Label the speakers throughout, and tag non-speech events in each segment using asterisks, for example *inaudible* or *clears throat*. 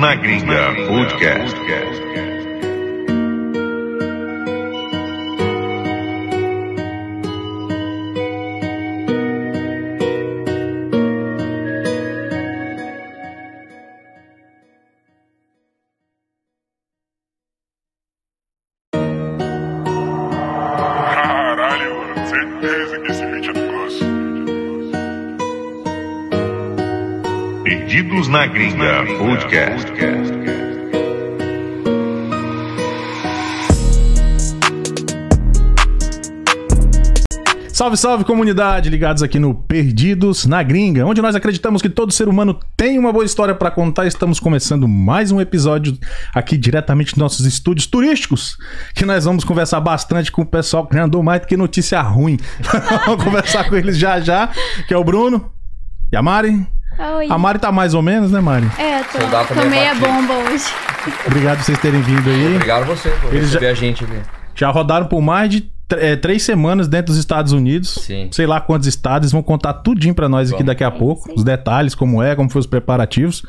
Speaker 1: Na Gringa Podcast.
Speaker 2: Caralho, mano, certeza que esse vídeo é do Gus.
Speaker 1: Perdidos na Gringa Podcast.
Speaker 3: Salve, salve comunidade, ligados aqui no Perdidos na Gringa, onde nós acreditamos que todo ser humano tem uma boa história pra contar. Estamos começando mais um episódio aqui diretamente dos nossos estúdios turísticos, que nós vamos conversar bastante com o pessoal que andou mais do que notícia ruim. *laughs* vamos conversar com eles já já, que é o Bruno e a Mari.
Speaker 4: Oi.
Speaker 3: A Mari tá mais ou menos, né, Mari?
Speaker 4: É, tô,
Speaker 5: Não dá pra
Speaker 4: tomei
Speaker 5: levar
Speaker 4: a
Speaker 5: aqui.
Speaker 4: bomba hoje.
Speaker 3: Obrigado por vocês terem vindo aí.
Speaker 5: Obrigado a você por
Speaker 3: Eles já-
Speaker 5: receber a gente aqui.
Speaker 3: Já rodaram por mais de tr- eh, três semanas dentro dos Estados Unidos.
Speaker 5: Sim.
Speaker 3: Sei lá quantos estados. Eles vão contar tudinho pra nós aqui
Speaker 5: Vamos.
Speaker 3: daqui a pouco. Os detalhes, como é, como foram os preparativos.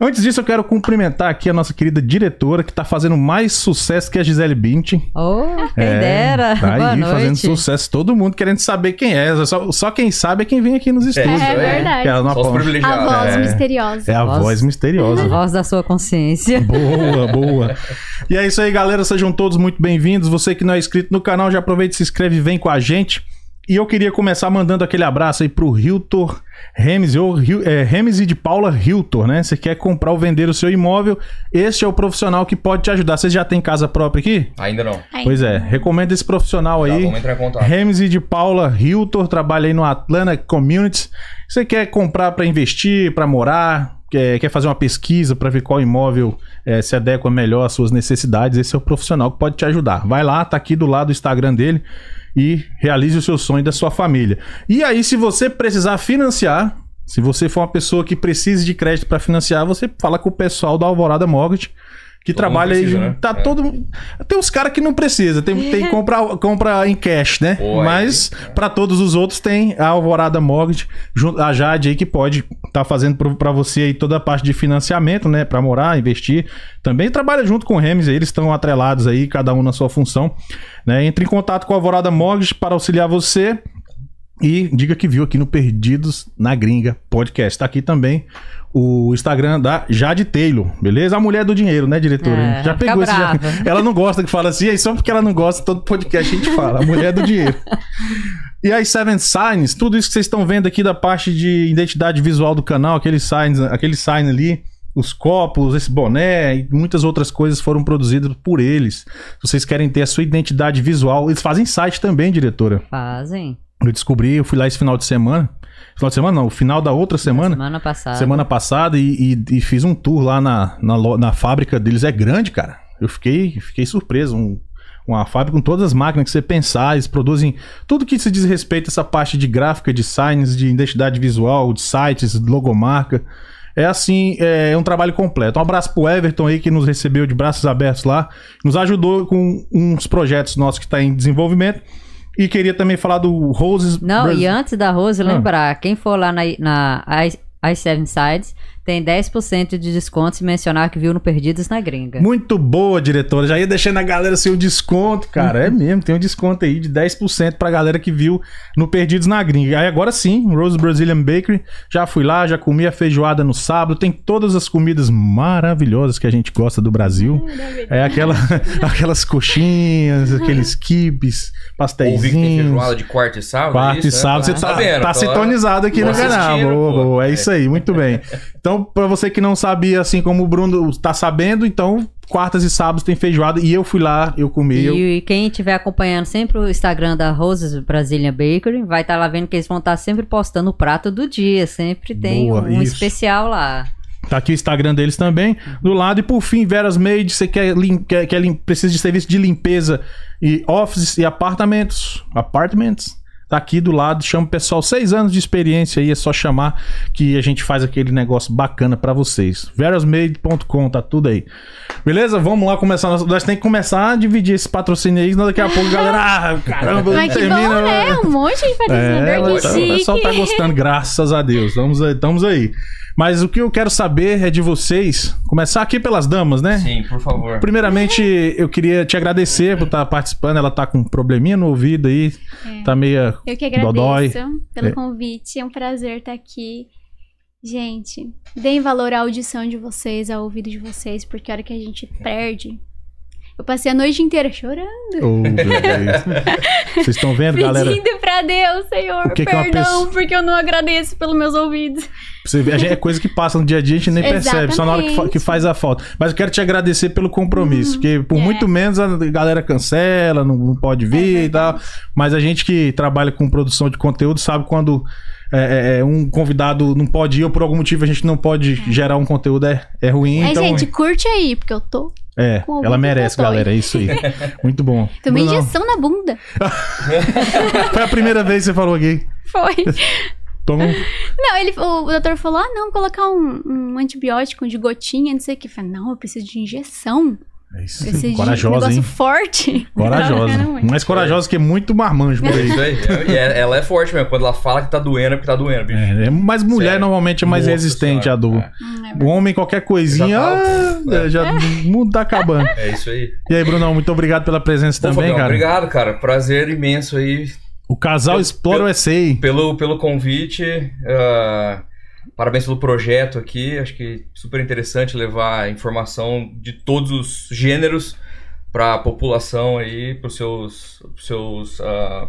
Speaker 3: Antes disso, eu quero cumprimentar aqui a nossa querida diretora, que tá fazendo mais sucesso que a Gisele Bündchen.
Speaker 6: Oh, quem dera.
Speaker 3: É, Tá
Speaker 6: Boa
Speaker 3: aí
Speaker 6: noite.
Speaker 3: fazendo sucesso. Todo mundo querendo saber quem é. Só, só quem sabe é quem vem aqui nos estúdios.
Speaker 4: É
Speaker 5: é.
Speaker 4: verdade.
Speaker 3: Ela não
Speaker 5: Só os
Speaker 3: aponta.
Speaker 4: A
Speaker 5: privilegiados.
Speaker 4: voz
Speaker 3: É.
Speaker 4: misteriosa.
Speaker 3: É a
Speaker 6: Voz-
Speaker 3: voz misteriosa.
Speaker 6: Voz da sua
Speaker 3: *laughs*
Speaker 6: consciência.
Speaker 3: Boa, boa. E é isso aí, galera. Sejam todos muito bem-vindos. Você que não é inscrito no canal, já aproveita, se inscreve e vem com a gente. E eu queria começar mandando aquele abraço aí pro Hiltor Remes, ou Hil- é, Remes e de Paula Hiltor, né? Você quer comprar ou vender o seu imóvel? Este é o profissional que pode te ajudar. Você já tem casa própria aqui?
Speaker 5: Ainda não.
Speaker 4: Ai,
Speaker 3: Pois é, recomenda esse profissional
Speaker 5: Tá,
Speaker 3: aí.
Speaker 5: vamos entrar em contato.
Speaker 3: Remes e de Paula Hiltor, trabalha aí no Atlanta Community. Você quer comprar para investir, para morar, quer, quer fazer uma pesquisa para ver qual imóvel eh, se adequa melhor às suas necessidades, esse é o profissional que pode te ajudar. Vai lá, tá aqui do lado o Instagram dele e realize o seu sonho e da sua família. E aí, se você precisar financiar, se você for uma pessoa que precise de crédito para financiar, você fala com o pessoal da Alvorada Mortgage. Que
Speaker 5: Todo mundo
Speaker 3: trabalha
Speaker 5: precisa,
Speaker 3: aí.
Speaker 5: né?
Speaker 3: Tá
Speaker 5: É.
Speaker 3: todo mundo- Tem uns caras que não precisa. Tem,
Speaker 6: *laughs*
Speaker 3: tem compra, compra em cash, né?
Speaker 5: Pô, aí,
Speaker 3: Mas para todos os outros tem a Alvorada Mortgage, junto- a Jade aí que pode estar fazendo para você aí toda a parte de financiamento, né, Pra morar, investir. Também trabalha junto com o Remes, aí, eles estão atrelados aí, cada um na sua função, né? Entre em contato com a Alvorada Mortgage para auxiliar você. E diga que viu aqui no Perdidos na Gringa Podcast. Tá aqui também o Instagram da Jade Taylor, beleza? A mulher do dinheiro, né, diretora?
Speaker 6: É,
Speaker 3: já
Speaker 6: fica
Speaker 3: pegou esse. já- *laughs*
Speaker 6: brava.
Speaker 3: Ela não gosta que fala assim, aí só porque ela não gosta, todo podcast a gente fala. A mulher é do dinheiro. E aí, Seven Signs, tudo isso que vocês estão vendo aqui da parte de identidade visual do canal, aquele signs, aquele sign ali, os copos, esse boné e muitas outras coisas foram produzidas por eles. Se vocês querem ter a sua identidade visual, eles fazem site também, diretora.
Speaker 6: Fazem.
Speaker 3: Eu descobri, eu fui lá esse final de semana. Final de semana não, o final da outra semana.
Speaker 6: Semana passada.
Speaker 3: Semana passada e, e- e fiz um tour lá na, na, lo- na fábrica deles. É grande, cara. Eu fiquei, fiquei surpreso. Um- uma fábrica com todas as máquinas que você pensar. Eles produzem tudo que se diz respeito a essa parte de gráfica, de signs, de identidade visual, de sites, de logomarca. É assim, é, um trabalho completo. Um abraço pro Everton aí que nos recebeu de braços abertos lá. Nos ajudou com uns projetos nossos que está em desenvolvimento. E queria também falar do Roses.
Speaker 6: Não,
Speaker 3: Bras-
Speaker 6: e antes da Rose,
Speaker 3: Ah.
Speaker 6: lembrar, quem for lá na, na I- I Seven Sides, tem 10% de desconto se mencionar que viu no Perdidos na Gringa.
Speaker 3: Muito boa, diretora. Já ia deixando a galera seu desconto, cara. É mesmo, tem um desconto aí de 10% pra galera que viu no Perdidos na Gringa. Aí agora sim, Rose Brazilian Bakery. Já fui lá, já comi a feijoada no sábado. Tem todas as comidas maravilhosas que a gente gosta do Brasil.
Speaker 4: maravilha.
Speaker 3: É aquela, *laughs* aquelas coxinhas, aqueles quibes,
Speaker 5: Ouvi que tem
Speaker 3: pastéis.
Speaker 5: feijoada de quarta e sábado. é
Speaker 3: Quarta
Speaker 5: isso,
Speaker 3: e
Speaker 5: né?
Speaker 3: sábado, você
Speaker 5: Tá
Speaker 3: tá,
Speaker 5: sabendo,
Speaker 3: tá
Speaker 5: tô-
Speaker 3: sintonizado aqui
Speaker 5: tô
Speaker 3: no canal.
Speaker 5: assistindo,
Speaker 3: Boa,
Speaker 5: pô.
Speaker 3: boa, é
Speaker 5: É.
Speaker 3: isso aí, muito bem. Então, pra você que não sabia, assim como o Bruno tá sabendo, então, quartas e sábados tem feijoada. E eu fui lá, eu comi. eu-
Speaker 6: E, e quem estiver acompanhando sempre o Instagram da Roses Brazilian Bakery, vai estar lá vendo que eles vão estar sempre postando o prato do dia. Sempre tem
Speaker 3: Boa,
Speaker 6: um
Speaker 3: isso.
Speaker 6: especial lá.
Speaker 3: Tá aqui o Instagram deles também. Do lado, e por fim, Veras Made, você quer, lim... quer, quer lim- precisa de serviço de limpeza e offices e apartamentos. Apartments? Tá aqui do lado, chama o pessoal. Seis anos de experiência aí, é só chamar que a gente faz aquele negócio bacana pra vocês. Verasmade.com, tá tudo aí. Beleza? Vamos lá começar. Nós, nós tem que começar a dividir esse patrocínio aí, senão daqui a pouco, galera. Ah, caramba, não
Speaker 4: Mas que bom,
Speaker 3: termina.
Speaker 4: né? Um monte de patrocinador,
Speaker 3: É,
Speaker 4: que
Speaker 3: o pessoal- o
Speaker 4: chique.
Speaker 3: pessoal tá gostando, graças a Deus. Estamos aí, estamos aí. Mas o que eu quero saber é de vocês. Começar aqui pelas damas, né?
Speaker 5: Sim, por favor.
Speaker 3: Primeiramente,
Speaker 4: É.
Speaker 3: eu queria te agradecer por estar participando. Ela tá com um probleminha no ouvido aí.
Speaker 4: É.
Speaker 3: Tá meio.
Speaker 4: Eu que agradeço
Speaker 3: Dodói.
Speaker 4: pelo
Speaker 3: É.
Speaker 4: convite. É um prazer estar aqui. Gente, deem valor à audição de vocês, ao ouvido de vocês, porque a hora que a gente perde. Eu passei a noite inteira chorando,
Speaker 3: Oh, meu Deus.
Speaker 4: *laughs*
Speaker 3: Vocês estão vendo, É, galera?
Speaker 4: pedindo pra Deus, Senhor,
Speaker 3: O que que é uma
Speaker 4: perdão,
Speaker 3: pessoa-
Speaker 4: porque eu não agradeço pelos meus ouvidos.
Speaker 3: Você vê, a gente- é coisa que passa no dia a dia, a gente nem percebe, só na hora que, fa- que faz a falta. Mas eu quero te agradecer pelo compromisso, porque por
Speaker 4: é.
Speaker 3: muito menos a galera cancela, não, não pode vir e tal. Mas a gente que trabalha com produção de conteúdo sabe quando é, é, é, um convidado não pode ir ou por algum motivo a gente não pode gerar um conteúdo, é, é ruim.
Speaker 4: Mas,
Speaker 3: então,
Speaker 4: gente, curte aí, porque eu tô.
Speaker 3: é,
Speaker 4: com algum
Speaker 3: ela merece,
Speaker 4: dodói.
Speaker 3: galera, é isso
Speaker 4: *laughs*
Speaker 3: aí. muito bom.
Speaker 4: Tomei
Speaker 3: Brunão,
Speaker 4: injeção na bunda.
Speaker 3: Foi a primeira vez que você falou aqui.
Speaker 4: Foi.
Speaker 3: Toma um...
Speaker 4: Não, ele, o, o doutor falou: ah, não, colocar um, um antibiótico de gotinha, não sei o que. Eu falei, não, eu preciso de injeção.
Speaker 3: É isso.
Speaker 4: Preciso
Speaker 3: Corajosa,
Speaker 4: de um negócio
Speaker 3: hein?
Speaker 4: forte.
Speaker 3: *laughs* Corajosa.
Speaker 4: Não, não, não.
Speaker 3: Mais corajosa que muito marmanjo por
Speaker 4: *laughs*
Speaker 3: aí.
Speaker 5: Isso aí. E é- ela é forte mesmo. Quando ela fala que tá doendo, é porque tá doendo, bicho.
Speaker 3: É, é- mas mulher
Speaker 5: Sério.
Speaker 3: normalmente é mais
Speaker 5: Nossa
Speaker 3: resistente à
Speaker 5: senhora.
Speaker 3: dor.
Speaker 4: Hum, é
Speaker 3: O homem, qualquer coisinha,
Speaker 5: Já tá-
Speaker 3: ah, já o mundo tá acabando.
Speaker 5: É, é isso aí.
Speaker 3: E aí, Brunão, muito obrigado pela presença
Speaker 5: Pô,
Speaker 3: também,
Speaker 5: Fabião,
Speaker 3: cara.
Speaker 5: Obrigado, cara. Prazer imenso aí
Speaker 3: O casal
Speaker 5: Eu-
Speaker 3: Explora
Speaker 5: eu-
Speaker 3: o SA.
Speaker 5: pelo, pelo convite. ah, parabéns pelo projeto aqui. Acho que super interessante levar informação de todos os gêneros para a população aí, para os seus, pros seus ah,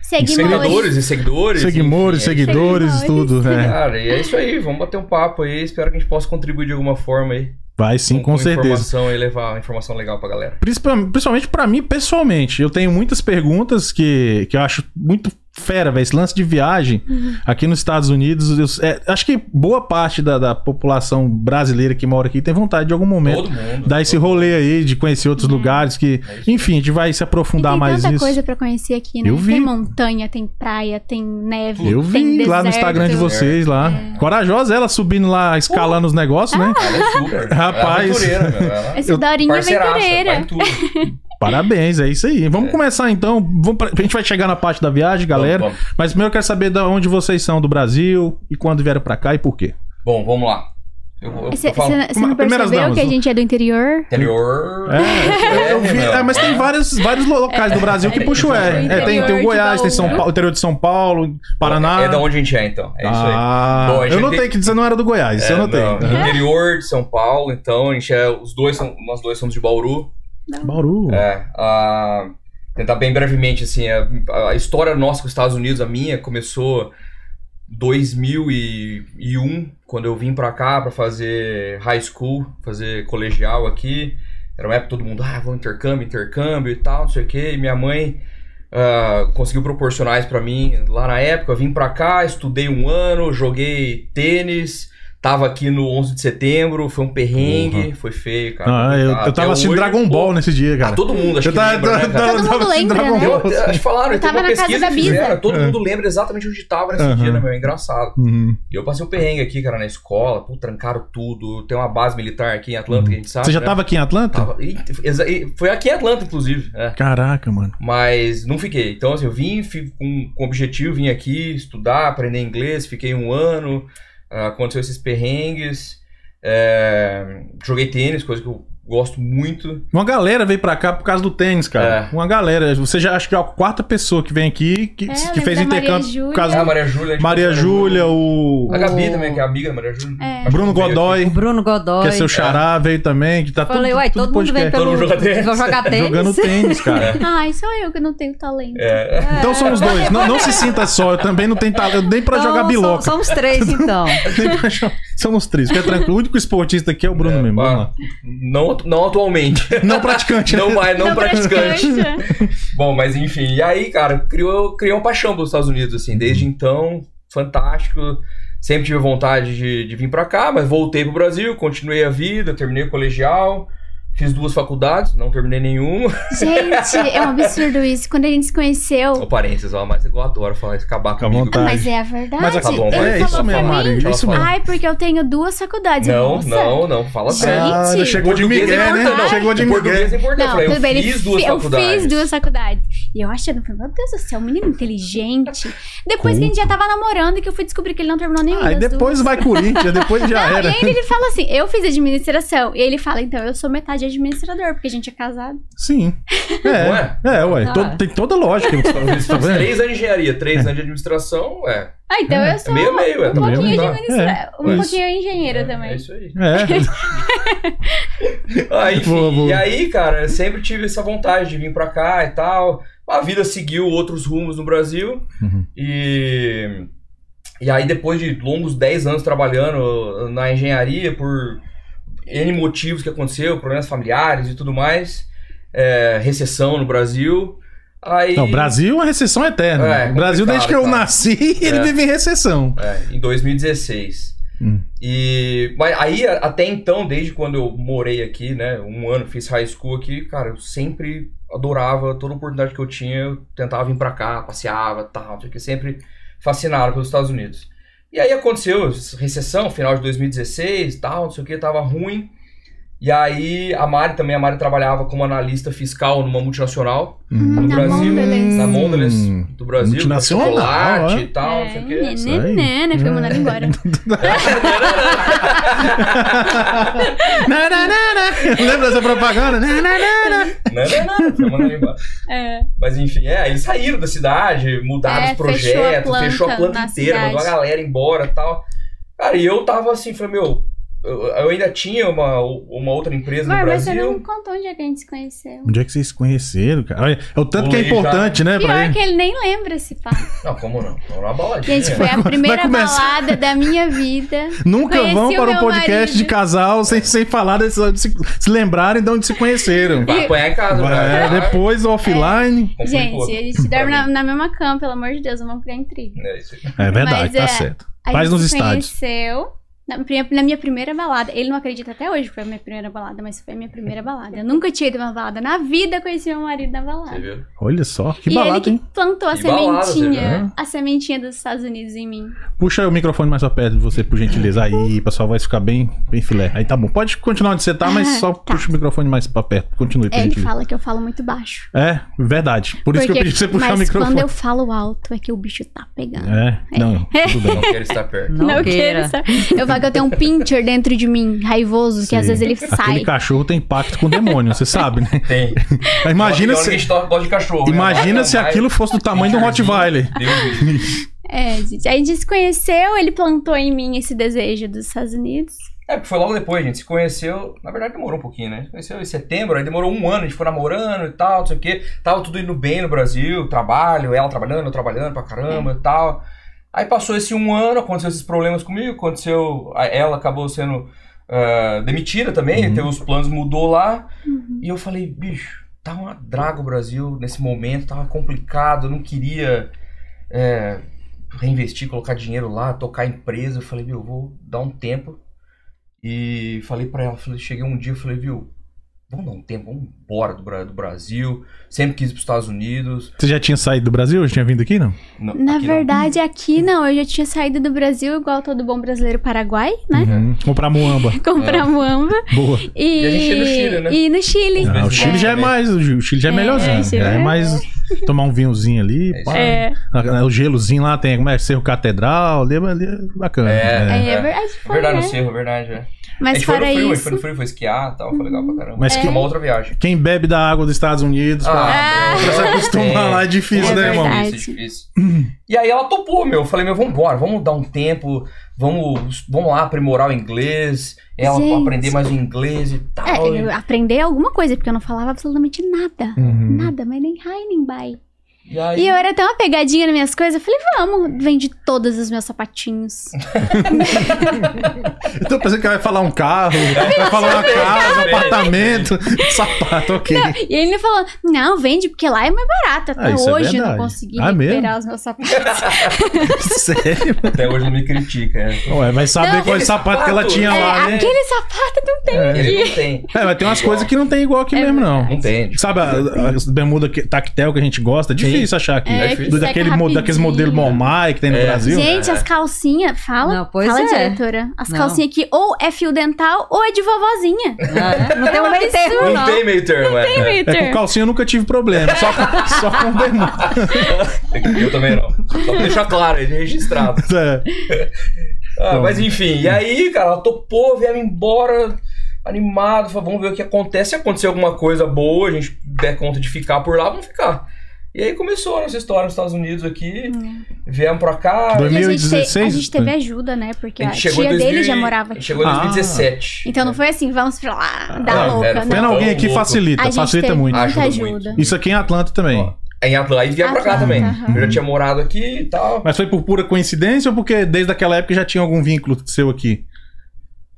Speaker 5: seguidores e seguidores.
Speaker 3: Seguimores,
Speaker 5: enfim, é-
Speaker 3: seguidores,
Speaker 4: Seguidores.
Speaker 3: tudo, né?
Speaker 5: Cara, e é isso aí. Vamos bater um papo aí. Espero que a gente possa contribuir de alguma forma aí.
Speaker 3: Vai sim, com certeza.
Speaker 5: Informação e levar informação legal pra galera.
Speaker 3: Principal- Principalmente pra mim, pessoalmente. Eu tenho muitas perguntas que, que eu acho muito fera, velho. Esse lance de viagem
Speaker 4: Uhum.
Speaker 3: aqui nos Estados Unidos. eu- é, acho que boa parte da, da população brasileira que mora aqui tem vontade de algum momento
Speaker 5: Todo mundo.
Speaker 3: dar esse
Speaker 5: todo
Speaker 3: rolê aí, de conhecer outros lugares que.
Speaker 5: mundo. É isso.
Speaker 3: Enfim, a gente vai se
Speaker 4: E
Speaker 3: aprofundar
Speaker 4: tem
Speaker 3: mais
Speaker 4: tanta
Speaker 3: nisso.
Speaker 4: coisa pra conhecer aqui, né?
Speaker 3: Eu vi.
Speaker 4: Tem montanha, tem praia, tem neve.
Speaker 3: Eu
Speaker 4: tem
Speaker 3: vi lá no
Speaker 4: deserto.
Speaker 3: Instagram de vocês lá. Corajosa ela subindo lá, escalando os negócios, né?
Speaker 5: Ela é
Speaker 3: *laughs*
Speaker 5: super.
Speaker 3: Rapaz.
Speaker 5: Ela é aventureira, meu. Ela...
Speaker 4: Essa Dorinha é
Speaker 5: Parceiraça, é, vai em
Speaker 4: aventureira.
Speaker 5: tudo.
Speaker 3: Parabéns, é isso aí. Vamos começar então. Vamos pra- A gente vai chegar na parte da viagem, galera.
Speaker 5: Vamos, vamos.
Speaker 3: Mas primeiro eu quero saber de onde vocês são do Brasil e quando vieram pra cá e por quê.
Speaker 5: Bom, vamos lá. Eu, eu, eu
Speaker 4: Você
Speaker 5: falo
Speaker 4: você não
Speaker 3: Primeiras
Speaker 4: percebeu
Speaker 3: damas,
Speaker 4: que a
Speaker 3: né?
Speaker 4: gente é do interior?
Speaker 5: interior.
Speaker 3: É, eu vi,
Speaker 5: meu.
Speaker 3: é, mas tem vários, vários locais do Brasil que
Speaker 5: é,
Speaker 3: puxam
Speaker 5: é,
Speaker 3: R.
Speaker 5: é,
Speaker 3: É, tem, tem o
Speaker 4: interior
Speaker 3: Goiás,
Speaker 4: de
Speaker 3: tem São
Speaker 4: Bauru.
Speaker 3: Paulo, interior de São Paulo, Paraná.
Speaker 5: É da onde a gente é, então. É isso aí.
Speaker 3: Ah,
Speaker 5: Bom, a gente
Speaker 3: eu notei
Speaker 5: tem-
Speaker 3: que você não era do Goiás, isso eu
Speaker 5: É,
Speaker 3: notei.
Speaker 5: não,
Speaker 3: Aham.
Speaker 5: Interior de São Paulo, então, a gente é. Os dois são. Nós dois somos de Bauru.
Speaker 3: Bauru.
Speaker 5: É, a- tentar bem brevemente, assim, a, a história nossa com os Estados Unidos, a minha, começou em 2001, quando eu vim pra cá pra fazer high school, fazer colegial aqui. Era uma época que todo mundo, ah, vamos intercâmbio, intercâmbio e tal, não sei o quê. E minha mãe ah, conseguiu proporcionar isso pra mim lá na época. Eu vim pra cá, estudei um ano, joguei tênis. Tava aqui no 11 de setembro, foi um perrengue, foi feio, cara.
Speaker 3: Ah, eu, eu
Speaker 5: Até
Speaker 3: tava assistindo
Speaker 5: hoje,
Speaker 3: Dragon
Speaker 5: pô,
Speaker 3: Ball nesse dia,
Speaker 5: ah,
Speaker 3: cara.
Speaker 5: todo mundo, acho
Speaker 3: Eu
Speaker 5: que
Speaker 3: tava,
Speaker 5: lembra, né, cara? Tá,
Speaker 3: tava- tava
Speaker 4: Todo mundo
Speaker 3: assistindo
Speaker 4: lembra,
Speaker 3: Dragon
Speaker 4: né?
Speaker 3: Ball.
Speaker 5: É, Eu, acho que falaram,
Speaker 4: Eu
Speaker 5: teve
Speaker 4: tava
Speaker 5: uma
Speaker 4: na casa
Speaker 5: pesquisa
Speaker 4: da
Speaker 5: que
Speaker 4: Bisa.
Speaker 5: fizeram, todo
Speaker 3: É.
Speaker 5: mundo lembra exatamente onde tava nesse dia,
Speaker 3: Aham.
Speaker 5: né, meu? É engraçado.
Speaker 3: Uhum.
Speaker 5: E eu passei um perrengue aqui, cara, na escola, pô, trancaram tudo. Tem uma base militar aqui em Atlanta, que a gente sabe.
Speaker 3: Uhum. Você já
Speaker 5: né?
Speaker 3: tava aqui em Atlanta?
Speaker 5: Tava- Ih, exa- e Foi aqui em Atlanta, inclusive. é.
Speaker 3: Caraca, mano.
Speaker 5: Mas não fiquei. Então, assim, eu vim fi- com, com o objetivo, vim aqui estudar, aprender inglês, fiquei um ano, ah, aconteceu esses perrengues. é, joguei tênis, coisa que eu gosto muito.
Speaker 3: Uma galera veio pra cá por causa do tênis, cara.
Speaker 5: É.
Speaker 3: Uma galera. Você já acho que é a quarta pessoa que vem aqui que,
Speaker 4: É,
Speaker 3: que
Speaker 4: lembra
Speaker 3: fez
Speaker 4: da Maria
Speaker 3: intercâmbio por
Speaker 4: Júlia.
Speaker 5: Ah,
Speaker 3: causa
Speaker 5: a
Speaker 3: do
Speaker 5: Maria Júlia. a gente
Speaker 3: Maria
Speaker 5: conhece a
Speaker 3: Júlia, o
Speaker 5: A Gabi
Speaker 6: O-
Speaker 5: também, que é amiga da Maria Júlia.
Speaker 4: É.
Speaker 5: Acho que
Speaker 3: Bruno
Speaker 5: veio aqui.
Speaker 3: Godoy,
Speaker 6: O Bruno
Speaker 3: que
Speaker 6: Godoy.
Speaker 3: é seu xará, veio também. Que tá
Speaker 6: Falei,
Speaker 3: tudo,
Speaker 6: uai, todo
Speaker 3: tudo
Speaker 6: mundo
Speaker 3: podcast.
Speaker 6: vem
Speaker 5: Todo
Speaker 6: pelo.
Speaker 5: mundo joga tênis.
Speaker 6: Vão jogar tênis.
Speaker 3: Jogando tênis,
Speaker 4: *laughs*
Speaker 3: cara.
Speaker 4: Ai, sou eu que não tenho talento.
Speaker 5: É,
Speaker 3: Então somos dois. Não, não se sinta só. Eu também não tenho talento nem pra
Speaker 6: Então,
Speaker 3: jogar
Speaker 6: são-
Speaker 3: biloca.
Speaker 6: Somos
Speaker 3: *laughs*
Speaker 6: três, então.
Speaker 3: Nem pra jogar- Somos três. Fica tranquilo. O único esportista aqui é o Bruno mesmo. Vamos lá.
Speaker 5: não, não atualmente. *laughs*
Speaker 3: Não praticante.
Speaker 5: Não
Speaker 3: né?
Speaker 5: mais, não,
Speaker 4: Não
Speaker 5: praticante.
Speaker 4: praticante.
Speaker 5: Bom, mas enfim. E aí, cara, criou, criou uma paixão pelos Estados Unidos, assim.
Speaker 3: Uhum.
Speaker 5: Desde então, fantástico. Sempre tive vontade de, de vir pra cá, mas voltei pro Brasil, continuei a vida, terminei o colegial. Fiz duas faculdades, não
Speaker 4: *laughs*
Speaker 5: terminei nenhuma.
Speaker 4: Gente, é um absurdo isso. Quando a gente se
Speaker 5: Ô,
Speaker 4: conheceu.
Speaker 5: parênteses, ó, mas eu adoro falar isso, acabar
Speaker 3: Fica à
Speaker 5: comigo.
Speaker 3: vontade.
Speaker 4: Mas é a verdade.
Speaker 3: Mas
Speaker 5: Tá bom,
Speaker 4: Ele
Speaker 5: vai,
Speaker 3: é
Speaker 5: deixa
Speaker 3: isso
Speaker 5: ela
Speaker 4: falou né? Ah,
Speaker 3: mesmo,
Speaker 5: falar,
Speaker 4: pra mim,
Speaker 5: deixa
Speaker 3: é
Speaker 5: ela
Speaker 3: isso
Speaker 5: falar.
Speaker 3: mesmo.
Speaker 4: Ai, porque eu tenho duas faculdades. Eu,
Speaker 5: Não,
Speaker 4: nossa.
Speaker 5: não, não, fala sério.
Speaker 4: é Gente.
Speaker 3: Ah, chegou de
Speaker 5: Português é
Speaker 3: Miguel, né?
Speaker 5: importante.
Speaker 3: Chegou de
Speaker 5: O português
Speaker 3: Miguel.
Speaker 5: é importante.
Speaker 4: Não,
Speaker 5: eu
Speaker 4: tudo bem,
Speaker 5: falei,
Speaker 4: ele
Speaker 5: eu fiz
Speaker 4: fi-
Speaker 5: duas
Speaker 4: Eu
Speaker 5: faculdades.
Speaker 4: fiz duas faculdades. E eu achando, falei, meu Deus do céu, um menino inteligente. Depois que a gente já tava namorando, que eu fui descobrir que ele não terminou nenhuma.
Speaker 5: Ah,
Speaker 3: Aí
Speaker 4: das
Speaker 3: Ah, depois
Speaker 4: duas.
Speaker 3: vai Corinthians, depois já
Speaker 4: Não,
Speaker 3: era.
Speaker 4: e aí ele fala assim: eu fiz administração. E ele fala, então eu sou metade administrador, porque a gente é casado.
Speaker 3: Sim.
Speaker 5: Não
Speaker 3: É.
Speaker 5: é?
Speaker 3: É, ué.
Speaker 6: Ah.
Speaker 3: todo- tem toda lógica. o que
Speaker 5: Eu fiz
Speaker 3: você tá vendo?
Speaker 5: três anos de engenharia, três anos de administração, é.
Speaker 4: Ah, então eu sou
Speaker 5: meio, meio, é,
Speaker 4: um
Speaker 5: tá
Speaker 4: pouquinho
Speaker 3: meio,
Speaker 4: de
Speaker 5: tá.
Speaker 4: administra...
Speaker 3: É,
Speaker 4: um
Speaker 3: isso.
Speaker 4: pouquinho engenheiro
Speaker 5: é,
Speaker 4: também.
Speaker 5: É
Speaker 3: *laughs*
Speaker 5: isso aí.
Speaker 3: É.
Speaker 5: Ah, enfim,
Speaker 3: Boa, boa.
Speaker 5: E aí, cara, eu sempre tive essa vontade de vir pra cá e tal. A vida seguiu outros rumos no Brasil.
Speaker 3: Uhum.
Speaker 5: E, e aí, depois de longos 10 anos trabalhando na engenharia, por N motivos que aconteceu, problemas familiares e tudo mais, é, recessão no Brasil. Aí,
Speaker 3: Não, o Brasil é uma recessão eterna.
Speaker 5: É,
Speaker 3: o Brasil, desde que eu
Speaker 5: complicado,
Speaker 3: nasci, *laughs* ele
Speaker 5: É.
Speaker 3: vive em recessão.
Speaker 5: é, em 2016.
Speaker 3: Hum.
Speaker 5: E mas aí, a- até então, desde quando eu morei aqui, né, um ano, fiz high school aqui, cara, eu sempre adorava, toda oportunidade que eu tinha, eu tentava vir pra cá, passeava, tal, porque sempre fascinado pelos Estados Unidos. E aí aconteceu recessão, final de 2016, tal, não sei o que, tava ruim. E aí a Mari também, a Mari trabalhava como analista fiscal numa multinacional
Speaker 4: Hum,
Speaker 5: no
Speaker 4: Na
Speaker 5: Brasil,
Speaker 4: Mondelez.
Speaker 5: na Mondelez do Brasil, com
Speaker 3: Hum. Multinacional,
Speaker 5: chocolate
Speaker 3: ó.
Speaker 5: e tal, não
Speaker 4: é,
Speaker 5: sei o que.
Speaker 4: né,
Speaker 3: Isso aí.
Speaker 4: né, né, foi
Speaker 5: É.
Speaker 4: mandado
Speaker 5: *laughs*
Speaker 4: embora.
Speaker 3: Na, na, na, na. Lembra dessa propaganda? Na, na, na, na.
Speaker 5: Né? Não, não, não, foi mandado embora.
Speaker 4: É.
Speaker 5: Mas enfim, é, eles saíram da cidade, mudaram
Speaker 4: É,
Speaker 5: os projetos,
Speaker 4: fechou a
Speaker 5: fechou a
Speaker 4: planta
Speaker 5: planta,
Speaker 4: na
Speaker 5: inteira, mandou a
Speaker 4: cidade.
Speaker 5: galera embora e tal. Cara, e eu tava assim, falei, meu, eu, eu ainda tinha uma, uma outra empresa
Speaker 4: Amor,
Speaker 5: no
Speaker 4: mas você
Speaker 5: Brasil.
Speaker 4: não contou onde é que a gente se conheceu.
Speaker 3: Onde é que vocês se conheceram, cara? Olha, É o tanto que é
Speaker 5: Olhei já.
Speaker 3: importante, né, pra
Speaker 4: Pior
Speaker 3: ele.
Speaker 4: que ele nem lembra esse papo.
Speaker 5: Não, como não? Foi uma baladinha.
Speaker 4: Gente, foi a
Speaker 3: É. Vai
Speaker 4: primeira
Speaker 3: começar.
Speaker 4: balada da
Speaker 3: *laughs*
Speaker 4: minha vida.
Speaker 3: Nunca
Speaker 4: Conheci
Speaker 3: vão
Speaker 4: o
Speaker 3: para um
Speaker 4: meu
Speaker 3: podcast
Speaker 4: marido.
Speaker 3: de casal sem, sem falar, desse, se, se lembrarem de onde se *laughs* conheceram.
Speaker 5: Vai apanhar em casa,
Speaker 3: É,
Speaker 5: cara.
Speaker 3: depois offline.
Speaker 5: Complicou.
Speaker 4: Gente, a gente
Speaker 5: Pra
Speaker 4: dorme na,
Speaker 5: mim.
Speaker 4: na mesma cama, pelo amor de Deus, não vamos criar intriga.
Speaker 5: É isso aí.
Speaker 3: É verdade,
Speaker 4: Mas
Speaker 3: tá
Speaker 4: é-
Speaker 3: certo.
Speaker 4: A
Speaker 3: Faz
Speaker 4: gente
Speaker 3: nos
Speaker 4: se
Speaker 3: estádios.
Speaker 4: conheceu na, prim- na minha primeira balada. Ele não acredita até hoje que foi a minha primeira balada, mas foi a minha primeira balada. Eu nunca tinha ido a uma balada. Na vida conheci meu marido na *laughs*
Speaker 5: Você
Speaker 4: balada.
Speaker 5: viu?
Speaker 3: Olha só, que
Speaker 4: e ele
Speaker 3: balada,
Speaker 4: que
Speaker 3: hein?
Speaker 4: plantou a
Speaker 5: Que balada, você
Speaker 4: sementinha,
Speaker 5: viu,
Speaker 3: né?
Speaker 4: a sementinha dos Estados Unidos em mim.
Speaker 3: Puxa o microfone mais pra perto de você, por gentileza. Aí, pessoal, vai ficar bem, bem filé. Aí tá bom. Pode continuar onde você tá, mas
Speaker 4: *laughs* Ah,
Speaker 3: só
Speaker 4: tá.
Speaker 3: puxa o microfone mais pra perto. Continue, por
Speaker 4: É, ele
Speaker 3: gentileza.
Speaker 4: fala que eu falo muito baixo.
Speaker 3: É, verdade. Por isso que eu pedi pra você puxar
Speaker 4: mas
Speaker 3: o microfone.
Speaker 4: quando eu falo alto é que o bicho tá pegando.
Speaker 3: É, não, tudo
Speaker 5: Não
Speaker 3: bem.
Speaker 5: quero estar perto.
Speaker 6: Não,
Speaker 4: Não quero
Speaker 6: queira.
Speaker 4: saber. Eu falo que eu tenho um pincher dentro de mim, raivoso, *laughs* que às vezes ele sai.
Speaker 3: Aquele cachorro tem pacto com o demônio, você sabe, né?
Speaker 4: *laughs*
Speaker 5: Tem.
Speaker 3: Imagina
Speaker 5: Tem hora que a
Speaker 3: se,
Speaker 5: gente gosta de cachorro. né?
Speaker 3: imagina
Speaker 5: Vai,
Speaker 3: se
Speaker 5: vai.
Speaker 3: aquilo fosse do tamanho de um Rottweiler.
Speaker 5: Deus me livre.
Speaker 4: É, gente. Aí a gente se conheceu, ele plantou em mim esse desejo dos Estados Unidos.
Speaker 5: É, porque foi logo depois, a gente se conheceu. Na verdade, demorou um pouquinho, né? A gente se conheceu em setembro, aí demorou um ano, a gente foi namorando e tal, não sei o quê. Tava tudo indo bem no Brasil, trabalho, ela trabalhando, eu trabalhando pra caramba e tal. Aí passou esse um ano, aconteceu esses problemas comigo, aconteceu. a- Ela acabou sendo ah, demitida também,
Speaker 3: Uhum.
Speaker 5: teve os planos, mudou lá. E eu falei, bicho, tá uma draga o Brasil nesse momento, tava complicado, eu não queria é, reinvestir, colocar dinheiro lá, tocar a empresa. Eu falei, meu, eu vou dar um tempo. E falei pra ela, falei, cheguei um dia, falei, viu, vamos dar um tempo, vamos embora do, Bra- do Brasil. Sempre quis ir pros Estados Unidos.
Speaker 3: Você já tinha saído do Brasil? Já tinha vindo aqui, não?
Speaker 5: Não,
Speaker 4: Na
Speaker 5: aqui não.
Speaker 4: verdade, aqui não. Eu já tinha saído do Brasil, igual todo bom brasileiro paraguai, né?
Speaker 3: Uhum. Ou pra Moamba.
Speaker 4: *laughs* Comprar muamba. *laughs*
Speaker 3: Boa.
Speaker 4: E,
Speaker 5: É. E a gente ia no Chile, né?
Speaker 4: E no Chile.
Speaker 3: Ah, o Chile já é mais. O Chile já é
Speaker 4: É, o
Speaker 3: melhorzinho.
Speaker 4: Chile
Speaker 3: É,
Speaker 4: é-
Speaker 3: mais tomar um vinhozinho ali.
Speaker 5: É
Speaker 3: pá.
Speaker 4: É,
Speaker 3: O gelozinho lá tem como é Cerro Catedral, ali, é- ali é bacana.
Speaker 5: É.
Speaker 4: é, verdade, foi,
Speaker 5: Verdade,
Speaker 4: né?
Speaker 5: no Cerro, verdade, é. a
Speaker 4: Mas
Speaker 5: gente foi no
Speaker 4: fora
Speaker 5: frio, a
Speaker 4: isso.
Speaker 5: gente
Speaker 4: Hum, é.
Speaker 5: foi no frio, foi esquiar e tal, foi legal pra caramba.
Speaker 3: Mas que-
Speaker 5: Foi uma outra viagem.
Speaker 3: Quem bebe da água dos Estados Unidos, pra
Speaker 5: Ah,
Speaker 3: pra se
Speaker 5: não,
Speaker 3: acostumar
Speaker 5: tem.
Speaker 3: lá é difícil,
Speaker 4: É
Speaker 3: né, irmão?
Speaker 4: verdade.
Speaker 5: Difícil, difícil. E aí ela topou, meu. Eu falei, meu, vambora, vamos dar um tempo, vamos, vamos lá aprimorar o inglês, ela
Speaker 4: Gente.
Speaker 5: aprender mais o inglês e
Speaker 4: É,
Speaker 5: tal.
Speaker 4: eu aprender alguma coisa, porque eu não falava absolutamente nada.
Speaker 3: Uhum.
Speaker 4: Nada, mas nem hi, nem bye.
Speaker 5: E aí,
Speaker 4: E eu era tão pegadinha nas minhas coisas, eu falei, vamos, vende todos os meus
Speaker 3: *laughs*
Speaker 4: sapatinhos.
Speaker 3: Eu tô pensando que vai falar um carro, vai falar uma casa, um
Speaker 5: Vende,
Speaker 3: apartamento, sapato, ok.
Speaker 4: E ele falou, não, vende, porque lá é mais barato. Até
Speaker 3: Ah, isso é
Speaker 4: hoje eu não
Speaker 3: verdade.
Speaker 4: consegui
Speaker 3: Ah, mesmo?
Speaker 4: recuperar os
Speaker 3: *laughs*
Speaker 4: meus sapatos.
Speaker 3: Sério?
Speaker 5: até hoje não me
Speaker 4: *laughs*
Speaker 5: critica. é.
Speaker 3: Ué, vai saber
Speaker 4: Não,
Speaker 3: qual é o
Speaker 5: aquele
Speaker 3: sapato que ela
Speaker 5: sapato,
Speaker 3: tinha
Speaker 5: né?
Speaker 3: lá,
Speaker 4: É,
Speaker 3: né?
Speaker 4: aquele sapato não tem aqui.
Speaker 5: Ele não tem.
Speaker 3: É, mas tem umas
Speaker 5: Igual.
Speaker 3: coisas que não tem igual aqui
Speaker 4: É
Speaker 3: mesmo, não.
Speaker 5: Não tem. tipo,
Speaker 3: Sabe, a- as bermudas que- tactel que a gente gosta, é difícil achar aqui.
Speaker 4: É,
Speaker 5: que
Speaker 3: Do-
Speaker 4: seca
Speaker 3: daquele, mo- daqueles
Speaker 4: rapidinho.
Speaker 3: modelos Mormai que tem no
Speaker 5: É.
Speaker 3: Brasil. né?
Speaker 4: Gente, as calcinhas, fala,
Speaker 6: Não, pois
Speaker 4: fala
Speaker 6: é.
Speaker 4: diretora. As
Speaker 6: Não.
Speaker 4: calcinhas aqui ou é fio dental ou é de vovozinha.
Speaker 6: Ah, Não tem um meio
Speaker 4: é
Speaker 6: termo,
Speaker 5: Não
Speaker 6: não.
Speaker 5: tem meio termo, é. é.
Speaker 3: É, com calcinha eu nunca tive problema, só com, *laughs* só com bermuda.
Speaker 5: É Eu também não. Só pra deixar claro, ele é registrado.
Speaker 3: *laughs* É.
Speaker 5: Ah, mas enfim, e aí, cara, ela topou, vieram embora animado, falou, vamos ver o que acontece. Se acontecer alguma coisa boa, a gente der conta de ficar por lá, vamos ficar. E aí começou a nossa história nos Estados Unidos aqui,
Speaker 4: Hum.
Speaker 5: viemos pra cá,
Speaker 3: Dois-
Speaker 4: E a, gente te-
Speaker 3: 2016?
Speaker 4: a gente teve ajuda, né? Porque a,
Speaker 5: gente
Speaker 4: tia
Speaker 5: chegou em 2000
Speaker 4: dele
Speaker 5: e-
Speaker 4: já morava
Speaker 5: a gente
Speaker 4: aqui.
Speaker 5: Chegou em
Speaker 3: Ah.
Speaker 5: 2017.
Speaker 4: Então não foi assim, vamos pra lá, dá
Speaker 3: é,
Speaker 5: Ah,
Speaker 4: louca,
Speaker 5: era-
Speaker 4: não.
Speaker 5: foi
Speaker 3: Tendo alguém
Speaker 5: Tão
Speaker 3: aqui
Speaker 5: louco.
Speaker 4: A
Speaker 3: facilita,
Speaker 4: gente
Speaker 3: facilita
Speaker 4: teve
Speaker 3: muito.
Speaker 4: muita
Speaker 5: Ajuda
Speaker 4: ajuda.
Speaker 5: muito.
Speaker 3: Isso aqui em Atlanta também.
Speaker 5: Ah. Ó, Em Atlanta, aí vieram pra cá
Speaker 4: Atlanta,
Speaker 5: também.
Speaker 4: Ah, tá. aham.
Speaker 5: Eu já tinha morado aqui e tal.
Speaker 3: Mas foi por pura coincidência ou porque desde aquela época já tinha algum vínculo seu aqui?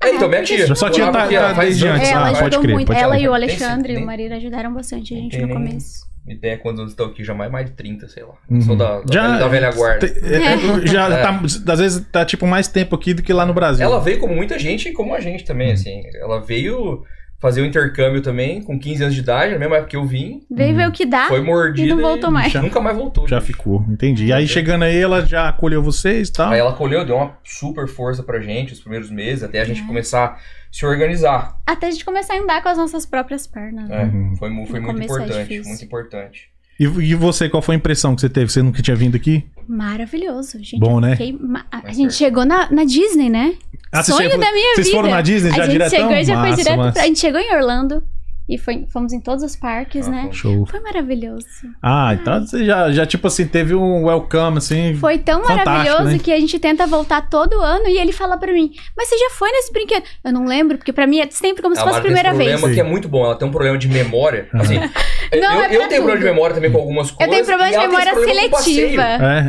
Speaker 5: Aí, então, minha tia.
Speaker 3: Já só tinha
Speaker 5: morava
Speaker 3: tá-
Speaker 5: ó,
Speaker 3: tá
Speaker 5: faz
Speaker 3: desde
Speaker 5: anos,
Speaker 3: antes,
Speaker 5: cara.
Speaker 4: é Ela
Speaker 3: Ah, pode
Speaker 4: ajudou
Speaker 3: crer,
Speaker 4: muito.
Speaker 3: pode
Speaker 4: Ela
Speaker 5: crer.
Speaker 4: e o
Speaker 5: Tem sempre,
Speaker 4: Alexandre,
Speaker 5: tem.
Speaker 4: o marido, ajudaram bastante a
Speaker 5: Não
Speaker 4: gente
Speaker 5: tem
Speaker 4: no
Speaker 5: nem-
Speaker 4: começo.
Speaker 5: Ideia quantos anos estão aqui, já mais, mais de 30, sei lá.
Speaker 3: Uhum.
Speaker 5: Sou da, da,
Speaker 3: Já-
Speaker 5: velha, da velha guarda.
Speaker 3: Te- é,
Speaker 5: *laughs*
Speaker 3: é, já
Speaker 5: É.
Speaker 3: tá- às vezes tá tipo mais tempo aqui do que lá no Brasil.
Speaker 5: Ela veio como muita gente e como a gente também,
Speaker 3: Uhum.
Speaker 5: assim. Ela veio fazer o intercâmbio também, com 15 anos de idade, na mesma época que eu vim.
Speaker 4: Veio ver o que dá
Speaker 5: Foi né?
Speaker 4: Ah,
Speaker 5: mordida
Speaker 4: e não voltou mais.
Speaker 3: Já-
Speaker 5: Nunca mais voltou.
Speaker 3: Já ficou, entendi. E aí chegando aí, ela já acolheu vocês e tal.
Speaker 5: Aí ela colheu, deu uma super força pra gente os primeiros meses, até a gente
Speaker 4: É.
Speaker 5: começar a se organizar.
Speaker 4: Até a gente começar a andar com as nossas próprias pernas.
Speaker 5: né?
Speaker 3: Uhum.
Speaker 5: Foi, mu- foi
Speaker 4: No
Speaker 5: muito
Speaker 4: começo é
Speaker 5: importante,
Speaker 4: difícil.
Speaker 5: muito importante.
Speaker 3: E, e você, qual foi a impressão que você teve? Você nunca tinha vindo aqui?
Speaker 4: Maravilhoso, gente.
Speaker 3: Bom, né?
Speaker 4: Fiquei ma- A
Speaker 5: Vai
Speaker 4: gente
Speaker 5: ser.
Speaker 4: chegou na, na Disney, né?
Speaker 3: Ah, vocês
Speaker 4: Sonho
Speaker 3: chegou-
Speaker 4: da minha
Speaker 3: Vocês
Speaker 4: vida.
Speaker 3: foram na Disney já
Speaker 4: a gente
Speaker 3: diretão?
Speaker 4: chegou e já foi
Speaker 3: Massa,
Speaker 4: direto
Speaker 3: massa.
Speaker 4: pra... A gente chegou em Orlando e foi- fomos em todos os parques,
Speaker 5: Ah,
Speaker 4: né?
Speaker 5: foi.
Speaker 3: Show.
Speaker 4: Foi maravilhoso.
Speaker 3: Ah, então você já, já tipo assim, teve um welcome, assim.
Speaker 4: Foi tão
Speaker 3: Fantástico,
Speaker 4: maravilhoso
Speaker 3: né?
Speaker 4: que a gente tenta voltar todo ano e ele fala pra mim, mas você já foi nesse brinquedo? Eu não lembro, porque pra mim é sempre como se
Speaker 5: Ela
Speaker 4: fosse a
Speaker 5: tem
Speaker 4: primeira
Speaker 5: esse
Speaker 4: vez.
Speaker 5: problema que é muito bom. Ela tem um problema de memória. Assim,
Speaker 3: Uhum.
Speaker 5: eu,
Speaker 4: Não, é
Speaker 5: eu tenho
Speaker 4: pra
Speaker 5: problema de
Speaker 4: tudo.
Speaker 5: memória também com algumas coisas.
Speaker 4: Eu tenho problema
Speaker 5: e
Speaker 4: de
Speaker 5: ela tem esse
Speaker 4: memória
Speaker 5: problema com passeio.
Speaker 4: seletiva.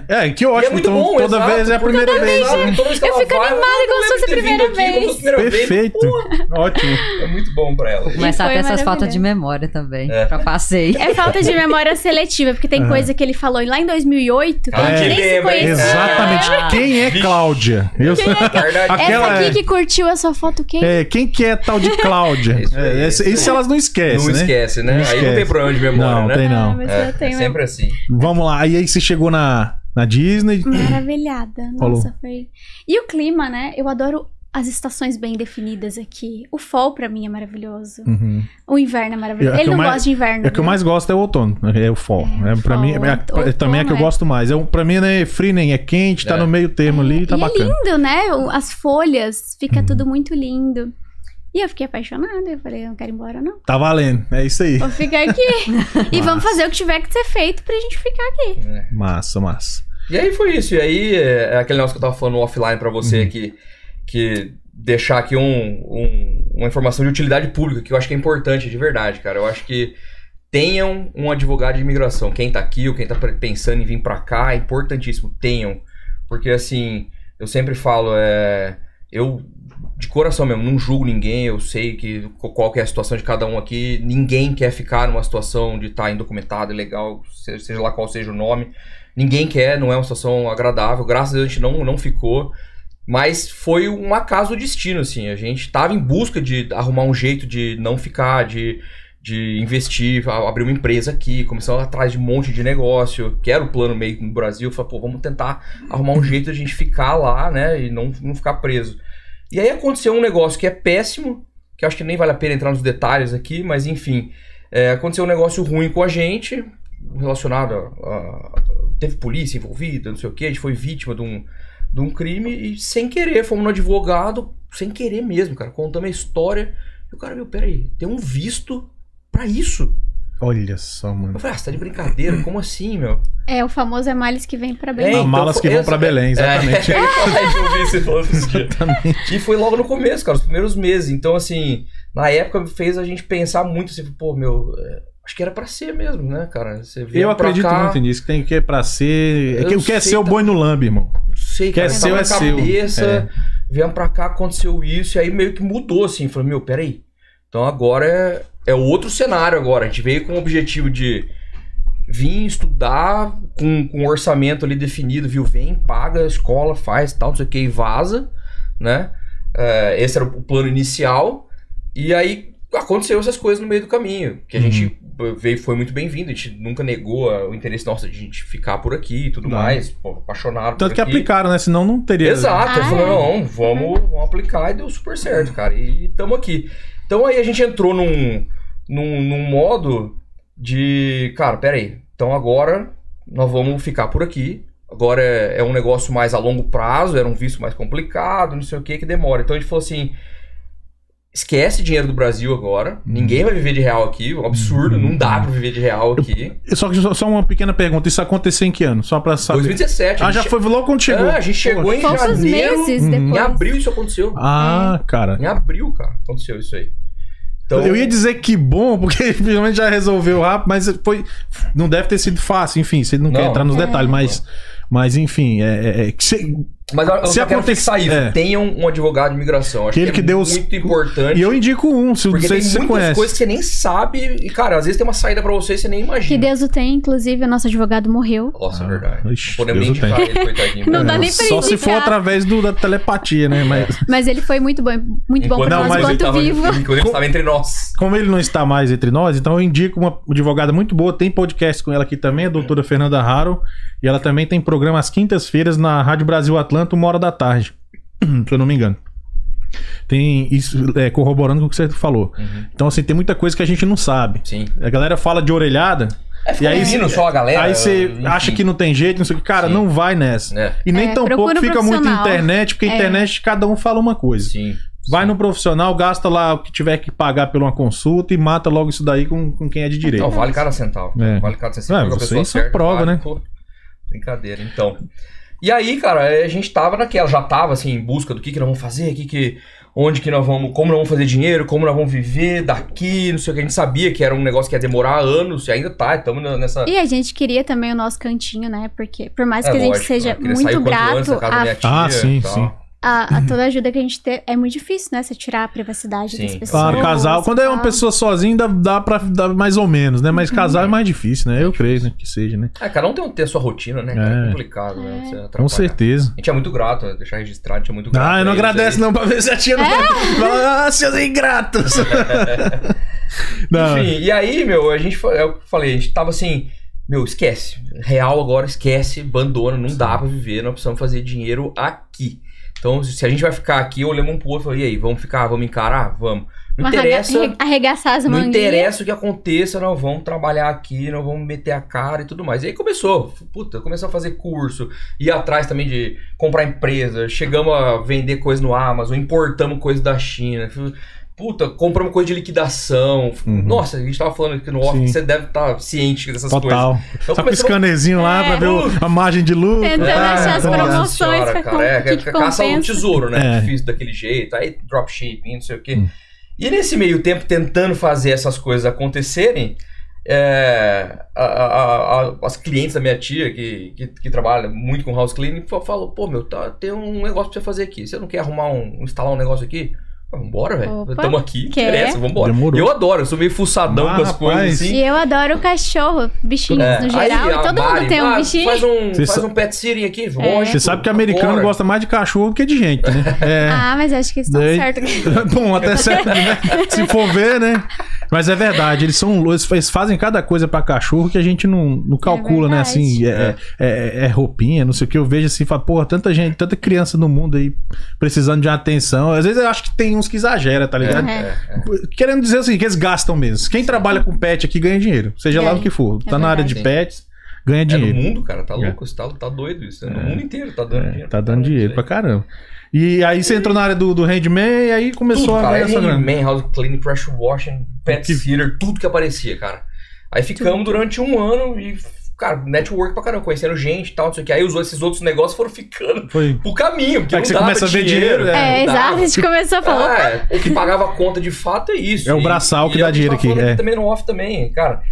Speaker 3: É, é, que ótimo.
Speaker 5: E é muito
Speaker 3: então,
Speaker 5: bom,
Speaker 3: toda
Speaker 5: exato,
Speaker 3: vez é a
Speaker 5: porque
Speaker 3: primeira vez.
Speaker 5: exato, toda vez Então, que
Speaker 4: Eu
Speaker 5: ela
Speaker 4: fico
Speaker 5: vai,
Speaker 4: animada
Speaker 5: "Ah, eu
Speaker 4: como se fosse a
Speaker 5: lembro de ter
Speaker 4: primeira
Speaker 5: vindo aqui, como se fosse a primeira vez."
Speaker 3: Perfeito. Ótimo.
Speaker 5: É muito bom pra ela.
Speaker 6: Começar
Speaker 4: E
Speaker 6: a
Speaker 4: foi
Speaker 6: ter essas faltas
Speaker 4: maravilhoso.
Speaker 6: de memória também.
Speaker 5: É.
Speaker 6: Pra passeio.
Speaker 4: É falta de memória seletiva, porque tem coisa que ele falou lá em 2008 que a
Speaker 5: Ah,
Speaker 4: gente
Speaker 5: é.
Speaker 4: nem se
Speaker 5: Lembra, hein?
Speaker 4: conhecia.
Speaker 3: Exatamente.
Speaker 5: Ah,
Speaker 3: Quem é Cláudia? Eu
Speaker 5: Quem é Cláudia?
Speaker 3: Aquela
Speaker 4: Essa
Speaker 3: é-
Speaker 4: aqui que curtiu a sua foto, quem?
Speaker 3: É, quem que é tal
Speaker 4: *laughs*
Speaker 3: de Cláudia?
Speaker 5: Isso aí,
Speaker 3: É, esse-
Speaker 5: isso aí.
Speaker 3: isso elas não esquecem,
Speaker 5: não
Speaker 3: né?
Speaker 5: esquece, né?
Speaker 3: Não
Speaker 5: Aí não
Speaker 3: esquece.
Speaker 5: tem problema de memória,
Speaker 3: Não,
Speaker 5: né?
Speaker 3: tem
Speaker 4: Ah,
Speaker 3: não.
Speaker 4: mas
Speaker 5: É,
Speaker 4: eu tenho
Speaker 5: é sempre assim.
Speaker 3: Vamos lá. E aí você chegou na, na Disney.
Speaker 4: Maravilhada.
Speaker 3: Falou.
Speaker 4: Nossa, foi. E o clima, né? Eu adoro as estações bem definidas aqui. O fall pra mim é maravilhoso.
Speaker 3: Uhum.
Speaker 4: O inverno é maravilhoso.
Speaker 3: É que
Speaker 4: Ele
Speaker 3: eu
Speaker 4: não
Speaker 3: mais-
Speaker 4: gosta de inverno. né?
Speaker 3: É o que eu
Speaker 4: viu?
Speaker 3: mais gosto é o outono, é o fall.
Speaker 4: É,
Speaker 3: É,
Speaker 4: o
Speaker 3: pra
Speaker 4: fall,
Speaker 3: mim, é,
Speaker 4: outono,
Speaker 3: é- também é que eu
Speaker 4: é.
Speaker 3: gosto mais. É, um- pra mim não é frio nem é quente, tá
Speaker 5: É.
Speaker 3: no meio termo ali, tá
Speaker 4: e
Speaker 3: bacana. Uhum.
Speaker 4: é lindo, né? O- As folhas, fica tudo muito lindo. E eu fiquei apaixonada. Eu falei, eu não quero ir embora, não.
Speaker 3: Tá valendo, é isso aí.
Speaker 4: Vou ficar aqui. e vamos fazer o que tiver que ser feito pra gente ficar aqui.
Speaker 3: Massa, massa.
Speaker 5: E aí foi isso. E aí é é aquele negócio que eu tava falando offline pra você que, que deixar aqui um, um- uma informação de utilidade pública que eu acho que é importante de verdade, cara. Eu acho que tenham um advogado de imigração. Quem tá aqui ou quem tá pre- pensando em vir pra cá, é importantíssimo. Tenham. Porque assim, eu sempre falo, é, eu de coração mesmo, não julgo ninguém, eu sei que qu- qual que é a situação de cada um aqui, ninguém quer ficar numa situação de estar indocumentado, ilegal, seja, seja lá qual seja o nome, ninguém quer, não é uma situação agradável, graças a Deus a gente não, não ficou, mas foi um acaso do destino, assim, a gente tava em busca de arrumar um jeito de não ficar, de, de investir, a- abrir uma empresa aqui, começar atrás de um monte de negócio, que era o plano meio que no Brasil, falei, pô, vamos tentar arrumar um jeito de a gente ficar lá, né, e não, não ficar preso. E aí aconteceu um negócio que é péssimo, que eu acho que nem vale a pena entrar nos detalhes aqui, mas enfim. é, aconteceu um negócio ruim com a gente, relacionado a, a- Teve polícia envolvida, não sei o quê, a gente foi vítima de um, de um crime e sem querer, fomos no advogado, sem querer mesmo, cara, contamos a história. E o cara, meu, peraí, tem um visto pra isso?
Speaker 3: Olha só, mano.
Speaker 5: Eu falei, ah, você tá de brincadeira, como assim, meu?
Speaker 4: É, o famoso é males que vem pra bem.
Speaker 5: É,
Speaker 3: Há
Speaker 5: então,
Speaker 3: malas que
Speaker 5: foi-
Speaker 3: vão pra Belém, *laughs* exatamente.
Speaker 5: É, eu vi esse falando esses dias. E foi logo no começo, cara, os primeiros meses. Então, assim, na época fez a gente pensar muito, assim, pô, meu, é, Acho que era pra ser mesmo, né, cara? Você vem
Speaker 3: Eu
Speaker 5: pra
Speaker 3: acredito
Speaker 5: cá,
Speaker 3: muito nisso, que tem que é pra ser. É que
Speaker 5: Eu
Speaker 3: o que é
Speaker 5: sei,
Speaker 3: ser o
Speaker 5: tá-
Speaker 3: boi no lambe, irmão.
Speaker 5: não sei,
Speaker 3: Que é
Speaker 5: cara,
Speaker 3: seu,
Speaker 5: tava
Speaker 3: é
Speaker 5: na
Speaker 3: seu.
Speaker 5: cabeça,
Speaker 3: É.
Speaker 5: viemos pra cá, aconteceu isso, e aí meio que mudou, assim, falei, meu, peraí. Então agora é, é outro cenário agora, a gente veio com o objetivo de vir estudar com, com um orçamento ali definido, viu, vem, paga, escola, faz, tal, não sei o que, e vaza, né? É, esse era o plano inicial, e aí aconteceu essas coisas no meio do caminho, que a
Speaker 3: Uhum.
Speaker 5: gente veio, foi muito bem-vindo, a gente nunca negou a- o interesse nosso de a gente ficar por aqui e tudo
Speaker 3: Não.
Speaker 5: mais, pô, apaixonado por
Speaker 3: Tanto que
Speaker 5: aqui.
Speaker 3: aplicaram, né? Senão não teria.
Speaker 5: Exato, eu
Speaker 4: Ah,
Speaker 5: falei,
Speaker 4: é?
Speaker 5: não, vamos, vamos aplicar e deu super certo, cara. E tamo aqui. Então aí a gente entrou num, num, num modo de, cara, peraí, então agora nós vamos ficar por aqui. Agora é, é um negócio mais a longo prazo, era um visto mais complicado, não sei o que, que demora. Então a gente falou assim: esquece dinheiro do Brasil agora,
Speaker 3: Uhum.
Speaker 5: ninguém vai viver de real aqui, um absurdo, não dá pra viver de real aqui.
Speaker 3: Só, que- só- só uma pequena pergunta: isso aconteceu em que ano? Só pra saber.
Speaker 5: 2017. a
Speaker 3: Ah, já
Speaker 5: gente-
Speaker 3: foi logo quando chegou.
Speaker 5: É, a gente chegou em
Speaker 4: Poucos
Speaker 5: janeiro.
Speaker 4: meses
Speaker 3: Uhum.
Speaker 4: depois.
Speaker 5: Em abril isso aconteceu.
Speaker 3: Ah, cara.
Speaker 5: Em abril, cara, aconteceu isso aí. hum. Então,
Speaker 3: Eu ia dizer que bom, porque *laughs* finalmente já resolveu rápido, mas foi. Não deve ter sido fácil, enfim, você não, quer
Speaker 5: Não.
Speaker 3: entrar nos
Speaker 4: É.
Speaker 3: detalhes, mas. Mas, enfim, é. é- é que cê-
Speaker 5: mas eu, eu
Speaker 3: se
Speaker 5: só quero
Speaker 3: acontecer-
Speaker 5: fixar isso.
Speaker 3: é.
Speaker 5: Tenham um advogado de imigração. Acho
Speaker 3: Que ele que
Speaker 5: é
Speaker 3: deu os-
Speaker 5: muito importante.
Speaker 3: e eu indico um, se não
Speaker 5: porque
Speaker 3: sei
Speaker 5: tem
Speaker 3: se você
Speaker 5: muitas
Speaker 3: conhece.
Speaker 5: coisas que você nem sabe. E, cara, às vezes tem uma saída pra você e você nem imagina.
Speaker 4: Que Deus o tem, inclusive, o nosso advogado morreu.
Speaker 5: Nossa,
Speaker 3: Ah,
Speaker 5: é verdade.
Speaker 3: ixi,
Speaker 5: não podemos nem
Speaker 3: Deus o
Speaker 5: indicar ele, coitadinho.
Speaker 4: Não
Speaker 5: mas-
Speaker 4: dá nem pra
Speaker 3: É, Só se for
Speaker 4: indicar.
Speaker 3: através do, da telepatia, né?
Speaker 5: É.
Speaker 3: Mas
Speaker 4: Mas ele foi muito bom, muito bom
Speaker 5: Enquanto-
Speaker 4: pra
Speaker 3: Não,
Speaker 4: nós
Speaker 3: mas
Speaker 5: ele
Speaker 4: enquanto
Speaker 5: tava-
Speaker 4: vivo.
Speaker 5: Enquanto ele estava entre nós.
Speaker 3: como ele não está mais entre nós, então eu indico uma advogada muito boa. Tem podcast com ela aqui também, a doutora Fernanda Haro. E ela também tem programa às quintas-feiras na Rádio Brasil Atlanta, uma hora da tarde. *clears throat* se eu não me engano. Tem isso, é, corroborando com o que você falou.
Speaker 5: Uhum.
Speaker 3: Então, assim, tem muita coisa que a gente não sabe.
Speaker 5: Sim.
Speaker 3: A galera fala de orelhada, e aí,
Speaker 5: Vindo só a galera.
Speaker 3: aí você
Speaker 5: É, enfim.
Speaker 3: acha que não tem jeito, não sei o que. Cara,
Speaker 5: Sim.
Speaker 3: não vai nessa.
Speaker 5: É,
Speaker 3: E nem
Speaker 4: É,
Speaker 3: tampouco
Speaker 4: procura um
Speaker 3: fica muito na
Speaker 4: profissional. É.
Speaker 3: internet, porque a internet cada um fala uma coisa.
Speaker 5: sim.
Speaker 3: Vai no profissional, gasta lá o que tiver que pagar por uma consulta e mata logo isso daí com, com quem é de direito.
Speaker 5: Não, vale cada centavo.
Speaker 3: É.
Speaker 5: Vale cada centavo.
Speaker 3: É,
Speaker 5: com a
Speaker 3: vocês
Speaker 5: pessoa
Speaker 3: são
Speaker 5: certa,
Speaker 3: prova,
Speaker 5: vale,
Speaker 3: né?
Speaker 5: pô. Brincadeira, então. E aí, cara, é, a gente tava naquela, já tava assim, em busca do que, que nós vamos fazer, que que, onde que nós vamos, como nós vamos fazer dinheiro, como nós vamos viver daqui, não sei o que. A gente sabia que era um negócio que ia demorar anos, e ainda tá, estamos nessa.
Speaker 4: E a gente queria também o nosso cantinho, né? Porque por mais
Speaker 5: É
Speaker 4: que a gente
Speaker 5: lógico, né?
Speaker 4: seja
Speaker 5: Queria sair
Speaker 4: muito
Speaker 5: o quanto antes
Speaker 4: grato
Speaker 5: da casa da
Speaker 4: a,
Speaker 5: minha tia
Speaker 3: Ah,
Speaker 5: e
Speaker 3: sim,
Speaker 5: tal.
Speaker 3: sim.
Speaker 4: a- a toda a ajuda que a gente tem, é muito difícil, né? Você tirar a privacidade
Speaker 5: Sim.
Speaker 4: das pessoas.
Speaker 3: Claro, casal. Quando é uma
Speaker 4: tal.
Speaker 3: pessoa sozinha, dá, dá pra dá mais ou menos, né?
Speaker 5: Uhum.
Speaker 3: Mas casal é mais difícil, né? Eu creio né? que seja, né?
Speaker 5: É, cada um tem que ter a sua rotina, né? cara?
Speaker 3: É.
Speaker 5: É complicado, né? Você
Speaker 3: Com
Speaker 5: atrapalhar.
Speaker 3: certeza.
Speaker 5: A gente é muito grato, né? deixar registrado, a gente é muito grato.
Speaker 3: Ah, eu não
Speaker 5: a eles
Speaker 3: agradeço
Speaker 5: aí.
Speaker 3: não pra ver se a tia não
Speaker 4: É?
Speaker 3: vai. Ah, seus ingratos!
Speaker 5: *laughs*
Speaker 3: não.
Speaker 5: Enfim, e aí, meu, a gente foi, é o que eu falei, a gente tava assim, meu, esquece. Real agora, esquece, abandona, não dá pra viver, nós precisamos fazer dinheiro aqui. Então, se a gente vai ficar aqui, olhamos um pro outro e falamos, e aí, vamos ficar, vamos encarar? Vamos. Não
Speaker 4: Uma arrega-
Speaker 5: interessa,
Speaker 4: arre- Arregaçar as
Speaker 5: não
Speaker 4: manguinhas.
Speaker 5: interessa o que aconteça, nós vamos trabalhar aqui, nós vamos meter a cara e tudo mais. E aí começou, puta, começou a fazer curso, ir atrás também de comprar empresa, chegamos a vender coisa no Amazon, importamos coisa da China. Puta, compramos coisa de liquidação.
Speaker 3: Uhum.
Speaker 5: Nossa, a gente tava falando aqui no off,
Speaker 3: Sim.
Speaker 5: que você deve estar ciente dessas coisas.
Speaker 3: Total.
Speaker 5: Então
Speaker 3: Só com o
Speaker 5: começamos-
Speaker 3: scanerzinho lá pra
Speaker 4: É.
Speaker 3: ver o- a margem de lucro.
Speaker 4: Tentando
Speaker 3: tá?
Speaker 4: achar as
Speaker 3: Tá ligado?
Speaker 4: promoções.
Speaker 5: Né? Nossa
Speaker 4: pra com-
Speaker 5: é,
Speaker 4: o que que
Speaker 5: caça um
Speaker 4: compensa.
Speaker 5: tesouro, né?
Speaker 3: É.
Speaker 5: Difícil daquele jeito, aí dropshipping, não sei o quê.
Speaker 3: Hum.
Speaker 5: E nesse meio tempo, tentando fazer essas coisas acontecerem, é, a- a- a- as clientes da minha tia, que, que, que trabalha muito com house cleaning, fa- falou, pô, meu, tá, tem um negócio pra você fazer aqui. Você não quer arrumar um, instalar um negócio aqui? Ah, Vambora, velho.
Speaker 4: Opa,
Speaker 5: Tamo aqui,
Speaker 4: quer?
Speaker 5: interessa, vambora.
Speaker 3: Demorou.
Speaker 5: Eu adoro, eu sou meio fuçadão
Speaker 3: Mas,
Speaker 5: com as coisas
Speaker 3: rapaz,
Speaker 5: assim.
Speaker 4: E eu adoro cachorro, bichinhos
Speaker 5: É,
Speaker 4: no geral.
Speaker 5: aí,
Speaker 4: e
Speaker 5: a
Speaker 4: todo
Speaker 5: Mari,
Speaker 4: mundo tem um
Speaker 5: "Ah,
Speaker 4: bichinho.
Speaker 5: Faz um,
Speaker 3: Você
Speaker 5: faz
Speaker 3: sa-
Speaker 5: um pet sitting aqui,
Speaker 4: É.
Speaker 5: lógico.
Speaker 3: Você sabe que americano
Speaker 5: Bora.
Speaker 3: gosta mais de cachorro do que de gente, né?
Speaker 5: *laughs*
Speaker 3: É.
Speaker 4: Ah, mas acho que estão
Speaker 3: Daí-
Speaker 4: certo.
Speaker 3: *laughs* Bom, até certo, né? Se for ver, né? Mas é verdade, eles são loucos, eles fazem cada coisa pra cachorro que a gente não, não calcula, né?
Speaker 4: É verdade.
Speaker 3: Assim, é, é- é roupinha, não sei o que. Eu vejo assim, falo, porra, tanta gente, tanta criança no mundo aí precisando de atenção. Às vezes eu acho que tem uns que exagera, tá ligado?
Speaker 4: É.
Speaker 3: Querendo dizer assim, que eles gastam mesmo. Quem trabalha com pet aqui ganha dinheiro, seja lá
Speaker 4: Ganha. É
Speaker 3: o que for. Tá na
Speaker 4: verdade.
Speaker 3: área de pets, ganha
Speaker 5: É no
Speaker 3: dinheiro.
Speaker 5: mundo, cara, tá louco, isso tá, tá doido isso. É no mundo inteiro tá dando
Speaker 3: É,
Speaker 5: dinheiro.
Speaker 3: tá
Speaker 5: pra
Speaker 3: dando
Speaker 5: caramba,
Speaker 3: dinheiro
Speaker 5: isso
Speaker 3: pra
Speaker 5: aí.
Speaker 3: caramba. E aí você entrou na área do, do handman e aí começou
Speaker 5: Tudo,
Speaker 3: a
Speaker 5: cara,
Speaker 3: ganhar essa grana.
Speaker 5: Man, House Cleaning, Pressure Washing, Pet
Speaker 3: Que-
Speaker 5: Sitter, tudo que aparecia, cara. Aí ficamos durante um ano e f- cara, network pra caramba, conhecendo gente e tal, não sei o que. Aí os, outros- esses outros negócios foram ficando *laughs*
Speaker 3: Foi.
Speaker 5: pro caminho, porque
Speaker 3: É
Speaker 5: não
Speaker 3: que você
Speaker 5: dava
Speaker 3: começa a ver dinheiro, é.
Speaker 4: *laughs* É,
Speaker 5: não
Speaker 4: exato,
Speaker 5: dava.
Speaker 4: a gente *laughs* começou a falar.
Speaker 5: Ah, é. o que pagava a conta de fato é isso.
Speaker 3: É o braçal que dá
Speaker 5: é o
Speaker 3: dinheiro
Speaker 5: eu tava
Speaker 3: aqui,
Speaker 5: falando
Speaker 3: é.
Speaker 5: Também no off também, cara.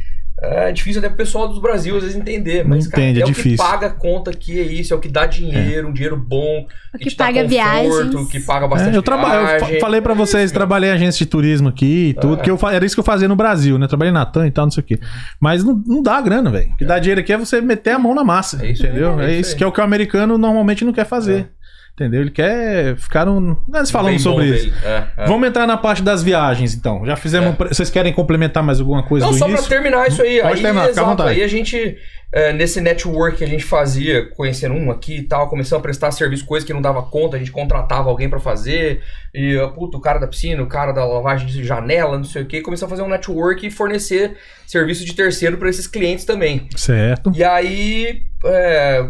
Speaker 5: É difícil até pro pessoal do Brasil às vezes entender, mas
Speaker 3: Não
Speaker 5: cara,
Speaker 3: entende, é
Speaker 5: é, o
Speaker 3: difícil.
Speaker 5: que paga a conta aqui, é isso, é o que dá dinheiro, um dinheiro bom,
Speaker 4: O que
Speaker 5: te dá
Speaker 4: paga
Speaker 5: o
Speaker 4: viagens.
Speaker 5: que paga
Speaker 3: É,
Speaker 5: bastante
Speaker 3: eu, traba... eu fa-
Speaker 5: viagem.
Speaker 3: falei pra vocês, trabalhei em agência de turismo aqui
Speaker 5: É.
Speaker 3: e tudo, que eu fa- era isso que eu fazia no Brasil, né? Trabalhei na TAM e tal, não sei o quê. Mas não, não dá grana, velho. O que dá dinheiro aqui é você meter a mão na massa,
Speaker 5: É isso aí,
Speaker 3: entendeu?
Speaker 5: é
Speaker 3: É,
Speaker 5: isso
Speaker 3: isso
Speaker 5: aí. É.
Speaker 3: que é o que o americano normalmente não quer fazer, entendeu? Ele quer ficar um... Nós falamos
Speaker 5: Bem
Speaker 3: sobre
Speaker 5: bom
Speaker 3: isso.
Speaker 5: dele. É, é.
Speaker 3: Vamos entrar na parte das viagens, então. Já fizemos...
Speaker 5: É.
Speaker 3: um pre- Vocês querem complementar mais alguma coisa
Speaker 5: Não,
Speaker 3: do
Speaker 5: só pra
Speaker 3: início?
Speaker 5: terminar isso aí.
Speaker 3: Pode
Speaker 5: aí,
Speaker 3: terminar, fica à vontade.
Speaker 5: Aí a gente, é, nesse network que a gente fazia, conhecendo um aqui e tal, começando a prestar serviço, coisa que não dava conta, a gente contratava alguém pra fazer. E, ó, puta, o cara da piscina, o cara da lavagem de janela, não sei o quê. Começou a fazer um network e fornecer serviço de terceiro pra esses clientes também.
Speaker 3: Certo.
Speaker 5: E aí, é,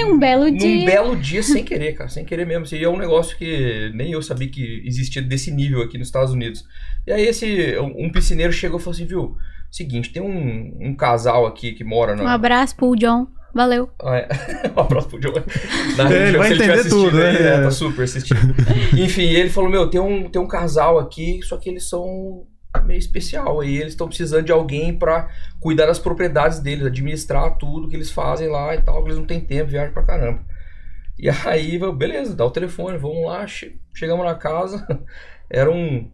Speaker 4: Um belo
Speaker 5: num
Speaker 4: dia.
Speaker 5: belo dia, sem querer, cara, sem querer mesmo. Isso aí é um negócio que nem eu sabia que existia desse nível aqui nos Estados Unidos. E aí esse um piscineiro chegou e falou assim, viu? Seguinte, tem um, um casal aqui que mora
Speaker 4: Um
Speaker 5: na.
Speaker 4: abraço pro John. Valeu.
Speaker 5: Ah, é. *laughs* Um abraço pro John. Na
Speaker 3: É, ele vai
Speaker 5: se tiver
Speaker 3: entender
Speaker 5: assistindo
Speaker 3: tudo,
Speaker 5: aí,
Speaker 3: né?
Speaker 5: é, tá super assistindo.
Speaker 3: *laughs*
Speaker 5: Enfim, ele falou: Meu, tem um, tem um casal aqui, só que eles são meio especial. Aí eles estão precisando de alguém pra cuidar das propriedades deles, administrar tudo que eles fazem lá e tal. que Eles não têm tempo, viajam pra caramba. E aí, eu, beleza, dá o telefone, vamos lá. che- Chegamos na casa, *laughs* era um.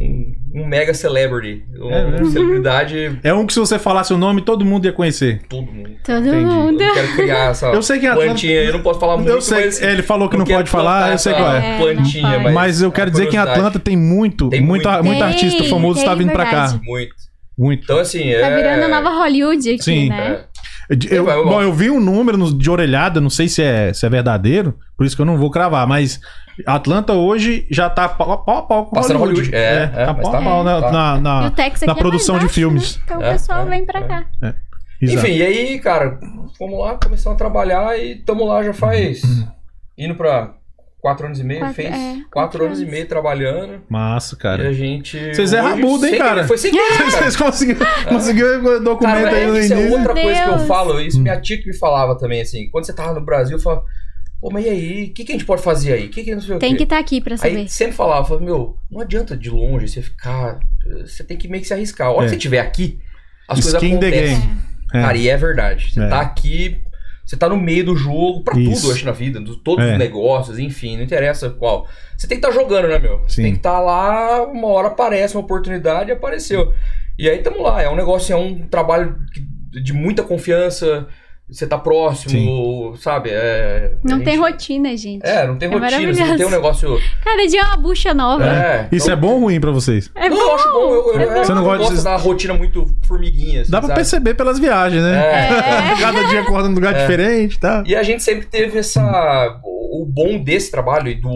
Speaker 5: Um, um mega celebrity. Uma
Speaker 3: É mesmo?
Speaker 5: celebridade,
Speaker 3: É um que se você falasse o nome, todo mundo ia conhecer.
Speaker 5: todo mundo.
Speaker 4: Todo
Speaker 3: Entendi.
Speaker 5: Eu
Speaker 4: mundo.
Speaker 5: não quero criar essa
Speaker 3: Eu sei que a
Speaker 5: plantinha. Eu não posso falar muito,
Speaker 3: Eu sei,
Speaker 5: mas...
Speaker 3: ele falou que não,
Speaker 5: quero
Speaker 3: pode falar,
Speaker 5: plantar
Speaker 3: eu sei
Speaker 5: essa
Speaker 3: qual é.
Speaker 4: É, não
Speaker 5: Plantinha,
Speaker 4: pode.
Speaker 5: mas
Speaker 3: Mas eu quero
Speaker 5: é
Speaker 3: dizer que em
Speaker 5: curiosidade.
Speaker 3: Atlanta tem muito,
Speaker 5: Tem
Speaker 3: muito,
Speaker 5: muito.
Speaker 3: Tá muito,
Speaker 4: Tem,
Speaker 3: artista famoso
Speaker 4: tem,
Speaker 3: está vindo pra cá.
Speaker 4: verdade.
Speaker 5: Muito.
Speaker 3: Muito.
Speaker 5: Então, assim, é...
Speaker 4: Tá virando a nova Hollywood aqui,
Speaker 3: Sim.
Speaker 4: né?
Speaker 5: é.
Speaker 3: Eu,
Speaker 5: vai, vai,
Speaker 3: bom,
Speaker 5: vai.
Speaker 3: eu vi um número nos- de orelhada, não sei se é, se é verdadeiro, por isso que eu não vou cravar, mas Atlanta hoje já tá pau a pau, pau com
Speaker 5: Passando Hollywood, é, é,
Speaker 3: tá
Speaker 5: mas
Speaker 3: pau a
Speaker 5: tá
Speaker 3: pau na,
Speaker 5: bom, tá.
Speaker 3: na- na-
Speaker 4: E o Texas
Speaker 3: Ah, na
Speaker 4: aqui é
Speaker 3: produção
Speaker 4: mais
Speaker 3: de
Speaker 4: baixo,
Speaker 3: filmes.
Speaker 4: né? Então
Speaker 5: É,
Speaker 4: o pessoal
Speaker 5: é,
Speaker 4: vem pra
Speaker 5: é.
Speaker 4: cá.
Speaker 3: Exato.
Speaker 5: Enfim, e aí, cara, fomos lá, começamos a trabalhar e estamos lá já faz...
Speaker 3: Uhum.
Speaker 5: Indo pra quatro anos e meio,
Speaker 4: Quatro-
Speaker 5: fez
Speaker 4: é,
Speaker 5: quatro
Speaker 4: quatro
Speaker 5: anos e
Speaker 4: anos.
Speaker 5: meio trabalhando.
Speaker 3: Massa,
Speaker 5: E a
Speaker 3: cara.
Speaker 5: gente...
Speaker 3: Vocês é
Speaker 5: hoje,
Speaker 3: rabudo, hein,
Speaker 5: sem
Speaker 3: cara?
Speaker 5: querer, Foi sem querer,
Speaker 3: *laughs*
Speaker 5: cara.
Speaker 3: Vocês conseguiram conseguiram o documento
Speaker 5: É. Cara,
Speaker 3: aí no
Speaker 5: isso
Speaker 3: início.
Speaker 5: é
Speaker 3: né? Uhum.
Speaker 5: outra
Speaker 4: Meu
Speaker 5: coisa que eu
Speaker 4: Deus.
Speaker 5: falo. Isso minha tia que me falava também, assim. Quando você tava no Brasil, eu falava... Pô, mas e aí? O que, que a gente pode fazer aí? O que, que não sei o
Speaker 4: Tem
Speaker 5: quê?"
Speaker 4: que estar aqui pra saber.
Speaker 5: Aí sempre falava, falava, meu, não adianta de longe você ficar. eh, Você tem que meio que se arriscar. A hora
Speaker 3: É.
Speaker 5: que você estiver aqui, as
Speaker 3: Skin
Speaker 5: coisas
Speaker 3: the
Speaker 5: acontecem.
Speaker 3: game. É.
Speaker 5: Cara, e é verdade. Você
Speaker 3: É.
Speaker 5: tá aqui, você tá no meio do jogo, pra
Speaker 3: Isso.
Speaker 5: tudo, eu acho, na vida. Do, todos
Speaker 3: É.
Speaker 5: os negócios, enfim, não interessa qual. Você tem que estar jogando, né, meu? Você
Speaker 3: Sim.
Speaker 5: tem que estar lá, uma hora aparece uma oportunidade e apareceu. E aí tamo lá. É um negócio, é um trabalho que- de muita confiança. Você tá próximo, sabe? É, a
Speaker 4: Não tem
Speaker 5: gente-
Speaker 4: rotina, gente.
Speaker 5: É, não tem
Speaker 4: É
Speaker 5: rotina, você não
Speaker 4: maravilhoso.
Speaker 5: tem um negócio.
Speaker 4: Cada dia é uma bucha nova.
Speaker 5: É,
Speaker 3: Isso
Speaker 5: então-
Speaker 3: é bom ou ruim pra vocês?
Speaker 4: É
Speaker 5: não, eu acho bom. Eu, eu,
Speaker 3: Você
Speaker 5: eu
Speaker 3: não
Speaker 5: não
Speaker 3: gosta
Speaker 5: gosto
Speaker 3: de-
Speaker 5: da rotina muito formiguinha. assim,
Speaker 3: Dá pra
Speaker 5: sabe?
Speaker 3: perceber pelas viagens, né?
Speaker 5: É.
Speaker 3: *laughs* Cada dia acorda num lugar diferente, tá?
Speaker 5: E a gente sempre teve essa. O o bom desse trabalho e do.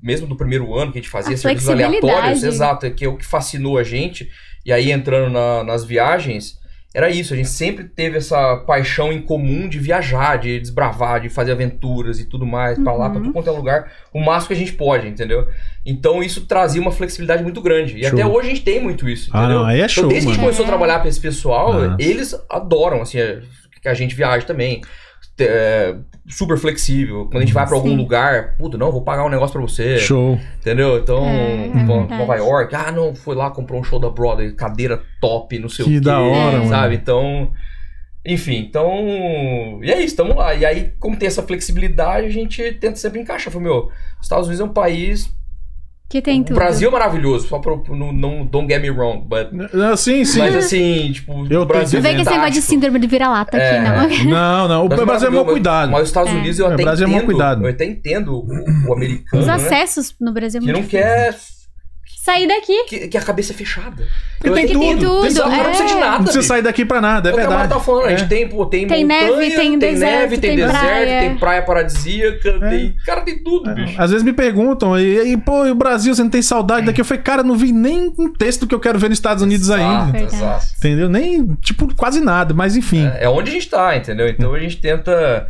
Speaker 5: Mesmo do primeiro ano que a gente fazia
Speaker 4: A
Speaker 5: serviços
Speaker 4: flexibilidade.
Speaker 5: aleatórios, exato, é que é o que fascinou a gente. E aí entrando na- nas viagens, era isso. A gente sempre teve essa paixão em comum de viajar, de desbravar, de fazer aventuras e tudo mais, pra lá,
Speaker 4: Uhum.
Speaker 5: pra tudo quanto é lugar, o máximo que a gente pode, entendeu? Então isso trazia uma flexibilidade muito grande. E
Speaker 3: Show.
Speaker 5: até hoje a gente tem muito isso.
Speaker 3: Ah,
Speaker 5: entendeu?
Speaker 3: não, aí é show,
Speaker 5: então, desde que a gente
Speaker 3: mano.
Speaker 5: começou a trabalhar pra esse pessoal,
Speaker 3: Ah.
Speaker 5: eles adoram, assim, é, que a gente viaje também. Te- é, super flexível. Quando a gente vai pra algum
Speaker 4: Sim.
Speaker 5: lugar, puta, não, vou pagar um negócio pra você.
Speaker 3: Show.
Speaker 5: Entendeu? Então,
Speaker 4: É, é
Speaker 5: Nova-
Speaker 4: verdade.
Speaker 5: Nova York, ah, não, foi lá, comprou um show da Broadway, cadeira top, não sei
Speaker 3: Que
Speaker 5: o quê.
Speaker 3: da hora,
Speaker 5: sabe?
Speaker 3: mano.
Speaker 5: Então. Enfim, então. E é isso, tamo lá. E aí, como tem essa flexibilidade, a gente tenta sempre encaixar. Falei, meu, os Estados Unidos é um país.
Speaker 4: Que tem tudo.
Speaker 5: O Brasil é maravilhoso, só pro, no, não, don't get me wrong, but.
Speaker 3: Não, Sim, sim.
Speaker 5: Mas assim, tipo,
Speaker 3: Eu
Speaker 5: o Brasil
Speaker 4: Não vem com esse negócio de
Speaker 5: fantástico.
Speaker 4: síndrome de vira-lata
Speaker 5: É.
Speaker 4: aqui, não.
Speaker 3: Não, não. O
Speaker 5: Mas
Speaker 3: Brasil é
Speaker 5: maravilhoso,
Speaker 3: mau cuidado.
Speaker 5: Mas os Estados
Speaker 4: É.
Speaker 5: Unidos eu
Speaker 3: É,
Speaker 5: até
Speaker 3: Brasil é mau
Speaker 5: entendo.
Speaker 3: cuidado.
Speaker 5: Eu até entendo o, o americano,
Speaker 4: Os
Speaker 5: né,
Speaker 4: acessos no Brasil é
Speaker 5: que
Speaker 4: muito
Speaker 5: não quer
Speaker 4: Sair daqui.
Speaker 5: que, que a cabeça é fechada.
Speaker 3: Porque
Speaker 5: Eu
Speaker 3: tem
Speaker 5: entendo.
Speaker 3: tudo, tem
Speaker 5: Esse
Speaker 3: tudo,
Speaker 5: lugar Não precisa de
Speaker 4: é.
Speaker 5: nada.
Speaker 3: Não precisa
Speaker 5: bicho.
Speaker 3: sair daqui pra nada, é
Speaker 5: É o que a Mara
Speaker 3: verdade.
Speaker 5: tá falando, a gente
Speaker 3: É.
Speaker 5: tem, pô, tem,
Speaker 4: Tem
Speaker 5: montanha,
Speaker 4: neve, tem deserto,
Speaker 5: neve, tem,
Speaker 4: tem
Speaker 5: deserto,
Speaker 4: praia.
Speaker 5: tem praia paradisíaca,
Speaker 3: É.
Speaker 5: tem. Cara, tem tudo, bicho.
Speaker 3: Às vezes me perguntam, e, e, pô, e o Brasil, você não tem saudade daqui? Eu falei, cara, não vi nem um texto que eu quero ver nos Estados Unidos ainda.
Speaker 5: Exato, exato.
Speaker 3: Entendeu? Nem, tipo, quase nada, mas enfim.
Speaker 5: É é onde a gente tá, entendeu? Então a gente tenta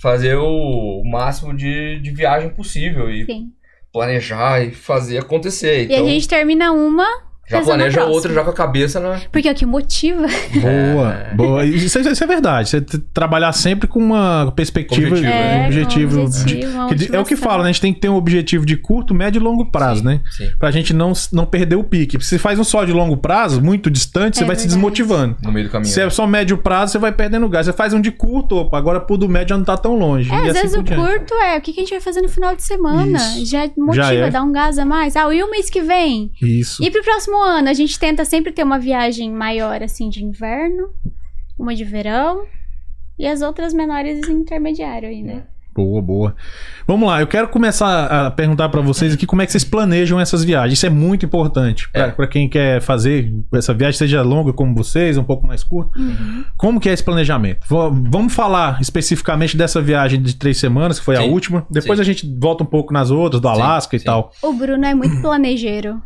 Speaker 5: fazer o máximo de, de viagem possível e
Speaker 4: Sim.
Speaker 5: planejar e fazer acontecer.
Speaker 4: E
Speaker 5: Então,
Speaker 4: a gente termina uma,
Speaker 5: Já
Speaker 4: Pensando
Speaker 5: planeja
Speaker 4: na próxima.
Speaker 5: outra já com a cabeça na.
Speaker 4: Porque é o que motiva.
Speaker 3: né? Boa,
Speaker 5: É,
Speaker 3: boa. Isso, isso é verdade. Você t- trabalhar sempre com uma perspectiva,
Speaker 5: Objetivo, né?
Speaker 3: um objetivo.
Speaker 4: um
Speaker 3: de-
Speaker 4: objetivo, uma
Speaker 3: que de- é o que
Speaker 4: motivação.
Speaker 3: fala, né? A gente tem que ter um objetivo de curto, médio e longo prazo, né?
Speaker 5: Sim.
Speaker 3: Pra gente não, não perder o pique. Se faz um só de longo prazo, muito distante, você
Speaker 4: É
Speaker 3: vai se
Speaker 4: verdade.
Speaker 3: desmotivando.
Speaker 5: No meio do caminho.
Speaker 3: Se é só médio prazo, você vai perdendo gás. Você faz um de curto, opa, agora pro do médio já não tá tão longe.
Speaker 4: É,
Speaker 3: E
Speaker 4: às
Speaker 3: assim
Speaker 4: vezes
Speaker 3: por
Speaker 4: o
Speaker 3: diante.
Speaker 4: curto é o que que a gente vai fazer no final de semana.
Speaker 3: Isso.
Speaker 4: Já motiva,
Speaker 3: Já é.
Speaker 4: dá um gás a mais. Ah, e o mês que vem?
Speaker 3: Isso.
Speaker 4: E pro próximo ano? A gente tenta sempre ter uma viagem maior, assim, de inverno, uma de verão e as outras menores intermediário aí, né?
Speaker 3: Boa, boa. Vamos lá, eu quero começar a perguntar pra vocês aqui como é que vocês planejam essas viagens. Isso é muito importante pra
Speaker 5: É.
Speaker 3: pra quem quer fazer essa viagem, seja longa como vocês, um pouco mais curta.
Speaker 4: Uhum.
Speaker 3: Como que é esse planejamento? Vo- Vamos falar especificamente dessa viagem de três semanas, que foi a
Speaker 5: Sim,
Speaker 3: última. Depois
Speaker 5: sim.
Speaker 3: a gente volta um pouco nas outras, do Alasca e
Speaker 5: sim.
Speaker 3: tal.
Speaker 4: O Bruno é muito
Speaker 3: *laughs*
Speaker 4: planejeiro.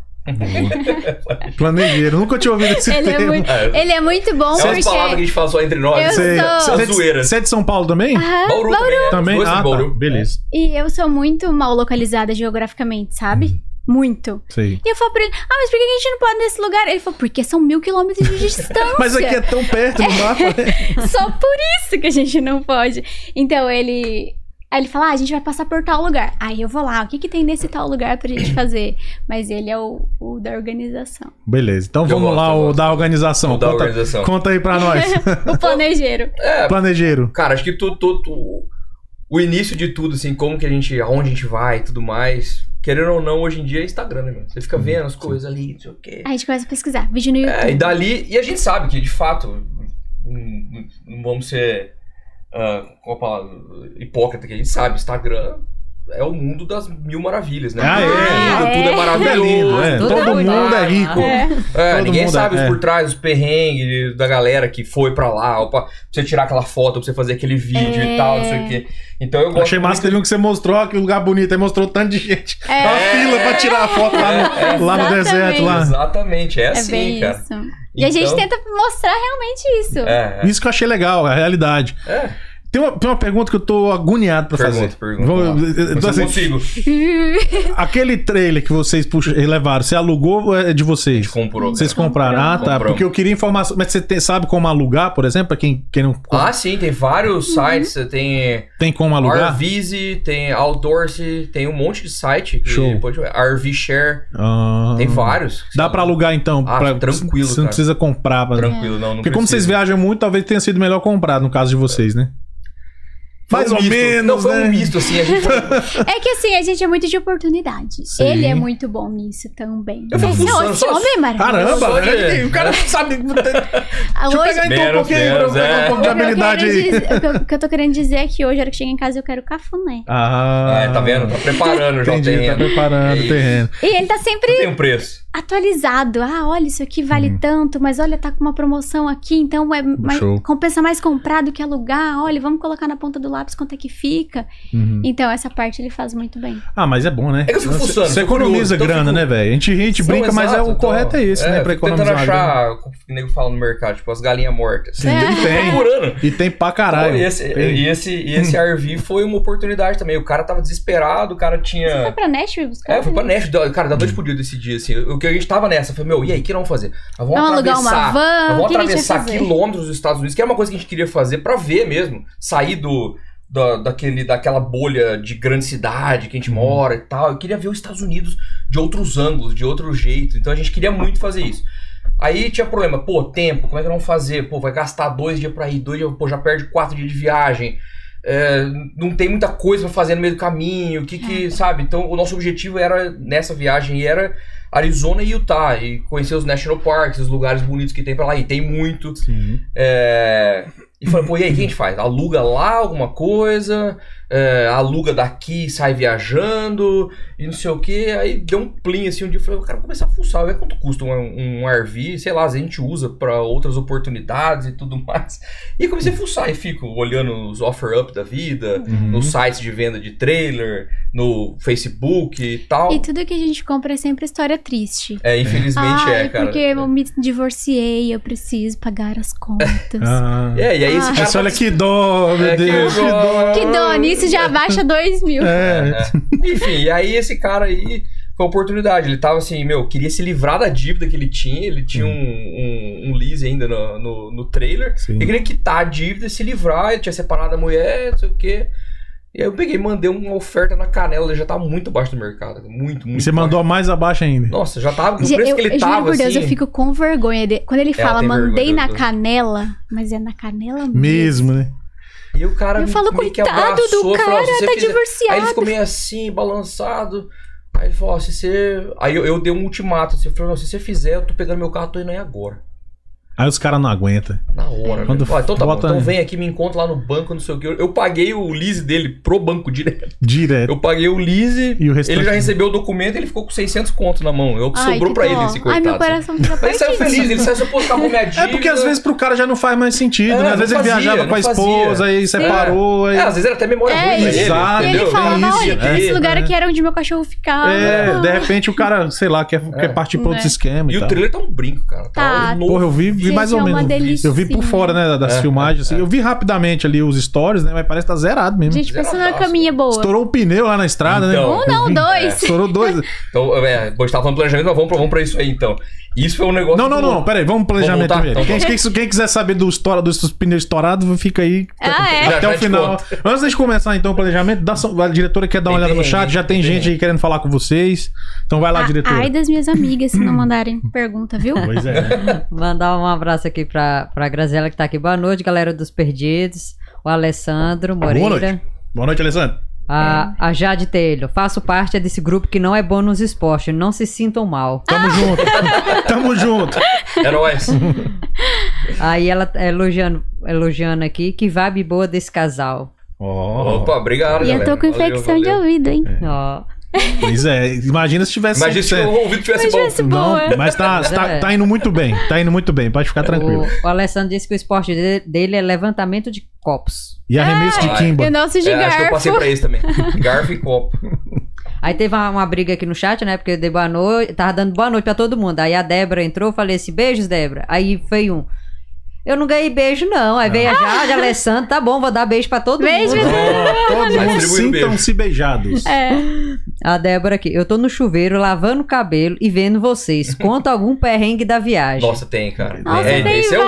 Speaker 3: Planejeiro, nunca tinha ouvido esse
Speaker 4: *laughs* ele, é
Speaker 3: termo.
Speaker 4: muito,
Speaker 5: É,
Speaker 4: ele é muito bom
Speaker 5: é umas palavras que a
Speaker 4: porque.
Speaker 5: gente fala só entre nós.
Speaker 4: Eu-
Speaker 3: Você,
Speaker 4: sou-
Speaker 3: você é de-
Speaker 5: Zoeira.
Speaker 3: você é de São Paulo também?
Speaker 4: Aham.
Speaker 5: Bauru também. é.
Speaker 3: Também?
Speaker 5: Os dois
Speaker 3: Ah,
Speaker 5: de
Speaker 3: tá.
Speaker 5: Bauru.
Speaker 3: Beleza.
Speaker 4: E eu sou muito mal localizada geograficamente, sabe?
Speaker 3: Uhum.
Speaker 4: Muito.
Speaker 3: É. Sei.
Speaker 4: E eu falo pra ele, ah, mas por que a gente não pode nesse lugar? Ele falou, porque são mil quilômetros
Speaker 5: *laughs*
Speaker 4: de distância.
Speaker 3: Mas aqui é tão perto do mapa. *laughs* né?
Speaker 4: Só por isso que a gente não pode. Então ele. Aí ele fala, ah, a gente vai passar por tal lugar. Aí eu vou lá, o que, que tem nesse tal lugar pra gente fazer? Mas ele é o, o da organização.
Speaker 3: Beleza, então
Speaker 5: Eu
Speaker 3: vamos
Speaker 5: gosto,
Speaker 3: lá,
Speaker 5: eu
Speaker 3: o
Speaker 5: gosto.
Speaker 3: da organização.
Speaker 5: O da
Speaker 3: conta,
Speaker 5: organização.
Speaker 3: conta aí pra *laughs* nós.
Speaker 5: Então,
Speaker 4: O planejeiro.
Speaker 5: é.
Speaker 3: Planejeiro.
Speaker 5: Cara, acho que tu, tu- tu- o início de tudo, assim, como que a gente, aonde a gente vai e tudo mais, querendo ou não, hoje em dia é Instagram, né, meu? Você
Speaker 3: Uhum.
Speaker 5: fica vendo as coisas ali, não sei o quê.
Speaker 4: Aí a gente começa a pesquisar. Vídeo no YouTube.
Speaker 5: É, e dali, e a gente sabe que, de fato, hum, hum, não vamos ser, ah, qual a palavra, hipócrita, que a gente sabe, Instagram é o mundo das mil maravilhas, né?
Speaker 3: Ah, é.
Speaker 5: Tudo,
Speaker 4: Ah,
Speaker 5: tudo é
Speaker 4: é.
Speaker 3: É
Speaker 5: maravilhoso.
Speaker 3: lindo, é.
Speaker 5: tudo
Speaker 3: Todo, mundo é
Speaker 5: fantástico.
Speaker 3: rico.
Speaker 4: É.
Speaker 5: É,
Speaker 3: Todo
Speaker 5: ninguém
Speaker 3: mundo
Speaker 5: sabe
Speaker 3: é-
Speaker 5: os
Speaker 3: é.
Speaker 5: por trás, os perrengues da galera que foi pra lá, ó, pra pra você tirar aquela foto, pra você fazer aquele vídeo e tal, não sei
Speaker 4: É.
Speaker 5: o quê. Então eu gosto.
Speaker 3: Achei massa, teve um que você mostrou, que lugar bonito, aí mostrou um tanto de gente.
Speaker 5: tá
Speaker 4: É.
Speaker 3: Uma fila pra tirar a foto lá no, lá no
Speaker 4: Exatamente.
Speaker 3: deserto. Lá.
Speaker 5: Exatamente, é,
Speaker 4: É
Speaker 5: assim,
Speaker 4: bem
Speaker 5: cara.
Speaker 4: isso. E a gente
Speaker 5: Então-
Speaker 4: tenta mostrar realmente isso.
Speaker 5: É,
Speaker 3: Isso que eu achei legal, a realidade.
Speaker 5: é. é.
Speaker 3: Tem uma, tem uma pergunta que eu tô agoniado pra
Speaker 5: Pergunta,
Speaker 3: fazer.
Speaker 5: pergunta.
Speaker 3: Vou-
Speaker 5: Vamos
Speaker 3: eu- eu-
Speaker 5: Mas
Speaker 3: então,
Speaker 5: eu
Speaker 3: assim,
Speaker 5: consigo.
Speaker 3: aquele trailer que vocês puxa, levaram, você alugou ou é de vocês?
Speaker 5: Comprou.
Speaker 3: Vocês
Speaker 5: cara.
Speaker 3: compraram? Ah, tá.
Speaker 5: Compramos.
Speaker 3: Porque eu queria informação. Mas você tem- sabe como alugar, por exemplo? Pra quem, quem não
Speaker 5: Ah, sim, tem
Speaker 4: Uhum.
Speaker 5: vários sites, tem
Speaker 3: tem como alugar?
Speaker 5: Arvise, tem Outdoorse, tem um monte de site. que
Speaker 3: Show.
Speaker 5: Pode, RV Share,
Speaker 3: Ah.
Speaker 5: tem vários.
Speaker 3: Dá
Speaker 5: sabe?
Speaker 3: pra alugar então?
Speaker 5: Ah,
Speaker 3: pra-
Speaker 5: tranquilo,
Speaker 3: Você não
Speaker 5: cara.
Speaker 3: precisa comprar. Pra...
Speaker 5: Tranquilo, não, não
Speaker 3: Porque como vocês
Speaker 5: precisa.
Speaker 3: viajam muito, talvez tenha sido melhor comprar, no caso de vocês, né?
Speaker 5: Foi
Speaker 3: Mais
Speaker 5: um
Speaker 3: ou
Speaker 5: misto. Não,
Speaker 3: menos,
Speaker 5: foi
Speaker 3: né?
Speaker 5: um misto, assim, a
Speaker 3: *laughs*
Speaker 5: gente
Speaker 4: *laughs* É que assim, a gente é muito de oportunidade.
Speaker 3: Sim.
Speaker 4: Ele é muito bom nisso também.
Speaker 5: Eu fico
Speaker 4: Esse é
Speaker 5: fuçando,
Speaker 4: outro
Speaker 5: só-
Speaker 4: homem maravilhoso.
Speaker 5: Só
Speaker 3: Caramba,
Speaker 5: de-
Speaker 3: velho, o cara sabe. Deixa
Speaker 4: Ah,
Speaker 3: eu
Speaker 4: hoje-
Speaker 3: pegar então um
Speaker 5: Menos,
Speaker 3: pouquinho aí pra eu
Speaker 5: menos,
Speaker 3: pegar um
Speaker 5: é.
Speaker 3: pouco de
Speaker 4: o que eu quero
Speaker 3: habilidade aí.
Speaker 4: dizer- o que eu- O que eu tô querendo dizer é que hoje, a hora que chega em casa, eu quero cafuné.
Speaker 3: Ah,
Speaker 5: É, tá vendo? Tá preparando já o
Speaker 3: Entendi, tá
Speaker 5: terreno.
Speaker 3: preparando
Speaker 5: É
Speaker 3: o terreno.
Speaker 4: E ele tá sempre
Speaker 5: Tem um preço.
Speaker 4: atualizado. Ah, olha, isso aqui vale tanto, mas olha, tá com uma promoção aqui, então é mais-
Speaker 3: Show.
Speaker 4: compensa mais comprar do que alugar. Olha, vamos colocar na ponta do lápis quanto é que fica.
Speaker 3: Uhum.
Speaker 4: Então, essa parte ele faz muito bem.
Speaker 3: Ah, mas é bom, né?
Speaker 5: É que eu fico fuçando,
Speaker 3: Você
Speaker 5: eu fico curioso,
Speaker 3: economiza
Speaker 5: então eu
Speaker 3: grana,
Speaker 5: fico-
Speaker 3: né, velho? A gente ri, a gente brinca,
Speaker 5: Então,
Speaker 3: mas é
Speaker 5: exato,
Speaker 3: o
Speaker 5: então,
Speaker 3: correto é esse, né? Pra
Speaker 5: fico
Speaker 3: economizar.
Speaker 5: Tentando achar, o que o nego fala no mercado, tipo, as galinhas mortas. *laughs*
Speaker 3: Sim, tem.
Speaker 5: Procurando.
Speaker 3: E tem pra caralho.
Speaker 5: e esse,
Speaker 3: Tem.
Speaker 5: e esse, e esse RV foi uma oportunidade também. O cara tava desesperado, o cara tinha.
Speaker 4: Foi pra Nashville buscar?
Speaker 5: É, eu fui pra Nashville, deu- cara, dá dois por dia desse dia, assim. O que a gente tava nessa, foi, meu, e aí, o que nós vamos fazer? Nós vamos,
Speaker 4: Vamos alugar
Speaker 5: atravessar,
Speaker 4: uma van,
Speaker 5: nós
Speaker 4: o que
Speaker 5: vamos
Speaker 4: a gente vai
Speaker 5: atravessar
Speaker 4: fazer?
Speaker 5: quilômetros dos Estados Unidos, que era uma coisa que a gente queria fazer pra ver mesmo, sair do, da, daquele, daquela bolha de grande cidade que a gente mora e tal. Eu queria ver os Estados Unidos de outros ângulos, de outro jeito, então a gente queria muito fazer isso. Aí tinha problema, pô, tempo, como é que nós vamos fazer? Pô, vai gastar dois dias pra ir, dois dias, pô, já perde quatro dias de viagem. É, não tem muita coisa pra fazer no meio do caminho, o que que, sabe? Então, o nosso objetivo era, nessa viagem, era Arizona e Utah, e conhecer os national parks, os lugares bonitos que tem pra lá, e tem muito.
Speaker 3: Sim.
Speaker 5: É, E falei, pô, e aí, o que a gente faz? Aluga lá alguma coisa, é, aluga daqui, sai viajando, e não sei o que. Aí deu um plim, assim, um dia eu falei, cara, vou começar a fuçar, ver quanto custa um, um RV, sei lá, a gente usa pra outras oportunidades e tudo mais. E comecei a fuçar, e fico olhando os offer-up da vida,
Speaker 3: Uhum.
Speaker 5: nos sites de venda de trailer, no Facebook e tal.
Speaker 4: E tudo que a gente compra é sempre história triste.
Speaker 5: É, infelizmente
Speaker 4: Ai,
Speaker 5: é, cara.
Speaker 4: porque eu me divorciei, eu preciso pagar as contas.
Speaker 3: Ah.
Speaker 5: É, e aí esse
Speaker 4: Ah.
Speaker 5: cara.
Speaker 3: Nossa, olha que dó, meu
Speaker 5: É, que
Speaker 3: Deus. Que dó.
Speaker 5: dó.
Speaker 4: Que dó, nisso já abaixa dois mil.
Speaker 3: É.
Speaker 5: Enfim, e aí esse cara aí foi uma oportunidade. Ele tava assim, meu, queria se livrar da dívida que ele tinha. Ele tinha
Speaker 3: Uhum.
Speaker 5: um, um, um lease ainda no, no, no trailer.
Speaker 3: Sim.
Speaker 5: Ele queria quitar a dívida e se livrar. Ele tinha separado a mulher, não sei o quê. E aí eu peguei e mandei uma oferta na canela. Ele já tava muito abaixo do mercado. Muito, muito.
Speaker 3: E você mandou mais abaixo ainda.
Speaker 5: Abaixo. Nossa, já tava. O
Speaker 4: Gente,
Speaker 5: preço
Speaker 4: eu,
Speaker 5: que ele
Speaker 4: eu juro
Speaker 5: tava.
Speaker 4: por Deus,
Speaker 5: assim,
Speaker 4: eu fico com vergonha dele. Quando ele
Speaker 5: Ela
Speaker 4: fala,
Speaker 5: tem
Speaker 4: mandei
Speaker 5: vergonha
Speaker 4: na
Speaker 5: do-
Speaker 4: canela, mas é na canela mesmo.
Speaker 3: Mesmo, né?
Speaker 5: E o cara
Speaker 4: Eu
Speaker 5: me-
Speaker 4: falo,
Speaker 5: meio que é um
Speaker 4: coitado do
Speaker 5: abraçou, falou, "Ó,
Speaker 4: cara, tá
Speaker 5: se você fizer-" Aí ele
Speaker 4: divorciado.
Speaker 5: ficou meio assim, balançado. Aí ele falou, ó, se você... Aí eu, eu dei um ultimato, assim, eu falei, "Não, se você fizer, eu tô pegando meu carro, tô indo aí agora.
Speaker 3: Aí os caras não aguentam.
Speaker 5: Na
Speaker 4: É.
Speaker 5: hora.
Speaker 3: Quando
Speaker 5: velho. Ó, então tá bom,
Speaker 3: bota-
Speaker 5: então vem aqui, me encontra lá no banco, não sei o que. Eu, eu paguei o lease dele pro banco direto.
Speaker 3: Direto.
Speaker 5: Eu paguei o lease,
Speaker 3: E o restante-
Speaker 5: ele já recebeu o documento, ele ficou com 600 conto na mão. Eu,
Speaker 4: Ai,
Speaker 5: sobrou
Speaker 4: que
Speaker 5: pra ele
Speaker 4: dó.
Speaker 5: esse coitado.
Speaker 4: Ai, meu
Speaker 5: assim.
Speaker 4: coração tá fica
Speaker 5: Mas ele saiu
Speaker 4: partido.
Speaker 5: feliz, ele saiu assim, pô, acabou minha dívida.
Speaker 3: *laughs* É porque às vezes pro cara já não faz mais sentido,
Speaker 5: É,
Speaker 3: né? Às
Speaker 5: não
Speaker 3: vezes ele
Speaker 5: fazia,
Speaker 3: viajava
Speaker 5: não
Speaker 3: com a esposa, aí separou,
Speaker 5: É,
Speaker 3: aí.
Speaker 5: às vezes era até memória
Speaker 4: É,
Speaker 5: ruim pra ele, né?
Speaker 3: exato.
Speaker 4: E ele
Speaker 5: entendeu?
Speaker 4: fala,
Speaker 5: Tem
Speaker 4: não,
Speaker 5: isso,
Speaker 4: olha,
Speaker 5: tem
Speaker 4: esse
Speaker 5: isso.
Speaker 4: lugar
Speaker 3: é.
Speaker 4: aqui era onde meu cachorro ficava.
Speaker 3: É, de repente o cara, sei lá, quer, quer partir pra outro
Speaker 4: É.
Speaker 3: esquema e,
Speaker 5: E o
Speaker 3: tal.
Speaker 5: trailer tá um brinco,
Speaker 4: Tá.
Speaker 5: cara. Tá, novo.
Speaker 3: Então. Porra, eu vi, vi
Speaker 4: Gente,
Speaker 3: mais ou
Speaker 4: é uma
Speaker 3: menos.
Speaker 4: delícia.
Speaker 3: eu vi por fora, né, das
Speaker 5: É,
Speaker 3: filmagens. assim. Eu vi rapidamente ali os stories, né? Mas parece que tá zerado mesmo.
Speaker 4: Gente, pensa numa
Speaker 5: Zeradaço.
Speaker 4: caminha boa.
Speaker 3: Estourou o pneu lá na estrada,
Speaker 5: Então.
Speaker 3: né?
Speaker 4: Um não, dois.
Speaker 3: Estourou dois.
Speaker 5: Então, é, bom, a gente tava falando planejamento, mas vamos pra, vamos pra isso aí então. Isso foi um negócio.
Speaker 3: Não, não, não, pera aí, vamos pro planejamento
Speaker 5: voltar?
Speaker 3: primeiro.
Speaker 5: Então
Speaker 3: quem, quem- quem quiser saber do estoura, dos pneus estourados, fica aí
Speaker 4: Ah, é.
Speaker 5: Já,
Speaker 3: até
Speaker 5: já
Speaker 3: o
Speaker 5: te
Speaker 3: final.
Speaker 5: conto.
Speaker 3: Antes da gente começar então o planejamento, dá só- a diretora quer dar uma
Speaker 5: Tem
Speaker 3: olhada no
Speaker 5: perrengue,
Speaker 3: chat, já tem
Speaker 5: tem
Speaker 3: gente aí
Speaker 5: perrengue.
Speaker 3: querendo falar com vocês. Então vai lá,
Speaker 4: Ah, Ai
Speaker 3: diretora.
Speaker 4: das minhas amigas se não mandarem pergunta, viu?
Speaker 3: Pois é.
Speaker 6: Mandar um abraço aqui pra, pra Graziela que tá aqui. Boa noite, galera dos Perdidos. O Alessandro
Speaker 3: Boa
Speaker 6: Moreira.
Speaker 3: noite. Boa noite, Alessandro.
Speaker 6: A,
Speaker 4: É.
Speaker 6: a Jade Telho. Faço parte desse grupo que não é bom nos esportes. Não se sintam mal.
Speaker 4: Ah.
Speaker 3: Tamo junto. Tamo junto.
Speaker 5: É nóis.
Speaker 3: *laughs*
Speaker 6: Aí ela tá elogiando, elogiando aqui. Que vibe boa desse casal.
Speaker 3: Ó.
Speaker 5: Opa, obrigado,
Speaker 4: E eu tô com
Speaker 5: galera. Valeu,
Speaker 4: infecção de
Speaker 5: valeu.
Speaker 4: ouvido, hein?
Speaker 6: Ó,
Speaker 3: Pois é, imagina se tivesse
Speaker 5: Imagina se
Speaker 3: 100%.
Speaker 5: o ouvido tivesse
Speaker 4: Mas
Speaker 5: bom.
Speaker 4: tivesse
Speaker 3: Não,
Speaker 4: boa.
Speaker 3: mas tá, tá,
Speaker 6: É.
Speaker 3: tá indo muito bem. Tá indo muito bem, pode ficar tranquilo.
Speaker 6: o, o Alessandro disse que o esporte de- dele é levantamento de copos.
Speaker 3: E arremesso de
Speaker 5: Ai.
Speaker 4: E
Speaker 3: Kimba.
Speaker 4: o nosso de
Speaker 5: É, acho que eu passei *laughs*
Speaker 4: garfo. *laughs*
Speaker 5: pra esse também. Garfo e copo.
Speaker 6: Aí teve uma, uma briga aqui no chat, né? Porque eu dei boa noite, tava dando boa noite pra todo mundo. Aí a Débora entrou, eu falei assim: beijos, Débora. Aí foi um. Eu não ganhei beijo, não. Aí veio a Jade, a Alessandra, tá bom, vou dar beijo pra todo
Speaker 4: Beijo,
Speaker 6: mundo.
Speaker 3: Ó, Todos
Speaker 5: Vai
Speaker 3: mundo
Speaker 5: distribuir o beijo.
Speaker 3: sintam-se beijados.
Speaker 4: É.
Speaker 6: A Débora aqui, eu tô no chuveiro, lavando o cabelo e vendo vocês. Conta algum perrengue da viagem.
Speaker 5: Nossa, tem, cara.
Speaker 4: Nossa,
Speaker 5: é,
Speaker 4: tem
Speaker 5: esse é um.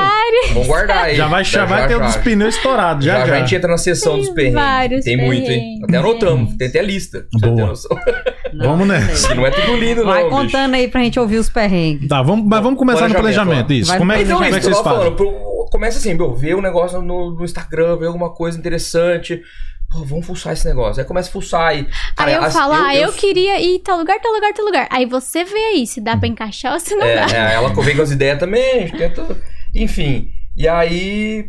Speaker 5: Vamos guardar aí.
Speaker 3: Já vai, já vai ter o dos pneus estourados, já
Speaker 5: Já,
Speaker 3: já.
Speaker 5: já a gente entra na sessão dos perrengues.
Speaker 4: vários
Speaker 5: Tem muito, hein?
Speaker 4: perrengues,
Speaker 5: Até anotamos.
Speaker 4: gente.
Speaker 5: Tem até lista. pra você ter
Speaker 3: Boa.
Speaker 5: noção. *laughs*
Speaker 6: Não,
Speaker 3: Vamos
Speaker 6: não
Speaker 3: nessa.
Speaker 6: sei.
Speaker 5: Não é tudo lindo,
Speaker 6: Vai
Speaker 5: não. bicho.
Speaker 6: contando aí pra gente ouvir os perrengues.
Speaker 3: Tá, vamos, mas vamos começar no
Speaker 5: Planejamento,
Speaker 3: planejamento,
Speaker 5: ó.
Speaker 3: isso.
Speaker 6: Vai-
Speaker 3: Como é, que-
Speaker 5: Então,
Speaker 3: como é que
Speaker 5: isso, eu
Speaker 3: vocês
Speaker 5: tava
Speaker 3: fazem?
Speaker 5: falando, pro- começa assim, meu, vê um negócio no, no Instagram, vê alguma coisa interessante. Pô, vamos fuçar esse negócio. Aí começa a fuçar e. cara, assim,
Speaker 4: Aí eu
Speaker 5: as-
Speaker 4: falo, ah, eu queria ir tal lugar, tal lugar, tal lugar. Aí você vê aí se dá pra encaixar ou se não
Speaker 5: É,
Speaker 4: dá.
Speaker 5: é, ela vem com as ideias também, a gente tenta. Enfim. E aí.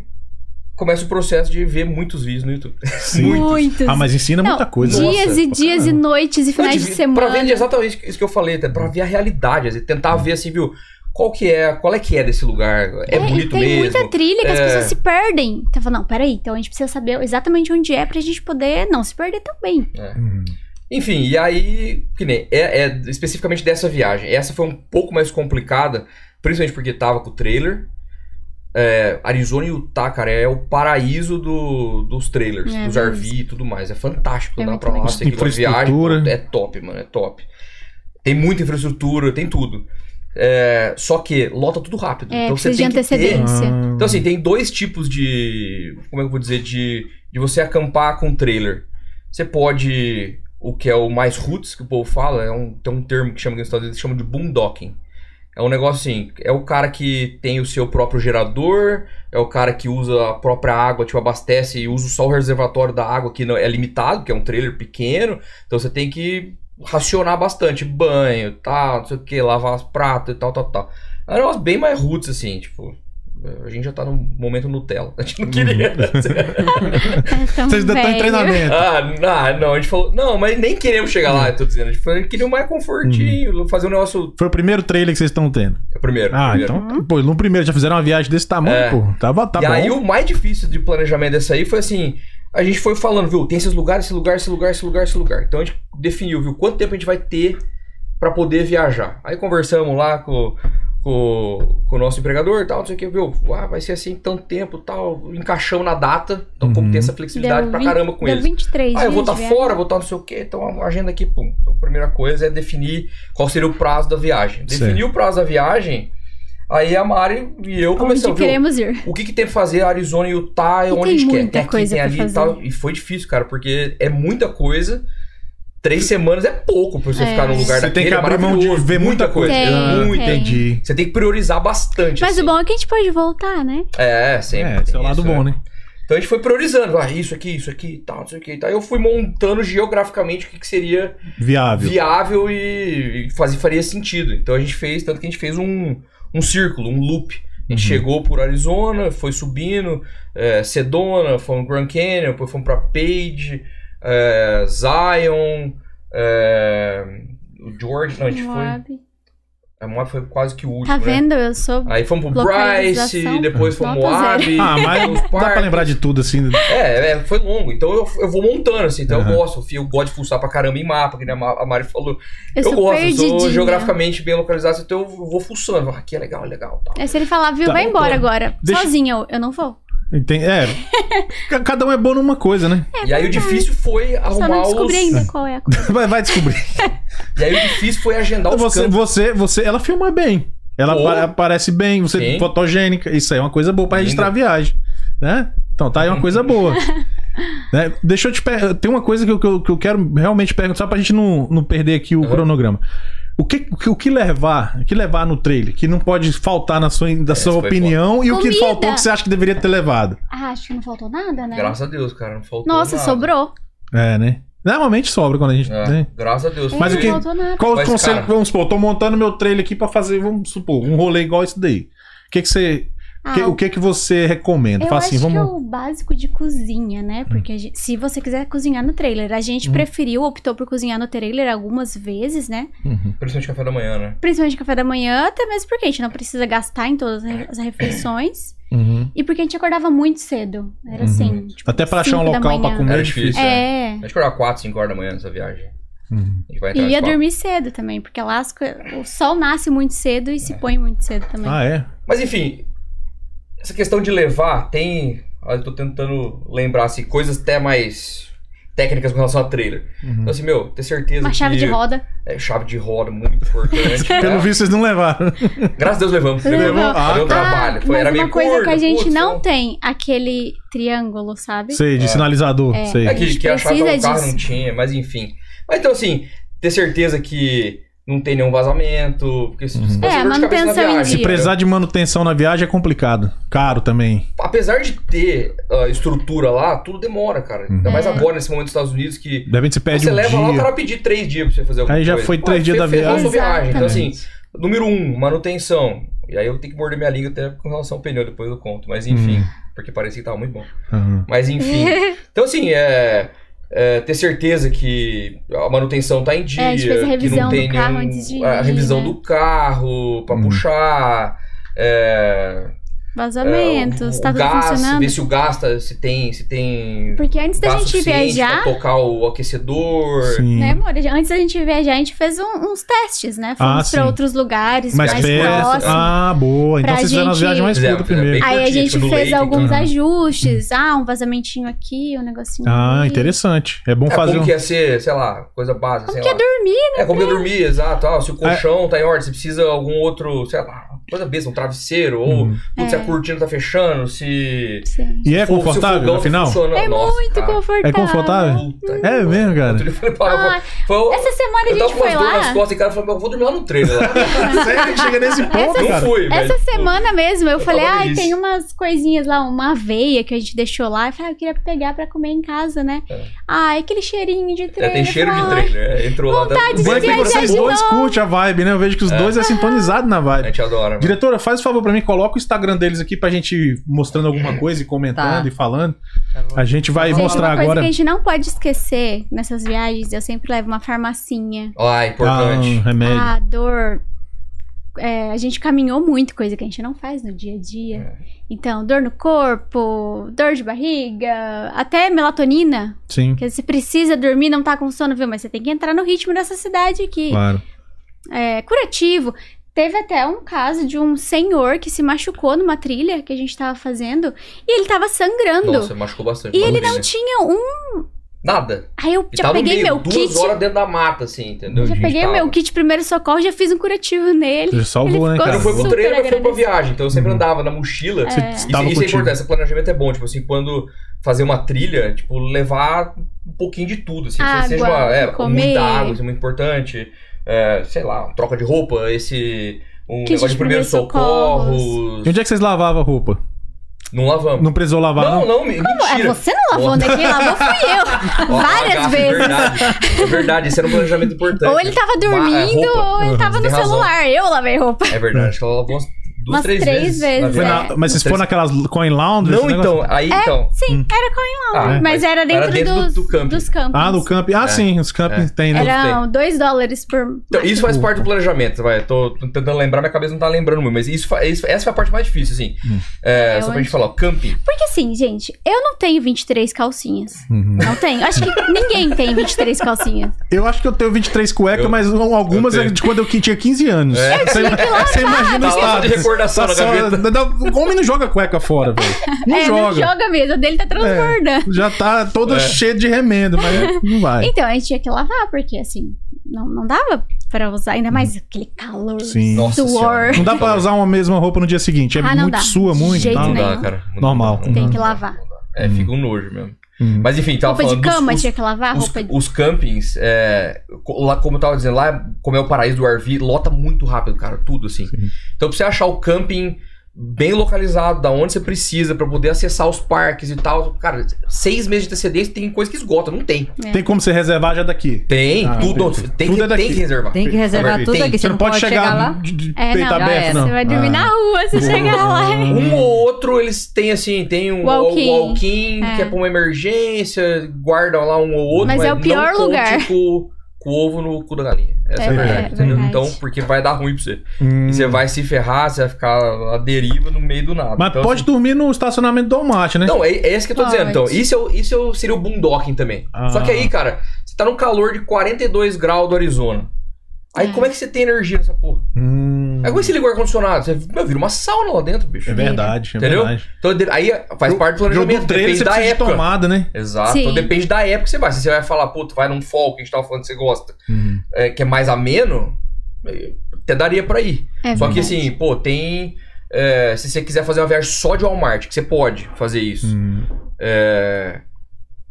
Speaker 5: Começa o processo de ver muitos vídeos no YouTube.
Speaker 3: Sim.
Speaker 4: Muitos.
Speaker 3: Ah, mas ensina
Speaker 4: Não,
Speaker 3: muita coisa.
Speaker 5: dia-
Speaker 4: Dias
Speaker 5: Nossa,
Speaker 4: e dias e noites e finais de
Speaker 5: Pra Pra ver é,
Speaker 4: semana.
Speaker 5: exatamente isso que eu falei, tá? pra ver a realidade, assim, tentar ver assim, viu? Qual que é, qual é que é desse lugar? É,
Speaker 4: e
Speaker 5: bonito
Speaker 4: tem
Speaker 5: mesmo?
Speaker 4: muita trilha que as
Speaker 5: É.
Speaker 4: pessoas se perdem. Então, eu falo, não, peraí, então a gente precisa saber exatamente onde é pra gente poder não se perder também.
Speaker 3: Uhum.
Speaker 5: Enfim, e aí, que nem, é, é especificamente dessa viagem. Essa foi um pouco mais complicada, principalmente porque tava com o trailer. É, Arizona e Utah, cara, é o paraíso do- dos trailers,
Speaker 4: É
Speaker 5: dos
Speaker 4: mesmo.
Speaker 5: RV e tudo mais. É fantástico
Speaker 4: É
Speaker 5: andar
Speaker 4: muito
Speaker 5: pra lá,
Speaker 4: legal.
Speaker 5: você que gosta de viagem,
Speaker 3: Infraestrutura.
Speaker 5: pô, é top, mano, é top. Tem muita infraestrutura, tem tudo. É, só que lota tudo rápido.
Speaker 4: É,
Speaker 5: então você
Speaker 4: precisa
Speaker 5: tem
Speaker 4: de
Speaker 5: que ter
Speaker 4: antecedência.
Speaker 3: Ah,
Speaker 5: então, assim, tem dois tipos de. Como é que eu vou dizer? De, de você acampar com trailer. Você pode. O que é o mais roots que o povo fala, é um, tem um termo que chama que nos Estados Unidos que chama de boondocking. É um negócio assim, é o cara que tem o seu próprio gerador, é o cara que usa a própria água, tipo, abastece e usa só o reservatório da água, que não é limitado, que é um trailer pequeno, então você tem que racionar bastante, banho, tal, não sei o que, lavar as pratas e tal, tal, tal. É um negócio bem mais roots, assim, tipo, a gente já tá num momento Nutella, *laughs* a
Speaker 3: Uhum.
Speaker 5: gente não queria. né?
Speaker 3: *laughs*
Speaker 5: É,
Speaker 3: Vocês ainda estão em
Speaker 4: Velho.
Speaker 3: treinamento.
Speaker 5: Ah, não, não, a gente falou, não, mas nem queremos chegar lá, eu tô dizendo, a gente falou, queria um mais confortinho, fazer um negócio
Speaker 3: Foi o primeiro trailer que vocês estão tendo.
Speaker 5: primeiro.
Speaker 3: Uhum. Ah,
Speaker 5: primeiro.
Speaker 3: então. Pô, no primeiro já fizeram uma viagem desse tamanho,
Speaker 5: É.
Speaker 3: pô. Tava, tá
Speaker 5: e
Speaker 3: bom.
Speaker 5: aí o mais difícil de planejamento dessa aí foi assim, a gente foi falando, viu, tem esses lugares, esse lugar, esse lugar, esse lugar, esse lugar. Então a gente definiu, viu, quanto tempo a gente vai ter pra poder viajar. Aí conversamos lá com, com com, com o nosso empregador e tal, não sei o que, viu? Ah, vai ser assim tanto tempo tal, encaixamos na data, então como
Speaker 3: Uhum.
Speaker 5: tem essa flexibilidade
Speaker 4: Deu
Speaker 5: pra
Speaker 4: vin-
Speaker 5: caramba com
Speaker 4: deu
Speaker 5: eles.
Speaker 4: 23
Speaker 5: Ah, eu
Speaker 4: dias
Speaker 5: vou estar
Speaker 4: de viagem.
Speaker 5: fora, vou estar não sei o quê, então a agenda aqui, pum. Então a primeira coisa é definir qual seria o prazo da viagem. Definir o prazo da viagem, aí a Mari e eu
Speaker 4: Onde
Speaker 5: começamos, viu?
Speaker 4: queremos ir.
Speaker 5: O que, que tem pra fazer Arizona e Utah é
Speaker 4: E
Speaker 5: onde
Speaker 4: tem
Speaker 5: a gente quer.
Speaker 4: muita
Speaker 5: Tem aqui,
Speaker 4: coisa
Speaker 5: tem
Speaker 4: pra
Speaker 5: ali e
Speaker 4: fazer.
Speaker 5: tal. E foi difícil, cara, porque é muita coisa. Três semanas é pouco pra você
Speaker 4: É.
Speaker 5: ficar num lugar
Speaker 3: Você
Speaker 5: daquele.
Speaker 3: tem que
Speaker 5: é
Speaker 3: abrir mão de
Speaker 5: maravilhoso,
Speaker 3: ver muita coisa.
Speaker 4: Tem,
Speaker 3: Ah,
Speaker 5: Muita.
Speaker 4: tem.
Speaker 3: Entendi.
Speaker 5: Você tem que priorizar bastante.
Speaker 4: Mas
Speaker 5: assim.
Speaker 4: o bom é que a gente pode voltar, né?
Speaker 5: É, sempre.
Speaker 3: É, esse é o
Speaker 5: tem
Speaker 3: lado
Speaker 5: isso,
Speaker 3: bom,
Speaker 5: né?
Speaker 3: né?
Speaker 5: Então a gente foi priorizando. Ah, isso aqui, isso aqui, tal, não sei o que. Tal. Eu fui montando geograficamente o que, que seria
Speaker 3: Viável.
Speaker 5: viável e, e faz- faria sentido. Então a gente fez, tanto que a gente fez um, um círculo, um loop. A gente
Speaker 3: Uhum.
Speaker 5: chegou por Arizona, foi subindo, é, Sedona, fomos Grand Canyon, depois fomos pra Page, é, Zion, é, o George, não, a gente foi.
Speaker 4: Moab.
Speaker 5: A Moab foi quase que o último.
Speaker 4: Tá
Speaker 5: né?
Speaker 4: vendo? Eu sou.
Speaker 5: Aí fomos pro
Speaker 4: Localização.
Speaker 5: Bryce, depois fomos
Speaker 4: Nota
Speaker 5: Moab. *laughs*
Speaker 3: Ah, mas
Speaker 5: fomos
Speaker 3: dá pra
Speaker 5: Park.
Speaker 3: lembrar de tudo, assim.
Speaker 5: É, é, foi longo. Então eu, eu vou montando, assim. Então
Speaker 3: Aham.
Speaker 5: eu gosto. eu fi- Eu gosto de fuçar pra caramba em mapa, que nem a Ma- a Mari falou.
Speaker 4: Eu,
Speaker 5: Eu,
Speaker 4: sou
Speaker 5: gosto, eu sou
Speaker 4: perdidinha.
Speaker 5: geograficamente bem localizado, então eu vou fuçando. Ah, Aqui é legal, é legal. Tal.
Speaker 4: É se ele falar, viu,
Speaker 3: Tá.
Speaker 4: vai embora agora.
Speaker 3: Deixa-
Speaker 4: Sozinha, eu, eu não vou.
Speaker 3: Entendi.
Speaker 5: *laughs*
Speaker 3: É. Ca- Cada um é bom numa coisa, né? *laughs*
Speaker 5: e aí o difícil foi
Speaker 4: Eu só não
Speaker 5: arrumar os.
Speaker 4: descobri ainda qual é a coisa.
Speaker 3: Vai, vai descobrir.
Speaker 5: E aí o difícil foi agendar Tá os
Speaker 3: Você,
Speaker 5: cantos.
Speaker 3: você, você, ela filma bem. Ela
Speaker 5: Boa.
Speaker 3: pa- aparece bem, você
Speaker 5: Sim.
Speaker 3: fotogênica. Isso aí é uma coisa boa pra
Speaker 5: Linda.
Speaker 3: registrar a viagem. Né? Então tá aí uma coisa
Speaker 5: *laughs*
Speaker 3: boa. Né? Deixa eu te perguntar. Tem uma coisa que eu, que eu- que eu quero realmente perguntar, só pra gente não, não perder aqui o
Speaker 5: Uhum.
Speaker 3: cronograma. O que, o que- o que levar, o que levar no trailer? Que não pode faltar na sua, da sua
Speaker 5: isso foi
Speaker 3: opinião e o que
Speaker 4: Comida.
Speaker 3: faltou que você acha que deveria ter levado.
Speaker 4: Ah, acho que não faltou nada, né?
Speaker 5: Graças a Deus, cara, não faltou.
Speaker 4: Nossa,
Speaker 5: nada.
Speaker 4: sobrou.
Speaker 3: É, né? Normalmente sobra quando a gente.
Speaker 5: É,
Speaker 3: né?
Speaker 5: Graças a Deus.
Speaker 3: Mas
Speaker 5: Foi-
Speaker 3: o que-
Speaker 4: Não faltou nada.
Speaker 3: Qual o
Speaker 5: Mas,
Speaker 3: conselho?
Speaker 5: cara-
Speaker 3: Vamos supor, eu tô montando meu trailer aqui pra fazer, vamos supor, um rolê igual esse daí. O que, que você.
Speaker 4: Ah,
Speaker 3: que- o que que você recomenda?
Speaker 4: Eu
Speaker 3: Fala
Speaker 4: acho
Speaker 3: assim,
Speaker 4: que é
Speaker 3: vamos. Hum.
Speaker 4: o básico de cozinha, né? Porque a gente- se você quiser cozinhar no trailer, a
Speaker 3: Uhum.
Speaker 4: gente preferiu, optou por cozinhar no trailer algumas vezes, né?
Speaker 3: Uhum.
Speaker 5: Principalmente café da manhã, né?
Speaker 4: Principalmente café da manhã, até mesmo porque a gente não precisa gastar em todas as refeições.
Speaker 3: Uhum.
Speaker 4: E porque a gente acordava muito cedo. Era
Speaker 3: Uhum.
Speaker 4: assim. Tipo,
Speaker 3: Até pra achar um
Speaker 4: cinco da
Speaker 3: local pra
Speaker 4: manhã.
Speaker 3: comer é
Speaker 5: Era
Speaker 3: difícil.
Speaker 5: difícil. né?
Speaker 4: É.
Speaker 5: A gente acordava 4, 5 horas da manhã nessa viagem.
Speaker 3: Uhum.
Speaker 5: A gente vai
Speaker 4: E
Speaker 5: entrar nesse
Speaker 4: ia
Speaker 5: papo.
Speaker 4: dormir cedo também, porque lá as co- o sol nasce muito cedo e se põe muito cedo também.
Speaker 3: Ah, é?
Speaker 5: Mas enfim, essa questão de levar tem. Olha, eu tô tentando lembrar assim, coisas até mais técnicas com relação a trailer.
Speaker 3: Uhum.
Speaker 5: Então, assim, meu, ter certeza
Speaker 4: Uma
Speaker 5: que.
Speaker 4: chave de roda.
Speaker 5: É, chave de roda, muito
Speaker 3: *laughs*
Speaker 5: importante.
Speaker 3: Pelo
Speaker 5: né?
Speaker 3: visto, vocês não
Speaker 4: *laughs*
Speaker 3: levaram.
Speaker 5: Graças a Deus levamos.
Speaker 4: Levou.
Speaker 5: Levamos.
Speaker 3: Ah,
Speaker 5: Deu
Speaker 3: tá.
Speaker 5: trabalho. Foi,
Speaker 4: mas
Speaker 5: era
Speaker 4: uma
Speaker 5: meio
Speaker 4: coisa
Speaker 5: curto,
Speaker 4: que a gente
Speaker 5: putz,
Speaker 4: não
Speaker 5: né?
Speaker 4: tem, aquele triângulo, sabe?
Speaker 3: Sei, de sinalizador.
Speaker 4: É.
Speaker 3: Sei.
Speaker 5: É
Speaker 4: A
Speaker 5: que,
Speaker 4: gente
Speaker 5: que achava que o
Speaker 4: precisa
Speaker 5: carro
Speaker 4: disso.
Speaker 5: não tinha, mas enfim. Mas então, assim, ter certeza que não tem nenhum vazamento. Porque se- se
Speaker 4: É,
Speaker 5: você dor de
Speaker 4: manutenção
Speaker 5: cabeça na
Speaker 4: em
Speaker 5: viagem,
Speaker 4: dia.
Speaker 3: Uhum. Se
Speaker 5: entendeu?
Speaker 3: precisar de manutenção na viagem é complicado. Caro também.
Speaker 5: Apesar de ter ah, estrutura lá, tudo demora, cara. Ainda
Speaker 3: Uhum.
Speaker 5: mais agora, nesse momento dos Estados Unidos, que
Speaker 3: De repente você perde
Speaker 5: você
Speaker 3: um
Speaker 5: leva
Speaker 3: dia.
Speaker 5: lá, o cara vai pedir três dias pra você fazer alguma
Speaker 3: Aí já
Speaker 5: coisa.
Speaker 3: foi três
Speaker 5: Pô,
Speaker 3: dias da
Speaker 5: ferrou a sua
Speaker 4: viagem.
Speaker 5: viagem. Então, assim,
Speaker 4: Exatamente.
Speaker 5: número um, manutenção. E aí eu tenho que morder minha língua até com relação ao pneu, depois eu conto. Mas enfim,
Speaker 3: Hum.
Speaker 5: porque parecia que tava muito bom.
Speaker 3: Uhum.
Speaker 5: Mas enfim.
Speaker 4: *laughs*
Speaker 5: Então, assim, é, é, ter certeza que a manutenção tá em dia.
Speaker 4: É, a gente fez a
Speaker 5: que não
Speaker 4: revisão
Speaker 5: tem
Speaker 4: do carro
Speaker 5: nenhum-
Speaker 4: antes de
Speaker 5: A
Speaker 4: ir,
Speaker 5: revisão
Speaker 4: né?
Speaker 5: do carro, pra
Speaker 3: Hum.
Speaker 5: puxar. é, é,
Speaker 4: *laughs* Vazamentos,
Speaker 5: o-
Speaker 4: tá
Speaker 5: o
Speaker 4: tudo
Speaker 5: gás,
Speaker 4: funcionando.
Speaker 5: Ver se o gás tá, se tem. Se tem
Speaker 4: Porque antes da
Speaker 5: gás
Speaker 4: gente
Speaker 5: suficiente
Speaker 4: viajar,
Speaker 5: Pra tocar o aquecedor.
Speaker 3: Sim.
Speaker 4: né, amor? Antes da gente viajar, a gente fez um- uns testes, né?
Speaker 3: Ah,
Speaker 4: Fomos
Speaker 3: sim.
Speaker 4: pra outros lugares, mais,
Speaker 3: mais perto.
Speaker 4: próximos.
Speaker 3: Ah, boa. Então
Speaker 4: Pra
Speaker 3: vocês fizeram as
Speaker 4: gente-
Speaker 3: viagens mais
Speaker 5: Fizeram,
Speaker 3: curtas
Speaker 5: fizeram
Speaker 3: primeiro.
Speaker 5: é, bem
Speaker 4: Aí a
Speaker 5: curtinho,
Speaker 4: gente
Speaker 5: tipo do
Speaker 4: fez
Speaker 5: Lake,
Speaker 4: alguns
Speaker 5: então.
Speaker 4: ajustes. Ah, um vazamentinho aqui, um negocinho
Speaker 3: Ah,
Speaker 4: ali.
Speaker 3: interessante. É bom
Speaker 5: É,
Speaker 3: fazer
Speaker 5: como
Speaker 3: um.
Speaker 5: que ia ser, sei lá, coisa básica, sei
Speaker 4: Porque é
Speaker 5: lá.
Speaker 4: dormir,
Speaker 5: É como que eu dormi, exato. Ah, se
Speaker 3: É.
Speaker 5: o colchão tá em ordem, se precisa algum outro, sei lá, coisa besta, um travesseiro, ou
Speaker 3: Uhum.
Speaker 5: putz,
Speaker 4: É.
Speaker 5: se a cortina tá fogão, se
Speaker 4: sim.
Speaker 3: E é
Speaker 5: o fogão tá fechando, se.
Speaker 3: confortável, afinal?
Speaker 4: É muito confortável.
Speaker 3: É confortável?
Speaker 5: tá
Speaker 3: É mesmo, cara.
Speaker 4: Ai, Ah, Essa semana a
Speaker 5: um
Speaker 4: gente
Speaker 5: eu tava com umas
Speaker 4: foi
Speaker 5: dor nas
Speaker 4: lá.
Speaker 5: costas e cara falou, eu vou dormir lá no trailer. Lá.
Speaker 3: Sério que chega nesse ponto,
Speaker 5: não
Speaker 3: cara?
Speaker 5: fui,
Speaker 4: Essa
Speaker 5: mas, pô,
Speaker 4: semana mesmo, eu,
Speaker 5: eu
Speaker 4: falei,
Speaker 5: tava
Speaker 4: ai,
Speaker 5: nisso."
Speaker 4: tem umas coisinhas lá, uma aveia que a gente deixou lá. Eu falei, ah, eu queria pegar pra comer em casa, né?
Speaker 5: É.
Speaker 4: Ai, aquele cheirinho de
Speaker 5: É,
Speaker 4: trem. "Ah,
Speaker 5: tem cheiro de trailer. é, Entrou lá dentro.
Speaker 3: O bom é que
Speaker 4: Viajar
Speaker 3: vocês
Speaker 4: de
Speaker 3: dois curtem a vibe, né? Eu vejo que os dois é sintonizado na
Speaker 5: A
Speaker 3: vibe.
Speaker 5: gente adora. mano.
Speaker 3: Diretora, faz o favor pra mim, coloca o Instagram deles aqui pra gente ir mostrando alguma coisa e comentando
Speaker 6: Tá.
Speaker 3: e falando. A gente vai
Speaker 4: Gente,
Speaker 3: mostrar
Speaker 4: é uma coisa
Speaker 3: agora.
Speaker 4: que a gente não pode esquecer nessas viagens, eu sempre levo uma farmacinha.
Speaker 5: Ah, é
Speaker 3: Ah, um
Speaker 5: importante.
Speaker 3: remédio.
Speaker 4: A dor. é, a gente caminhou muito, coisa que a gente não faz no dia a dia.
Speaker 5: É.
Speaker 4: Então, dor no corpo, dor de barriga, até melatonina.
Speaker 3: Sim,
Speaker 4: Que você precisa dormir, não tá com sono, viu? Mas você tem que entrar no ritmo dessa cidade aqui.
Speaker 3: claro.
Speaker 4: É, curativo. Teve até um caso de um senhor que se machucou numa trilha que a gente tava fazendo e ele tava
Speaker 3: Ah.
Speaker 4: sangrando.
Speaker 5: Nossa, machucou bastante.
Speaker 4: e ele
Speaker 5: machuquei,
Speaker 4: não
Speaker 5: né?
Speaker 4: tinha um.
Speaker 5: Nada.
Speaker 4: Aí eu
Speaker 5: E
Speaker 4: já
Speaker 5: tava no
Speaker 4: peguei
Speaker 5: meio,
Speaker 4: meu
Speaker 5: duas
Speaker 4: kit.
Speaker 5: horas dentro da mata, assim, entendeu?
Speaker 4: Já
Speaker 5: Gente,
Speaker 4: peguei
Speaker 5: tava.
Speaker 4: meu kit primeiro socorro, já fiz um curativo nele.
Speaker 3: Ele salvou, né,
Speaker 4: ficou
Speaker 5: Eu
Speaker 3: cara?
Speaker 5: não fui pro
Speaker 4: Super
Speaker 5: treino, eu fui pra
Speaker 4: agradecido.
Speaker 5: viagem. Então eu sempre andava na mochila.
Speaker 3: Hum. Você
Speaker 5: Isso,
Speaker 3: tava
Speaker 5: isso assim, é
Speaker 3: contigo.
Speaker 5: importante, esse planejamento é bom, tipo assim, quando fazer uma trilha, tipo, levar um pouquinho de tudo, assim,
Speaker 4: Água,
Speaker 5: seja uma, é,
Speaker 4: comer.
Speaker 5: muita água, isso é muito importante, é, sei lá, troca de roupa, esse, um
Speaker 4: Kit
Speaker 5: negócio de
Speaker 4: de primeiros
Speaker 5: primeiros socorros,
Speaker 3: E onde é que vocês lavavam a roupa?
Speaker 5: não lavamos.
Speaker 3: Não precisou lavar, não?
Speaker 5: Não, não, me-
Speaker 4: É,
Speaker 5: mentira.
Speaker 4: você não lavou, né? Quem lavou fui eu. *laughs*
Speaker 5: Ó,
Speaker 4: Várias
Speaker 5: gafe, É
Speaker 4: vezes.
Speaker 5: verdade, é verdade, isso era um planejamento importante. é,
Speaker 4: Ou ele tava dormindo,
Speaker 5: roupa.
Speaker 4: ou ele
Speaker 5: Uhum,
Speaker 4: tava no
Speaker 5: você tem razão.
Speaker 4: celular. Eu lavei roupa.
Speaker 5: É verdade, acho que ela lavou umas duas,
Speaker 4: Umas
Speaker 5: três,
Speaker 4: três
Speaker 5: vezes.
Speaker 4: vezes,
Speaker 5: na
Speaker 3: Foi
Speaker 4: é.
Speaker 5: verdade.
Speaker 3: na- mas vocês foram naquelas coin lounge?
Speaker 5: Não,
Speaker 3: esse negócio?
Speaker 5: então, aí então.
Speaker 4: Sim, era com
Speaker 5: Ah,
Speaker 4: mas, era dentro, dos,
Speaker 5: do camping.
Speaker 4: dos campos.
Speaker 3: Ah, no camping. Ah,
Speaker 5: É.
Speaker 3: sim, os campings tem, né?
Speaker 4: Eram 2 dólares por.
Speaker 5: Então, isso faz parte do planejamento, vai. Eu tô, tô tentando lembrar, minha cabeça não tá lembrando muito, mas isso, fa- isso- essa foi a parte mais difícil, assim.
Speaker 3: Hum.
Speaker 5: É,
Speaker 4: É
Speaker 5: só pra
Speaker 4: onde-
Speaker 5: gente falar, ó, camping.
Speaker 4: Porque assim, gente, eu não tenho 23 calcinhas.
Speaker 3: Uhum.
Speaker 4: Não tenho. Acho que ninguém tem 23 calcinhas.
Speaker 3: Eu acho que eu tenho 23 cuecas,
Speaker 5: Eu-
Speaker 3: mas algumas
Speaker 5: eu
Speaker 3: é
Speaker 5: tenho.
Speaker 3: de quando eu que- tinha 15 anos.
Speaker 5: É.
Speaker 3: Você, você imagina o
Speaker 5: Tá lá só
Speaker 3: estado.
Speaker 5: de recordação
Speaker 3: Tá
Speaker 5: na gaveta.
Speaker 3: só- dá- o homem não joga cueca fora, velho. Não
Speaker 4: é, não
Speaker 3: joga.
Speaker 4: joga mesmo. A dele tá transbordando.
Speaker 3: Já tá toda
Speaker 5: É.
Speaker 3: cheia de remendo, mas é, não vai.
Speaker 4: Então, a gente tinha que lavar, porque assim, não, não dava pra usar. Ainda mais aquele calor,
Speaker 3: Uhum. Sim.
Speaker 5: Nossa
Speaker 4: suor.
Speaker 5: Senhora.
Speaker 3: Não dá pra usar uma mesma roupa no dia seguinte. É
Speaker 4: Ah, não
Speaker 3: muito
Speaker 4: dá.
Speaker 3: sua,
Speaker 4: De
Speaker 3: muito.
Speaker 4: jeito
Speaker 3: tá?
Speaker 5: Não
Speaker 4: nenhum.
Speaker 5: dá, cara. Não
Speaker 3: Normal.
Speaker 5: dá, não
Speaker 3: Tem
Speaker 5: dá,
Speaker 4: que
Speaker 5: não dá,
Speaker 4: lavar.
Speaker 5: não dá. É, fica um nojo mesmo.
Speaker 3: Uhum.
Speaker 5: Mas enfim, tava
Speaker 4: Roupa
Speaker 5: falando
Speaker 4: de
Speaker 5: dos-
Speaker 4: cama
Speaker 5: os-
Speaker 4: tinha que lavar,
Speaker 5: os,
Speaker 4: roupa de.
Speaker 5: os campings, é, co- lá, como eu tava dizendo, lá, como é o paraíso do RV, lota muito rápido, cara, tudo assim. Então, pra você achar o camping bem localizado, da onde você precisa, pra poder acessar os parques e tal, cara, seis meses de antecedência tem coisa que esgota, não tem.
Speaker 3: Tem como você reservar já daqui.
Speaker 5: Tem,
Speaker 3: Ah,
Speaker 5: tudo,
Speaker 3: entendi.
Speaker 5: tem,
Speaker 3: Tudo
Speaker 5: que,
Speaker 3: é daqui.
Speaker 5: tem que reservar.
Speaker 6: Tem que reservar
Speaker 5: Tem.
Speaker 6: tudo aqui.
Speaker 3: Você não pode chegar,
Speaker 6: lá.
Speaker 3: de, de
Speaker 4: É,
Speaker 3: peito
Speaker 4: não,
Speaker 6: já
Speaker 3: aberto,
Speaker 6: era.
Speaker 3: não.
Speaker 4: Você vai dormir
Speaker 3: Ah.
Speaker 4: na rua se chegar lá.
Speaker 3: Uhum.
Speaker 5: Um ou outro, eles têm assim, tem um walk-in,
Speaker 4: Walk-in.
Speaker 5: que é pra uma emergência, guardam lá um ou outro,
Speaker 4: Mas é o pior
Speaker 5: não conte
Speaker 4: lugar.
Speaker 5: Com, com o ovo no cu da galinha. Essa é, a
Speaker 4: É,
Speaker 5: verdade.
Speaker 4: é
Speaker 5: entendeu?
Speaker 4: verdade.
Speaker 5: Então, porque vai dar ruim pra você.
Speaker 3: Hum.
Speaker 5: E você vai se ferrar, você vai ficar à deriva no meio do nada.
Speaker 3: Mas
Speaker 5: Então,
Speaker 3: pode
Speaker 5: assim,
Speaker 3: dormir no estacionamento do Walmart, né?
Speaker 5: Não, é, é isso que eu tô
Speaker 4: Pode.
Speaker 5: dizendo. Então, isso, é, o- isso é o- seria o boondocking também.
Speaker 3: Ah.
Speaker 5: Só que aí, cara, você tá num calor de 42 graus do Arizona. Aí
Speaker 4: É.
Speaker 5: como é que você tem energia nessa porra?
Speaker 3: Hum.
Speaker 5: Aí como é que você liga o ar-condicionado? Você meu, vira uma sauna lá dentro, bicho.
Speaker 3: É verdade, é
Speaker 5: Hum. Entendeu?
Speaker 3: verdade.
Speaker 5: Então, de- aí faz parte do planejamento,
Speaker 3: Jogo trailer,
Speaker 5: depende
Speaker 3: você
Speaker 5: da
Speaker 3: precisa de
Speaker 5: época.
Speaker 3: tomada, né?
Speaker 5: Exato,
Speaker 4: Sim.
Speaker 5: então depende da época que você vai. Se você vai falar, puto, vai num folk que a gente tava falando que você gosta, é, que é mais ameno, eh, até daria pra ir.
Speaker 4: É
Speaker 5: Só que
Speaker 3: Uhum.
Speaker 4: verdade.
Speaker 5: assim, pô, tem. eh, se você quiser fazer uma viagem só de Walmart, que você pode fazer isso.
Speaker 3: Hum.
Speaker 5: É,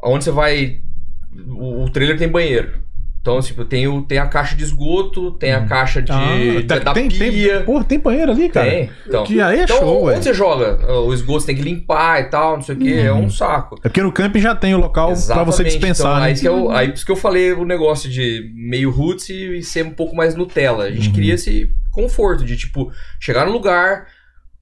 Speaker 5: onde você vai. O, o trailer tem banheiro. Então, tipo, tem, o, tem a caixa de esgoto, tem a caixa de,
Speaker 3: Hum. Ah,
Speaker 5: da,
Speaker 3: tá-
Speaker 5: da
Speaker 3: tem,
Speaker 5: pia.
Speaker 3: tem, porra, tem banheiro ali, cara.
Speaker 5: tem. Então,
Speaker 3: Que aí é
Speaker 5: então
Speaker 3: show,
Speaker 5: onde
Speaker 3: ué.
Speaker 5: você joga? O esgoto você tem que limpar e tal, não sei o que, é um saco.
Speaker 3: É porque no camping já tem o local pra você dispensar,
Speaker 5: Então,
Speaker 3: né?
Speaker 5: aí, que eu, aí por isso que eu falei o negócio de meio roots e, e ser um pouco mais Nutella. A gente
Speaker 3: Uhum.
Speaker 5: queria esse conforto de, tipo, chegar no lugar,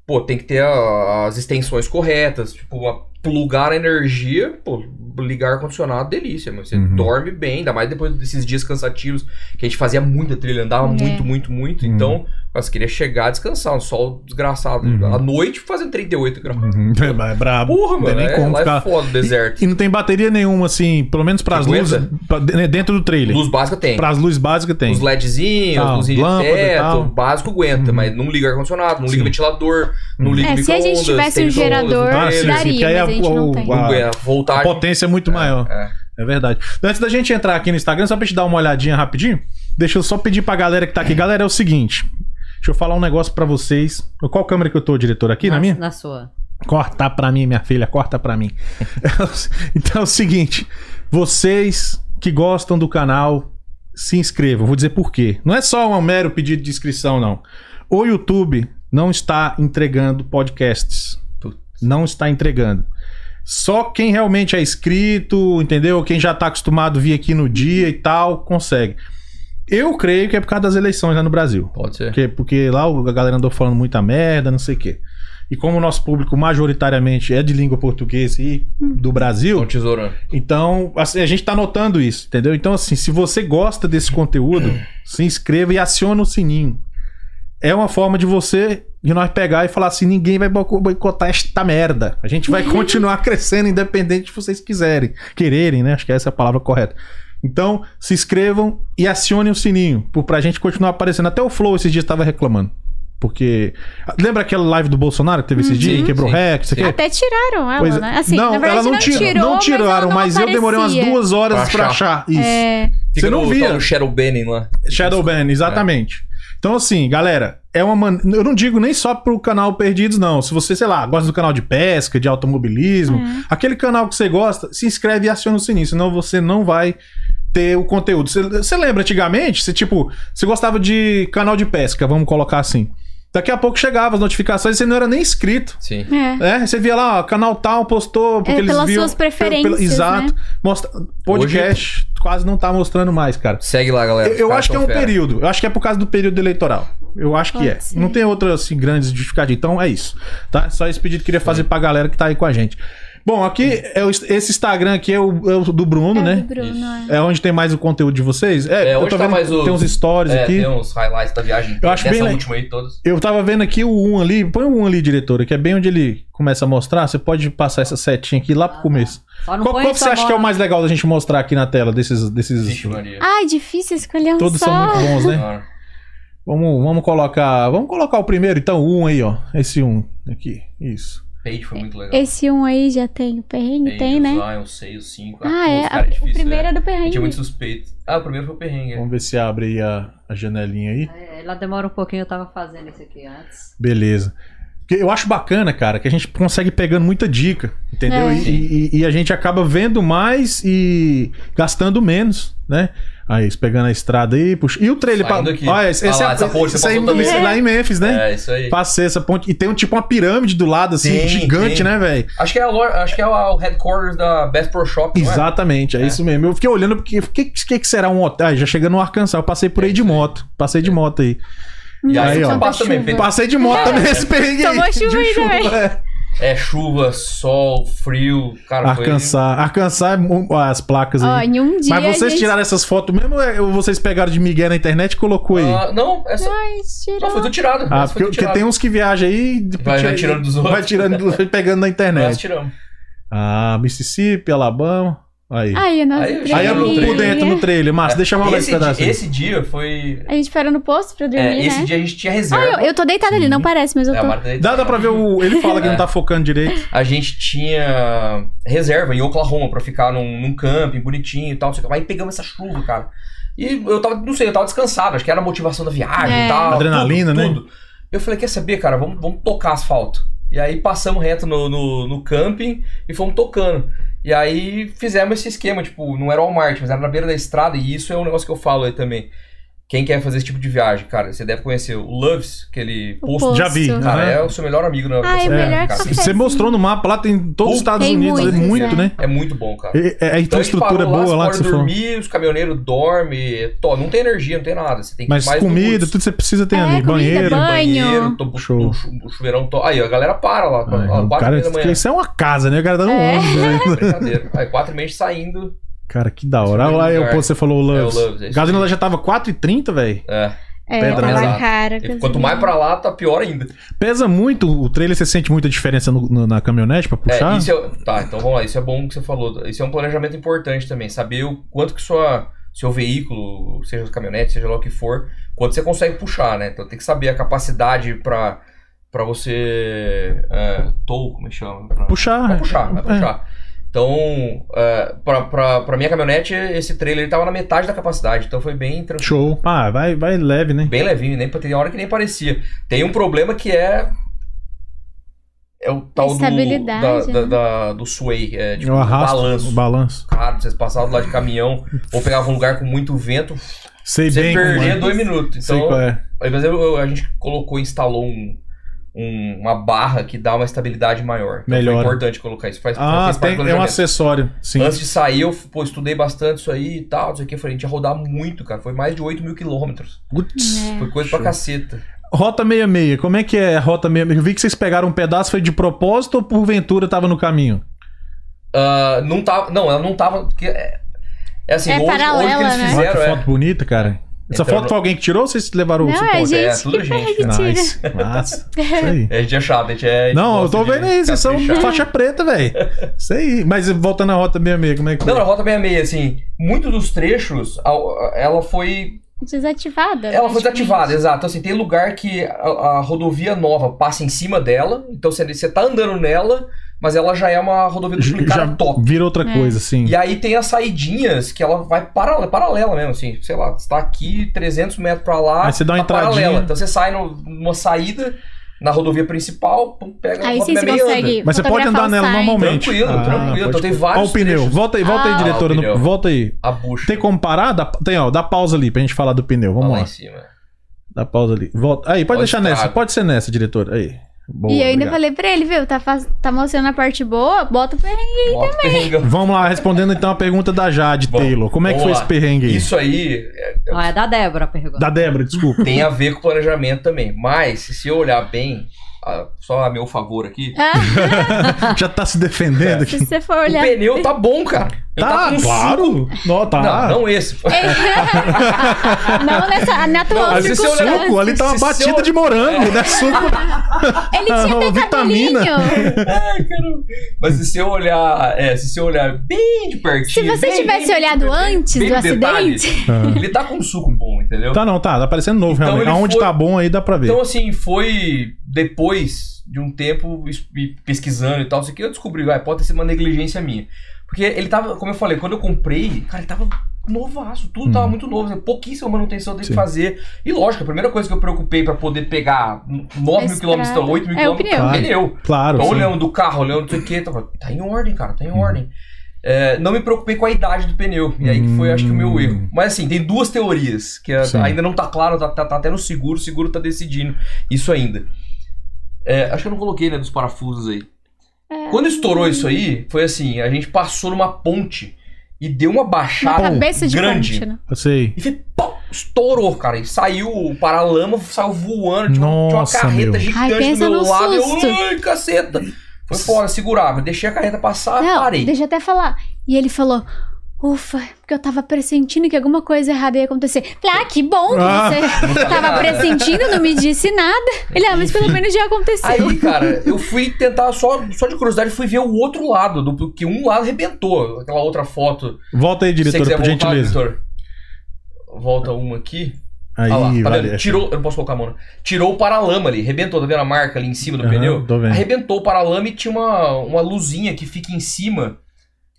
Speaker 5: pô, tem que ter a- as extensões corretas, tipo, uma- plugar a energia, pô, ligar ar-condicionado, delícia, mas você
Speaker 3: Uhum.
Speaker 5: dorme bem, ainda mais depois desses dias cansativos que a gente fazia muita trilha, andava
Speaker 4: É.
Speaker 5: muito, muito, muito.
Speaker 3: Uhum.
Speaker 5: Então, nós queria chegar, descansar, um sol desgraçado.
Speaker 3: Uhum.
Speaker 5: À noite fazendo 38 graus.
Speaker 3: Uhum, É, é brabo.
Speaker 5: Porra,
Speaker 3: não tem
Speaker 5: mano,
Speaker 3: nem
Speaker 5: é,
Speaker 3: como
Speaker 5: lá é
Speaker 3: ficar.
Speaker 5: foda o deserto.
Speaker 3: E não tem bateria nenhuma, assim, pelo menos pras
Speaker 5: Aguenta?
Speaker 3: luzes. pra- né, dentro do trailer.
Speaker 5: Luz básica tem.
Speaker 3: Pras luzes básicas tem.
Speaker 5: Os LEDzinhos,
Speaker 3: Ah,
Speaker 5: os luzinhas de
Speaker 3: lâmpada e
Speaker 5: teto,
Speaker 3: tal.
Speaker 5: o básico aguenta,
Speaker 3: Uhum.
Speaker 5: mas não liga ar-condicionado, não liga
Speaker 3: Sim. Uhum.
Speaker 5: ventilador, não liga
Speaker 4: É, se a gente
Speaker 5: micro-ondas,
Speaker 3: assim,
Speaker 4: tivesse
Speaker 5: tem
Speaker 4: um
Speaker 5: micro-ondas, não
Speaker 4: gerador,
Speaker 5: tem ele,
Speaker 3: porque
Speaker 4: daria,
Speaker 3: assim, aí
Speaker 4: mas a gente não tem.
Speaker 5: não aguenta,
Speaker 3: a
Speaker 5: voltagem.
Speaker 3: potência é muito maior.
Speaker 5: tá- é.
Speaker 3: É verdade. Então, antes da gente entrar aqui no Instagram, só pra gente dar uma olhadinha rapidinho, deixa eu só pedir pra galera que tá aqui. Galera, é o seguinte. Deixa eu falar um negócio pra vocês. Qual câmera que eu tô, diretor? Aqui na minha?
Speaker 6: Na sua.
Speaker 3: Corta pra mim, minha filha, corta pra mim. *laughs* então é o seguinte, vocês que gostam do canal, se inscrevam. Vou dizer por quê. Não é só um mero pedido de inscrição, não. O YouTube não está entregando podcasts.
Speaker 5: Putz.
Speaker 3: Não está entregando. Só quem realmente é inscrito, entendeu? Quem já tá acostumado a vir aqui no dia e tal, consegue. Eu creio que é por causa das eleições lá no Brasil.
Speaker 5: Pode ser.
Speaker 3: Porque, porque lá o- a galera andou falando muita merda, não sei o quê. E como o nosso público majoritariamente é de língua portuguesa e do
Speaker 5: Então,
Speaker 3: Brasil,
Speaker 5: tesourando.
Speaker 3: então assim, a gente tá notando isso, entendeu? Então, assim, se você gosta desse conteúdo, se inscreva e aciona o sininho. É uma forma de você, de nós pegar e falar assim: ninguém vai boico- boicotar esta merda.
Speaker 5: *laughs*
Speaker 3: A gente vai continuar crescendo independente se vocês quiserem, quererem, né? Acho que essa é a palavra correta. Então, se inscrevam e acionem o sininho por- pra gente continuar aparecendo. Até o Flow esses dias tava reclamando. Porque. Lembra aquela live do Bolsonaro que teve esses dias?
Speaker 5: Uhum. Sim,
Speaker 3: Quebrou
Speaker 5: sim. É,
Speaker 3: rec, isso aqui?
Speaker 4: Até tiraram ela,
Speaker 3: Pois é.
Speaker 4: né? Assim,
Speaker 3: não,
Speaker 4: na verdade
Speaker 3: ela não, tira- não
Speaker 4: mas
Speaker 3: tiraram,
Speaker 4: ela não
Speaker 3: mas, eu demorei umas
Speaker 4: aparecia.
Speaker 3: duas horas
Speaker 5: Pra
Speaker 3: pra achar. Isso.
Speaker 4: É,
Speaker 5: Fica
Speaker 3: Você não
Speaker 5: no,
Speaker 3: via.
Speaker 5: tal do Shadow Banning lá.
Speaker 3: Shadowban, exatamente. Então, assim, galera, é uma man... Eu não digo nem só pro canal Perdidos, não. Se você, sei lá, gosta do canal de pesca, de automobilismo,
Speaker 4: É.
Speaker 3: aquele canal que você gosta, se inscreve e aciona o sininho, senão você não vai ter o conteúdo. Você- Você lembra antigamente? Você, tipo, você gostava de canal de pesca, vamos colocar assim. Daqui a pouco chegava as notificações e você não era nem inscrito.
Speaker 5: Sim.
Speaker 4: é.
Speaker 3: É, você via lá, ó, canal tal postou, porque
Speaker 4: É,
Speaker 3: eles
Speaker 4: pelas
Speaker 3: viam...
Speaker 4: suas preferências,
Speaker 3: exato.
Speaker 4: né?
Speaker 3: Mostra... Podcast quase não tá mostrando mais, cara.
Speaker 5: Segue lá, galera.
Speaker 3: Eu,
Speaker 5: Os
Speaker 3: eu
Speaker 5: caras
Speaker 3: acho que é
Speaker 5: tão
Speaker 3: um
Speaker 5: fera.
Speaker 3: período. Eu acho que é por causa do período eleitoral. Eu acho que
Speaker 4: Pode
Speaker 3: é.
Speaker 4: ser.
Speaker 3: Não tem outra assim, grande justificativa. Então é isso. Tá? Só esse pedido que eu queria fazer pra galera que tá aí com a gente. Bom, aqui é o- esse Instagram aqui é o, é o do Bruno,
Speaker 4: É
Speaker 3: né?
Speaker 4: do Bruno, é.
Speaker 3: É onde tem mais o conteúdo de vocês.
Speaker 5: É,
Speaker 3: É, eu
Speaker 5: onde
Speaker 3: tô
Speaker 5: tá
Speaker 3: vendo
Speaker 5: mais
Speaker 3: que
Speaker 5: o-
Speaker 3: tem uns stories
Speaker 5: É,
Speaker 3: aqui.
Speaker 5: tem uns highlights da viagem.
Speaker 3: Eu acho bem
Speaker 5: dessa
Speaker 3: legal.
Speaker 5: última aí, todas.
Speaker 3: Eu tava vendo aqui o 1 ali. Põe o 1 ali, diretora, que é bem onde ele começa a mostrar. Você pode passar essa setinha aqui lá pro começo.
Speaker 6: Só Ah, não
Speaker 3: Qual,
Speaker 6: põe
Speaker 3: qual que você
Speaker 6: sua
Speaker 3: acha que é o
Speaker 6: bola-
Speaker 3: mais legal da gente mostrar aqui na tela desses. desses...
Speaker 5: Vixe, Maria.
Speaker 4: Ai, difícil escolher um
Speaker 3: Todos
Speaker 4: só.
Speaker 3: são muito bons, né?
Speaker 5: Senhora.
Speaker 3: Vamos, vamos colocar. Vamos colocar o primeiro, então, um aí, ó. Esse um aqui. Isso.
Speaker 5: Page foi muito legal.
Speaker 4: Esse um aí já tem o perrengue,
Speaker 5: Page,
Speaker 4: tem,
Speaker 5: os
Speaker 4: né?
Speaker 5: Lions, seis, os cinco.
Speaker 4: Ah,
Speaker 5: pô,
Speaker 4: é.
Speaker 5: os
Speaker 4: a-
Speaker 5: caras difícil,
Speaker 4: o primeiro
Speaker 5: né?
Speaker 4: é do
Speaker 5: A gente
Speaker 4: perrengue.
Speaker 5: é muito suspeito. Ah, o primeiro foi o perrengue.
Speaker 3: Vamos ver se abre aí a, a janelinha aí.
Speaker 6: É, Ela demora um pouquinho, eu tava fazendo isso aqui antes.
Speaker 3: Beleza. Porque Eu acho bacana, cara, que a gente consegue pegando muita dica, entendeu?
Speaker 4: É.
Speaker 3: E, e- e a gente acaba vendo mais e gastando menos, né? Aí, isso, pegando a estrada aí, puxa. E o trailer
Speaker 5: Saindo aqui.
Speaker 3: Olha, esse,
Speaker 5: Ah
Speaker 3: esse
Speaker 5: lá,
Speaker 3: é-
Speaker 5: essa ponte você
Speaker 3: esse aí-
Speaker 5: passou também.
Speaker 3: esse é lá em Memphis, né?
Speaker 5: É, isso aí.
Speaker 3: Passei essa ponte. E tem um tipo uma pirâmide do lado, assim,
Speaker 5: Tem,
Speaker 3: gigante,
Speaker 5: tem.
Speaker 3: né, velho?
Speaker 5: Acho que é, a loja- acho que é o headquarters da Best Pro Shop, não é?
Speaker 3: Exatamente, é, isso mesmo. Eu fiquei olhando porque o que, que, que será um hotel? Ah, já chegando no Arkansas, eu passei
Speaker 5: É
Speaker 3: por aí de moto. Passei de moto aí.
Speaker 5: E aí,
Speaker 3: Aí,
Speaker 5: você
Speaker 3: ó.
Speaker 5: passa também. Pedro.
Speaker 3: Passei de moto também esse perrengue aí.
Speaker 4: Tomou chuva
Speaker 3: de
Speaker 4: aí também.
Speaker 3: é.
Speaker 5: É chuva, sol, frio, cara, foi...
Speaker 3: Arkansas, Arkansas, um, as placas
Speaker 4: Ó,
Speaker 3: aí.
Speaker 4: em um dia.
Speaker 3: Mas vocês
Speaker 4: a gente...
Speaker 3: tiraram essas fotos mesmo é, ou vocês pegaram de Miguel na internet e colocou aí?
Speaker 5: Ah, não, essa...
Speaker 4: Mas
Speaker 5: Não,
Speaker 4: tirou.
Speaker 5: foi tudo tirado.
Speaker 3: Ah,
Speaker 5: essa
Speaker 3: porque,
Speaker 5: foi tudo
Speaker 3: porque tem uns que viajam aí e
Speaker 5: Vai- vai tirando dos outros.
Speaker 3: Vai tirando, dos- vai pegando na
Speaker 5: Nós
Speaker 3: internet.
Speaker 5: tiramos.
Speaker 3: Ah, Mississippi, Alabama. Aí.
Speaker 4: Ai, a nossa
Speaker 5: Aí eu já-
Speaker 3: Aí é
Speaker 5: eu não
Speaker 3: por
Speaker 5: trailer.
Speaker 3: dentro no trailer, mas deixa eu rolar esse
Speaker 5: esse,
Speaker 3: pedaço.
Speaker 5: dia,
Speaker 3: aí.
Speaker 5: esse dia foi...
Speaker 4: A gente parou no posto pra
Speaker 5: é,
Speaker 4: dormir,
Speaker 5: esse
Speaker 4: né?
Speaker 5: dia a gente tinha
Speaker 4: Ah,
Speaker 5: reserva.
Speaker 4: eu, eu tô deitada ali, não parece, mas eu
Speaker 5: É, a
Speaker 4: tô.
Speaker 5: Marta-
Speaker 3: Dá, dá pra ver o. Ele fala que
Speaker 5: É.
Speaker 3: não tá focando direito.
Speaker 5: A gente tinha reserva em Oklahoma pra ficar num, num camping bonitinho e tal. não sei o que. Aí pegamos essa chuva, cara. E eu tava, não sei, eu tava descansado. Acho que era a motivação da viagem
Speaker 4: É.
Speaker 5: e tal.
Speaker 3: Adrenalina, né?
Speaker 5: tudo. Eu falei, quer saber, cara? Vamos, vamos tocar asfalto. E aí passamos reto no, no, no camping e fomos tocando. E aí fizemos esse esquema, tipo, não era Walmart, mas era na beira da estrada. E isso é um negócio que eu falo aí também. Quem quer fazer esse tipo de viagem, cara, você deve conhecer o Loves, aquele
Speaker 4: O
Speaker 5: posto.
Speaker 4: posto.
Speaker 3: Já vi.
Speaker 4: Aham.
Speaker 5: Cara, é o seu melhor amigo na
Speaker 4: Ai,
Speaker 5: nessa
Speaker 4: o
Speaker 5: viagem,
Speaker 4: Ah, melhor
Speaker 5: cara.
Speaker 4: que
Speaker 3: Você mostrou no mapa, lá tem todos os Estados
Speaker 4: Tem
Speaker 3: Unidos, é
Speaker 4: muitos,
Speaker 3: muito,
Speaker 4: é.
Speaker 3: né?
Speaker 5: É muito bom, cara.
Speaker 3: E- É, a
Speaker 5: Então a gente
Speaker 3: infraestrutura
Speaker 5: parou lá,
Speaker 3: boa
Speaker 5: você
Speaker 3: lá que
Speaker 5: pode
Speaker 3: você falou.
Speaker 5: dormir, os caminhoneiros dormem, to- não tem energia, não tem nada. Você tem que
Speaker 3: Mas
Speaker 5: ir mais no
Speaker 3: comida,
Speaker 5: bus.
Speaker 3: tudo que você precisa tem
Speaker 4: É,
Speaker 3: ali.
Speaker 4: comida,
Speaker 3: Banheiro.
Speaker 4: banho.
Speaker 5: to- to-
Speaker 3: Show.
Speaker 5: chu- chuveirão to... Aí a galera para lá,
Speaker 3: Ah,
Speaker 5: lá
Speaker 3: o
Speaker 5: 4
Speaker 3: cara,
Speaker 5: da manhã.
Speaker 3: isso é uma casa, né? O cara tá no
Speaker 4: É.
Speaker 3: ônibus, né?
Speaker 5: Brincadeira. Aí 4 e meia saindo.
Speaker 3: Cara, que da
Speaker 5: Isso
Speaker 3: hora.
Speaker 5: é
Speaker 3: Olha
Speaker 5: um
Speaker 3: lá, aí,
Speaker 5: lugar.
Speaker 3: pô, você falou o
Speaker 5: É, o
Speaker 3: Loves.
Speaker 5: Loves, é isso
Speaker 3: gasolina
Speaker 5: aí.
Speaker 3: lá já tava 4,30, velho.
Speaker 5: É.
Speaker 4: É,
Speaker 3: Pedra,
Speaker 4: tava
Speaker 5: né?
Speaker 4: cara.
Speaker 5: E quanto mais pra lá, tá pior ainda.
Speaker 3: Pesa muito o trailer, você sente muita diferença no- no- na caminhonete pra puxar?
Speaker 5: É, isso é... Tá, então vamos lá. Isso é bom que você falou. Isso é um planejamento importante também. Saber o quanto que sua... seu veículo, seja caminhonete, seja lá o que for, quanto você consegue puxar, né? Então tem que saber a capacidade pra, pra você. É, tow, como é que chama? Pra-
Speaker 3: Puxar.
Speaker 5: Vai puxar, vai
Speaker 3: É.
Speaker 5: puxar. Então, é, pra, pra, pra minha caminhonete, esse trailer ele tava na metade da capacidade, então foi bem tranquilo.
Speaker 3: Show. Ah, vai, vai leve, né?
Speaker 5: Bem levinho, nem tem hora que nem parecia. Tem um problema que é. É o tal do.
Speaker 4: Estabilidade,
Speaker 5: Da, da-
Speaker 4: né?
Speaker 5: da- do sway, é tipo
Speaker 3: Eu um arrasto.
Speaker 5: balanço.
Speaker 3: O balanço.
Speaker 5: Cara, vocês passavam do lado de caminhão ou pegavam um lugar com muito vento,
Speaker 3: Sei
Speaker 5: você
Speaker 3: bem. como é.
Speaker 5: perdia dois minutos.
Speaker 3: Sei
Speaker 5: Então,
Speaker 3: qual é.
Speaker 5: Aí, mas eu- eu- a gente colocou, instalou um- um- uma barra que dá uma estabilidade maior. Então,
Speaker 3: Melhor.
Speaker 5: Foi importante colocar isso. Faz,
Speaker 3: Ah,
Speaker 5: fez parte
Speaker 3: tem, é
Speaker 5: do
Speaker 3: um
Speaker 5: planejamento.
Speaker 3: acessório. Sim.
Speaker 5: Antes de sair, eu pô, estudei bastante isso aí e tal, não sei o que. Falei, a gente ia rodar muito, cara. Foi mais de 8 mil quilômetros.
Speaker 3: Putz.
Speaker 5: Foi coisa
Speaker 3: Show.
Speaker 5: pra caceta.
Speaker 3: Rota 66, como é que é a Rota 66? Eu vi que vocês pegaram um pedaço, foi de propósito ou porventura tava no caminho?
Speaker 5: Ah, não tava. Não, ela não tava. Porque, é, é assim,
Speaker 4: É
Speaker 5: hoje, hoje que
Speaker 4: paralela,
Speaker 5: eles
Speaker 4: né?
Speaker 3: Olha que
Speaker 5: fizeram. é,
Speaker 3: foto bonita, cara. Essa
Speaker 5: Então,
Speaker 3: foto foi alguém que tirou ou vocês levaram
Speaker 4: Não,
Speaker 3: o
Speaker 4: é
Speaker 3: suporte?
Speaker 5: é,
Speaker 4: gente
Speaker 5: tudo
Speaker 4: que
Speaker 5: gente.
Speaker 4: perde tira.
Speaker 3: Nice.
Speaker 4: *laughs*
Speaker 3: Massa. Isso aí.
Speaker 5: A gente é chato, a gente é. a gente
Speaker 3: Não, eu
Speaker 5: gosta
Speaker 3: tô
Speaker 5: de
Speaker 3: vendo aí, vocês são
Speaker 5: caprichar.
Speaker 3: faixa preta, velho. Isso aí. Mas voltando à rota meia meia, como é que
Speaker 5: Não,
Speaker 3: foi?
Speaker 5: na Rota 66, assim, muitos dos trechos, a- a- ela foi.
Speaker 4: Desativada.
Speaker 5: Ela
Speaker 4: praticamente.
Speaker 5: foi desativada, exato. Então, assim, tem lugar que a, a rodovia nova passa em cima dela, então você, você tá andando nela, mas ela já é uma rodovia duplicada top.
Speaker 3: vira outra
Speaker 4: É.
Speaker 3: coisa, assim.
Speaker 5: E aí tem as saidinhas que ela vai paralela, paralela mesmo, assim, sei lá, você tá aqui 300 metros pra lá,
Speaker 3: Aí você dá uma
Speaker 5: tá paralela.
Speaker 3: entradinha.
Speaker 5: Então você sai no- numa saída na rodovia principal, pum, pega
Speaker 4: Aí
Speaker 5: a
Speaker 4: vocês
Speaker 5: meia e anda.
Speaker 4: conseguem.
Speaker 3: Mas você pode andar
Speaker 4: fotografar o
Speaker 3: nela
Speaker 4: sign.
Speaker 3: normalmente. Ah,
Speaker 5: Tranquilo, tranquilo. Então
Speaker 3: pode
Speaker 5: tem
Speaker 3: crer.
Speaker 5: vários
Speaker 3: Ó o pneu.
Speaker 5: trechos.
Speaker 3: Volta aí, volta aí,
Speaker 4: Ah,
Speaker 3: diretora.
Speaker 5: o
Speaker 3: no-
Speaker 5: pneu.
Speaker 3: volta aí.
Speaker 5: A bucha.
Speaker 3: Tem como parar? Dá, pa- tem, ó. Dá pausa ali pra gente falar do pneu. Vamos
Speaker 5: tá
Speaker 3: lá.
Speaker 5: lá em cima.
Speaker 3: Dá pausa ali. Volta. Aí, pode
Speaker 5: Olha o
Speaker 3: deixar nessa.
Speaker 5: estrago.
Speaker 3: Pode ser nessa, diretora. Aí. Boa,
Speaker 4: e eu ainda
Speaker 3: obrigado.
Speaker 4: falei pra ele, viu? Tá, faz- tá mostrando a parte boa, bota o perrengue.
Speaker 5: Bota o perrengue.
Speaker 3: Vamos lá, respondendo então a pergunta da Jade
Speaker 5: Bom,
Speaker 3: Taylor. Como é que foi
Speaker 5: vamos lá.
Speaker 3: esse perrengue aí?
Speaker 5: Isso aí é,
Speaker 6: Não, é da Débora a pergunta.
Speaker 3: Da Débora,
Speaker 5: *laughs*
Speaker 3: desculpa.
Speaker 5: tem a ver com planejamento também. Mas, se eu olhar bem, ah, só a meu favor aqui,
Speaker 4: Ah,
Speaker 3: Já tá se defendendo aqui.
Speaker 4: se você for
Speaker 5: o
Speaker 4: olhar.
Speaker 5: pneu tá bom, cara. Ele
Speaker 3: Tá,
Speaker 5: com um
Speaker 3: claro. Não, tá.
Speaker 5: Não, não esse.
Speaker 4: *laughs* não nessa, na tua
Speaker 5: Não,
Speaker 4: outra
Speaker 5: mas
Speaker 3: Esse
Speaker 5: se você
Speaker 4: circunstância.
Speaker 5: olhar-
Speaker 3: suco ali tá uma
Speaker 5: se- se
Speaker 3: batida
Speaker 5: eu-
Speaker 3: de
Speaker 5: É.
Speaker 3: morango, né? Suco.
Speaker 4: Ele tinha até
Speaker 3: Vitamina.
Speaker 4: cabelinho.
Speaker 5: Ai, caramba. Mas se eu olhar, é, se você olhar bem de
Speaker 4: Se
Speaker 5: pertinho.
Speaker 4: você
Speaker 5: bem,
Speaker 4: tivesse
Speaker 5: bem,
Speaker 4: olhado
Speaker 5: bem, bem,
Speaker 4: antes
Speaker 5: bem
Speaker 4: do
Speaker 5: de detalhe,
Speaker 4: acidente.
Speaker 5: Ele tá com um suco bom, entendeu?
Speaker 3: Ah. Tá, não, tá. Tá parecendo novo,
Speaker 5: Então
Speaker 3: realmente.
Speaker 5: ele
Speaker 3: Aonde
Speaker 5: foi-
Speaker 3: tá bom aí dá pra ver.
Speaker 5: Então, assim, foi depois de um tempo es- e pesquisando e tal, isso aqui eu descobri, vai, pode ter sido uma negligência minha. Porque ele tava, como eu falei, quando eu comprei, cara, ele tava novaço, tudo tava
Speaker 3: Uhum.
Speaker 5: muito novo, né? pouquíssima manutenção tem que
Speaker 3: Sim.
Speaker 5: fazer. E lógico, a primeira coisa que eu preocupei pra poder pegar 9 mil
Speaker 4: Estrada.
Speaker 5: quilômetros, então, 8 mil
Speaker 4: É, o
Speaker 5: quilômetros, é o
Speaker 3: pneu.
Speaker 5: pneu.
Speaker 3: claro.
Speaker 5: Então,
Speaker 3: sim.
Speaker 5: olhando do carro, olhando não sei o que, tava, tá em ordem, cara, tá em ordem. É, não me preocupei com a idade do pneu. E aí que foi, acho que, o meu erro. Mas assim, tem duas teorias que a-
Speaker 3: Hum. Sim.
Speaker 5: ainda não tá claro, tá, tá- tá até no seguro, o seguro tá decidindo isso ainda. É, acho que eu não coloquei, né, dos parafusos aí.
Speaker 4: É.
Speaker 5: Quando estourou isso aí, foi assim, a gente passou numa ponte e deu uma
Speaker 4: Uma
Speaker 5: baixada
Speaker 4: cabeça de
Speaker 5: grande.
Speaker 4: ponte, né?
Speaker 3: Eu sei.
Speaker 5: E foi, pô, estourou, cara. E saiu o paralama, saiu voando. Tinha, uma- tinha
Speaker 3: Nossa,
Speaker 5: uma carreta
Speaker 3: meu.
Speaker 4: Ai,
Speaker 5: gigante do
Speaker 4: pensa
Speaker 5: meu
Speaker 4: no
Speaker 5: lado.
Speaker 4: susto.
Speaker 5: Eu, ai, caceta. Foi fora, segurava. Deixei a carreta passar,
Speaker 4: Não,
Speaker 5: Ah, parei.
Speaker 4: deixa eu até falar. E ele falou. Ufa, porque eu tava pressentindo que alguma coisa errada ia acontecer. Falei, ah, que bom que
Speaker 3: Ah,
Speaker 4: você
Speaker 5: falei
Speaker 4: tava
Speaker 5: nada.
Speaker 4: pressentindo, não me disse nada. Ele, ah, mas pelo menos já aconteceu.
Speaker 5: Aí, cara, eu fui tentar, só, só de curiosidade, fui ver o outro lado, do, porque um lado arrebentou. Aquela outra foto.
Speaker 3: Volta aí,
Speaker 5: Se você é tá?
Speaker 3: diretora, por
Speaker 5: quiser voltar,
Speaker 3: gentileza.
Speaker 5: diretor. Volta uma aqui.
Speaker 3: Aí,
Speaker 5: Ah lá, tá
Speaker 3: vale.
Speaker 5: vendo? Tirou, eu não posso colocar a mão, né? Tirou o paralama ali, arrebentou, tá vendo a marca ali em cima do
Speaker 3: Aham,
Speaker 5: pneu?
Speaker 3: tô vendo.
Speaker 5: Arrebentou o paralama e tinha uma, uma luzinha que fica em cima,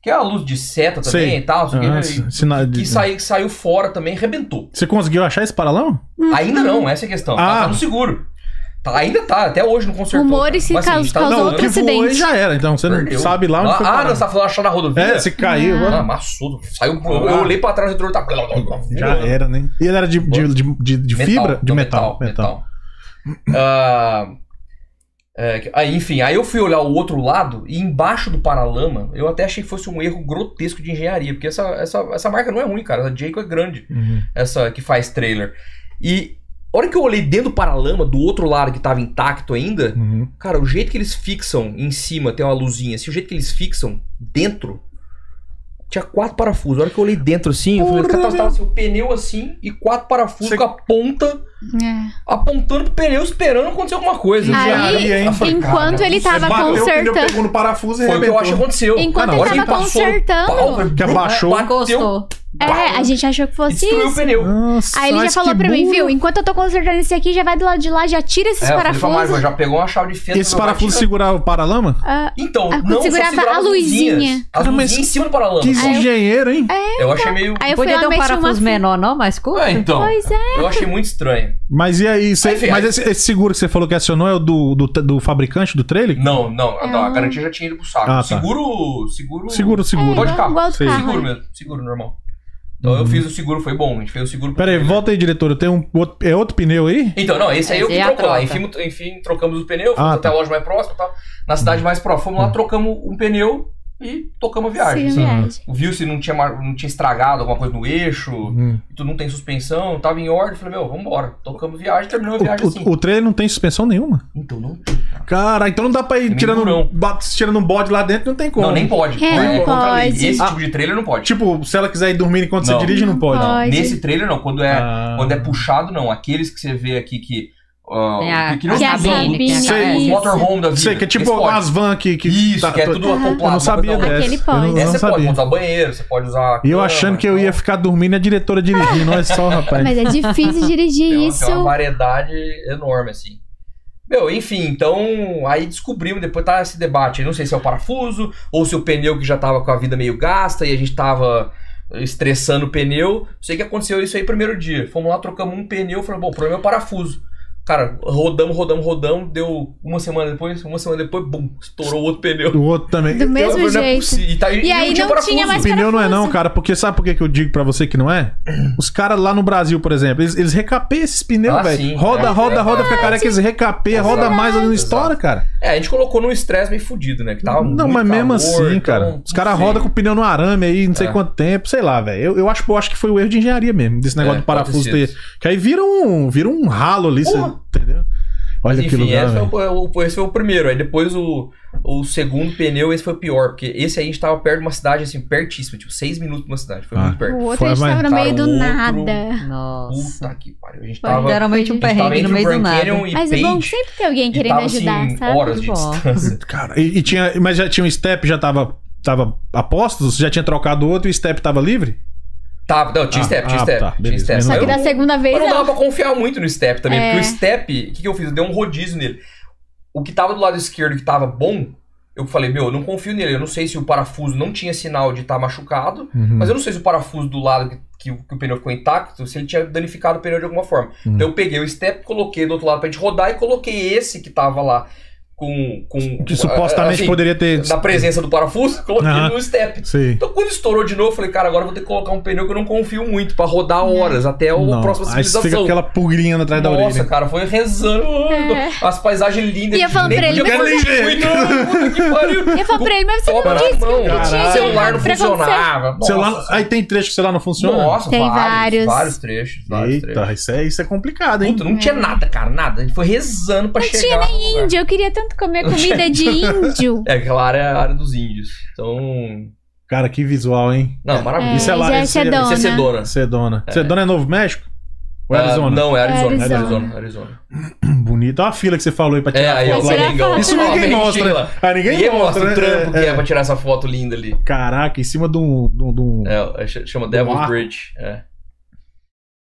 Speaker 5: que é a luz de seta também
Speaker 3: Sei.
Speaker 5: e tal,
Speaker 3: Ah,
Speaker 5: não sei o que,
Speaker 3: s- sinal
Speaker 5: que,
Speaker 3: de-
Speaker 5: saiu, que saiu fora também, arrebentou.
Speaker 3: Você conseguiu achar esse paralão?
Speaker 5: Ainda não, essa é a questão.
Speaker 3: Hum. Ah.
Speaker 5: Tá, tá no seguro. Tá, ainda tá, até hoje não consertou.
Speaker 4: Rumores
Speaker 5: cara.
Speaker 4: que
Speaker 5: Mas, assim,
Speaker 4: caus- causou
Speaker 5: andando,
Speaker 3: o que voou aí
Speaker 4: acidente.
Speaker 3: já era, então você não
Speaker 5: perdeu.
Speaker 3: sabe lá onde
Speaker 5: ah,
Speaker 3: foi.
Speaker 5: Ah,
Speaker 3: parar.
Speaker 5: não, você tá falando achar na rodovia?
Speaker 3: É, se caiu.
Speaker 5: Ah,
Speaker 3: ó,
Speaker 5: amassou. Saiu, eu, eu olhei pra trás e o retrovisor tá...
Speaker 3: Já era, né? E ele era de, de, de- de- de
Speaker 5: Metal,
Speaker 3: fibra? De
Speaker 5: não,
Speaker 3: metal. Metal.
Speaker 5: metal. Ah, é, que- aí, enfim, aí eu fui olhar o outro lado e embaixo do paralama eu até achei que fosse um erro grotesco de engenharia, porque essa, essa, essa marca não é ruim, cara. Essa Jayco é grande,
Speaker 3: Uhum.
Speaker 5: essa que faz trailer. E a hora que eu olhei dentro do paralama, do outro lado que tava intacto ainda,
Speaker 3: Uhum.
Speaker 5: cara, o jeito que eles fixam em cima, tem uma luzinha, assim, o jeito que eles fixam dentro. Tinha quatro parafusos. A hora que eu olhei dentro assim, eu falei,
Speaker 3: Porra,
Speaker 5: cara, tava, tava assim, o pneu assim e quatro parafusos
Speaker 3: Você-
Speaker 5: com a ponta
Speaker 4: É.
Speaker 5: apontando pro pneu, esperando acontecer alguma coisa. tá
Speaker 3: Aí,
Speaker 5: Engenharia, hein? Eu falei,
Speaker 4: enquanto
Speaker 5: cara,
Speaker 4: ele
Speaker 5: isso
Speaker 4: tava
Speaker 3: Você bateu, o pneu
Speaker 4: consertando.
Speaker 3: pegou no parafuso e
Speaker 5: Foi o que eu
Speaker 3: arrebentou.
Speaker 5: acho que aconteceu.
Speaker 4: Enquanto
Speaker 3: Ah, não,
Speaker 5: Olha
Speaker 4: ele
Speaker 5: que
Speaker 4: tava
Speaker 5: passou o pau,
Speaker 4: consertando.
Speaker 5: velho,
Speaker 3: Que abaixou. É,
Speaker 5: bateu,
Speaker 6: Encostou.
Speaker 4: É, a gente achou que
Speaker 5: e
Speaker 4: fosse
Speaker 5: destruiu o
Speaker 4: isso.
Speaker 5: pneu.
Speaker 3: Nossa,
Speaker 4: Aí ele já
Speaker 3: mas
Speaker 4: falou
Speaker 3: que
Speaker 4: pra mim,
Speaker 3: burro.
Speaker 4: viu? Enquanto eu tô consertando esse aqui, já vai do lado de lá, já tira esses
Speaker 5: É, eu falei pra Mari,
Speaker 4: parafusos.
Speaker 5: mas já pegou uma chave de fenda.
Speaker 3: Esse
Speaker 5: meu pai
Speaker 3: parafuso
Speaker 5: tira.
Speaker 3: segurava o paralama?
Speaker 4: então Ah,
Speaker 5: Então,
Speaker 4: Ah,
Speaker 5: não, só
Speaker 4: segurava
Speaker 5: segurava
Speaker 4: a
Speaker 5: as luzinha.
Speaker 4: luzinha.
Speaker 5: As
Speaker 3: Cara, mas
Speaker 5: luzinhas em cima do paralama.
Speaker 3: Que engenheiro, hein?
Speaker 5: Eu achei meio...
Speaker 4: aí eu fui
Speaker 6: Podia
Speaker 4: lá
Speaker 6: ter um
Speaker 4: meti uma
Speaker 6: parafuso
Speaker 4: fita.
Speaker 6: menor, não? Mais curto?
Speaker 5: É, então.
Speaker 4: Pois
Speaker 5: Eu achei muito estranho.
Speaker 3: Mas e aí? você-
Speaker 5: Aí, enfim,
Speaker 3: mas
Speaker 5: aí-
Speaker 3: esse, esse seguro que você falou que acionou é o do, do, do fabricante do trailer?
Speaker 5: Não, não. a-
Speaker 4: É
Speaker 5: não, a
Speaker 4: um-
Speaker 5: garantia já tinha ido pro saco.
Speaker 3: Ah, tá.
Speaker 5: Seguro... Seguro...
Speaker 3: Seguro, seguro.
Speaker 5: Pode
Speaker 4: igual-
Speaker 5: carro.
Speaker 4: igual do
Speaker 3: Sei.
Speaker 4: carro,
Speaker 5: Seguro
Speaker 4: né?
Speaker 5: mesmo. Seguro, normal. Então eu fiz o seguro, foi bom. A gente fez o seguro... pro
Speaker 3: Pera aí,
Speaker 5: trailer.
Speaker 3: volta aí, diretor. Tem um outro, é outro pneu aí?
Speaker 5: Então, não, esse aí eu
Speaker 6: Esse
Speaker 5: que
Speaker 6: é a
Speaker 5: trocou lá.
Speaker 6: troca.
Speaker 5: Enfim, enfim, trocamos o pneu, fomos
Speaker 3: Ah,
Speaker 5: até
Speaker 3: tá. Hum.
Speaker 5: a loja mais próxima e tal. Na cidade mais próxima, fomos lá, trocamos um pneu e tocamos a viagem.
Speaker 4: Sim, é.
Speaker 5: assim.
Speaker 4: viagem.
Speaker 5: Viu se não tinha, mar- não tinha estragado alguma coisa no eixo,
Speaker 3: Hum.
Speaker 5: tu não tem suspensão, tava em ordem. Falei, meu, vambora. Tocamos viagem, terminamos a viagem assim.
Speaker 3: O, o, o trailer não tem suspensão nenhuma.
Speaker 5: Então não tem, cara.
Speaker 3: Cara, então não dá pra ir
Speaker 5: Nem
Speaker 3: tirando,
Speaker 5: burão.
Speaker 3: ba- tirando um bode lá dentro, não tem como.
Speaker 5: Não, nem pode.
Speaker 4: É,
Speaker 5: Vai
Speaker 4: não
Speaker 5: contra a lei.
Speaker 4: pode.
Speaker 5: Esse
Speaker 3: Ah.
Speaker 5: tipo de trailer não pode.
Speaker 3: Tipo, se ela quiser ir dormir enquanto
Speaker 5: Não.
Speaker 3: você dirige, não pode.
Speaker 4: Não pode.
Speaker 5: Nesse trailer não. Quando é,
Speaker 3: Ah.
Speaker 5: quando é puxado, não. Aqueles que você vê aqui que. ah,
Speaker 6: Tem a-
Speaker 5: que, que não
Speaker 4: Que É a
Speaker 5: são
Speaker 4: cabine,
Speaker 6: Sei.
Speaker 4: é
Speaker 5: Os
Speaker 4: isso.
Speaker 5: motorhome da vida.
Speaker 3: Sei, que é
Speaker 5: Esse
Speaker 3: tipo
Speaker 5: pode.
Speaker 3: as van que. que
Speaker 5: Isso, que é
Speaker 3: tô-
Speaker 5: tudo acoplado.
Speaker 3: Eu não sabia
Speaker 5: uma coisa
Speaker 3: dessa.
Speaker 5: da outra.
Speaker 4: Aquele
Speaker 3: Eu não-
Speaker 4: pode.
Speaker 3: eu
Speaker 5: Essa é
Speaker 3: não
Speaker 5: você pode
Speaker 3: sabia.
Speaker 5: montar banheiro, você pode usar.
Speaker 3: E eu
Speaker 5: cama,
Speaker 3: achando que eu ia
Speaker 5: então.
Speaker 3: ficar dormindo e a diretora dirigindo. Olha só, rapaz.
Speaker 4: Mas é difícil
Speaker 5: Tem
Speaker 4: dirigir
Speaker 5: é uma,
Speaker 4: isso.
Speaker 5: tem uma variedade enorme, assim. Meu, enfim, então aí descobrimos, depois tá esse debate. aí, Não sei se é o parafuso ou se o pneu que já tava com a vida meio gasta e a gente tava estressando o pneu. Sei que aconteceu isso aí primeiro dia. Fomos lá, trocamos um pneu, falamos, bom, o problema é o parafuso. Cara, rodamos, rodamos, rodamos, deu uma semana depois, uma semana depois, bum, estourou outro pneu.
Speaker 3: O outro também.
Speaker 4: Do mesmo
Speaker 5: Eu falei, não é
Speaker 4: jeito.
Speaker 5: possi- E, tá-
Speaker 4: E aí não tinha mais
Speaker 3: O pneu não é não,
Speaker 4: parafuso.
Speaker 3: cara, porque sabe por que que eu digo pra você que não é? Os caras lá no Brasil, por exemplo, eles, eles recapeiam esses pneus,
Speaker 5: Ah, sim,
Speaker 3: velho. Roda,
Speaker 5: é
Speaker 3: roda,
Speaker 5: verdade.
Speaker 3: roda, fica careca, eles recapeiam, roda
Speaker 5: Exato,
Speaker 3: mais, ali não
Speaker 5: exato.
Speaker 3: estoura, cara.
Speaker 5: É, a gente colocou num estresse meio fudido, né? Que tava
Speaker 3: não,
Speaker 5: muito
Speaker 3: mas mesmo
Speaker 5: calor,
Speaker 3: assim,
Speaker 5: então,
Speaker 3: cara. Os
Speaker 5: não
Speaker 3: caras
Speaker 5: sei.
Speaker 3: rodam com o pneu no arame aí, não sei
Speaker 5: É.
Speaker 3: quanto tempo, sei lá, velho. Eu, eu, acho, eu acho que foi o erro de engenharia mesmo, desse negócio
Speaker 5: É,
Speaker 3: do parafuso
Speaker 5: pode ter
Speaker 3: ter. Que aí vira um, vira um ralo ali, cê,
Speaker 5: Porra.
Speaker 3: entendeu? Olha
Speaker 5: Mas,
Speaker 3: que
Speaker 5: enfim,
Speaker 3: lugar,
Speaker 5: esse,
Speaker 3: velho.
Speaker 5: foi o, o- esse foi o primeiro. Aí depois o, o segundo pneu, esse foi o pior. Porque esse aí a gente tava perto de uma cidade, assim, pertíssimo. Tipo, seis minutos de uma cidade. Foi
Speaker 3: Ah.
Speaker 5: muito perto.
Speaker 4: O outro
Speaker 3: Foi,
Speaker 4: a gente
Speaker 3: mas-
Speaker 4: tava no meio do
Speaker 5: Cara, Tá, o outro-
Speaker 4: nada.
Speaker 6: Nossa.
Speaker 5: Puta que pariu. A gente
Speaker 4: Foi,
Speaker 5: tava, a
Speaker 6: Geralmente um
Speaker 5: gente tava
Speaker 6: perrengue no
Speaker 5: entre
Speaker 6: meio do
Speaker 5: Grand
Speaker 6: nada.
Speaker 5: Canyon e
Speaker 4: Mas é bom
Speaker 5: Page,
Speaker 4: sempre ter alguém
Speaker 5: e
Speaker 4: querendo
Speaker 5: tava,
Speaker 4: ajudar,
Speaker 5: assim,
Speaker 4: sabe?
Speaker 5: horas de
Speaker 6: Bom.
Speaker 5: distância.
Speaker 3: *laughs* Cara, e, e tinha. Mas já tinha um step, já tava. Tava a postos, já tinha trocado outro e o step tava livre?
Speaker 5: Tava, não, tinha
Speaker 3: Ah,
Speaker 5: step, tinha
Speaker 3: ah,
Speaker 5: step.
Speaker 3: tá,
Speaker 5: tinha
Speaker 3: beleza.
Speaker 5: step.
Speaker 3: Só
Speaker 4: Só
Speaker 5: Mas
Speaker 4: que
Speaker 5: eu
Speaker 4: da
Speaker 5: não-
Speaker 4: segunda vez ah,
Speaker 5: Mas não dava
Speaker 4: não.
Speaker 5: pra confiar muito no step também,
Speaker 4: É.
Speaker 5: porque o step, o que, que eu fiz? Eu dei um rodízio nele. O que tava do lado esquerdo que tava bom, eu falei, meu, eu não confio nele. Eu não sei se o parafuso não tinha sinal de estar machucado,
Speaker 3: Uhum.
Speaker 5: mas eu não sei se o parafuso do lado que, que o- que o pneu ficou intacto, se ele tinha danificado o pneu de alguma forma.
Speaker 3: Uhum.
Speaker 5: Então eu peguei o step, coloquei do outro lado pra gente rodar e coloquei esse que tava lá com. com
Speaker 3: Que supostamente
Speaker 5: assim,
Speaker 3: poderia ter.
Speaker 5: Na presença do parafuso, coloquei
Speaker 3: Aham.
Speaker 5: no step.
Speaker 3: Sim.
Speaker 5: Então quando estourou de novo, eu falei, cara, agora eu vou ter que colocar um pneu que eu não confio muito pra
Speaker 4: É.
Speaker 5: rodar horas até o
Speaker 3: Não,
Speaker 5: próximo
Speaker 3: Aí você
Speaker 5: é
Speaker 3: fica
Speaker 5: civilização.
Speaker 3: aquela pulguinha atrás da
Speaker 5: Nossa,
Speaker 3: orelha.
Speaker 5: cara, foi rezando. As paisagens lindas.
Speaker 4: É. E eu falando
Speaker 5: Nem
Speaker 4: pra ele,
Speaker 5: podia
Speaker 4: mas
Speaker 5: fazer
Speaker 3: você- *laughs*
Speaker 5: isso, não, puta que pariu.
Speaker 4: Eu falei pra ele, mas você
Speaker 5: Copa
Speaker 4: não
Speaker 5: na
Speaker 4: disse
Speaker 5: mão,
Speaker 4: que tinha
Speaker 5: O celular não
Speaker 4: pra acontecer.
Speaker 5: funcionava. Nossa,
Speaker 3: Celular, aí tem trecho que o celular não funciona?
Speaker 5: Nossa,
Speaker 4: Tem
Speaker 5: vários.
Speaker 4: vários.
Speaker 5: Vários trechos, vários trechos.
Speaker 3: Eita, isso é, isso é complicado, hein?
Speaker 5: Puta, não tinha nada, cara, nada. A gente foi rezando pra
Speaker 4: É. Não tinha
Speaker 5: chegar. no
Speaker 4: nem
Speaker 5: lugar.
Speaker 4: índio, eu queria tanto comer comida
Speaker 5: *laughs*
Speaker 4: de índio.
Speaker 5: É, aquela área é a área dos índios. Então.
Speaker 3: Cara, que visual, hein?
Speaker 5: Não, maravilha.
Speaker 4: É,
Speaker 5: Isso
Speaker 3: isso é lá,
Speaker 4: já
Speaker 3: isso é-
Speaker 4: é
Speaker 5: é
Speaker 4: dona.
Speaker 5: Sedona.
Speaker 3: Sedona. Sedona é Novo México? Ou é
Speaker 5: Ah,
Speaker 3: Arizona? Hum,
Speaker 5: não, é Arizona.
Speaker 4: Arizona.
Speaker 5: Arizona, Arizona.
Speaker 3: Bonito. Olha a fila que você falou aí pra
Speaker 5: É,
Speaker 3: tirar a
Speaker 5: aí eu
Speaker 3: foto lá.
Speaker 4: Vai tirar
Speaker 5: Domingão.
Speaker 4: foto.
Speaker 3: Isso ninguém mostra.
Speaker 5: Sheila.
Speaker 3: Ah, ninguém,
Speaker 5: Ninguém
Speaker 3: mostra
Speaker 5: mostra o trampo
Speaker 3: né?
Speaker 5: que é pra tirar essa foto linda ali.
Speaker 3: Caraca, em cima de um. de um- de um-
Speaker 5: É, ch- chama Devil's
Speaker 3: Marco.
Speaker 5: Bridge. É.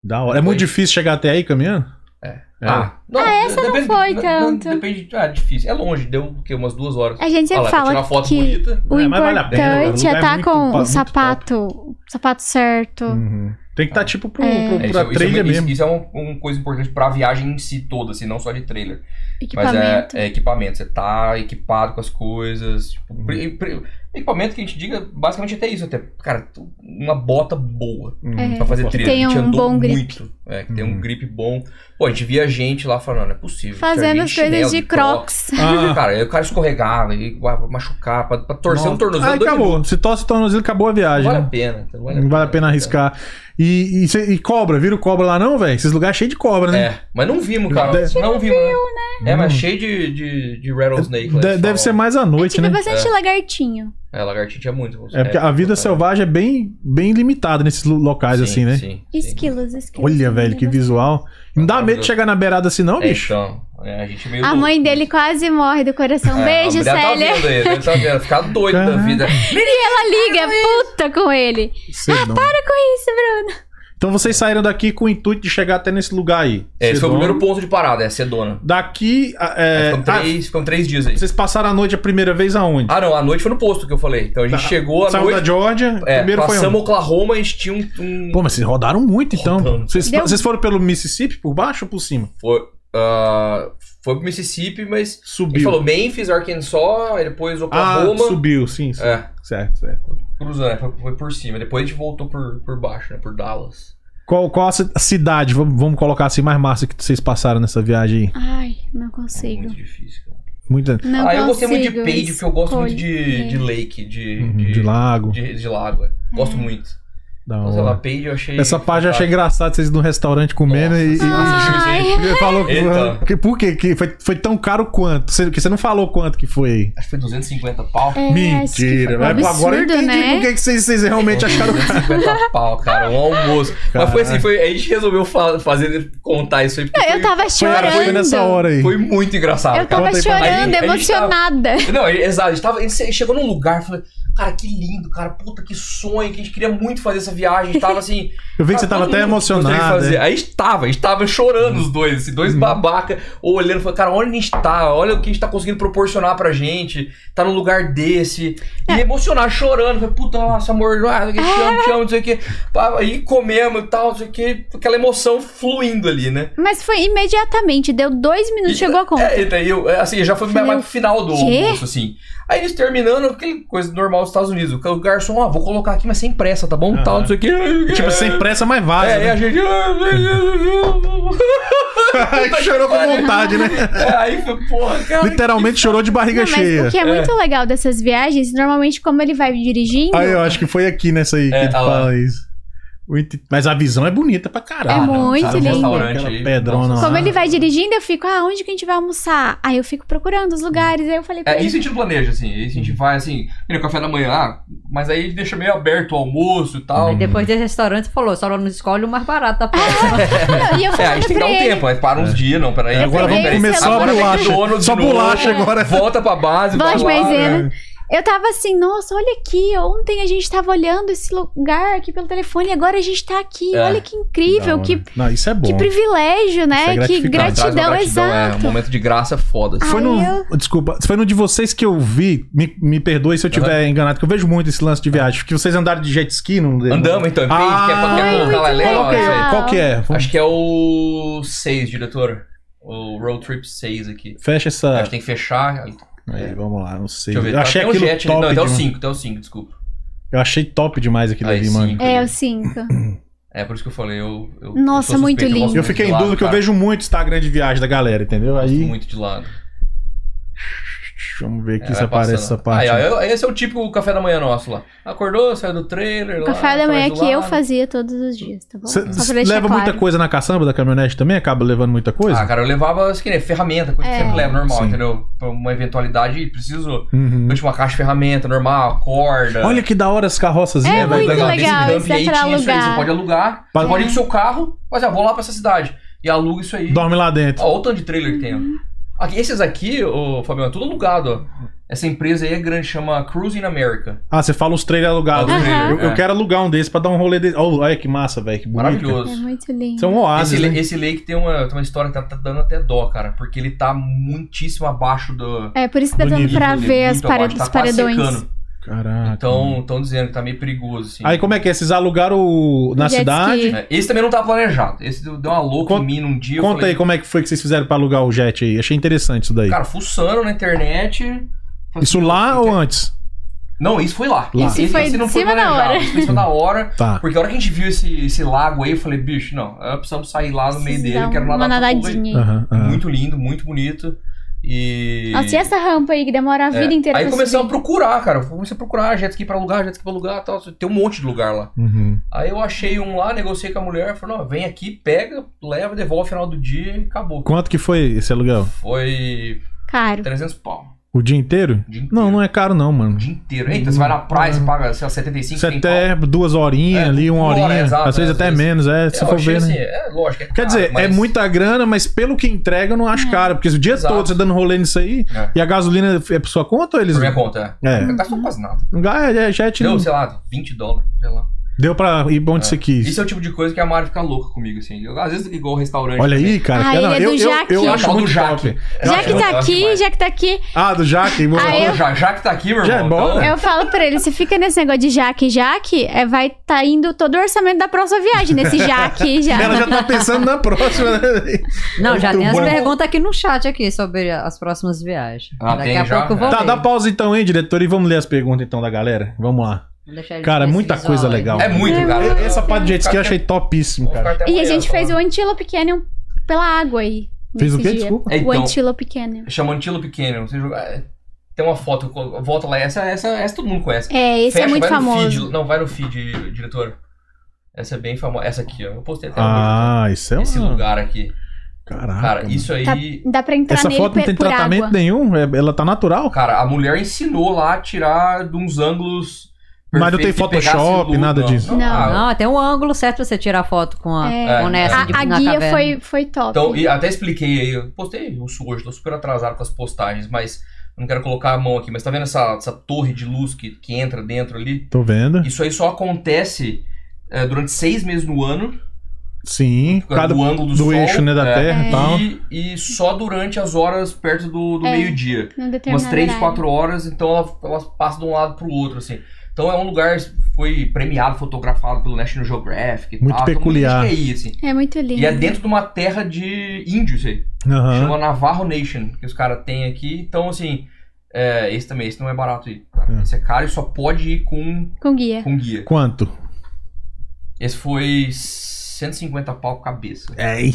Speaker 3: Da hora. É muito difícil chegar até aí caminhando?
Speaker 5: É.
Speaker 3: É.
Speaker 5: não, essa
Speaker 4: Ah, não foi tanto. É,
Speaker 5: Depende, ah, difícil. É longe, deu o quê? Umas duas horas.
Speaker 4: A gente
Speaker 5: Olha
Speaker 4: sempre
Speaker 5: lá,
Speaker 4: fala
Speaker 5: tirar foto
Speaker 4: que
Speaker 5: bonita.
Speaker 4: o
Speaker 3: É, mas vale a pena, cara. O
Speaker 4: importante
Speaker 3: lugar
Speaker 4: é
Speaker 3: é
Speaker 4: estar
Speaker 3: muito
Speaker 4: com
Speaker 3: pa-
Speaker 4: o
Speaker 3: muito
Speaker 4: sapato, o sapato certo.
Speaker 3: Uhum. Tem que estar tipo pro,
Speaker 4: É.
Speaker 3: pro,
Speaker 5: É,
Speaker 3: pra
Speaker 5: isso, isso, é,
Speaker 3: trilha
Speaker 5: uma- isso,
Speaker 3: mesmo.
Speaker 5: isso é uma, uma coisa importante pra viagem em si toda, assim, não só de trailer. Mas é,
Speaker 4: Equipamento.
Speaker 5: é equipamento. Você tá equipado com as coisas. tipo,
Speaker 3: Uhum.
Speaker 5: pri- pri- equipamento que a gente diga, basicamente até isso. Até, cara, tu- uma bota boa.
Speaker 3: Uhum.
Speaker 5: Pra fazer trilha.
Speaker 4: tenha
Speaker 5: a gente
Speaker 4: um
Speaker 5: andou
Speaker 4: bom grip.
Speaker 5: muito. É, que tem um
Speaker 3: Uhum.
Speaker 5: grip bom. Pô, a gente via gente lá falando, não é possível. tinha
Speaker 4: Fazendo
Speaker 5: gente
Speaker 4: as coisas
Speaker 5: chinelo,
Speaker 4: de crocs.
Speaker 3: Ah.
Speaker 5: Cara, aí o cara escorregava, e vai machucar, pra, pra torcer um
Speaker 3: Nossa.
Speaker 5: tornozelo.
Speaker 3: Aí
Speaker 5: dois
Speaker 3: acabou. Se torce o tornozelo, acabou a
Speaker 5: minutos.
Speaker 3: viagem.
Speaker 5: Não vale a
Speaker 3: né?
Speaker 5: pena. então
Speaker 3: Não vale a pena arriscar. E, e cê- e cobra, vira o cobra lá não, velho? Esses lugares cheios de cobra, né?
Speaker 5: É, mas não vimos, cara.
Speaker 3: Deve- um
Speaker 5: não vimos. né? É, mas
Speaker 3: Hum.
Speaker 5: cheio de, de, de rattlesnake. lá,
Speaker 3: De-
Speaker 5: eles falam.
Speaker 3: deve ser mais à
Speaker 4: Eu
Speaker 3: noite, né?
Speaker 4: tive Tipo, bastante lagartinho.
Speaker 5: É, lagartixa tinha muito.
Speaker 3: É porque a vida
Speaker 5: é,
Speaker 3: selvagem é bem, bem limitada nesses lu- locais,
Speaker 5: sim,
Speaker 3: assim, né?
Speaker 5: Sim,
Speaker 4: E
Speaker 5: sim.
Speaker 4: esquilos, esquilos.
Speaker 3: Olha, velho,
Speaker 4: é
Speaker 3: que visual. Não dá medo de chegar na beirada assim, não,
Speaker 5: É,
Speaker 3: bicho?
Speaker 5: então, é, a gente meio
Speaker 4: A
Speaker 5: louco.
Speaker 4: mãe dele quase morre do coração.
Speaker 5: É,
Speaker 4: Beijo,
Speaker 5: a mulher tá
Speaker 4: *laughs* Célia.
Speaker 5: vendo aí, deve tá vendo, ficar doido da
Speaker 3: Caraca.
Speaker 5: vida.
Speaker 4: Ela liga, puta com ele.
Speaker 5: então.
Speaker 3: Sedona.
Speaker 4: Para com isso, é Bruno.
Speaker 3: é Então vocês saíram daqui com o intuito de chegar até nesse lugar aí.
Speaker 5: É, Esse foi o
Speaker 3: Sedona.
Speaker 5: primeiro ponto de parada, é Sedona.
Speaker 3: Daqui. a-
Speaker 5: É,
Speaker 3: É,
Speaker 5: ficamos, três, ficamos três dias aí.
Speaker 3: ah, vocês passaram a noite a primeira vez aonde?
Speaker 5: Ah, não, a noite foi no posto que eu falei. Então a gente
Speaker 3: Tá.
Speaker 5: chegou à
Speaker 3: Saiu
Speaker 5: noite.
Speaker 3: da Georgia,
Speaker 5: É,
Speaker 3: primeiro foi
Speaker 5: passamos
Speaker 3: onde?
Speaker 5: Oklahoma e a gente tinha um. um-
Speaker 3: Pô, mas vocês rodaram muito então.
Speaker 5: Rodamos.
Speaker 3: Vocês,
Speaker 4: Deu-
Speaker 3: vocês foram pelo Mississippi por baixo ou por cima?
Speaker 5: Foi, ah, foi pro Mississippi, mas. A gente
Speaker 3: Subiu.
Speaker 5: falou Memphis, Arkansas, aí depois
Speaker 3: ah,
Speaker 5: Oklahoma.
Speaker 3: subiu, sim, sim.
Speaker 5: é,
Speaker 3: Certo, certo.
Speaker 5: cruzando, foi, foi por cima. Depois a gente voltou por, por baixo, né? Por Dallas.
Speaker 3: Qual, qual a ci- cidade, vamos, vamos colocar assim, mais massa que vocês passaram nessa viagem aí?
Speaker 4: Ai, não
Speaker 5: É
Speaker 4: consigo.
Speaker 5: muito difícil, cara.
Speaker 3: Muita.
Speaker 4: Não
Speaker 5: ah, eu gostei
Speaker 4: consigo.
Speaker 5: muito de Page, porque eu gosto muito de,
Speaker 4: escolher.
Speaker 5: de lake, de,
Speaker 3: Uhum, de Uhum, lago.
Speaker 5: De, de lago, é. Gosto muito.
Speaker 3: Da
Speaker 5: Nossa, ela
Speaker 3: hora.
Speaker 5: peide, eu achei.
Speaker 3: Essa parte eu achei engraçado vocês no restaurante comendo e, e-
Speaker 4: Ai, é,
Speaker 3: e falou que-
Speaker 5: Eita.
Speaker 3: que por quê? Que foi, foi tão caro quanto? Você, que você não falou quanto que foi?
Speaker 5: Acho que foi 250 pau.
Speaker 4: é, acho que
Speaker 3: Mentira,
Speaker 4: foi um
Speaker 3: vai pra agora eu
Speaker 4: absurdo,
Speaker 3: entendi
Speaker 4: né?
Speaker 3: por que que vocês, vocês realmente acharam caro.
Speaker 5: 250 pau, cara, um almoço. Mas foi assim, foi, a gente resolveu fa- fazer, contar isso aí, porque
Speaker 4: É, Eu
Speaker 5: foi,
Speaker 4: tava
Speaker 3: *laughs* Foi,
Speaker 4: chorando.
Speaker 3: cara, foi nessa hora aí.
Speaker 5: foi muito engraçado,
Speaker 4: Eu
Speaker 5: cara.
Speaker 4: tava
Speaker 3: Conta aí pra nós.
Speaker 4: chorando,
Speaker 5: A gente- a gente tava-
Speaker 4: emocionada.
Speaker 5: Não, ele- exato. A gente, tava, a gente chegou num lugar, falei, cara, que lindo, cara, puta, que sonho, que a gente queria muito fazer essa viagem. A gente tava assim.
Speaker 3: Eu vi que você
Speaker 5: cara,
Speaker 3: tava
Speaker 5: todo
Speaker 3: até
Speaker 5: mundo gostaria de
Speaker 3: emocionado.
Speaker 5: fazer.
Speaker 3: né?
Speaker 5: Aí estava, estava chorando os dois, esses
Speaker 3: Hum.
Speaker 5: dois babaca, olhando, falando, cara, olha onde a gente tá, olha o que a gente tá conseguindo proporcionar pra gente, tá num lugar desse.
Speaker 4: É.
Speaker 5: E emocionar, chorando, falei, puta, nossa, amor, ah, te amo, te amo, não sei o quê. Pá, Aí comemos e tal, não sei o quê, aquela emoção fluindo ali, né?
Speaker 4: Mas foi imediatamente, deu dois minutos,
Speaker 5: E-
Speaker 4: chegou a conta.
Speaker 5: É, e daí eu, é, assim, já foi
Speaker 4: Falei,
Speaker 5: mais pro final do
Speaker 4: "Quê?"
Speaker 5: almoço, assim. Aí eles terminando, aquela coisa normal dos Estados Unidos. O garçom, ó, vou colocar aqui, mas sem pressa, tá bom? Tal, não sei o quê.
Speaker 3: Tipo, sem pressa, mas vaza.
Speaker 5: É, e
Speaker 3: né?
Speaker 5: a gente.
Speaker 3: é, *laughs* Chorou com vontade, *laughs* né?
Speaker 5: É, aí foi, porra, cara.
Speaker 3: Literalmente chorou de barriga
Speaker 4: Não, mas
Speaker 3: cheia.
Speaker 4: o que é, muito legal dessas viagens, normalmente como ele vai dirigindo,
Speaker 3: Aí eu acho que foi aqui nessa aí que
Speaker 5: É,
Speaker 3: ele
Speaker 5: tá lá.
Speaker 3: fala isso. O inti- Mas a visão é bonita pra caralho.
Speaker 4: É muito
Speaker 3: cara,
Speaker 4: linda.
Speaker 5: Restaurante
Speaker 3: Aquela
Speaker 5: aí.
Speaker 3: pedrona
Speaker 5: Nossa.
Speaker 3: lá.
Speaker 4: como ele vai dirigindo, eu fico, ah, onde que a gente vai almoçar? Aí eu fico procurando os lugares, aí eu falei pra
Speaker 5: É,
Speaker 4: ele,
Speaker 5: isso a gente não planeja, assim. Isso a gente vai, assim, que nem o café da manhã, ah, mas aí ele deixa meio aberto o almoço e tal.
Speaker 6: Aí depois desse restaurante você falou, só não escolhe o mais barato da próxima.
Speaker 4: Não, "Ah", e eu
Speaker 5: *laughs* É, a
Speaker 4: falando
Speaker 5: gente tem que
Speaker 4: pra
Speaker 5: dar um
Speaker 4: ele,
Speaker 5: tempo, aí para uns dias, não, peraí.
Speaker 3: É, agora
Speaker 4: vamos
Speaker 5: Tá peraí,
Speaker 4: comer só
Speaker 5: agora tem
Speaker 3: bolacha.
Speaker 5: dono de
Speaker 3: Só
Speaker 5: novo,
Speaker 3: bolacha agora.
Speaker 5: Volta pra né? base, vai
Speaker 4: voz
Speaker 5: lá. É.
Speaker 4: maisena. Eu tava assim, nossa, olha aqui, ontem a gente tava olhando esse lugar aqui pelo telefone, e agora a gente tá aqui,
Speaker 5: É.
Speaker 4: olha que
Speaker 3: Da
Speaker 4: incrível,
Speaker 3: hora.
Speaker 4: que,
Speaker 3: Não, isso é bom.
Speaker 4: que privilégio, né?
Speaker 3: Isso é
Speaker 4: que
Speaker 3: gratificante.
Speaker 5: Traz uma
Speaker 4: gratidão,
Speaker 5: é, um
Speaker 4: exato.
Speaker 5: momento de graça foda. assim.
Speaker 3: Foi
Speaker 4: Aí
Speaker 3: no.
Speaker 4: eu-
Speaker 3: Desculpa, foi no de vocês que eu vi. Me, me perdoe se eu tiver enganado, que eu vejo muito esse lance de viagem. Que vocês andaram de jet ski, não
Speaker 5: Andamos então, em
Speaker 3: Ah,
Speaker 5: ah, quer, pra- quer
Speaker 4: Ai,
Speaker 5: colocar lá
Speaker 4: muito
Speaker 5: legal,
Speaker 3: Qual que
Speaker 5: isso aí.
Speaker 3: é? Qual que é?
Speaker 5: Acho que é o 6, diretor. O Road Trip 6 aqui.
Speaker 3: Fecha
Speaker 5: Acho
Speaker 3: essa.
Speaker 5: que tem que fechar. Deixa
Speaker 3: Aí, vamos lá, não sei.
Speaker 5: eu ver.
Speaker 3: Eu, achei
Speaker 5: tem um
Speaker 3: aquilo
Speaker 5: jet ali.
Speaker 3: top.
Speaker 5: Não, até o
Speaker 3: demais.
Speaker 5: 5, até o 5, desculpa.
Speaker 3: Eu achei top demais aquilo
Speaker 5: Aí
Speaker 3: ali,
Speaker 5: sim.
Speaker 3: mano.
Speaker 4: É, o cinco.
Speaker 5: É por isso que eu falei, eu. eu
Speaker 4: Nossa,
Speaker 5: eu sou
Speaker 4: muito
Speaker 5: suspeito,
Speaker 4: lindo.
Speaker 5: gosto
Speaker 3: Eu fiquei
Speaker 5: de
Speaker 3: em
Speaker 5: lado,
Speaker 3: dúvida que eu
Speaker 5: cara.
Speaker 3: vejo muito Instagram de viagem da galera, entendeu?
Speaker 5: Gosto
Speaker 3: Aí.
Speaker 5: muito de lado.
Speaker 3: Vamos ver
Speaker 5: É,
Speaker 3: aqui
Speaker 5: vai
Speaker 3: se aparece
Speaker 5: passando.
Speaker 3: essa parte. né?
Speaker 5: Aí, ó, esse é o típico café da manhã nosso lá. Acordou, saiu do trailer.
Speaker 4: O
Speaker 5: lá,
Speaker 4: café da
Speaker 5: atrás
Speaker 4: manhã
Speaker 5: do
Speaker 4: que eu
Speaker 5: lado.
Speaker 4: fazia todos os dias, tá bom?
Speaker 3: Você
Speaker 4: Só pra deixar
Speaker 3: leva
Speaker 4: claro.
Speaker 3: muita coisa na caçamba da caminhonete também? Acaba levando muita coisa?
Speaker 5: Ah, cara, eu levava assim, né, ferramenta, coisa
Speaker 4: É.
Speaker 5: que sempre leva, normal,
Speaker 3: é. Sim.
Speaker 5: entendeu? Pra uma eventualidade, preciso.
Speaker 3: Uhum.
Speaker 5: Eu tinha uma caixa de ferramenta normal, corda.
Speaker 3: Olha que da hora as carroças. né,
Speaker 4: É muito
Speaker 5: Mas
Speaker 4: legal.
Speaker 5: Nesse
Speaker 4: isso
Speaker 5: camping
Speaker 4: é
Speaker 5: aí
Speaker 4: pra
Speaker 5: tinha um isso aí,
Speaker 4: alugar.
Speaker 5: Você pode alugar,
Speaker 3: Pra-
Speaker 5: você pode ir com seu carro, mas ah, vou lá pra essa cidade. E aluga isso aí.
Speaker 3: Dorme lá dentro.
Speaker 5: Ó, olha o tanto de trailer que tem,
Speaker 4: Uhum.
Speaker 5: ó. Aqui, esses aqui, ô, Fabião, é tudo alugado, ó. Essa empresa aí é grande, chama Cruising America.
Speaker 3: Ah, você fala os trailers alugados.
Speaker 5: Ah, os
Speaker 3: né?
Speaker 5: trailers,
Speaker 3: eu, eu
Speaker 5: é.
Speaker 3: quero alugar um desse pra dar um rolê desse. Oh, olha que massa, velho. Que bonito. cara.
Speaker 4: É
Speaker 5: Maravilhoso.
Speaker 4: muito lindo.
Speaker 3: Isso é um oásis,
Speaker 5: Esse, le-
Speaker 3: né?
Speaker 5: esse lake tem uma, tem uma história que tá, tá dando até dó, cara, porque ele tá muitíssimo abaixo do.
Speaker 4: É, por isso que tá
Speaker 3: do
Speaker 4: dando
Speaker 3: nível
Speaker 4: pra
Speaker 5: dele,
Speaker 4: ver as
Speaker 5: muito abaixo,
Speaker 4: paredes,
Speaker 5: tá
Speaker 4: os
Speaker 5: quase
Speaker 4: paredões.
Speaker 5: secando.
Speaker 3: Caraca.
Speaker 5: Então, estão dizendo que tá meio perigoso, assim.
Speaker 3: Ah, Aí como é que é? Vocês alugaram o- na
Speaker 4: Jet
Speaker 3: cidade?
Speaker 4: ski.
Speaker 5: É, Esse também não tá planejado. Esse deu deu uma louca
Speaker 3: Conta-
Speaker 5: em mim num dia. eu
Speaker 3: Conta
Speaker 5: falei,
Speaker 3: aí como é que foi que vocês fizeram pra alugar o jet aí. Achei interessante isso daí.
Speaker 5: Cara, fuçando na internet. falei,
Speaker 3: isso lá ou antes?
Speaker 5: Não, isso foi lá.
Speaker 3: Lá.
Speaker 4: Isso foi em cima da
Speaker 5: planejado,
Speaker 4: hora.
Speaker 5: Isso foi em cima da hora.
Speaker 3: Tá.
Speaker 5: Porque a hora que a gente viu esse, esse lago aí, eu falei, bicho, não, eh, precisamos sair lá no meio
Speaker 4: Precisa
Speaker 5: dele,
Speaker 4: dar
Speaker 5: eu quero nadar
Speaker 4: uma
Speaker 5: nessa porra aí.
Speaker 4: nadadinha. aí.
Speaker 3: Aham, aham.
Speaker 5: Muito lindo, muito bonito. E.
Speaker 4: Nossa, e essa rampa aí que demora a
Speaker 5: É,
Speaker 4: vida inteira
Speaker 5: Aí
Speaker 4: pra
Speaker 5: começamos a
Speaker 4: subir?
Speaker 5: procurar, cara. Eu Comecei a procurar jet ski pra alugar, jet ski pra alugar tal. Tem um monte de lugar lá.
Speaker 3: Uhum.
Speaker 5: Aí eu achei um lá, negociei com a mulher, falou, não, vem aqui, pega, leva, devolve no final do dia e acabou.
Speaker 3: Quanto que foi esse aluguel?
Speaker 5: Foi
Speaker 4: Caro.
Speaker 5: 300 pau.
Speaker 3: O dia inteiro?
Speaker 5: O dia inteiro.
Speaker 3: Não, não é caro não, mano.
Speaker 5: O dia inteiro. Eita, você vai na praia, você paga, sei lá, 75,
Speaker 3: Você
Speaker 5: 100 pau.
Speaker 3: até duas horinhas
Speaker 5: É,
Speaker 3: ali, uma
Speaker 5: uma hora,
Speaker 3: horinha.
Speaker 5: exato,
Speaker 3: às vezes
Speaker 5: é, às
Speaker 3: até
Speaker 5: vezes.
Speaker 3: menos, é, se
Speaker 5: eu
Speaker 3: for
Speaker 5: achei
Speaker 3: ver,
Speaker 5: assim,
Speaker 3: né?
Speaker 5: é lógico. é
Speaker 3: Quer
Speaker 5: caro,
Speaker 3: dizer, é
Speaker 5: mas-
Speaker 3: muita grana, mas pelo que entrega, eu não
Speaker 4: É.
Speaker 3: acho caro. Porque o dia
Speaker 5: Exato.
Speaker 3: todo você dando rolê nisso aí,
Speaker 5: É.
Speaker 3: e a gasolina é por sua conta ou eles.
Speaker 5: Por minha conta, é.
Speaker 3: É.
Speaker 5: Eu gasto quase nada.
Speaker 3: Não ga- é, jet não-
Speaker 5: Deu, sei lá, 20 dólares, sei lá.
Speaker 3: Deu pra ir pra onde você quis.
Speaker 5: Isso é o tipo de coisa que a Mari fica louca comigo, assim. Eu, às vezes, igual o restaurante.
Speaker 3: Olha
Speaker 5: também.
Speaker 3: aí, cara.
Speaker 4: Ah,
Speaker 3: que-
Speaker 4: ele é
Speaker 3: eu,
Speaker 4: do
Speaker 3: eu,
Speaker 4: Jaque.
Speaker 3: eu
Speaker 5: Eu
Speaker 3: acho
Speaker 5: acho
Speaker 3: muito
Speaker 5: do
Speaker 3: top.
Speaker 5: Jaque. Eu
Speaker 4: Já
Speaker 5: acho
Speaker 4: que
Speaker 5: muito-
Speaker 4: tá
Speaker 5: eu acho
Speaker 4: aqui,
Speaker 5: demais.
Speaker 4: já que tá aqui,
Speaker 3: Ah, do Jaque. Vou...
Speaker 4: Aí eu-
Speaker 5: Já, já que tá aqui, meu
Speaker 3: Já
Speaker 5: irmão.
Speaker 3: é bom, né?
Speaker 4: eu falo pra ele, se fica nesse negócio de jaque, jaque, é, vai tá indo todo o orçamento da próxima viagem
Speaker 3: *laughs*
Speaker 4: nesse jaque, já.
Speaker 3: Ela já tá pensando na próxima, né?
Speaker 6: Não, já
Speaker 3: Muito
Speaker 6: tem as
Speaker 3: bom.
Speaker 6: perguntas aqui no chat aqui sobre as próximas viagens.
Speaker 5: Ah,
Speaker 6: Daqui
Speaker 5: tem
Speaker 6: a
Speaker 5: já?
Speaker 6: pouco eu vou
Speaker 3: Tá,
Speaker 6: ler.
Speaker 3: dá pausa então, hein, diretor, e vamos ler as perguntas então da galera. Vamos lá.
Speaker 6: Vou deixar
Speaker 4: É
Speaker 6: ele
Speaker 3: Cara,
Speaker 6: ver esse
Speaker 3: muita
Speaker 6: visual
Speaker 3: coisa
Speaker 6: aí.
Speaker 3: legal.
Speaker 5: É muito, cara.
Speaker 3: E- Essa parte de jet ski eu achei
Speaker 5: Vou
Speaker 3: topíssimo,
Speaker 5: ficar
Speaker 3: cara.
Speaker 5: até
Speaker 4: E a
Speaker 5: amanhã
Speaker 4: gente fez o
Speaker 5: falando.
Speaker 4: Antelope Canyon pela água aí.
Speaker 3: Fez o
Speaker 4: nesse
Speaker 3: quê?
Speaker 4: dia.
Speaker 3: Desculpa.
Speaker 5: É, então.
Speaker 4: O Antelope Canyon.
Speaker 5: Chama Antílope Canyon. Você joga- é, Tem uma foto, eu colo- volta lá. Essa, essa, essa todo mundo conhece.
Speaker 4: É, esse
Speaker 5: Fecha,
Speaker 4: é muito
Speaker 5: vai no
Speaker 4: famoso.
Speaker 5: feed- não, vai no feed, diretor. Essa é bem famosa. Essa aqui, ó. Eu postei até uma
Speaker 3: Ah, isso é
Speaker 5: coisa.
Speaker 3: um.
Speaker 5: Esse lugar aqui.
Speaker 3: Caraca.
Speaker 5: Cara,
Speaker 3: mano.
Speaker 5: isso aí.
Speaker 4: Tá- dá pra entrar
Speaker 3: Essa
Speaker 4: nele
Speaker 3: foto não
Speaker 4: pe-
Speaker 3: tem
Speaker 4: por
Speaker 3: tratamento
Speaker 4: água.
Speaker 3: nenhum, é- ela tá natural.
Speaker 5: Cara, a mulher ensinou lá a tirar de uns ângulos.
Speaker 3: Mas não tem
Speaker 5: perfeitos e pegar
Speaker 3: Photoshop,
Speaker 5: esse look,
Speaker 3: nada disso?
Speaker 4: Não.
Speaker 5: Ah,
Speaker 6: Não, tem um ângulo certo pra você tirar foto com a.
Speaker 4: É,
Speaker 5: É,
Speaker 6: com
Speaker 5: é.
Speaker 6: essa de,
Speaker 4: a, a
Speaker 6: na
Speaker 4: guia
Speaker 6: caverna.
Speaker 4: foi, foi top.
Speaker 5: Então, e até expliquei aí, eu postei um su- hoje, tô super atrasado com as postagens, mas eu não quero colocar a mão aqui, mas tá vendo essa, essa torre de luz que, que entra dentro ali?
Speaker 3: Tô vendo.
Speaker 5: Isso aí só acontece é, durante seis meses no ano,
Speaker 3: Sim,
Speaker 5: por causa
Speaker 3: cada
Speaker 5: do ângulo do,
Speaker 3: do,
Speaker 5: sol.
Speaker 3: eixo né, da
Speaker 5: é,
Speaker 3: Terra e tal.
Speaker 5: E, e só durante as horas perto do, do
Speaker 4: É,
Speaker 5: meio-dia.
Speaker 4: num determinado
Speaker 5: Umas três,
Speaker 4: horário.
Speaker 5: quatro horas, então ela- elas passam de um lado pro outro, assim. Então é um lugar, foi premiado, fotografado pelo National Geographic e
Speaker 3: Muito
Speaker 5: tal. então muita gente
Speaker 3: peculiar.
Speaker 5: quer ir, assim.
Speaker 4: É muito lindo.
Speaker 5: E é dentro de uma terra de índios aí.
Speaker 3: Aham.
Speaker 5: Chama Navarro Nation, que os caras têm aqui. Então, assim, é, esse também, esse não é barato ir. cara.
Speaker 3: É.
Speaker 5: Esse é caro e só pode ir com,
Speaker 4: Com guia.
Speaker 5: com guia.
Speaker 3: Quanto?
Speaker 5: Esse foi 150 pau cabeça.
Speaker 3: É,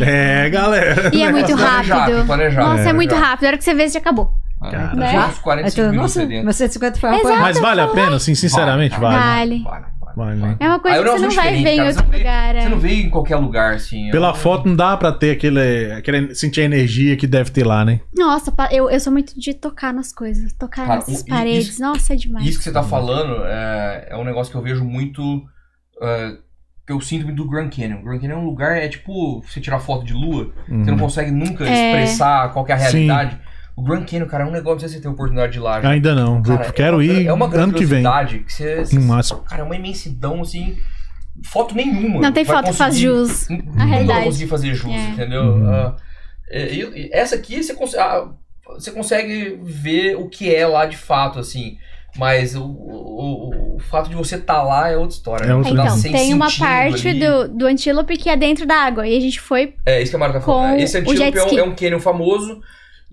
Speaker 3: é galera.
Speaker 4: E é muito
Speaker 5: Planejado,
Speaker 4: rápido.
Speaker 5: planejado,
Speaker 4: Nossa, é muito né?
Speaker 5: planejado.
Speaker 4: rápido. A hora que você vê, você já acabou.
Speaker 5: Ah,
Speaker 3: Cara.
Speaker 5: então, uns
Speaker 6: Aí
Speaker 5: 45
Speaker 6: tu,
Speaker 5: minutos
Speaker 6: nossa,
Speaker 5: aí dentro.
Speaker 6: meus 150 foi
Speaker 4: Exato.
Speaker 3: Mas vale a pena, sim, sinceramente,
Speaker 5: Vale,
Speaker 3: vale.
Speaker 4: Vale.
Speaker 5: Vale, vale,
Speaker 3: Vale.
Speaker 5: vale.
Speaker 4: É uma coisa
Speaker 5: Aí
Speaker 4: que
Speaker 5: era um
Speaker 4: você não vai
Speaker 5: diferente,
Speaker 4: ver em
Speaker 5: cara,
Speaker 4: outro
Speaker 5: você não vê-
Speaker 4: lugar. é.
Speaker 5: Você não vê em qualquer lugar, assim.
Speaker 3: Pela
Speaker 5: ó.
Speaker 3: foto não dá pra ter aquele, aquele. sentir a energia que deve ter lá, né?
Speaker 4: Nossa, pa- eu, eu sou muito de tocar nas coisas. Tocar
Speaker 5: Cara,
Speaker 4: nessas
Speaker 5: o- e-
Speaker 4: paredes.
Speaker 5: isso-
Speaker 4: Nossa, é demais.
Speaker 5: Isso que você tá falando é, é um negócio que eu vejo muito. é, que eu sinto muito do Grand Canyon. O Grand Canyon é um lugar, é tipo você tirar foto de lua, você não
Speaker 3: Uhum.
Speaker 5: consegue nunca
Speaker 4: É.
Speaker 5: expressar qual que é a
Speaker 3: Sim.
Speaker 5: realidade. O Grand Canyon, cara, é um negócio, não sei se você tem oportunidade de ir lá. já.
Speaker 3: Ainda não. viu?
Speaker 5: Cara,
Speaker 3: Quero
Speaker 5: é uma,
Speaker 3: ir
Speaker 5: é uma
Speaker 3: ano que vem.
Speaker 5: grandiosidade que você, você-
Speaker 3: No máximo.
Speaker 5: Cara, é uma imensidão, assim. Foto nenhuma.
Speaker 4: Não tem
Speaker 5: vai
Speaker 4: foto que faz
Speaker 5: conseguir-
Speaker 4: jus.
Speaker 5: Nunca
Speaker 4: A realidade.
Speaker 5: vai Uhum. conseguir fazer jus,
Speaker 4: É.
Speaker 5: entendeu?
Speaker 3: Uhum.
Speaker 5: Ah, e- e- e essa aqui você, cons- ah, você consegue ver o que é lá de fato, assim. Mas o, o- o fato de você estar lá é outra história.
Speaker 3: É
Speaker 5: né?
Speaker 3: outra
Speaker 5: Você tá
Speaker 4: Então,
Speaker 3: coisa.
Speaker 5: sem
Speaker 4: tem uma
Speaker 5: sentido
Speaker 4: parte
Speaker 5: ali.
Speaker 4: do, do antílope que é dentro da água. E a gente foi.
Speaker 5: É, isso que a Mara tá
Speaker 4: com
Speaker 5: falando. né? Esse
Speaker 4: o
Speaker 5: antílope
Speaker 4: jet
Speaker 5: é um,
Speaker 4: ski.
Speaker 5: é um cânion famoso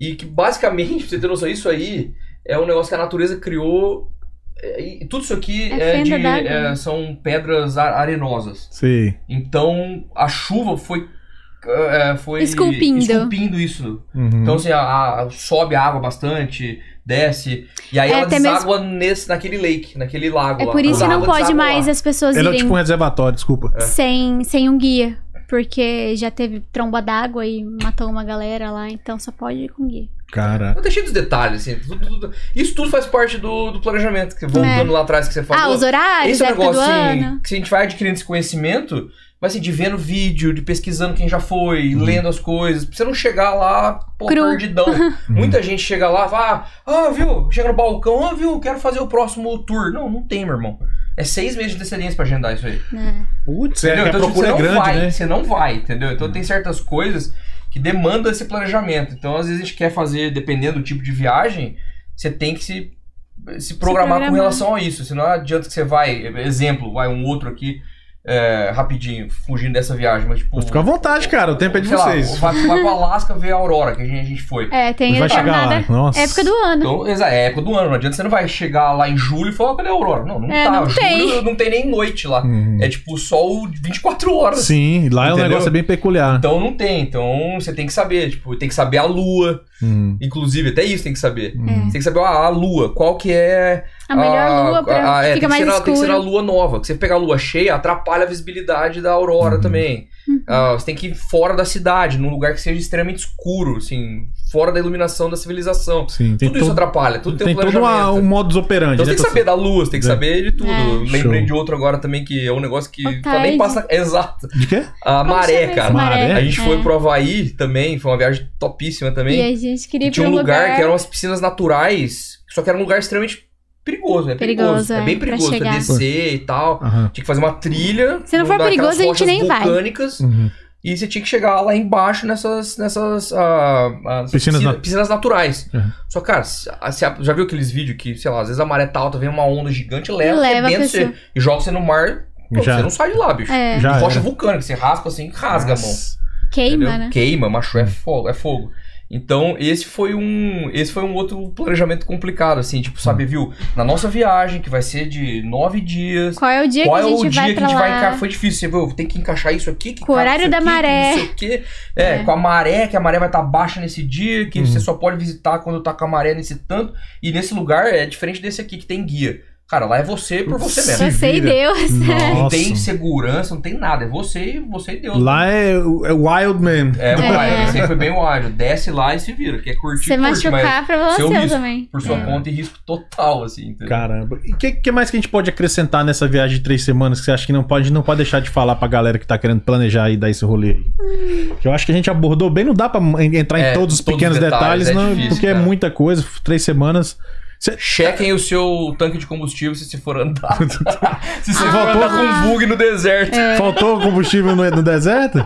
Speaker 5: e que basicamente, pra você ter noção, isso aí é um negócio que a natureza criou. é, E tudo isso aqui
Speaker 4: É
Speaker 5: é
Speaker 4: fenda
Speaker 5: de,
Speaker 4: d'água,
Speaker 5: é,
Speaker 4: né?
Speaker 5: são pedras a- arenosas.
Speaker 3: Sim.
Speaker 5: Então a chuva foi. é, foi
Speaker 4: Esculpindo.
Speaker 5: esculpindo isso.
Speaker 3: Uhum.
Speaker 5: Então, assim, a- a- sobe a água bastante, desce, e aí
Speaker 4: É,
Speaker 5: ela
Speaker 4: até
Speaker 5: deságua nesse, naquele lake, naquele lago
Speaker 4: É
Speaker 5: lá.
Speaker 4: por isso
Speaker 5: A
Speaker 4: que não
Speaker 5: água
Speaker 4: pode
Speaker 5: deságua
Speaker 4: mais assim.
Speaker 5: lá. É.
Speaker 4: as pessoas
Speaker 3: Ela é
Speaker 4: irem
Speaker 3: tipo um reservatório, desculpa.
Speaker 4: sem, sem um guia. Porque já teve tromba d'água e matou uma galera lá. Então só pode ir com guia.
Speaker 3: Cara.
Speaker 5: Não deixei dos detalhes, assim. tudo- tudo- isso tudo faz parte do, do planejamento, que voltando lá atrás que você falou.
Speaker 4: Ah, os horários,
Speaker 5: Esse é um
Speaker 4: época do
Speaker 5: negócio,
Speaker 4: ano.
Speaker 5: assim, que a gente vai adquirindo esse conhecimento, mas assim, de vendo vídeo, de pesquisando quem já foi, lendo as coisas, pra você não chegar lá, pô,
Speaker 4: Cru. *laughs*
Speaker 5: perdidão. Muita gente chega lá e fala, ah, viu, chega no balcão, ah, viu, quero fazer o próximo tour. Não, não tem, meu irmão. É seis meses de antecedência pra agendar isso aí.
Speaker 4: né?
Speaker 3: Putz, é que
Speaker 5: Entendeu?
Speaker 3: a
Speaker 5: Então, tipo,
Speaker 3: procura é
Speaker 5: você não
Speaker 3: grande,
Speaker 5: vai,
Speaker 3: né? Hum.
Speaker 5: Você não vai, entendeu? Então tem certas coisas que demandam esse planejamento. Então, às vezes, a gente quer fazer, dependendo do tipo de viagem, você tem que se, se, programar,
Speaker 4: programar.
Speaker 5: com relação a isso. Senão não adianta que você vai, exemplo, vai um outro aqui, é, rapidinho, fugindo dessa viagem, mas tipo.
Speaker 3: Fica à vontade, cara. O tempo é de
Speaker 5: sei lá,
Speaker 3: vocês.
Speaker 5: vai, vai
Speaker 3: *laughs*
Speaker 5: pro Alasca ver a Aurora, que a gente, a gente foi.
Speaker 4: É, tem
Speaker 3: Vai chegar lá.
Speaker 4: determinada
Speaker 3: Nossa.
Speaker 4: época do ano.
Speaker 5: Então, exa- é época do ano, não adianta você não vai chegar lá em julho e falar, "Ah, cadê a Aurora? Não, não
Speaker 4: É,
Speaker 5: tá.
Speaker 4: não
Speaker 5: julho
Speaker 4: tem.
Speaker 5: não tem nem noite lá.
Speaker 3: Uhum.
Speaker 5: É tipo sol 24 horas.
Speaker 3: Sim, lá é um
Speaker 5: Entendeu?
Speaker 3: negócio bem peculiar.
Speaker 5: Então não tem, então você tem que saber, tipo, tem que saber a lua,
Speaker 3: Uhum.
Speaker 5: inclusive, até isso tem que saber.
Speaker 4: É.
Speaker 5: Você tem que saber ah, a, a lua, qual que é...
Speaker 4: A melhor lua pra...
Speaker 5: a- é,
Speaker 4: fica
Speaker 5: tem que
Speaker 4: mais
Speaker 5: ser na- Tem que ser na
Speaker 4: escuro.
Speaker 5: lua nova, que você pegar a lua cheia, atrapalha a visibilidade da aurora
Speaker 3: Uhum.
Speaker 5: também. Ah, você tem que ir fora da cidade, num lugar que seja extremamente escuro, assim, fora da iluminação da civilização.
Speaker 3: Sim, tem
Speaker 5: Tudo isso
Speaker 3: todo,
Speaker 5: atrapalha, tudo tem,
Speaker 3: tem
Speaker 5: um
Speaker 3: todo
Speaker 5: planejamento.
Speaker 3: uma- um modus operandi.
Speaker 5: Então você
Speaker 3: né?
Speaker 5: tem que
Speaker 3: Então,
Speaker 5: saber da luz, tem que
Speaker 3: É.
Speaker 5: saber de tudo.
Speaker 4: É.
Speaker 5: Lembrei
Speaker 3: Show.
Speaker 5: de outro agora também que é um negócio que
Speaker 4: O
Speaker 5: também
Speaker 4: tide.
Speaker 5: passa. *laughs* Exato.
Speaker 3: De quê?
Speaker 5: A
Speaker 4: Como
Speaker 5: maré,
Speaker 4: chama isso?
Speaker 5: cara.
Speaker 3: Maré?
Speaker 5: A gente foi
Speaker 4: É.
Speaker 5: pro Havaí também, foi uma viagem topíssima
Speaker 4: E
Speaker 5: também.
Speaker 4: a gente queria
Speaker 5: E
Speaker 4: ir pra
Speaker 5: tinha um lugar, que eram umas piscinas naturais, só que era um lugar extremamente perigoso, né?
Speaker 4: Perigoso,
Speaker 5: é.
Speaker 4: é,
Speaker 5: bem
Speaker 4: pra
Speaker 5: perigoso, você
Speaker 4: chegar.
Speaker 5: descer e tal.
Speaker 3: Aham.
Speaker 5: Tinha que fazer uma trilha.
Speaker 4: Se não
Speaker 5: no-
Speaker 4: for
Speaker 5: naquelas
Speaker 4: perigoso, a gente
Speaker 5: rochas
Speaker 4: nem vai.
Speaker 5: vulcânicas,
Speaker 3: Uhum.
Speaker 5: E você tinha que chegar lá embaixo nessas. nessas ah, ah, nessas
Speaker 3: Piscinas
Speaker 5: piscina-
Speaker 3: nat-
Speaker 5: piscinas naturais.
Speaker 3: Uhum.
Speaker 5: Só, cara, se- a- se a- já viu aqueles vídeos que, sei lá, às vezes a maré tá alta, vem uma onda gigante, leva,
Speaker 4: Leva a
Speaker 5: arrebenta você
Speaker 4: pessoa.
Speaker 5: e joga você no mar. pô,
Speaker 3: Já.
Speaker 5: Você não sai de lá, bicho.
Speaker 4: É,
Speaker 3: Já
Speaker 5: rocha
Speaker 3: era.
Speaker 5: vulcânica, você raspa assim, rasga a mão.
Speaker 4: queima,
Speaker 5: Entendeu?
Speaker 4: né?
Speaker 5: Queima, macho, é fogo, é fogo. Então, esse foi um, esse foi um outro planejamento complicado, assim, tipo, sabe, viu? Na nossa viagem, que vai ser de nove dias,
Speaker 4: Qual é o dia
Speaker 5: qual
Speaker 4: que
Speaker 5: é
Speaker 4: a
Speaker 5: o
Speaker 4: gente
Speaker 5: dia
Speaker 4: vai
Speaker 5: que
Speaker 4: pra
Speaker 5: a gente
Speaker 4: lá?
Speaker 5: vai encaixar? Foi difícil, você viu? Tem que encaixar isso aqui, que
Speaker 4: Com o
Speaker 5: encaixa
Speaker 4: horário
Speaker 5: isso
Speaker 4: da
Speaker 5: aqui, que
Speaker 4: maré.
Speaker 5: Não sei o quê. É,
Speaker 4: É.
Speaker 5: com a maré, que a maré vai estar baixa nesse dia, que
Speaker 3: Uhum.
Speaker 5: você só pode visitar quando tá com a maré nesse tanto. E nesse lugar é diferente desse aqui, que tem guia. Cara, lá é você por você
Speaker 3: Se
Speaker 5: mesmo.
Speaker 4: Você e
Speaker 3: vira.
Speaker 4: Deus.
Speaker 5: Não
Speaker 3: Nossa.
Speaker 5: tem segurança, não tem nada. É você e você e Deus.
Speaker 3: Lá é, o- é Wild Man.
Speaker 5: É,
Speaker 4: É.
Speaker 5: é. esse aí foi bem ágil. Desce lá e se vira. Quer curtir,
Speaker 4: Você
Speaker 5: curte, mas
Speaker 4: machucar pra
Speaker 5: seu
Speaker 4: você
Speaker 5: risco.
Speaker 4: também.
Speaker 5: por sua
Speaker 4: É.
Speaker 5: conta e risco total, assim. entendeu?
Speaker 3: Caramba. E o que, que mais que a gente pode acrescentar nessa viagem de três semanas que você acha que não pode, a gente não pode deixar de falar pra galera que tá querendo planejar e dar esse rolê aí? Que eu acho que a gente abordou bem, não dá pra en- entrar
Speaker 5: É,
Speaker 3: em todos os
Speaker 5: todos os
Speaker 3: pequenos detalhes,
Speaker 5: detalhes, é
Speaker 3: não,
Speaker 5: difícil,
Speaker 3: porque é
Speaker 5: cara.
Speaker 3: muita coisa, três semanas.
Speaker 5: Chequem o seu tanque de combustível se você for
Speaker 3: *laughs*
Speaker 5: andar. *laughs* se você for
Speaker 3: Voltou?
Speaker 5: andar com um bug no deserto.
Speaker 3: Faltou combustível no, no deserto?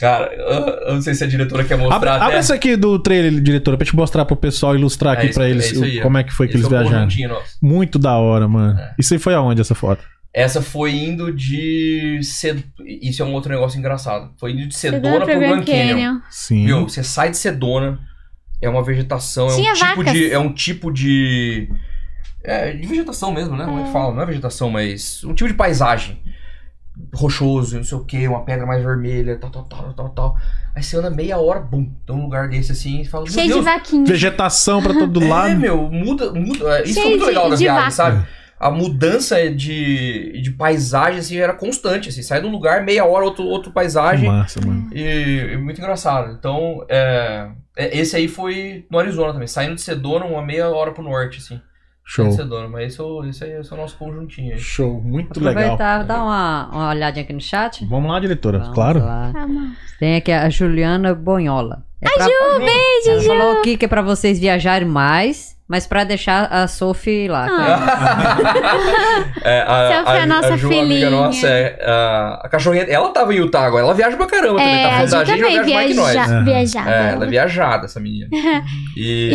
Speaker 5: Cara, eu- eu não sei se a diretora quer
Speaker 3: Abre,
Speaker 5: mostrar
Speaker 3: abre
Speaker 5: até.
Speaker 3: essa aqui do trailer, diretora, pra te mostrar pro pessoal, ilustrar
Speaker 5: É
Speaker 3: aqui
Speaker 5: isso-
Speaker 3: pra
Speaker 5: é
Speaker 3: eles
Speaker 5: isso aí,
Speaker 3: o-
Speaker 5: ó.
Speaker 3: como é que foi que
Speaker 5: Esse
Speaker 3: eles
Speaker 5: é o É.
Speaker 3: viajaram.
Speaker 5: conjuntinho nosso.
Speaker 3: Muito da hora, mano. Isso aí foi aonde essa foto?
Speaker 5: Essa foi indo de. Sed... Isso é um outro negócio engraçado. Foi indo de
Speaker 4: Sedona
Speaker 5: Sedona pro um Grand Canyon.
Speaker 3: Sim.
Speaker 5: Viu? Você sai de Sedona, é uma vegetação, é um
Speaker 4: Tinha
Speaker 5: tipo
Speaker 4: vacas.
Speaker 5: de. É um tipo de. É, de vegetação mesmo, né? Como é que fala? Não é vegetação, mas. Um tipo de paisagem. Rochoso, não sei o que, uma pedra mais vermelha, tal, tal, tal, tal, tal. Aí você anda meia hora, bum, tem um lugar desse assim e fala, meu
Speaker 4: Cheio de
Speaker 5: Deus,
Speaker 4: vaquinha.
Speaker 3: Vegetação pra todo
Speaker 5: é,
Speaker 3: lado.
Speaker 5: meu, muda, muda. é, Isso foi
Speaker 4: Cheio
Speaker 5: muito
Speaker 4: de-
Speaker 5: legal da
Speaker 4: de
Speaker 5: viagem,
Speaker 4: vaca.
Speaker 5: sabe? A mudança de, de paisagem, assim, era constante, assim. Sai de um lugar, meia hora, outro, outro
Speaker 3: Que
Speaker 5: paisagem.
Speaker 3: massa, mano.
Speaker 5: E, e muito engraçado. Então, é, é, esse aí foi no Arizona também. Saindo de Sedona, uma meia hora pro norte, assim. Saindo de
Speaker 3: Show.
Speaker 5: Sedona. Mas esse, é o- esse aí é o nosso conjuntinho aí.
Speaker 3: Show. Muito legal.
Speaker 6: Aproveitar, dá uma, uma olhadinha aqui no chat.
Speaker 3: Vamos lá, diretora.
Speaker 6: Vamos
Speaker 3: claro.
Speaker 6: lá.
Speaker 4: Calma.
Speaker 6: Tem aqui a Juliana Bonhola. É pra...
Speaker 4: Beijo,
Speaker 6: Ela
Speaker 4: Ju.
Speaker 6: falou aqui que é pra vocês viajarem mais, mas pra deixar a Sophie lá. tá?
Speaker 4: Ah.
Speaker 5: É, a,
Speaker 4: Selfie é a nossa
Speaker 5: Ju, uma
Speaker 4: filhinha.
Speaker 5: amiga nossa, é, a, a cachorrinha. Ela tava em Utah agora. Ela viaja pra caramba também.
Speaker 4: É,
Speaker 5: Tá
Speaker 4: a
Speaker 5: falando da
Speaker 4: gente
Speaker 5: gente, ela
Speaker 4: também
Speaker 5: viaja mais que nós.
Speaker 3: Aham.
Speaker 4: viaja, viajada.
Speaker 5: É, ela é viajada, essa menina. E,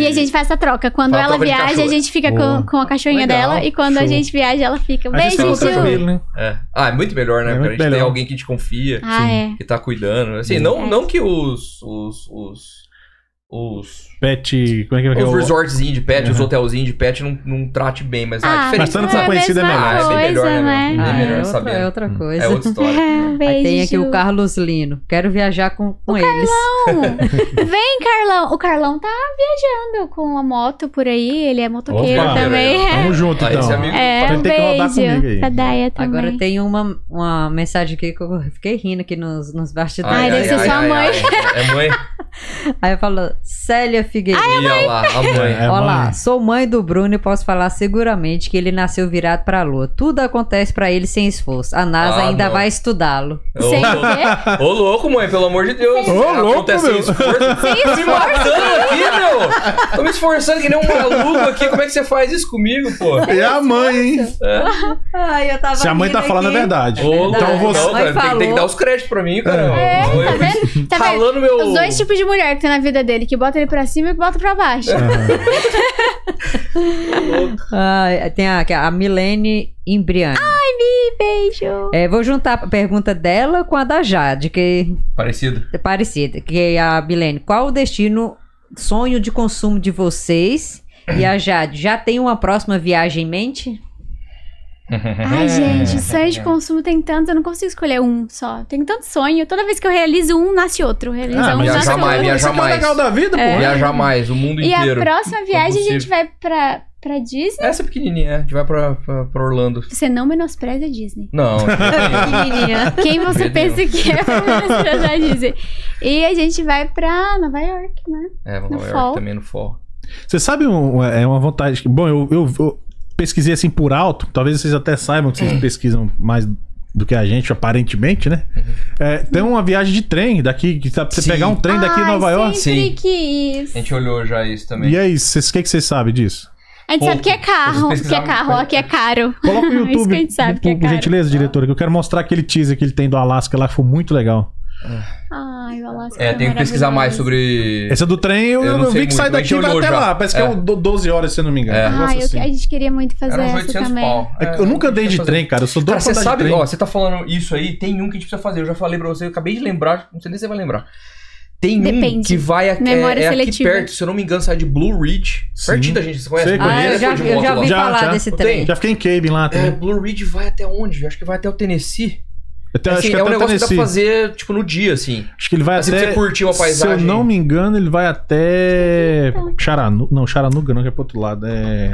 Speaker 4: *laughs* E a gente faz essa troca. Quando
Speaker 5: Fala
Speaker 4: ela
Speaker 5: troca de
Speaker 4: viaja, a
Speaker 5: cachorro.
Speaker 4: gente fica
Speaker 3: Boa.
Speaker 4: com, com a cachorrinha
Speaker 5: Legal,
Speaker 4: dela. E quando a
Speaker 3: show.
Speaker 4: gente viaja, ela fica.
Speaker 3: Mas isso
Speaker 4: Beijo,
Speaker 3: é um
Speaker 4: Ju.
Speaker 3: tranquilo, né?
Speaker 5: É. Ah, é muito melhor, né?
Speaker 3: É
Speaker 5: Porque a
Speaker 3: muito
Speaker 5: gente tem
Speaker 3: melhor.
Speaker 5: alguém que te confia.
Speaker 4: Ah, é.
Speaker 5: Que tá cuidando. Assim, não, não que os. Os. Os. os
Speaker 3: Pet. Como é que é? que é
Speaker 5: Os
Speaker 3: o-
Speaker 5: resortzinhos de pet, os
Speaker 3: Uhum.
Speaker 5: hotelzinhos de pet não, não trate bem, mas ah, é
Speaker 4: Ah,
Speaker 5: diferente.
Speaker 3: Mas tanto
Speaker 5: né?
Speaker 3: faz conhecida é
Speaker 4: mesma
Speaker 5: melhor. Ah, é bem melhor,
Speaker 4: coisa,
Speaker 5: né?
Speaker 4: né?
Speaker 5: Bem
Speaker 6: Ah,
Speaker 5: melhor
Speaker 6: é, outra,
Speaker 5: sabendo.
Speaker 6: é outra coisa.
Speaker 5: É outra história.
Speaker 4: É, Beijo,
Speaker 6: Aí tem aqui
Speaker 4: Ju.
Speaker 6: o Carlos Lino. Quero viajar com, com eles.
Speaker 4: *laughs* Vem, Carlão. O Carlão tá viajando com a moto por aí. Ele é motoqueiro
Speaker 3: Opa.
Speaker 4: também.
Speaker 3: Vamos junto,
Speaker 5: Ah,
Speaker 3: então.
Speaker 5: esse amigo-
Speaker 4: *laughs* É,
Speaker 3: Então
Speaker 4: um
Speaker 3: tem que rodar comigo aí.
Speaker 4: beijo. Pra Daia também.
Speaker 6: Agora tem uma, uma mensagem aqui que eu fiquei rindo aqui nos, nos
Speaker 4: *laughs*
Speaker 6: bastidores.
Speaker 4: Ai, deve ser sua mãe.
Speaker 5: ai.
Speaker 4: *laughs*
Speaker 5: É mãe?
Speaker 6: Aí fala, Célia
Speaker 4: é
Speaker 6: Figueiredo.
Speaker 5: Ia lá, a mãe.
Speaker 3: É,
Speaker 6: Olá,
Speaker 3: mãe.
Speaker 6: sou mãe do Bruno e posso falar seguramente que ele nasceu virado pra lua. Tudo acontece pra ele sem esforço. A NASA
Speaker 5: Ah,
Speaker 6: ainda
Speaker 5: não.
Speaker 6: vai estudá-lo.
Speaker 4: Sem né?
Speaker 5: Ô,
Speaker 3: *laughs*
Speaker 4: quê?
Speaker 5: Ô, louco, mãe, pelo amor de Deus.
Speaker 3: É. Ô, louco,
Speaker 5: Acontece um
Speaker 3: meu.
Speaker 5: esforço. me matando aqui, meu. Tô me esforçando que nem um maluco aqui. Como é que você faz isso comigo, pô?
Speaker 3: É a mãe, hein?
Speaker 6: Ai, eu tava
Speaker 3: Se a mãe tá
Speaker 6: rindo
Speaker 3: falando a
Speaker 6: aqui.
Speaker 3: verdade.
Speaker 5: Ô, louco,
Speaker 3: Então
Speaker 5: não,
Speaker 3: você.
Speaker 5: cara,
Speaker 6: Mãe
Speaker 5: tem, que- tem que
Speaker 6: falou.
Speaker 5: dar os créditos pra mim, cara.
Speaker 4: É,
Speaker 5: Ô, eu-
Speaker 4: tá vendo? Tá vendo?
Speaker 5: Falando meu.
Speaker 4: Os dois tipos de mulher que tem na vida dele, que bota ele pra cima e que bota pra baixo.
Speaker 3: *laughs* Aham.
Speaker 6: Ai, tem a, a Milene Imbriani.
Speaker 4: Beijo.
Speaker 6: É, vou juntar a pergunta dela com a da Jade, que
Speaker 5: Parecido.
Speaker 6: é parecida. Que é a Milene, qual o destino, sonho de consumo de vocês? E a Jade, já tem uma próxima viagem
Speaker 3: *laughs*
Speaker 6: em mente?
Speaker 4: Ai,
Speaker 3: É.
Speaker 4: gente, sonho de consumo tem tanto, eu não consigo escolher um só. Tem tanto sonho. Toda vez que eu realizo um, nasce outro. Realizo
Speaker 3: Ah,
Speaker 4: um,
Speaker 3: mas
Speaker 4: nasce
Speaker 5: viajar mais,
Speaker 4: outro.
Speaker 5: viajar
Speaker 3: Isso aqui é o
Speaker 5: mais.
Speaker 3: legal da vida, pô.
Speaker 5: Viajar mais, o mundo
Speaker 4: E a
Speaker 5: inteiro. é
Speaker 4: próxima viagem a gente
Speaker 5: possível.
Speaker 4: vai pra, pra Disney.
Speaker 5: Essa é pequenininha, é. a gente vai pra, pra, pra Orlando.
Speaker 4: Você não menospreza a Disney.
Speaker 3: *laughs*
Speaker 5: Não,
Speaker 3: Ah,
Speaker 5: é
Speaker 6: Pequenininha.
Speaker 4: Quem você
Speaker 5: Meu
Speaker 4: pensa que é pra menosprezar a Disney? E a gente vai pra Nova York, né?
Speaker 5: é,
Speaker 4: No
Speaker 5: vamos Nova
Speaker 4: fall.
Speaker 5: York também no fall.
Speaker 3: Você sabe, um- é uma vontade. que- Bom, eu, eu- eu pesquisei assim por alto, talvez vocês até saibam que
Speaker 4: É.
Speaker 3: vocês pesquisam mais do que a gente, aparentemente, né?
Speaker 4: Uhum.
Speaker 3: É, tem uma viagem de trem daqui, que dá pra você
Speaker 5: Sim.
Speaker 3: pegar um trem daqui a
Speaker 4: Ai,
Speaker 3: Nova York.
Speaker 4: sempre
Speaker 5: Sim. É,
Speaker 4: quis.
Speaker 5: A gente olhou já isso também.
Speaker 3: E aí, vocês- o que, que vocês sabem disso?
Speaker 4: A gente
Speaker 5: Pouco.
Speaker 4: sabe que é carro,
Speaker 5: Vocês
Speaker 4: que é carro, ó, que é caro.
Speaker 3: Coloca o
Speaker 4: *laughs* Isso
Speaker 3: YouTube,
Speaker 4: que a gente sabe que é
Speaker 3: por
Speaker 4: caro.
Speaker 3: gentileza, diretora, que eu quero mostrar aquele teaser que ele tem do Alasca lá, que foi muito legal.
Speaker 4: Ai, o Alasca
Speaker 5: É, tem que pesquisar
Speaker 4: maravilhoso.
Speaker 5: mais sobre.
Speaker 3: Essa é do trem, eu,
Speaker 5: É. Eu
Speaker 3: eu
Speaker 5: não
Speaker 3: vi
Speaker 5: sei
Speaker 3: que sai
Speaker 5: muito, mas
Speaker 3: daqui e
Speaker 5: a gente
Speaker 3: vai
Speaker 5: olhou
Speaker 3: até
Speaker 5: já.
Speaker 3: lá. Parece que é
Speaker 5: É.
Speaker 3: um do- 12 horas, se eu não me engano. um
Speaker 5: É.
Speaker 4: Ai,
Speaker 3: negócio
Speaker 4: eu, a
Speaker 3: assim.
Speaker 4: gente queria muito fazer
Speaker 5: Era uns
Speaker 4: essa
Speaker 5: 800
Speaker 4: também.
Speaker 5: pau. É,
Speaker 3: Eu nunca andei de
Speaker 5: fazer.
Speaker 3: trem, cara. Eu sou doido pra
Speaker 5: Cara, você
Speaker 3: andar de
Speaker 5: sabe,
Speaker 3: trem.
Speaker 5: ó, você tá falando isso aí, tem um que a gente precisa fazer. Eu já falei pra você, eu acabei de lembrar, não sei nem se você vai lembrar. Tem um
Speaker 4: Depende.
Speaker 5: que vai aqui,
Speaker 4: Memória
Speaker 5: é, é aqui
Speaker 4: seletiva.
Speaker 5: perto, se eu não me engano, sai de Blue Ridge.
Speaker 3: Sim.
Speaker 5: Pertinho da gente, você conhece?
Speaker 3: Sei,
Speaker 5: Blue
Speaker 3: conheço.
Speaker 6: Ah,
Speaker 5: Ridge?
Speaker 6: eu já,
Speaker 5: Foi de
Speaker 6: eu
Speaker 5: moto
Speaker 6: já
Speaker 5: lá.
Speaker 6: vi
Speaker 3: Já,
Speaker 6: falar
Speaker 3: já.
Speaker 6: desse
Speaker 5: Tem.
Speaker 6: trem.
Speaker 3: Já fiquei em Cabin lá
Speaker 5: É,
Speaker 3: também.
Speaker 5: Blue Ridge vai até onde? Eu acho que vai até o Tennessee.
Speaker 3: Até- Então, acho
Speaker 5: Assim,
Speaker 3: que
Speaker 5: é um
Speaker 3: até
Speaker 5: negócio que
Speaker 3: Tennessee.
Speaker 5: dá pra fazer, tipo, no dia, assim.
Speaker 3: Acho que ele vai
Speaker 5: Assim, pra
Speaker 3: até.
Speaker 5: você curtir uma paisagem.
Speaker 3: Se eu não me engano, ele vai até. Charanu... Não, Charanuga não, que é pro outro lado. É.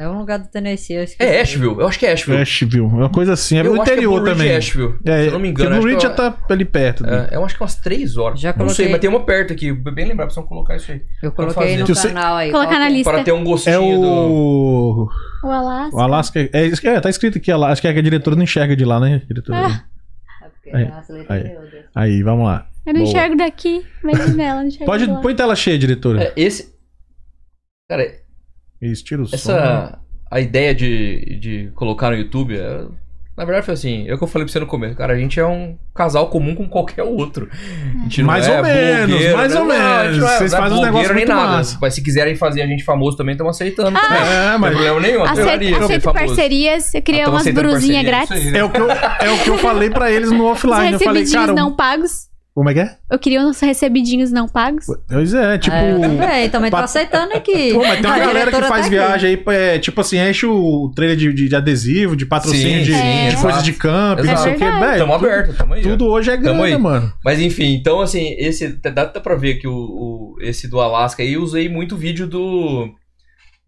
Speaker 6: É um lugar do Tennessee. eu esqueci.
Speaker 5: É Asheville, eu acho que é Asheville.
Speaker 3: Asheville. É uma coisa assim. É
Speaker 5: eu
Speaker 3: o
Speaker 5: acho que é Blue
Speaker 3: interior
Speaker 5: Ridge
Speaker 3: também.
Speaker 5: e Asheville,
Speaker 3: É,
Speaker 5: se eu não me engano.
Speaker 3: porque
Speaker 5: acho
Speaker 3: Blue
Speaker 5: que
Speaker 3: Ridge
Speaker 5: eu-
Speaker 3: já tá ali perto. né?
Speaker 5: É, eu acho que umas três horas.
Speaker 6: Já
Speaker 5: Não sei,
Speaker 6: coloquei.
Speaker 5: mas tem uma perto aqui, bem lembrado, precisamos colocar isso aí.
Speaker 6: Eu
Speaker 5: Vamos
Speaker 6: coloquei no
Speaker 5: fazer.
Speaker 3: Se você-
Speaker 6: canal aí.
Speaker 4: Colocar
Speaker 6: qual
Speaker 4: na
Speaker 6: que é?
Speaker 4: lista.
Speaker 5: Para ter um gostinho
Speaker 3: É
Speaker 5: do.
Speaker 3: o.
Speaker 4: O Alasca.
Speaker 3: O Alasca. É, isso que- é, tá escrito aqui, Alasca. Acho que é que a diretora não enxerga de lá, né? Diretora?
Speaker 4: Ah.
Speaker 6: É porque
Speaker 3: Aí,
Speaker 6: tem umas letras
Speaker 3: aí.
Speaker 6: miúdas.
Speaker 3: Aí, vamos lá.
Speaker 4: Eu não
Speaker 3: Boa.
Speaker 4: enxergo daqui, mas nela, não enxergo
Speaker 3: Pode.
Speaker 4: de lá.
Speaker 3: Põe tela cheia, diretora.
Speaker 5: É, esse. Cara,
Speaker 3: Isso, tira o som.
Speaker 5: essa. A ideia de, de colocar no YouTube. é- Na verdade, foi assim: é o que eu falei pra você no começo. Cara, a gente é um casal comum com qualquer outro. A gente não
Speaker 3: Mais
Speaker 5: é
Speaker 3: ou menos,
Speaker 5: blogueiro,
Speaker 3: mais
Speaker 5: né?
Speaker 3: ou
Speaker 5: Não, a gente não
Speaker 3: menos. Vocês
Speaker 5: não é
Speaker 3: fazem uns
Speaker 5: blogueiro
Speaker 3: negócios
Speaker 5: nem
Speaker 3: muito
Speaker 5: nada.
Speaker 3: massa.
Speaker 5: Mas se quiserem fazer a gente famoso também, estamos aceitando. também.
Speaker 3: É,
Speaker 5: Não tem
Speaker 3: mas.
Speaker 5: problema nenhum.
Speaker 4: Aceito,
Speaker 5: adoraria ser
Speaker 4: aceito
Speaker 5: famoso.
Speaker 4: parcerias, eu queria
Speaker 5: Ah, tamo
Speaker 4: umas
Speaker 5: aceitando
Speaker 4: brusinhas
Speaker 5: parceria, isso
Speaker 4: grátis.
Speaker 5: aí, né?
Speaker 3: É o, que eu, é o que eu falei pra eles no
Speaker 4: Os
Speaker 3: offline. Eu falei,
Speaker 4: recebidinhos
Speaker 3: cara. um
Speaker 4: não pagos.
Speaker 3: Como é que é? Eu-
Speaker 4: Eu queria uns recebidinhos não pagos.
Speaker 3: Pois é, tipo.
Speaker 6: É, eu também, também tô
Speaker 3: Pat-
Speaker 6: aceitando aqui. *laughs*
Speaker 3: Pô, mas tem uma
Speaker 6: A
Speaker 3: galera que
Speaker 6: diretora
Speaker 3: faz
Speaker 6: tá aqui.
Speaker 3: viagem aí, é, tipo assim, enche o trailer de, de- de adesivo, de patrocínio,
Speaker 5: Sim,
Speaker 3: de,
Speaker 5: sim,
Speaker 3: de coisa
Speaker 5: exato.
Speaker 3: de camp,
Speaker 5: Exato.
Speaker 3: não sei o que.
Speaker 4: É verdade.
Speaker 5: Tamo
Speaker 3: tudo,
Speaker 5: aberto, tamo aí. ó.
Speaker 3: tudo hoje é
Speaker 5: Tamo
Speaker 3: grana,
Speaker 5: aí.
Speaker 3: mano.
Speaker 5: Mas enfim, então assim, esse dá, dá pra ver que o, o- esse do Alasca aí eu usei muito vídeo do.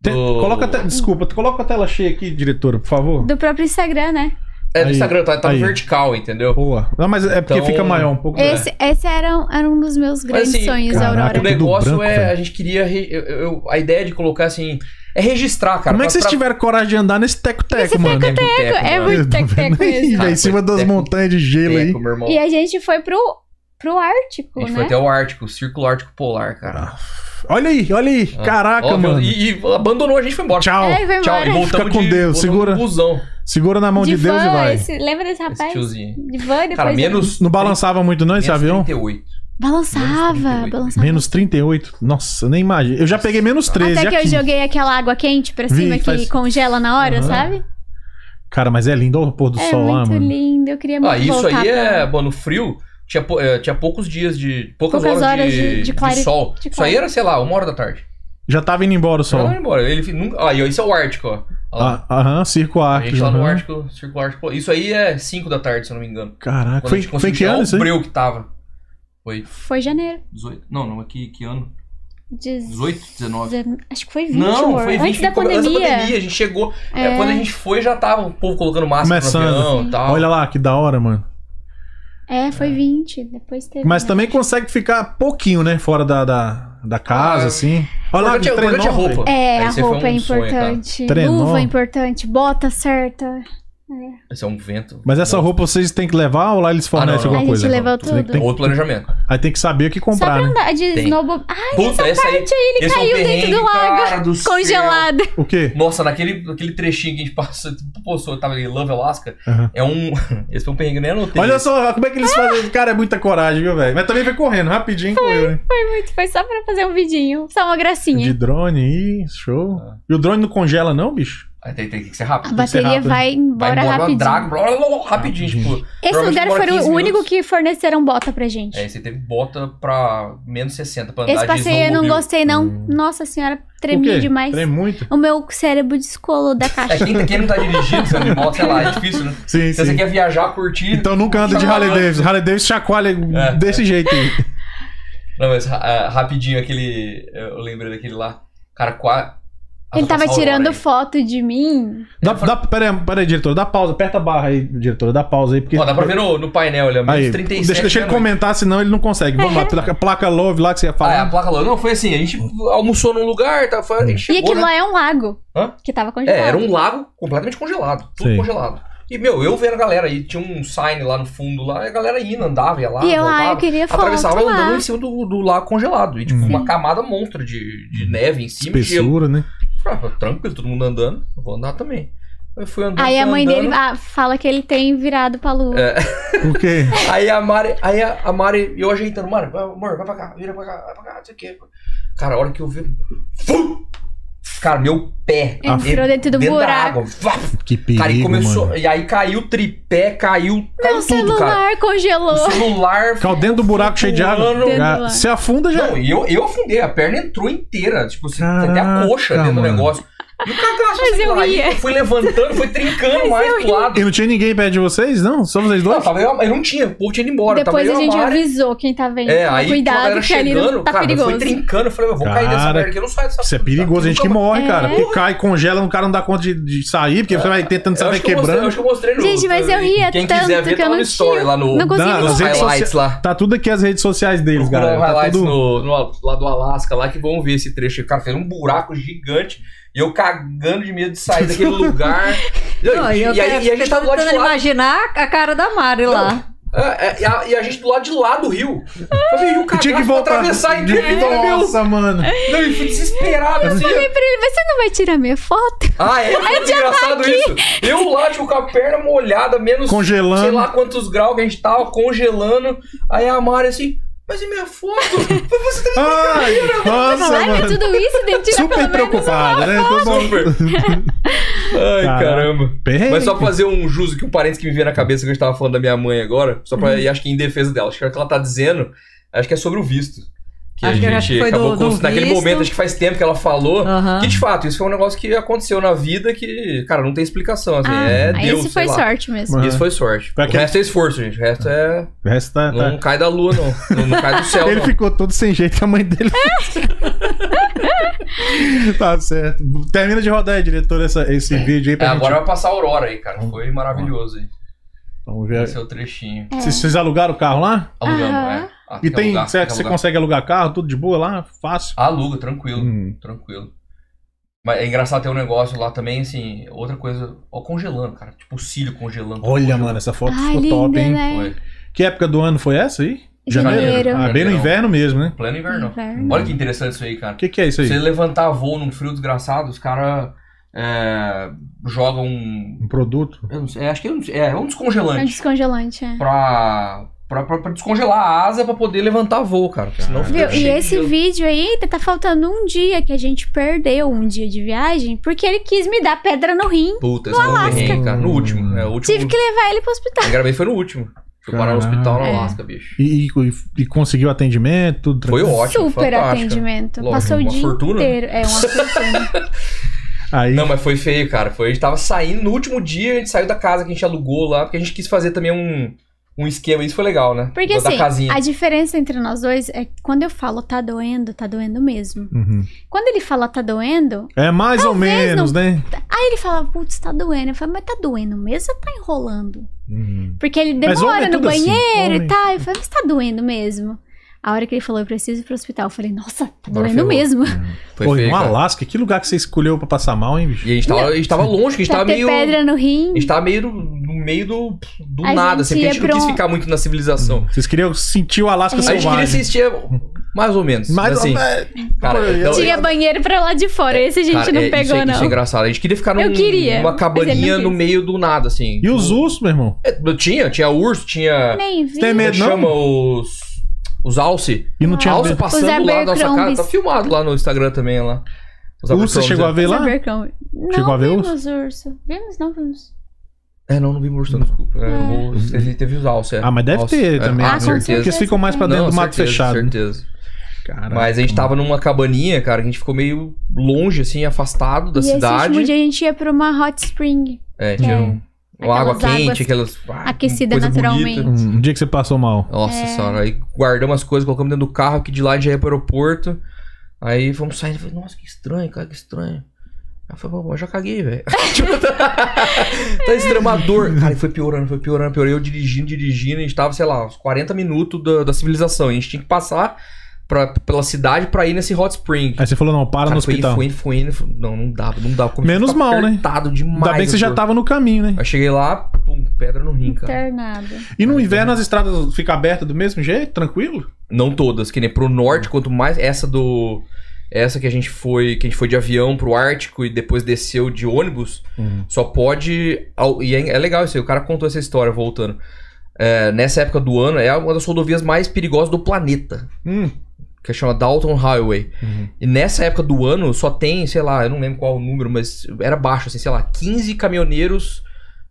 Speaker 3: Te-
Speaker 5: do-
Speaker 3: Coloca a te- Desculpa, coloca a tela cheia aqui, diretora, por favor.
Speaker 4: Do próprio Instagram, né?
Speaker 5: É do
Speaker 3: Aí,
Speaker 5: Instagram, tá, tá no
Speaker 3: aí.
Speaker 5: vertical, entendeu?
Speaker 3: Boa. Não, mas é porque
Speaker 5: Então-
Speaker 3: fica maior um pouco.
Speaker 5: É.
Speaker 4: Esse, esse era, um, era um dos meus grandes
Speaker 5: assim,
Speaker 4: sonhos,
Speaker 3: caraca,
Speaker 5: O
Speaker 4: Aurora.
Speaker 3: tudo
Speaker 5: negócio
Speaker 3: branco,
Speaker 5: é.
Speaker 3: velho.
Speaker 5: A gente queria. re- eu- eu- a ideia de colocar assim. É registrar, cara.
Speaker 3: Como é que
Speaker 5: pra-
Speaker 3: vocês tiveram coragem de andar nesse teco-teco, mano?
Speaker 5: pra- Teco,
Speaker 4: É
Speaker 5: mano.
Speaker 4: muito
Speaker 3: Tá vendo
Speaker 4: tec-teco
Speaker 3: aí,
Speaker 4: esse.
Speaker 3: velho,
Speaker 5: Ah,
Speaker 3: em cima das
Speaker 5: teco-
Speaker 3: montanhas de gelo aí.
Speaker 5: Teco, meu irmão.
Speaker 4: E a gente foi pro, pro Ártico,
Speaker 5: A gente
Speaker 4: né?
Speaker 5: foi até o Ártico, o Círculo Ártico Polar, cara.
Speaker 3: Ah, Olha aí, olha aí. Caraca,
Speaker 5: Ah. Ó, meu,
Speaker 3: mano.
Speaker 5: E, e abandonou a gente e foi embora.
Speaker 3: Tchau.
Speaker 4: É, foi
Speaker 5: Tchau, e
Speaker 4: embora.
Speaker 5: voltamos
Speaker 3: Fica com
Speaker 5: de,
Speaker 3: Deus,
Speaker 5: voltamos
Speaker 3: segura.
Speaker 5: de busão,
Speaker 3: Segura na mão de, Deus
Speaker 4: van,
Speaker 3: e vai.
Speaker 4: esse- lembra desse
Speaker 5: esse
Speaker 4: rapaz?
Speaker 5: tiozinho.
Speaker 4: De van, depois...
Speaker 5: Cara, menos.
Speaker 3: Não balançava muito, não, esse
Speaker 5: menos
Speaker 3: avião?
Speaker 5: 38.
Speaker 4: Balançava, balançava.
Speaker 3: Menos 38. Nossa, eu nem imagino. Eu já peguei menos 13.
Speaker 4: Até que eu
Speaker 3: é aqui.
Speaker 4: joguei aquela água quente pra
Speaker 3: Vi,
Speaker 4: cima que
Speaker 3: faz-
Speaker 4: congela na hora,
Speaker 3: Aham.
Speaker 4: sabe?
Speaker 3: Cara, mas é lindo. Olha o pôr do
Speaker 4: É
Speaker 3: sol lá,
Speaker 4: muito
Speaker 3: mano.
Speaker 4: lindo, eu queria É muito
Speaker 5: Ah, isso
Speaker 4: voltar
Speaker 5: aí
Speaker 4: pra-
Speaker 5: é, mano, frio. Tinha, pou- eh, tinha poucos dias de. Poucas,
Speaker 4: Poucas
Speaker 5: horas
Speaker 4: horas
Speaker 5: de,
Speaker 4: de- de
Speaker 5: de
Speaker 4: clare-
Speaker 5: sol.
Speaker 4: de
Speaker 5: Isso aí
Speaker 4: clare-
Speaker 5: era, sei lá, uma hora da tarde.
Speaker 3: Já tava indo embora o
Speaker 5: Só.
Speaker 3: sol.
Speaker 5: Não, embora. Ele fi- nunca. Aí, ó, isso é o Ártico, ó. Olha lá.
Speaker 3: Ah, Aham, circo
Speaker 5: a gente
Speaker 3: ártico.
Speaker 5: lá no
Speaker 3: aham.
Speaker 5: Ártico, Círculo Ártico. Pô, Isso aí é 5 da tarde, se eu não me engano.
Speaker 3: Caraca,
Speaker 5: Quando a
Speaker 3: Ah, foi,
Speaker 5: gente
Speaker 3: foi
Speaker 5: conseguiu
Speaker 3: que
Speaker 5: tirar
Speaker 3: ano isso
Speaker 5: o
Speaker 3: aí?
Speaker 5: breu que tava. Foi
Speaker 4: Foi janeiro.
Speaker 5: 18. Não, não, aqui que ano?
Speaker 4: Dez-
Speaker 5: 18, 19.
Speaker 4: dezen- Acho que foi 20,
Speaker 5: Não,
Speaker 4: amor.
Speaker 5: foi 20.
Speaker 4: antes da
Speaker 5: ficou-
Speaker 4: pandemia.
Speaker 5: A gente chegou. é,
Speaker 4: É. assim.
Speaker 5: quando a gente foi, já tava o povo colocando máscara
Speaker 3: Começando.
Speaker 5: no avião e tal.
Speaker 3: Olha lá, que da hora, mano.
Speaker 4: É, foi 20. Depois teve.
Speaker 3: Mas
Speaker 4: né?
Speaker 3: também consegue ficar pouquinho, né? Fora da, da, da casa,
Speaker 5: Ah,
Speaker 3: assim.
Speaker 5: O
Speaker 3: Olha lá,
Speaker 5: importante
Speaker 3: que
Speaker 5: é- o importante
Speaker 3: trenó,
Speaker 5: é roupa.
Speaker 3: velho.
Speaker 4: É,
Speaker 5: Aí
Speaker 4: a
Speaker 5: você foi
Speaker 4: roupa é
Speaker 5: um sonho, cara.
Speaker 4: importante.
Speaker 3: Trenó.
Speaker 4: luva é importante. Bota certa.
Speaker 5: Esse é um vento.
Speaker 3: Mas essa roupa vocês têm que levar ou lá eles fornecem
Speaker 5: Ah, não, não.
Speaker 3: alguma
Speaker 4: A
Speaker 3: coisa?
Speaker 4: gente levou
Speaker 3: Você tem que-
Speaker 4: tudo.
Speaker 3: tem que-
Speaker 5: Outro planejamento.
Speaker 3: aí tem que saber o que
Speaker 4: Só
Speaker 3: comprar,
Speaker 4: pra
Speaker 3: né?
Speaker 4: andar de
Speaker 5: Tem.
Speaker 4: snowboard. Ai,
Speaker 5: Puta, essa aí.
Speaker 4: ele
Speaker 5: esse é um
Speaker 4: caiu dentro
Speaker 5: perrengue,
Speaker 4: do
Speaker 5: cara
Speaker 4: lago. *laughs*
Speaker 5: do céu.
Speaker 4: Congelado.
Speaker 3: O quê?
Speaker 5: Nossa, naquele, naquele trechinho que a gente passa, pô, eu tava em Love Alaska,
Speaker 3: Aham.
Speaker 5: é um. *laughs* Esse foi um perrengue, nem anotei.
Speaker 3: Olha só, como é que eles fazem. Cara, é muita coragem, viu, velho? Mas também foi correndo, rapidinho correu, né?
Speaker 4: Foi só pra fazer um vidinho. Só uma
Speaker 3: De
Speaker 4: gracinha.
Speaker 3: drone aí, show.
Speaker 5: É.
Speaker 3: E o drone não congela, não, bicho?
Speaker 5: Aí Tem, tem que ser
Speaker 4: A
Speaker 5: rápido.
Speaker 3: ser
Speaker 4: bateria
Speaker 3: rápido.
Speaker 4: vai
Speaker 5: Vai
Speaker 4: embora
Speaker 5: embora,
Speaker 4: rapidinho.
Speaker 5: drago, blá, blá, blá, blá,
Speaker 3: Rapidinho.
Speaker 5: rapidinho, tipo.
Speaker 4: Esse
Speaker 5: Normalmente
Speaker 4: lugar
Speaker 5: demora
Speaker 4: foi
Speaker 5: 15
Speaker 4: o único
Speaker 5: minutos.
Speaker 4: que forneceram bota pra gente.
Speaker 5: É, você teve bota pra menos 60 pra andar
Speaker 4: Esse
Speaker 5: de
Speaker 4: passeio eu não
Speaker 5: snowmobile.
Speaker 4: gostei, não. Nossa senhora,
Speaker 3: Por
Speaker 4: tremia
Speaker 3: Hum. quê?
Speaker 4: demais.
Speaker 3: Treme muito?
Speaker 4: O meu cérebro descolou
Speaker 5: *laughs*
Speaker 4: da caixa.
Speaker 5: É, quem, quem não tá dirigindo, você anda de moto, sei lá, é difícil, né?
Speaker 3: Sim,
Speaker 5: Se você *laughs*
Speaker 3: sim.
Speaker 5: quer viajar, curtir.
Speaker 3: é Então nunca anda de Harley Davidson. Harley Davidson chacoalha
Speaker 5: É.
Speaker 3: desse jeito aí.
Speaker 5: Não, mas ra- ah, rapidinho aquele. Eu lembrei daquele lá. Cara, quase.
Speaker 4: Ele tava tirando foto de mim.
Speaker 3: Dá, dá, pera, aí, pera aí, diretora, dá pausa. Aperta a barra aí, diretora, dá pausa aí. Porque...
Speaker 5: Ó, dá pra ver no, no painel ali, ó.
Speaker 3: Aí,
Speaker 5: Menos 37.
Speaker 3: deixa, deixa ele
Speaker 5: né, mano?
Speaker 3: comentar, senão ele não consegue. Vamos lá, a placa Love lá que você ia
Speaker 5: Ah, é, a
Speaker 3: falar.
Speaker 5: placa logo. Não, foi assim, a gente almoçou num lugar, tá, foi, a gente
Speaker 4: E
Speaker 5: chegou,
Speaker 4: aquilo
Speaker 5: né?
Speaker 4: lá é um lago.
Speaker 5: Hã?
Speaker 4: Que tava
Speaker 5: É,
Speaker 4: congelado.
Speaker 5: era um lago completamente congelado, tudo
Speaker 3: Sim.
Speaker 5: congelado. E, meu, eu vendo a galera aí, tinha um sign lá no fundo, lá, e a galera indo, andava, ia lá,
Speaker 4: E eu, ah, eu
Speaker 5: voltava,
Speaker 4: queria foto
Speaker 5: atravessava andando
Speaker 4: lá.
Speaker 5: em cima do, do lago congelado. E, tipo,
Speaker 3: Hum.
Speaker 5: uma camada monstra de, de neve em cima, e gelo.
Speaker 3: Espessura, né?
Speaker 5: Falei, ah, tranquilo, todo mundo andando, eu vou andar também. Eu fui andando,
Speaker 4: Aí a
Speaker 5: fui
Speaker 4: mãe
Speaker 5: andando.
Speaker 4: dele ah, fala que ele tem virado pra lua.
Speaker 3: Por
Speaker 5: *laughs*
Speaker 3: quê?
Speaker 5: Aí a Mari, aí a, a Mari, eu ajeitando, Mari, vai, amor, vai pra cá, vira pra cá, vai pra cá, não sei o quê. Cara, a hora que eu vi. Fum! Cara, meu pé.
Speaker 4: Entrou dentro do
Speaker 5: da
Speaker 4: buraco.
Speaker 5: água, vá!
Speaker 3: Que perigo,
Speaker 5: Cara, e começou.
Speaker 3: mano.
Speaker 5: E aí caiu o tripé, caiu, caiu
Speaker 4: Meu
Speaker 5: É, tudo, cara.
Speaker 4: celular
Speaker 5: O
Speaker 4: congelou.
Speaker 3: *laughs*
Speaker 5: celular.
Speaker 3: Ficava dentro do buraco cheio de água.
Speaker 5: Dentro do
Speaker 3: Já,
Speaker 4: buraco.
Speaker 3: se afunda já.
Speaker 5: Não, e eu, eu afundei, a perna entrou inteira. Tipo, assim,
Speaker 3: Caraca,
Speaker 5: até a coxa dentro do
Speaker 3: mano.
Speaker 5: negócio. E o cagaço,
Speaker 4: Mas
Speaker 5: sei
Speaker 4: eu
Speaker 5: lá,
Speaker 4: ia.
Speaker 5: eu fui levantando, fui trincando mais pro lado.
Speaker 3: E não tinha ninguém perto de vocês, não? Só vocês
Speaker 5: Não,
Speaker 3: dois?
Speaker 5: tava eu, eu não tinha, o povo tinha ido embora. tava
Speaker 4: Depois
Speaker 5: eu
Speaker 4: a
Speaker 5: e
Speaker 4: gente
Speaker 5: Mari.
Speaker 4: avisou quem tá vendo.
Speaker 5: É, aí quando
Speaker 4: Cuidado,
Speaker 5: era
Speaker 4: que ali
Speaker 5: chegando,
Speaker 4: não tá
Speaker 5: cara, eu
Speaker 4: perigoso.
Speaker 5: fui trincando, eu falei, eu vou cair
Speaker 3: Cara,
Speaker 5: dessa merda aqui, eu não saio dessa
Speaker 3: Isso é perigoso, a gente que
Speaker 5: Então,
Speaker 3: morre,
Speaker 4: É.
Speaker 3: cara. Porque cai, congela, um cara não dá conta de, de sair, porque você vai tentando
Speaker 5: Eu
Speaker 3: sair
Speaker 5: acho, que eu mostrei, eu
Speaker 3: quebrando.
Speaker 5: acho que eu mostrei no...
Speaker 4: Gente, mas eu ria
Speaker 5: Quem
Speaker 4: tanto
Speaker 5: quiser ver,
Speaker 4: que
Speaker 5: tá
Speaker 4: eu não
Speaker 5: lá no story,
Speaker 4: tinha-
Speaker 5: lá no...
Speaker 4: não consegui
Speaker 3: Não,
Speaker 4: me
Speaker 5: Nos
Speaker 3: nas redes
Speaker 4: controlar.
Speaker 5: highlights lá.
Speaker 3: Tá tudo aqui as redes sociais deles,
Speaker 5: Procura
Speaker 3: galera. Tá
Speaker 5: highlights
Speaker 3: tudo...
Speaker 5: no, no- lá do Alasca, lá que vão ver esse trecho. aí. O cara fez um buraco gigante e eu cagando de medo de
Speaker 3: *laughs*
Speaker 5: sair daquele lugar.
Speaker 6: Não, e, eu
Speaker 5: e, aí- e a gente tá
Speaker 6: tava
Speaker 5: do lado
Speaker 6: tentando
Speaker 5: de lá.
Speaker 6: imaginar a cara da Mari lá.
Speaker 5: É, é, e, a, e a gente do lado de lá do rio. Falei, e o
Speaker 3: E
Speaker 5: cara
Speaker 3: tinha que
Speaker 5: pra
Speaker 3: voltar. *laughs*
Speaker 5: atravessar e
Speaker 3: De-
Speaker 5: dentro, meu.
Speaker 3: Nossa, mano.
Speaker 5: Não, eu fui desesperado assim.
Speaker 4: Falei pra ele, mas você não vai tirar minha foto?
Speaker 5: Ah,
Speaker 6: *laughs*
Speaker 5: é? Foi
Speaker 6: tá
Speaker 5: muito engraçado isso. Eu lá, tipo, com a perna molhada, menos
Speaker 3: Congelando.
Speaker 5: sei lá quantos graus que a gente tava, congelando. Aí a Mari assim, mas e minha foto?
Speaker 3: *laughs*
Speaker 5: Mas você tá
Speaker 3: Ai,
Speaker 5: é
Speaker 3: nossa,
Speaker 4: Larga
Speaker 3: mano.
Speaker 4: tudo isso, tem que tirar
Speaker 3: Super
Speaker 4: pelo menos uma
Speaker 3: preocupado, né? Todo mundo-
Speaker 5: super. *laughs* Ai,
Speaker 3: Caraca.
Speaker 5: caramba.
Speaker 3: Perrengue.
Speaker 5: Mas só pra fazer um justo que um parente que me veio na cabeça que a gente tava falando da minha mãe agora, só
Speaker 6: Uhum.
Speaker 5: pra, e acho que em defesa dela, acho que o que ela tá dizendo, acho que é sobre o visto. Que
Speaker 6: Acho que-
Speaker 5: a gente
Speaker 6: acho que foi
Speaker 5: acabou
Speaker 6: do- do
Speaker 5: cons- naquele
Speaker 6: visto.
Speaker 5: momento, acho que faz tempo que ela falou.
Speaker 6: Aham.
Speaker 5: Que de fato, isso foi um negócio que aconteceu na vida que, cara, não tem explicação. Assim,
Speaker 4: Ah,
Speaker 5: é
Speaker 4: aí
Speaker 5: Deus.
Speaker 4: esse foi
Speaker 5: sei lá.
Speaker 4: sorte mesmo.
Speaker 5: Isso foi sorte.
Speaker 3: Pra
Speaker 5: o
Speaker 3: quem-
Speaker 5: resto é esforço, gente. O resto é.
Speaker 3: O resto tá- tá-
Speaker 5: Não cai da lua, não. Não, não cai do céu.
Speaker 3: Ele
Speaker 5: não.
Speaker 3: ficou todo sem jeito, a mãe dele.
Speaker 5: *laughs*
Speaker 3: tá certo. Termina de rodar aí, diretor, essa- esse vídeo aí
Speaker 5: É,
Speaker 3: pra gente.
Speaker 5: agora vai passar a aurora aí, cara. Foi maravilhoso aí.
Speaker 3: Vamos ver.
Speaker 5: Esse é o trechinho.
Speaker 3: Vocês, vocês alugaram o carro lá?
Speaker 5: Alugamos,
Speaker 4: Aham.
Speaker 5: é. Ah,
Speaker 3: E tem.
Speaker 5: alugar,
Speaker 3: Você você
Speaker 5: que alugar. Ah,
Speaker 3: consegue alugar carro, tudo de boa lá? Fácil.
Speaker 5: Aluga, tranquilo.
Speaker 3: Hum.
Speaker 5: Tranquilo. Mas é engraçado ter um negócio lá também, assim, outra coisa, ó, congelando, cara. Tipo, o cílio congelando.
Speaker 3: Olha, mano, essa foto
Speaker 4: Ai,
Speaker 3: ficou
Speaker 4: linda,
Speaker 3: top, hein?
Speaker 4: né?
Speaker 5: Foi.
Speaker 3: Que época do ano foi essa aí?
Speaker 4: Janeiro.
Speaker 3: Ah, bem no inverno mesmo, né?
Speaker 5: Plano inverno.
Speaker 4: Inverno.
Speaker 5: Olha que interessante isso aí, cara.
Speaker 3: O que, que é isso aí?
Speaker 5: Você levantar voo num frio desgraçado, os caras é, jogam. um-
Speaker 3: Um produto?
Speaker 5: Eu não sei, acho que é um, é um
Speaker 4: É um
Speaker 5: descongelante.
Speaker 4: descongelante, é.
Speaker 5: Pra, pra, pra, pra descongelar a asa pra poder levantar voo, cara. porque Senão
Speaker 4: Viu?
Speaker 5: fica
Speaker 4: E
Speaker 5: cheio
Speaker 4: esse
Speaker 5: de-
Speaker 4: vídeo aí, tá- tá faltando um dia que a gente perdeu um dia de viagem, porque ele quis me dar pedra no rim.
Speaker 5: Puta, esse não tem, cara. No último. né? o último.
Speaker 4: Tive que levar ele pro hospital.
Speaker 5: Eu gravei foi no último. Fui parar no hospital no
Speaker 4: Caralho.
Speaker 5: Alasca, bicho.
Speaker 3: E, e- e conseguiu atendimento, tudo
Speaker 5: Foi
Speaker 3: tranquilo?
Speaker 5: ótimo.
Speaker 4: Super
Speaker 5: fantástico.
Speaker 4: atendimento.
Speaker 5: Lógico,
Speaker 4: Passou o
Speaker 5: uma
Speaker 4: dia
Speaker 5: fortuna.
Speaker 4: inteiro. É, uma
Speaker 5: *laughs*
Speaker 4: fortuna.
Speaker 3: Aí,
Speaker 5: Não, mas foi feio, cara. Foi, a gente tava saindo, no último dia a gente saiu da casa que a gente alugou lá, porque a gente quis fazer também um, um esquema, isso foi legal, né?
Speaker 4: Porque
Speaker 5: da, da
Speaker 4: assim,
Speaker 5: casinha.
Speaker 4: a diferença entre nós dois é que quando eu falo tá doendo, tá doendo mesmo.
Speaker 3: Uhum.
Speaker 4: Quando ele fala tá doendo,
Speaker 3: É mais ou menos, né?
Speaker 4: aí ele fala, putz, tá doendo. Eu falo, mas tá doendo mesmo ou tá enrolando?
Speaker 3: Uhum.
Speaker 4: Porque ele
Speaker 3: Mas homem
Speaker 4: demora
Speaker 3: é
Speaker 4: no
Speaker 3: tudo assim,
Speaker 4: banheiro
Speaker 3: homem.
Speaker 4: e tal. Eu falei, mas tá doendo mesmo? A hora que ele falou, eu preciso ir pro hospital, eu falei, nossa, tá
Speaker 5: Agora
Speaker 4: doendo
Speaker 5: ferrou.
Speaker 4: mesmo.
Speaker 5: Foi
Speaker 3: Pô,
Speaker 5: feio,
Speaker 3: no
Speaker 5: cara.
Speaker 3: Alasca, que lugar que você escolheu pra passar mal, hein, bicho?
Speaker 5: E a gente, tava, a gente tava longe, que a gente
Speaker 4: Pra
Speaker 5: tava
Speaker 4: ter
Speaker 5: meio. A
Speaker 4: pedra no rim.
Speaker 5: gente tava meio no- no meio do, do
Speaker 4: A
Speaker 5: nada, assim,
Speaker 4: gente ia
Speaker 5: porque a gente não
Speaker 4: pra
Speaker 5: quis
Speaker 4: um-
Speaker 5: ficar muito na civilização.
Speaker 3: Vocês queriam sentir o Alasca
Speaker 4: A
Speaker 5: A gente queria
Speaker 3: selvagem. é,
Speaker 5: assistir mais ou menos.
Speaker 3: Mais
Speaker 5: Mas assim,
Speaker 3: ou menos.
Speaker 5: cara, então,
Speaker 4: Tinha banheiro pra lá de fora, esse a gente
Speaker 5: cara,
Speaker 4: não
Speaker 5: é- isso
Speaker 4: pegou,
Speaker 5: é- isso é
Speaker 4: não.
Speaker 5: engraçado. A gente queria ficar num,
Speaker 4: Eu queria, mas é ele
Speaker 5: numa
Speaker 4: não
Speaker 5: cabaninha no
Speaker 4: quis.
Speaker 5: meio do nada, assim.
Speaker 3: E os ursos, meu irmão?
Speaker 5: É, Tinha, tinha urso, tinha.
Speaker 4: Nem vi.
Speaker 3: Tem
Speaker 5: Como é
Speaker 3: medo,
Speaker 5: que
Speaker 3: não?
Speaker 5: chama os. Os alce?
Speaker 3: E não tinha
Speaker 5: alce
Speaker 3: medo.
Speaker 5: passando
Speaker 4: Os
Speaker 5: lá da nossa cara.
Speaker 4: Abercrombie.
Speaker 5: Tá filmado lá no Instagram também, lá. Os né?
Speaker 3: Urso, você
Speaker 5: Abercrombie.
Speaker 3: chegou a ver lá?
Speaker 4: Sabercão.
Speaker 3: Chegou a
Speaker 4: é Não
Speaker 3: ver
Speaker 4: vimos urso? Vimos, não vimos.
Speaker 5: É, não, não vi morcego, desculpa. É, o- teve, teve os alce, é.
Speaker 3: Ah, mas deve
Speaker 5: Alce,
Speaker 3: ter
Speaker 5: é,
Speaker 3: também.
Speaker 5: Ah,
Speaker 3: né?
Speaker 5: com
Speaker 3: Porque
Speaker 5: certeza.
Speaker 3: eles ficam mais pra
Speaker 5: Não,
Speaker 3: dentro do mato
Speaker 5: certeza,
Speaker 3: fechado. né?
Speaker 5: certeza.
Speaker 3: Caraca,
Speaker 5: Mas a gente tava numa cabaninha, cara, que a gente ficou meio longe, assim, afastado
Speaker 4: e
Speaker 5: da
Speaker 4: esse é
Speaker 5: cidade.
Speaker 4: último dia a gente ia pra uma hot spring
Speaker 5: É, tinha
Speaker 4: É.
Speaker 5: um- uma água
Speaker 4: Aquelas águas
Speaker 5: quente, aquelas. ah,
Speaker 4: aquecida
Speaker 5: coisa
Speaker 4: naturalmente. É.
Speaker 5: bonita.
Speaker 3: Um dia que você passou mal.
Speaker 5: Nossa senhora, aí guardamos as coisas, colocamos dentro do carro, que de lá a gente já ia pro aeroporto. Aí fomos saindo, falei, nossa, que estranho, cara, que estranho. Aí foi, bom, eu já caguei, velho. *laughs* Tipo, tá, tá extremador. Cara, e foi piorando, foi piorando, piorando. Eu dirigindo, dirigindo, a gente tava, sei lá, uns 40 minutos da, da civilização. E a gente tinha que passar pra, pela cidade pra ir nesse hot spring.
Speaker 3: Aí você falou, não, para
Speaker 5: Cara,
Speaker 3: no
Speaker 5: foi,
Speaker 3: hospital.
Speaker 5: Foi indo, foi indo, foi- Não, não dá, não dá. Comecei a
Speaker 3: Menos
Speaker 5: ficar
Speaker 3: mal, né?
Speaker 5: apertado demais.
Speaker 3: Ainda bem que você
Speaker 5: eu
Speaker 3: já
Speaker 5: tô-
Speaker 3: tava no caminho, né?
Speaker 5: Aí cheguei lá, pum, pedra no rim, cara.
Speaker 4: internada.
Speaker 3: E no inverno
Speaker 5: né?
Speaker 3: as estradas ficam abertas do mesmo jeito, tranquilo?
Speaker 5: Não todas, que nem pro norte, quanto mais essa do essa que a gente foi, que a gente foi de avião pro Ártico e depois desceu de ônibus, só pode ao- e é, é legal isso aí, o cara contou essa história voltando. É, nessa época do ano é uma das rodovias mais perigosas do planeta,
Speaker 3: Hum.
Speaker 5: que chama Dalton Highway.
Speaker 3: Uhum.
Speaker 5: E nessa época do ano só tem, sei lá, eu não lembro qual o número, mas era baixo assim, sei lá, 15 caminhoneiros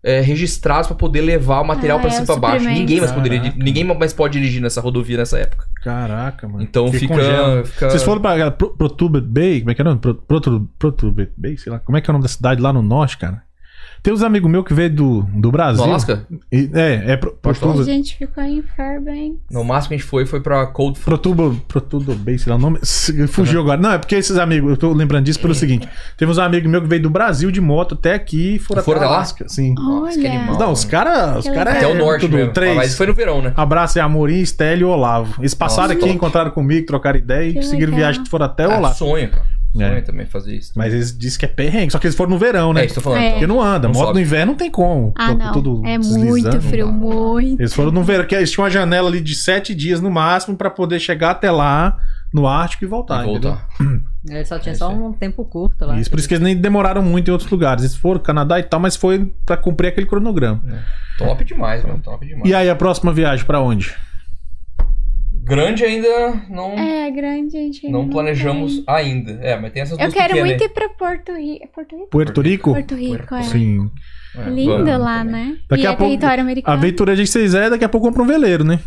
Speaker 5: é, registrados pra poder levar o material
Speaker 4: Ah,
Speaker 5: pra
Speaker 4: é,
Speaker 5: cima e
Speaker 4: os
Speaker 5: pra baixo.
Speaker 4: suprimentos.
Speaker 5: Ninguém mais poderia,
Speaker 3: Caraca.
Speaker 5: ninguém mais pode dirigir nessa rodovia nessa época.
Speaker 3: Caraca, mano.
Speaker 5: Então
Speaker 3: Porque
Speaker 5: fica,
Speaker 3: congela.
Speaker 5: fica-
Speaker 3: Vocês foram pra Pro- Protubet Bay, como é que é o nome? Pro- Protu- Protubet Bay, sei lá. Como é que é o nome da cidade lá no norte, cara? Tem uns amigos meus que veio do, do
Speaker 5: no
Speaker 3: Brasil.
Speaker 5: Alasca?
Speaker 3: E- é, é Pro-
Speaker 5: Pode falar.
Speaker 4: A
Speaker 3: Protuba.
Speaker 4: gente ficou em Fairbanks.
Speaker 5: No máximo que a gente foi foi pra Cold
Speaker 3: Protubo, Protubo Bay, sei lá o nome. Se- Fugiu agora. Não, é porque esses amigos, eu tô lembrando disso pelo seguinte: teve uns amigos meus que veio do Brasil de moto até aqui e foram,
Speaker 5: Foram
Speaker 3: até
Speaker 5: até lá?
Speaker 3: Alasca, Sim.
Speaker 5: Nossa, que animal.
Speaker 4: Olha.
Speaker 3: Não, os caras. Os
Speaker 4: Que
Speaker 3: cara
Speaker 5: até
Speaker 3: é
Speaker 5: o norte
Speaker 3: tudo,
Speaker 5: mesmo.
Speaker 3: Três.
Speaker 5: Mas foi no verão, né?
Speaker 3: Abraço é Amorim, Estélio e Olavo. Eles passaram
Speaker 5: Nossa,
Speaker 3: aqui,
Speaker 5: top.
Speaker 3: encontraram comigo, trocaram ideia e
Speaker 4: Que
Speaker 3: seguiram
Speaker 4: legal.
Speaker 3: viagem que foram até
Speaker 5: Ah,
Speaker 3: Olavo.
Speaker 5: sonho, cara. Sonho
Speaker 3: É.
Speaker 5: também fazer isso.
Speaker 3: Mas eles dizem que é perrengue, só que eles foram no verão,
Speaker 5: É
Speaker 3: né?
Speaker 5: isso que eu tô falando.
Speaker 4: É.
Speaker 5: então.
Speaker 3: Porque não anda,
Speaker 5: Não
Speaker 3: moto
Speaker 5: sobe.
Speaker 3: no inverno não tem como.
Speaker 4: Ah,
Speaker 3: Tô-
Speaker 4: não.
Speaker 3: tudo
Speaker 4: é
Speaker 3: deslizando.
Speaker 4: muito frio,
Speaker 5: não dá.
Speaker 4: muito.
Speaker 3: Eles foram no verão, que eles tinham uma janela ali de sete dias no máximo pra poder chegar até lá no Ártico e voltar.
Speaker 5: E
Speaker 3: entendeu?
Speaker 5: voltar.
Speaker 6: Ele só
Speaker 5: É
Speaker 6: tinha
Speaker 5: isso
Speaker 6: só
Speaker 5: aí.
Speaker 6: um tempo curto lá.
Speaker 3: Isso, por isso que eles nem demoraram muito em outros lugares. Eles foram Canadá e tal, mas foi pra cumprir aquele cronograma.
Speaker 5: Top demais, mano. Top demais.
Speaker 3: E aí, a próxima viagem pra onde?
Speaker 5: Grande ainda não,
Speaker 4: É, grande, gente. ainda
Speaker 5: não planejamos
Speaker 4: tem.
Speaker 5: ainda. É, mas tem essas
Speaker 4: Eu
Speaker 5: duas
Speaker 4: quero
Speaker 5: pequenas
Speaker 4: muito
Speaker 5: aí.
Speaker 4: ir pra Porto Rico. É Porto Rico?
Speaker 3: Puerto Rico?
Speaker 4: Porto Rico, é.
Speaker 3: Sim.
Speaker 5: É,
Speaker 4: Lindo
Speaker 5: vamos
Speaker 4: lá,
Speaker 5: também.
Speaker 4: né?
Speaker 3: Daqui
Speaker 4: e
Speaker 3: a
Speaker 4: é
Speaker 3: pouco-
Speaker 4: território
Speaker 3: A
Speaker 4: americano.
Speaker 3: aventura de vocês é, daqui a pouco compra um veleiro, né?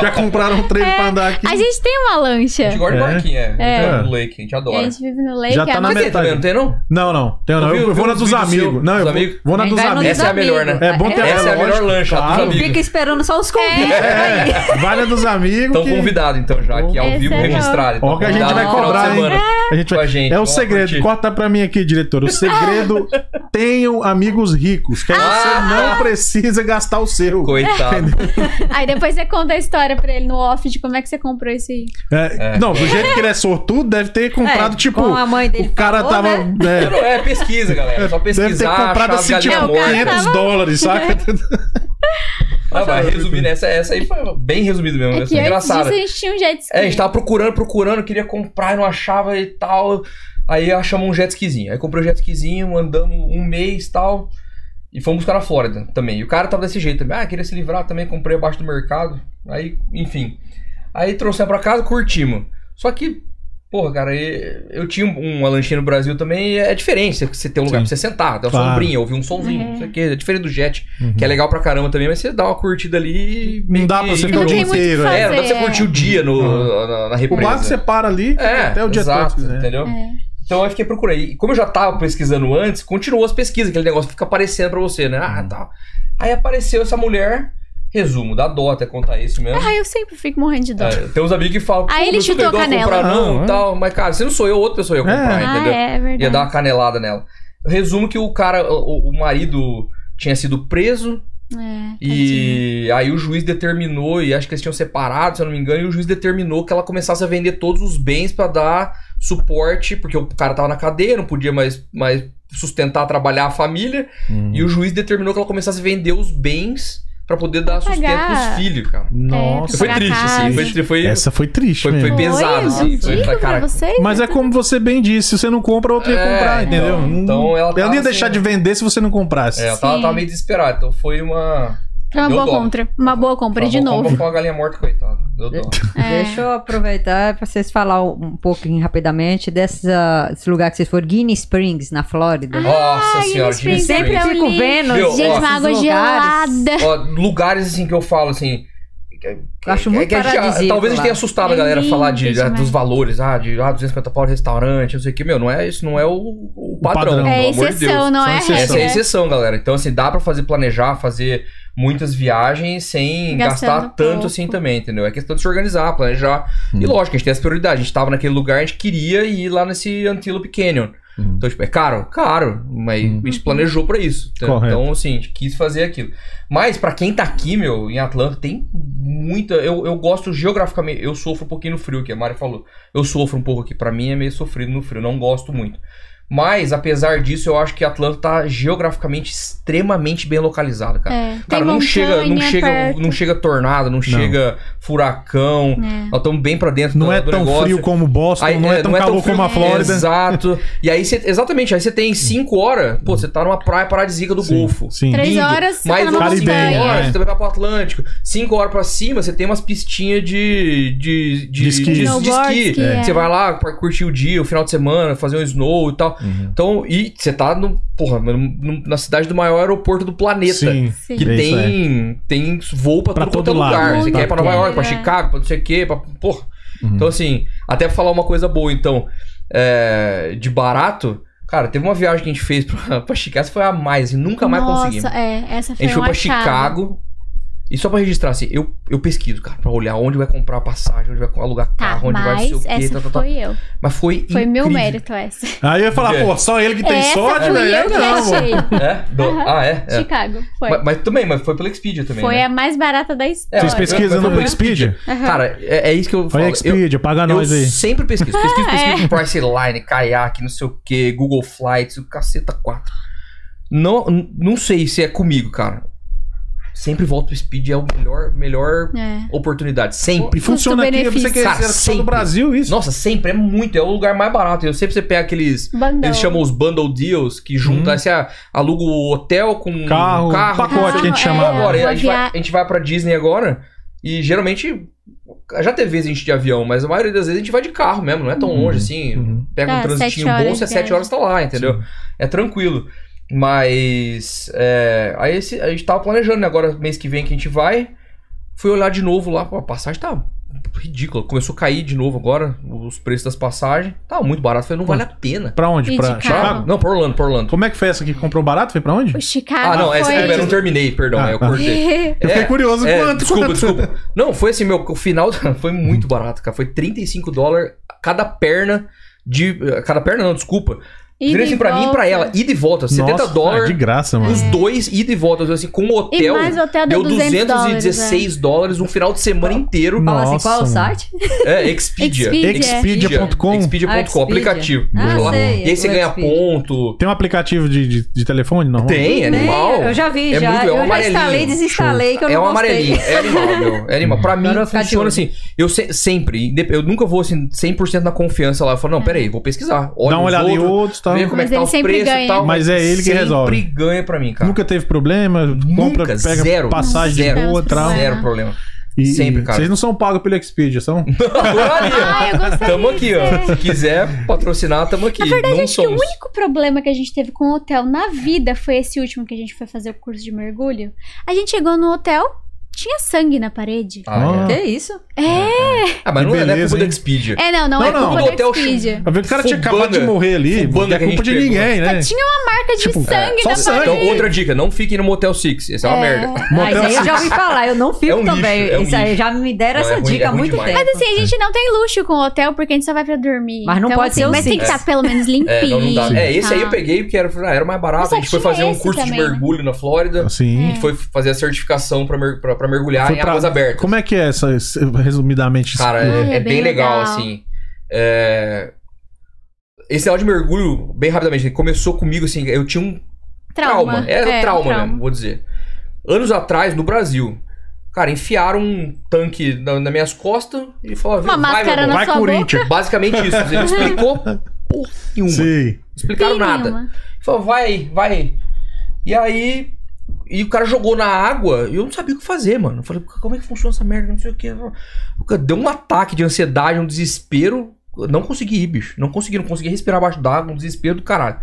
Speaker 3: Já compraram um trem pra andar aqui.
Speaker 4: A gente tem uma
Speaker 5: A
Speaker 4: lancha.
Speaker 5: gente gosta de
Speaker 3: É.
Speaker 5: barquinho, é.
Speaker 4: É.
Speaker 5: A gente do Lake, a gente
Speaker 4: A
Speaker 5: adora.
Speaker 4: gente vive no lake.
Speaker 3: Já tá
Speaker 4: a
Speaker 3: na
Speaker 5: Mas
Speaker 4: nossa-
Speaker 5: tem também, não tem não?
Speaker 3: Não, não. Tenho, não.
Speaker 5: Eu vi-
Speaker 3: Eu,
Speaker 5: eu
Speaker 3: vou
Speaker 5: vi
Speaker 3: na
Speaker 5: uns
Speaker 3: dos
Speaker 5: vídeos
Speaker 3: amigos.
Speaker 5: seus,
Speaker 3: Não,
Speaker 5: dos
Speaker 3: eu vou-
Speaker 5: amigos.
Speaker 3: vou na
Speaker 6: A gente
Speaker 3: dos
Speaker 6: vai no
Speaker 3: amigos.
Speaker 5: Essa é a melhor, né?
Speaker 3: É bom ter
Speaker 5: Essa é a melhor
Speaker 3: lógico,
Speaker 5: lancha, dos
Speaker 3: claro.
Speaker 5: amigos.
Speaker 6: Fica esperando só os convites. aí.
Speaker 3: Vale a dos amigos.
Speaker 5: Estão
Speaker 3: que-
Speaker 5: convidados, então, já, aqui ao
Speaker 4: Esse
Speaker 5: vivo
Speaker 4: é
Speaker 5: registrado.
Speaker 3: Ó, que a gente
Speaker 5: Então,
Speaker 3: vai
Speaker 5: convidado no
Speaker 3: cobrar,
Speaker 5: final
Speaker 3: hein?
Speaker 4: *laughs*
Speaker 5: de semana.
Speaker 3: A gente
Speaker 5: Com
Speaker 3: vai...
Speaker 5: a
Speaker 3: é
Speaker 5: gente,
Speaker 3: o
Speaker 5: vamos
Speaker 3: segredo.
Speaker 5: curtir.
Speaker 3: Corta pra mim aqui, diretor. O
Speaker 5: *laughs*
Speaker 3: segredo: tenham amigos ricos. Que aí você
Speaker 5: Ah!
Speaker 3: não precisa gastar o seu.
Speaker 5: Coitado.
Speaker 4: *laughs* Aí depois você conta a história pra ele no off de como é que você comprou isso aí.
Speaker 3: É,
Speaker 5: É.
Speaker 3: Não, do jeito que ele é sortudo, deve ter comprado,
Speaker 6: É,
Speaker 3: tipo.
Speaker 6: com a mãe dele
Speaker 3: o cara
Speaker 6: falou,
Speaker 3: tava.
Speaker 6: né?
Speaker 3: é,
Speaker 5: Não, é pesquisa, galera. Só
Speaker 3: deve ter
Speaker 5: pesquisar, achar
Speaker 3: comprado
Speaker 5: as
Speaker 3: assim, tipo,
Speaker 4: É,
Speaker 5: galinhas
Speaker 4: o cara
Speaker 5: mortas.
Speaker 3: 500 dólares, saca?
Speaker 6: né?
Speaker 5: Ah, vai resumindo. Essa, essa aí foi bem resumido mesmo.
Speaker 4: É
Speaker 5: Essa
Speaker 4: que
Speaker 5: é
Speaker 4: antes disso
Speaker 5: engraçada.
Speaker 4: a gente tinha um jet ski.
Speaker 5: É, a gente tava procurando, procurando, queria comprar e não achava e tal. Aí achamos um jet skizinho. Aí comprei um jet skizinho, andamos um mês e tal. E fomos buscar na Flórida também. E o cara tava desse jeito também. Ah, queria se livrar também, comprei abaixo do mercado. Aí, enfim. Aí trouxemos pra casa, curtimos. Só que, porra, cara, e- eu tinha um- uma lanchinha no Brasil também. e É diferente você- você ter um lugar
Speaker 3: Sim.
Speaker 5: pra você sentar, tem uma
Speaker 3: Claro. Uhum.
Speaker 5: sombrinha, ouvir um sonzinho,
Speaker 4: É.
Speaker 5: não sei o que. É diferente do jet, que é legal pra caramba também, mas você dá uma curtida ali. e meio
Speaker 3: Não dá
Speaker 5: que
Speaker 3: pra você
Speaker 5: enjoa
Speaker 3: ficar o
Speaker 4: não
Speaker 3: dia
Speaker 4: tem muito o que
Speaker 3: inteiro.
Speaker 4: fazer.
Speaker 5: é, não dá pra você
Speaker 4: é.
Speaker 5: curtir o dia no, na, na
Speaker 3: O
Speaker 5: represa.
Speaker 3: barco você para ali
Speaker 5: É,
Speaker 3: até o dia
Speaker 5: exato,
Speaker 3: todo. né?
Speaker 5: entendeu?
Speaker 4: É.
Speaker 5: Então eu fiquei procurando. E como eu já tava pesquisando antes, continuou as pesquisas, aquele negócio fica aparecendo pra você, né?
Speaker 3: Uhum.
Speaker 5: Ah, tá. Aí apareceu essa mulher, resumo, dá dó até contar isso mesmo.
Speaker 4: Ah, eu sempre fico morrendo de dó.
Speaker 5: É, tem uns amigos que falam,
Speaker 4: Aí
Speaker 5: "Pô,
Speaker 4: ele
Speaker 5: meu, tu
Speaker 4: chutou
Speaker 5: não
Speaker 4: a
Speaker 5: ia comprar
Speaker 3: canela.
Speaker 5: não,
Speaker 3: Ah, é.
Speaker 5: tal. Mas cara, se não sou eu, outra pessoa ia comprar,
Speaker 3: É.
Speaker 4: ah,
Speaker 5: entendeu?
Speaker 4: é, é verdade.
Speaker 5: Ia dar uma canelada nela. Eu resumo que o cara, o- o marido tinha sido preso,
Speaker 4: É, tadinho.
Speaker 5: E aí o juiz determinou, e acho que eles tinham separado, se eu não me engano, e o juiz determinou que ela começasse a vender todos os bens pra dar suporte, porque o cara tava na cadeia, não podia mais, mais sustentar, trabalhar a família,
Speaker 3: Hum.
Speaker 5: e o juiz determinou que ela começasse a vender os bens pra poder dar
Speaker 4: Pra
Speaker 5: sustento
Speaker 4: pagar.
Speaker 5: pros filhos, cara.
Speaker 3: Nossa.
Speaker 5: Foi
Speaker 4: Pra
Speaker 5: triste,
Speaker 4: casa.
Speaker 5: assim, foi, tri- foi,
Speaker 3: Essa foi triste,
Speaker 5: foi- foi
Speaker 3: mesmo.
Speaker 5: bem- pesado,
Speaker 4: Oi,
Speaker 5: assim,
Speaker 4: eu
Speaker 5: foi-
Speaker 4: digo
Speaker 5: foi-
Speaker 4: pra
Speaker 5: caraca.
Speaker 4: vocês.
Speaker 3: Mas é como você bem disse, se você não compra, outro ia
Speaker 5: É,
Speaker 3: comprar,
Speaker 5: então,
Speaker 3: entendeu? Não-
Speaker 5: então ela
Speaker 3: não ia
Speaker 5: tava
Speaker 3: deixar
Speaker 5: assim-
Speaker 3: de vender se você não comprasse.
Speaker 5: é, ela tava,
Speaker 4: Sim.
Speaker 5: tava meio desesperada, então foi uma...
Speaker 4: Foi uma
Speaker 5: Deu
Speaker 4: boa
Speaker 5: dó.
Speaker 4: compra. Uma boa compra, de
Speaker 5: uma-
Speaker 4: novo.
Speaker 5: é Uma, uma galinha morta, coitada. Deu
Speaker 4: *laughs*
Speaker 5: dó.
Speaker 4: É.
Speaker 6: Deixa eu aproveitar para vocês falar um um pouquinho rapidamente dessa- desse lugar que vocês foram, Guinea Springs, na Flórida.
Speaker 5: Nossa
Speaker 4: Ai,
Speaker 5: senhora,
Speaker 4: eles pensam
Speaker 5: Jimmy
Speaker 6: sempre
Speaker 4: pra eu
Speaker 6: fico
Speaker 4: ler.
Speaker 6: vendo,
Speaker 5: Meu,
Speaker 4: Gente,
Speaker 5: ó,
Speaker 4: uma água
Speaker 6: esses lugares.
Speaker 4: gelada.
Speaker 5: Ó, lugares assim que eu falo assim. que- que- é
Speaker 6: acho muito
Speaker 5: que a gente-
Speaker 6: paradisíaco
Speaker 5: Talvez a gente
Speaker 6: lá.
Speaker 5: tenha assustado a
Speaker 4: É
Speaker 5: galera a falar de,
Speaker 4: lindo
Speaker 5: ah, dos
Speaker 4: demais.
Speaker 5: valores, ah, de ah, 250 pau de restaurante, não sei o que. Meu, não é, isso não é o, o padrão,
Speaker 3: padrão.
Speaker 5: pelo
Speaker 4: É
Speaker 5: amor de Deus.
Speaker 4: exceção, não
Speaker 3: Só
Speaker 4: é
Speaker 3: exceção.
Speaker 5: Essa é a
Speaker 4: regra.
Speaker 5: exceção, galera. Então, assim, dá pra fazer planejar, fazer muitas viagens sem
Speaker 4: Gastando
Speaker 5: gastar tanto
Speaker 4: pouco.
Speaker 5: assim também, entendeu? É questão de se organizar, planejar. E lógico, a gente tem as prioridades. A gente tava naquele lugar, a gente queria ir lá nesse Antelope Canyon.
Speaker 3: Hum.
Speaker 5: Então, tipo, é caro? Caro. Mas
Speaker 3: Hum.
Speaker 5: a gente planejou pra isso. Então,
Speaker 3: Correto.
Speaker 5: então, assim, a gente quis fazer aquilo. Mas pra quem tá aqui, meu, em Atlanta, tem muita... Eu, eu gosto geograficamente... Eu sofro um pouquinho no frio, que a Mari falou. Eu sofro um pouco aqui. Pra mim é meio sofrido no frio. Não gosto muito. Mas, apesar disso, eu acho que Atlanta tá geograficamente extremamente bem localizado, cara.
Speaker 4: É,
Speaker 5: Cara, não chega, não chega,
Speaker 4: perto.
Speaker 5: não chega tornado, não, chega furacão.
Speaker 4: É.
Speaker 5: Nós estamos bem pra dentro
Speaker 3: Não
Speaker 5: do,
Speaker 3: é
Speaker 5: do
Speaker 3: tão
Speaker 5: negócio.
Speaker 3: frio como Boston,
Speaker 5: Aí,
Speaker 3: não é, tão calor
Speaker 5: frio-
Speaker 3: como a Flórida.
Speaker 5: Exato. E aí você. Exatamente, aí você tem 5 horas, pô, você tá numa praia paradisíaca do
Speaker 3: Sim,
Speaker 5: Golfo.
Speaker 3: Sim.
Speaker 4: Três
Speaker 5: Lindo.
Speaker 4: horas, você
Speaker 5: Mais
Speaker 4: tá
Speaker 5: umas
Speaker 4: numa
Speaker 5: cinco
Speaker 3: Caribenha,
Speaker 5: horas,
Speaker 3: é.
Speaker 5: você também vai pro Atlântico. 5 horas pra cima, você tem umas pistinhas de. de. de,
Speaker 3: De esqui.
Speaker 5: de- de
Speaker 4: Snowboard,
Speaker 5: esqui.
Speaker 4: esqui, é.
Speaker 5: Você vai lá pra curtir o dia, o final de semana, fazer um snow e tal. Então, e você tá no, porra, no- no- na cidade do maior aeroporto do planeta.
Speaker 3: Sim.
Speaker 4: Sim.
Speaker 5: Que
Speaker 3: É isso,
Speaker 5: tem, tem voo pra,
Speaker 3: Pra
Speaker 5: todo,
Speaker 3: todo tá
Speaker 5: quanto é lugar.
Speaker 4: lado,
Speaker 5: Você
Speaker 4: pra
Speaker 5: quer ir pra Nova
Speaker 4: tudo.
Speaker 5: York, pra
Speaker 4: É.
Speaker 5: Chicago, pra não sei o quê, pra. Porra.
Speaker 3: Uhum.
Speaker 5: Então, assim, até falar uma coisa boa, então, é, de barato, cara, teve uma viagem que a gente fez pra, *laughs* pra Chicago, essa foi a mais, assim, nunca mais
Speaker 4: Nossa,
Speaker 5: conseguimos.
Speaker 4: é, essa
Speaker 5: A
Speaker 4: foi
Speaker 5: gente foi
Speaker 4: um
Speaker 5: pra
Speaker 4: achado.
Speaker 5: Chicago. E só pra registrar, assim, eu, eu pesquiso, cara, pra olhar onde vai comprar passagem, onde vai alugar
Speaker 4: Tá,
Speaker 5: carro, onde vai
Speaker 4: mas
Speaker 5: ser o quê,
Speaker 4: essa
Speaker 5: tá, tá, tá.
Speaker 4: foi eu.
Speaker 5: Mas foi.
Speaker 4: Foi meu
Speaker 5: incrível.
Speaker 4: mérito essa.
Speaker 3: Aí eu ia falar,
Speaker 5: É.
Speaker 3: pô, só ele que tem
Speaker 4: essa
Speaker 3: sorte,
Speaker 4: fui
Speaker 3: velho.
Speaker 4: eu
Speaker 3: Eu
Speaker 4: que
Speaker 3: não, mano.
Speaker 4: achei.
Speaker 5: *laughs* É? Do-
Speaker 4: Aham.
Speaker 5: Ah, é? é.
Speaker 4: Chicago, foi.
Speaker 5: Mas, mas também, mas foi pela Expedia também.
Speaker 4: foi
Speaker 5: né?
Speaker 4: a mais barata da história.
Speaker 3: Vocês
Speaker 5: mas-
Speaker 3: pesquisam
Speaker 5: mas foi
Speaker 3: no
Speaker 5: pelo
Speaker 3: Expedia?
Speaker 5: Cara, é, é isso que eu falo.
Speaker 3: Olha
Speaker 5: Eu-
Speaker 3: Expedia, paga
Speaker 5: Eu
Speaker 3: nós aí.
Speaker 5: sempre
Speaker 4: *laughs*
Speaker 5: pesquiso. Pesquiso, pesquiso.
Speaker 4: É.
Speaker 5: Priceline, Kayak, não sei o que, Google Flights, o caceta 4. Não, n- não sei se é comigo, cara. Sempre volto pro Speed, é o melhor, melhor
Speaker 4: É.
Speaker 5: oportunidade. Sempre.
Speaker 3: E funciona aqui, eu pensei que
Speaker 5: Cara,
Speaker 3: era só do
Speaker 5: sempre.
Speaker 3: Brasil isso.
Speaker 5: Nossa, sempre é muito. É o lugar mais barato. Eu sempre você pega aqueles.
Speaker 4: Bandão.
Speaker 5: Eles chamam os bundle deals, que junta, você aluga o hotel com
Speaker 3: Uhum. Carro,
Speaker 5: o carro.
Speaker 3: pacote que a gente
Speaker 4: Carro,
Speaker 3: chamava.
Speaker 4: é.
Speaker 5: Agora,
Speaker 4: uma
Speaker 5: a gente, vai,
Speaker 4: via-
Speaker 5: a gente vai pra Disney agora e geralmente. Já teve vezes a gente de avião, mas a maioria das vezes a gente vai de carro mesmo, não é tão longe assim.
Speaker 3: Uhum.
Speaker 5: Pega um
Speaker 4: Ah,
Speaker 5: transitinho
Speaker 4: sete horas
Speaker 5: bom,
Speaker 4: de
Speaker 5: você sete
Speaker 4: viagem.
Speaker 5: horas tá lá, entendeu? É tranquilo. Mas. é, aí esse- a gente tava planejando, né? Agora, mês que vem que a gente vai. Fui olhar de novo lá, pô, a passagem tá ridícula. Começou a cair de novo agora os preços das passagens. Tá muito barato, falei, não vale a pena.
Speaker 3: Pra onde?
Speaker 4: E
Speaker 3: Pra
Speaker 4: de
Speaker 5: Pra-
Speaker 4: carro.
Speaker 3: Chicago?
Speaker 5: Não, pra Orlando, pra Orlando.
Speaker 3: Como é que foi essa que comprou barato? Foi pra onde?
Speaker 4: O Chicago
Speaker 5: Ah, não, essa
Speaker 4: foi...
Speaker 5: eu não terminei, perdão,
Speaker 3: Ah,
Speaker 5: eu
Speaker 3: tá.
Speaker 5: cortei.
Speaker 3: *laughs* Eu fiquei curioso.
Speaker 5: É,
Speaker 3: quanto?
Speaker 5: desculpa,
Speaker 3: quanto?
Speaker 5: desculpa. Não, foi assim, meu, o final *laughs* foi muito barato, cara. Foi 35 dólares cada perna de. Cada perna não, desculpa.
Speaker 4: Ida
Speaker 5: Vira
Speaker 4: e
Speaker 5: assim pra mim e pra
Speaker 4: volta.
Speaker 5: ela, ida e volta, 70
Speaker 3: Nossa, ah,
Speaker 5: dólares.
Speaker 3: De graça, mano.
Speaker 5: Os dois, ida e volta, assim, com o hotel.
Speaker 4: E mais hotel deu
Speaker 5: Deu
Speaker 4: 200 dólares,
Speaker 5: 216 dólares um final de semana inteiro.
Speaker 6: Fala assim,
Speaker 3: Nossa,
Speaker 6: qual é o
Speaker 3: mano.
Speaker 6: site?
Speaker 5: É, Expedia.
Speaker 4: Expedia.
Speaker 3: Expedia.com.
Speaker 6: Ah,
Speaker 5: Expedia.com,
Speaker 6: Expedia.
Speaker 5: aplicativo.
Speaker 6: Ah,
Speaker 5: Deixa lá.
Speaker 6: sei,
Speaker 5: e aí você
Speaker 6: o
Speaker 5: ganha
Speaker 6: Expedia.
Speaker 5: ponto.
Speaker 3: Tem um aplicativo de, de, de telefone, não?
Speaker 5: Tem, é animal.
Speaker 6: Né? Eu já vi,
Speaker 5: É
Speaker 6: já.
Speaker 5: muito- é um
Speaker 6: eu já
Speaker 5: amarelinho.
Speaker 6: instalei, desinstalei, que eu não
Speaker 5: é um
Speaker 6: gostei.
Speaker 5: amarelinho, é animal, meu. É animal. Pra mim,
Speaker 6: Agora eu vou ficar de
Speaker 5: funciona
Speaker 6: olho.
Speaker 5: assim. Eu se- sempre, inde- eu nunca vou assim, 100% na confiança lá. Eu
Speaker 6: É.
Speaker 5: falo, não, peraí, vou pesquisar. Olha
Speaker 3: Dá uma
Speaker 5: os
Speaker 3: olhada em
Speaker 5: outros,
Speaker 3: outros, tá?
Speaker 5: vê como
Speaker 4: Mas
Speaker 5: é que tá
Speaker 4: ele
Speaker 5: os
Speaker 4: sempre
Speaker 5: preços e
Speaker 4: ganha.
Speaker 5: tal.
Speaker 3: Mas é ele que resolve.
Speaker 5: Sempre ganha pra mim, cara.
Speaker 3: Nunca teve problema, compra,
Speaker 5: Nunca,
Speaker 3: pega
Speaker 5: zero,
Speaker 3: passagem
Speaker 5: zero,
Speaker 3: de boa, tal.
Speaker 4: Zero.
Speaker 5: Zero problema.
Speaker 3: E,
Speaker 5: Sempre, cara.
Speaker 3: Vocês não são pagos pelo Expedia,
Speaker 5: *laughs*
Speaker 3: são?
Speaker 5: Adoraria.
Speaker 4: Ah, eu gostaria
Speaker 5: Tamo aqui,
Speaker 4: de
Speaker 5: ó. Se quiser patrocinar, tamo aqui.
Speaker 4: Na verdade,
Speaker 5: não
Speaker 4: acho que o
Speaker 5: somos.
Speaker 4: único problema que a gente teve com o hotel na vida foi esse último que a gente foi fazer o curso de mergulho. A gente chegou no hotel, tinha sangue na parede.
Speaker 5: Ah, é.
Speaker 6: Que
Speaker 5: *laughs*
Speaker 6: isso?
Speaker 4: É,
Speaker 5: Ah, mas
Speaker 3: Que
Speaker 5: não é- não é
Speaker 3: beleza,
Speaker 5: culpa
Speaker 3: hein?
Speaker 5: da Expedia.
Speaker 4: é não, não,
Speaker 3: Não,
Speaker 4: é
Speaker 3: não.
Speaker 4: culpa
Speaker 5: O
Speaker 4: do
Speaker 5: hotel
Speaker 4: Expedia.
Speaker 3: Às vezes o cara tinha
Speaker 5: Fubana.
Speaker 3: acabado de morrer ali,
Speaker 5: Fubana
Speaker 3: não é
Speaker 5: que a
Speaker 3: culpa
Speaker 5: gente
Speaker 3: de
Speaker 5: pegou.
Speaker 3: ninguém, né?
Speaker 4: Tinha uma marca de
Speaker 3: Tipo,
Speaker 4: sangue
Speaker 3: só
Speaker 4: na
Speaker 3: sangue.
Speaker 4: parede.
Speaker 5: Então, outra dica, não fique no Motel Six. Essa é uma merda.
Speaker 6: Mas
Speaker 3: Motel
Speaker 6: Ah, aí eu já ouvi falar, eu não fico
Speaker 5: um É um lixo,
Speaker 6: também.
Speaker 5: é um
Speaker 6: Isso aí
Speaker 5: lixo.
Speaker 6: já me deram
Speaker 5: Não, é
Speaker 6: essa
Speaker 5: ruim,
Speaker 6: dica
Speaker 5: é
Speaker 6: há
Speaker 5: ruim
Speaker 6: muito
Speaker 5: demais.
Speaker 6: tempo.
Speaker 4: Assim, a gente não tem luxo com o hotel porque a gente só vai pra dormir.
Speaker 6: Mas não
Speaker 4: Então,
Speaker 6: pode
Speaker 4: assim,
Speaker 6: ser os
Speaker 4: Mas tem que
Speaker 6: itens.
Speaker 4: estar pelo menos limpinho.
Speaker 5: É, não, não dá. É, esse aí eu
Speaker 4: tá?
Speaker 5: peguei porque era, ah, era
Speaker 4: Mas
Speaker 5: mais barato.
Speaker 4: só
Speaker 5: A gente foi
Speaker 4: tinha
Speaker 5: fazer um
Speaker 4: esse
Speaker 5: curso
Speaker 4: também, É.
Speaker 5: de
Speaker 4: né?
Speaker 5: mergulho na Flórida. A
Speaker 3: Assim.
Speaker 5: gente foi fazer a certificação pra, mer- pra- pra mergulhar
Speaker 3: Foi
Speaker 5: em
Speaker 3: pra-
Speaker 5: águas abertas.
Speaker 3: Como é que é essa, esse- resumidamente? isso?
Speaker 5: Cara,
Speaker 4: Ah,
Speaker 5: é,
Speaker 4: é
Speaker 5: é bem,
Speaker 4: bem
Speaker 5: legal,
Speaker 4: legal.
Speaker 5: assim. É... Esse áudio de mergulho, bem rapidamente, começou comigo, assim, eu tinha um trauma.
Speaker 4: Trauma.
Speaker 5: Era
Speaker 4: É,
Speaker 5: trauma, mesmo, vou dizer. Anos atrás, no Brasil, cara, enfiaram um tanque na, nas minhas costas e falaram...
Speaker 4: Uma
Speaker 5: vai, meu
Speaker 4: máscara
Speaker 5: irmão,
Speaker 4: na
Speaker 3: vai,
Speaker 4: sua boca.
Speaker 3: Corinthians.
Speaker 5: vai. Basicamente isso. Ele
Speaker 4: *laughs*
Speaker 5: não explicou porra nenhuma. Não
Speaker 3: Sim.
Speaker 5: explicaram nada.
Speaker 4: nenhuma.
Speaker 5: Falou, vai aí, vai aí. E aí. E o cara jogou na água e eu não sabia o que fazer, mano. Eu falei, como é que funciona essa merda? Não sei o que. Deu um ataque de ansiedade, um desespero. Eu Não consegui ir, bicho. Não consegui, não consegui respirar abaixo d'água, um desespero do caralho.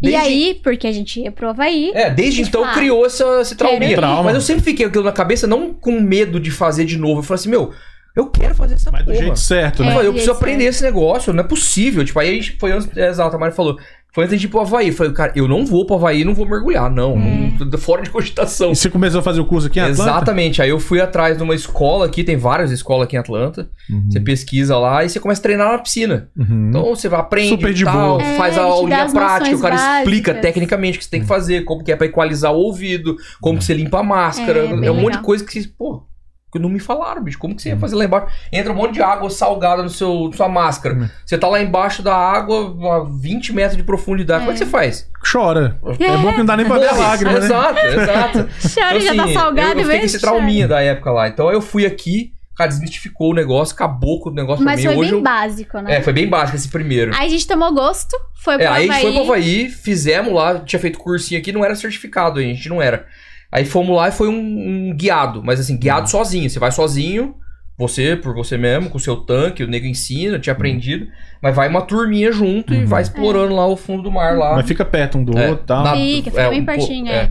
Speaker 4: E
Speaker 5: Desde-
Speaker 4: aí, porque a gente ia pro Havaí.
Speaker 5: É, desde então
Speaker 4: Claro.
Speaker 5: criou essa, esse trauminha.
Speaker 3: Quero ir.
Speaker 5: Mas eu sempre fiquei com aquilo na cabeça, não com medo de fazer de novo. Eu falei assim, meu, eu quero fazer essa
Speaker 3: Mas do
Speaker 5: porra.
Speaker 3: jeito certo,
Speaker 5: Eu
Speaker 3: né?
Speaker 5: falei, eu
Speaker 4: e
Speaker 5: preciso
Speaker 4: esse
Speaker 5: aprender esse negócio, não é possível. Tipo, aí a gente foi antes. é, Exato, a Mari falou. Foi antes de ir pro Havaí. Eu Falei, cara, eu não vou pro Havaí, não vou mergulhar, não. não- tô fora de cogitação.
Speaker 3: E você começou a fazer o curso aqui em Atlanta?
Speaker 5: Exatamente. Aí eu fui atrás de uma escola aqui, tem várias escolas aqui em Atlanta.
Speaker 3: Uhum.
Speaker 5: Você pesquisa lá e você começa a treinar na piscina.
Speaker 3: Uhum.
Speaker 5: Então você vai aprende
Speaker 3: Super de
Speaker 5: e tal,
Speaker 3: boa.
Speaker 4: É,
Speaker 5: faz
Speaker 4: ele te
Speaker 5: a
Speaker 4: dá
Speaker 5: aulinha
Speaker 4: as
Speaker 5: prática,
Speaker 4: noções
Speaker 5: o cara explica
Speaker 4: básicas.
Speaker 5: tecnicamente o que você tem que fazer, como que é pra equalizar o ouvido,
Speaker 3: Hum.
Speaker 5: como que você limpa a máscara.
Speaker 4: É,
Speaker 5: É, um
Speaker 4: bem
Speaker 5: monte de
Speaker 4: legal.
Speaker 5: coisa que você, pô, que não me falaram, bicho. Como que
Speaker 3: Hum.
Speaker 5: você ia fazer lá embaixo? Entra um monte de água salgada no seu, sua máscara.
Speaker 3: Hum.
Speaker 5: Você tá lá embaixo da água a 20 metros de profundidade. Como é que você faz?
Speaker 3: Chora. É. bom que não dá nem pra ver a
Speaker 5: Morre.
Speaker 3: lágrima, né?
Speaker 5: Exato, exato.
Speaker 4: *laughs* *laughs* Chora,
Speaker 5: Então,
Speaker 4: já tá
Speaker 5: assim,
Speaker 4: salgado
Speaker 5: eu, eu fiquei com esse
Speaker 4: mesmo.
Speaker 5: trauminha da época lá. Então eu fui aqui, cara, desmistificou o negócio, acabou com o negócio
Speaker 4: Mas
Speaker 5: pra
Speaker 4: foi
Speaker 5: mim. Hoje
Speaker 4: bem
Speaker 5: eu-
Speaker 4: básico, né?
Speaker 5: É, foi bem básico esse primeiro.
Speaker 4: Aí a gente tomou gosto, foi pro
Speaker 5: É, aí
Speaker 4: Havaí.
Speaker 5: a gente foi pro Havaí, fizemos lá, tinha feito cursinho aqui, não era certificado, a
Speaker 3: Uhum.
Speaker 5: gente não era. Aí fomos lá e foi um, um guiado, mas assim, guiado sozinho. Você vai sozinho, Você, por você mesmo, com o seu tanque, o nego ensina, tinha aprendido. Mas vai uma turminha junto e
Speaker 3: Uhum.
Speaker 5: vai explorando lá o fundo do mar lá.
Speaker 3: Mas fica perto um do
Speaker 5: É,
Speaker 3: outro e tal.
Speaker 4: É.
Speaker 5: na-
Speaker 4: Fica, fica bem
Speaker 5: um pouco,
Speaker 4: pertinho,
Speaker 5: é.
Speaker 4: é.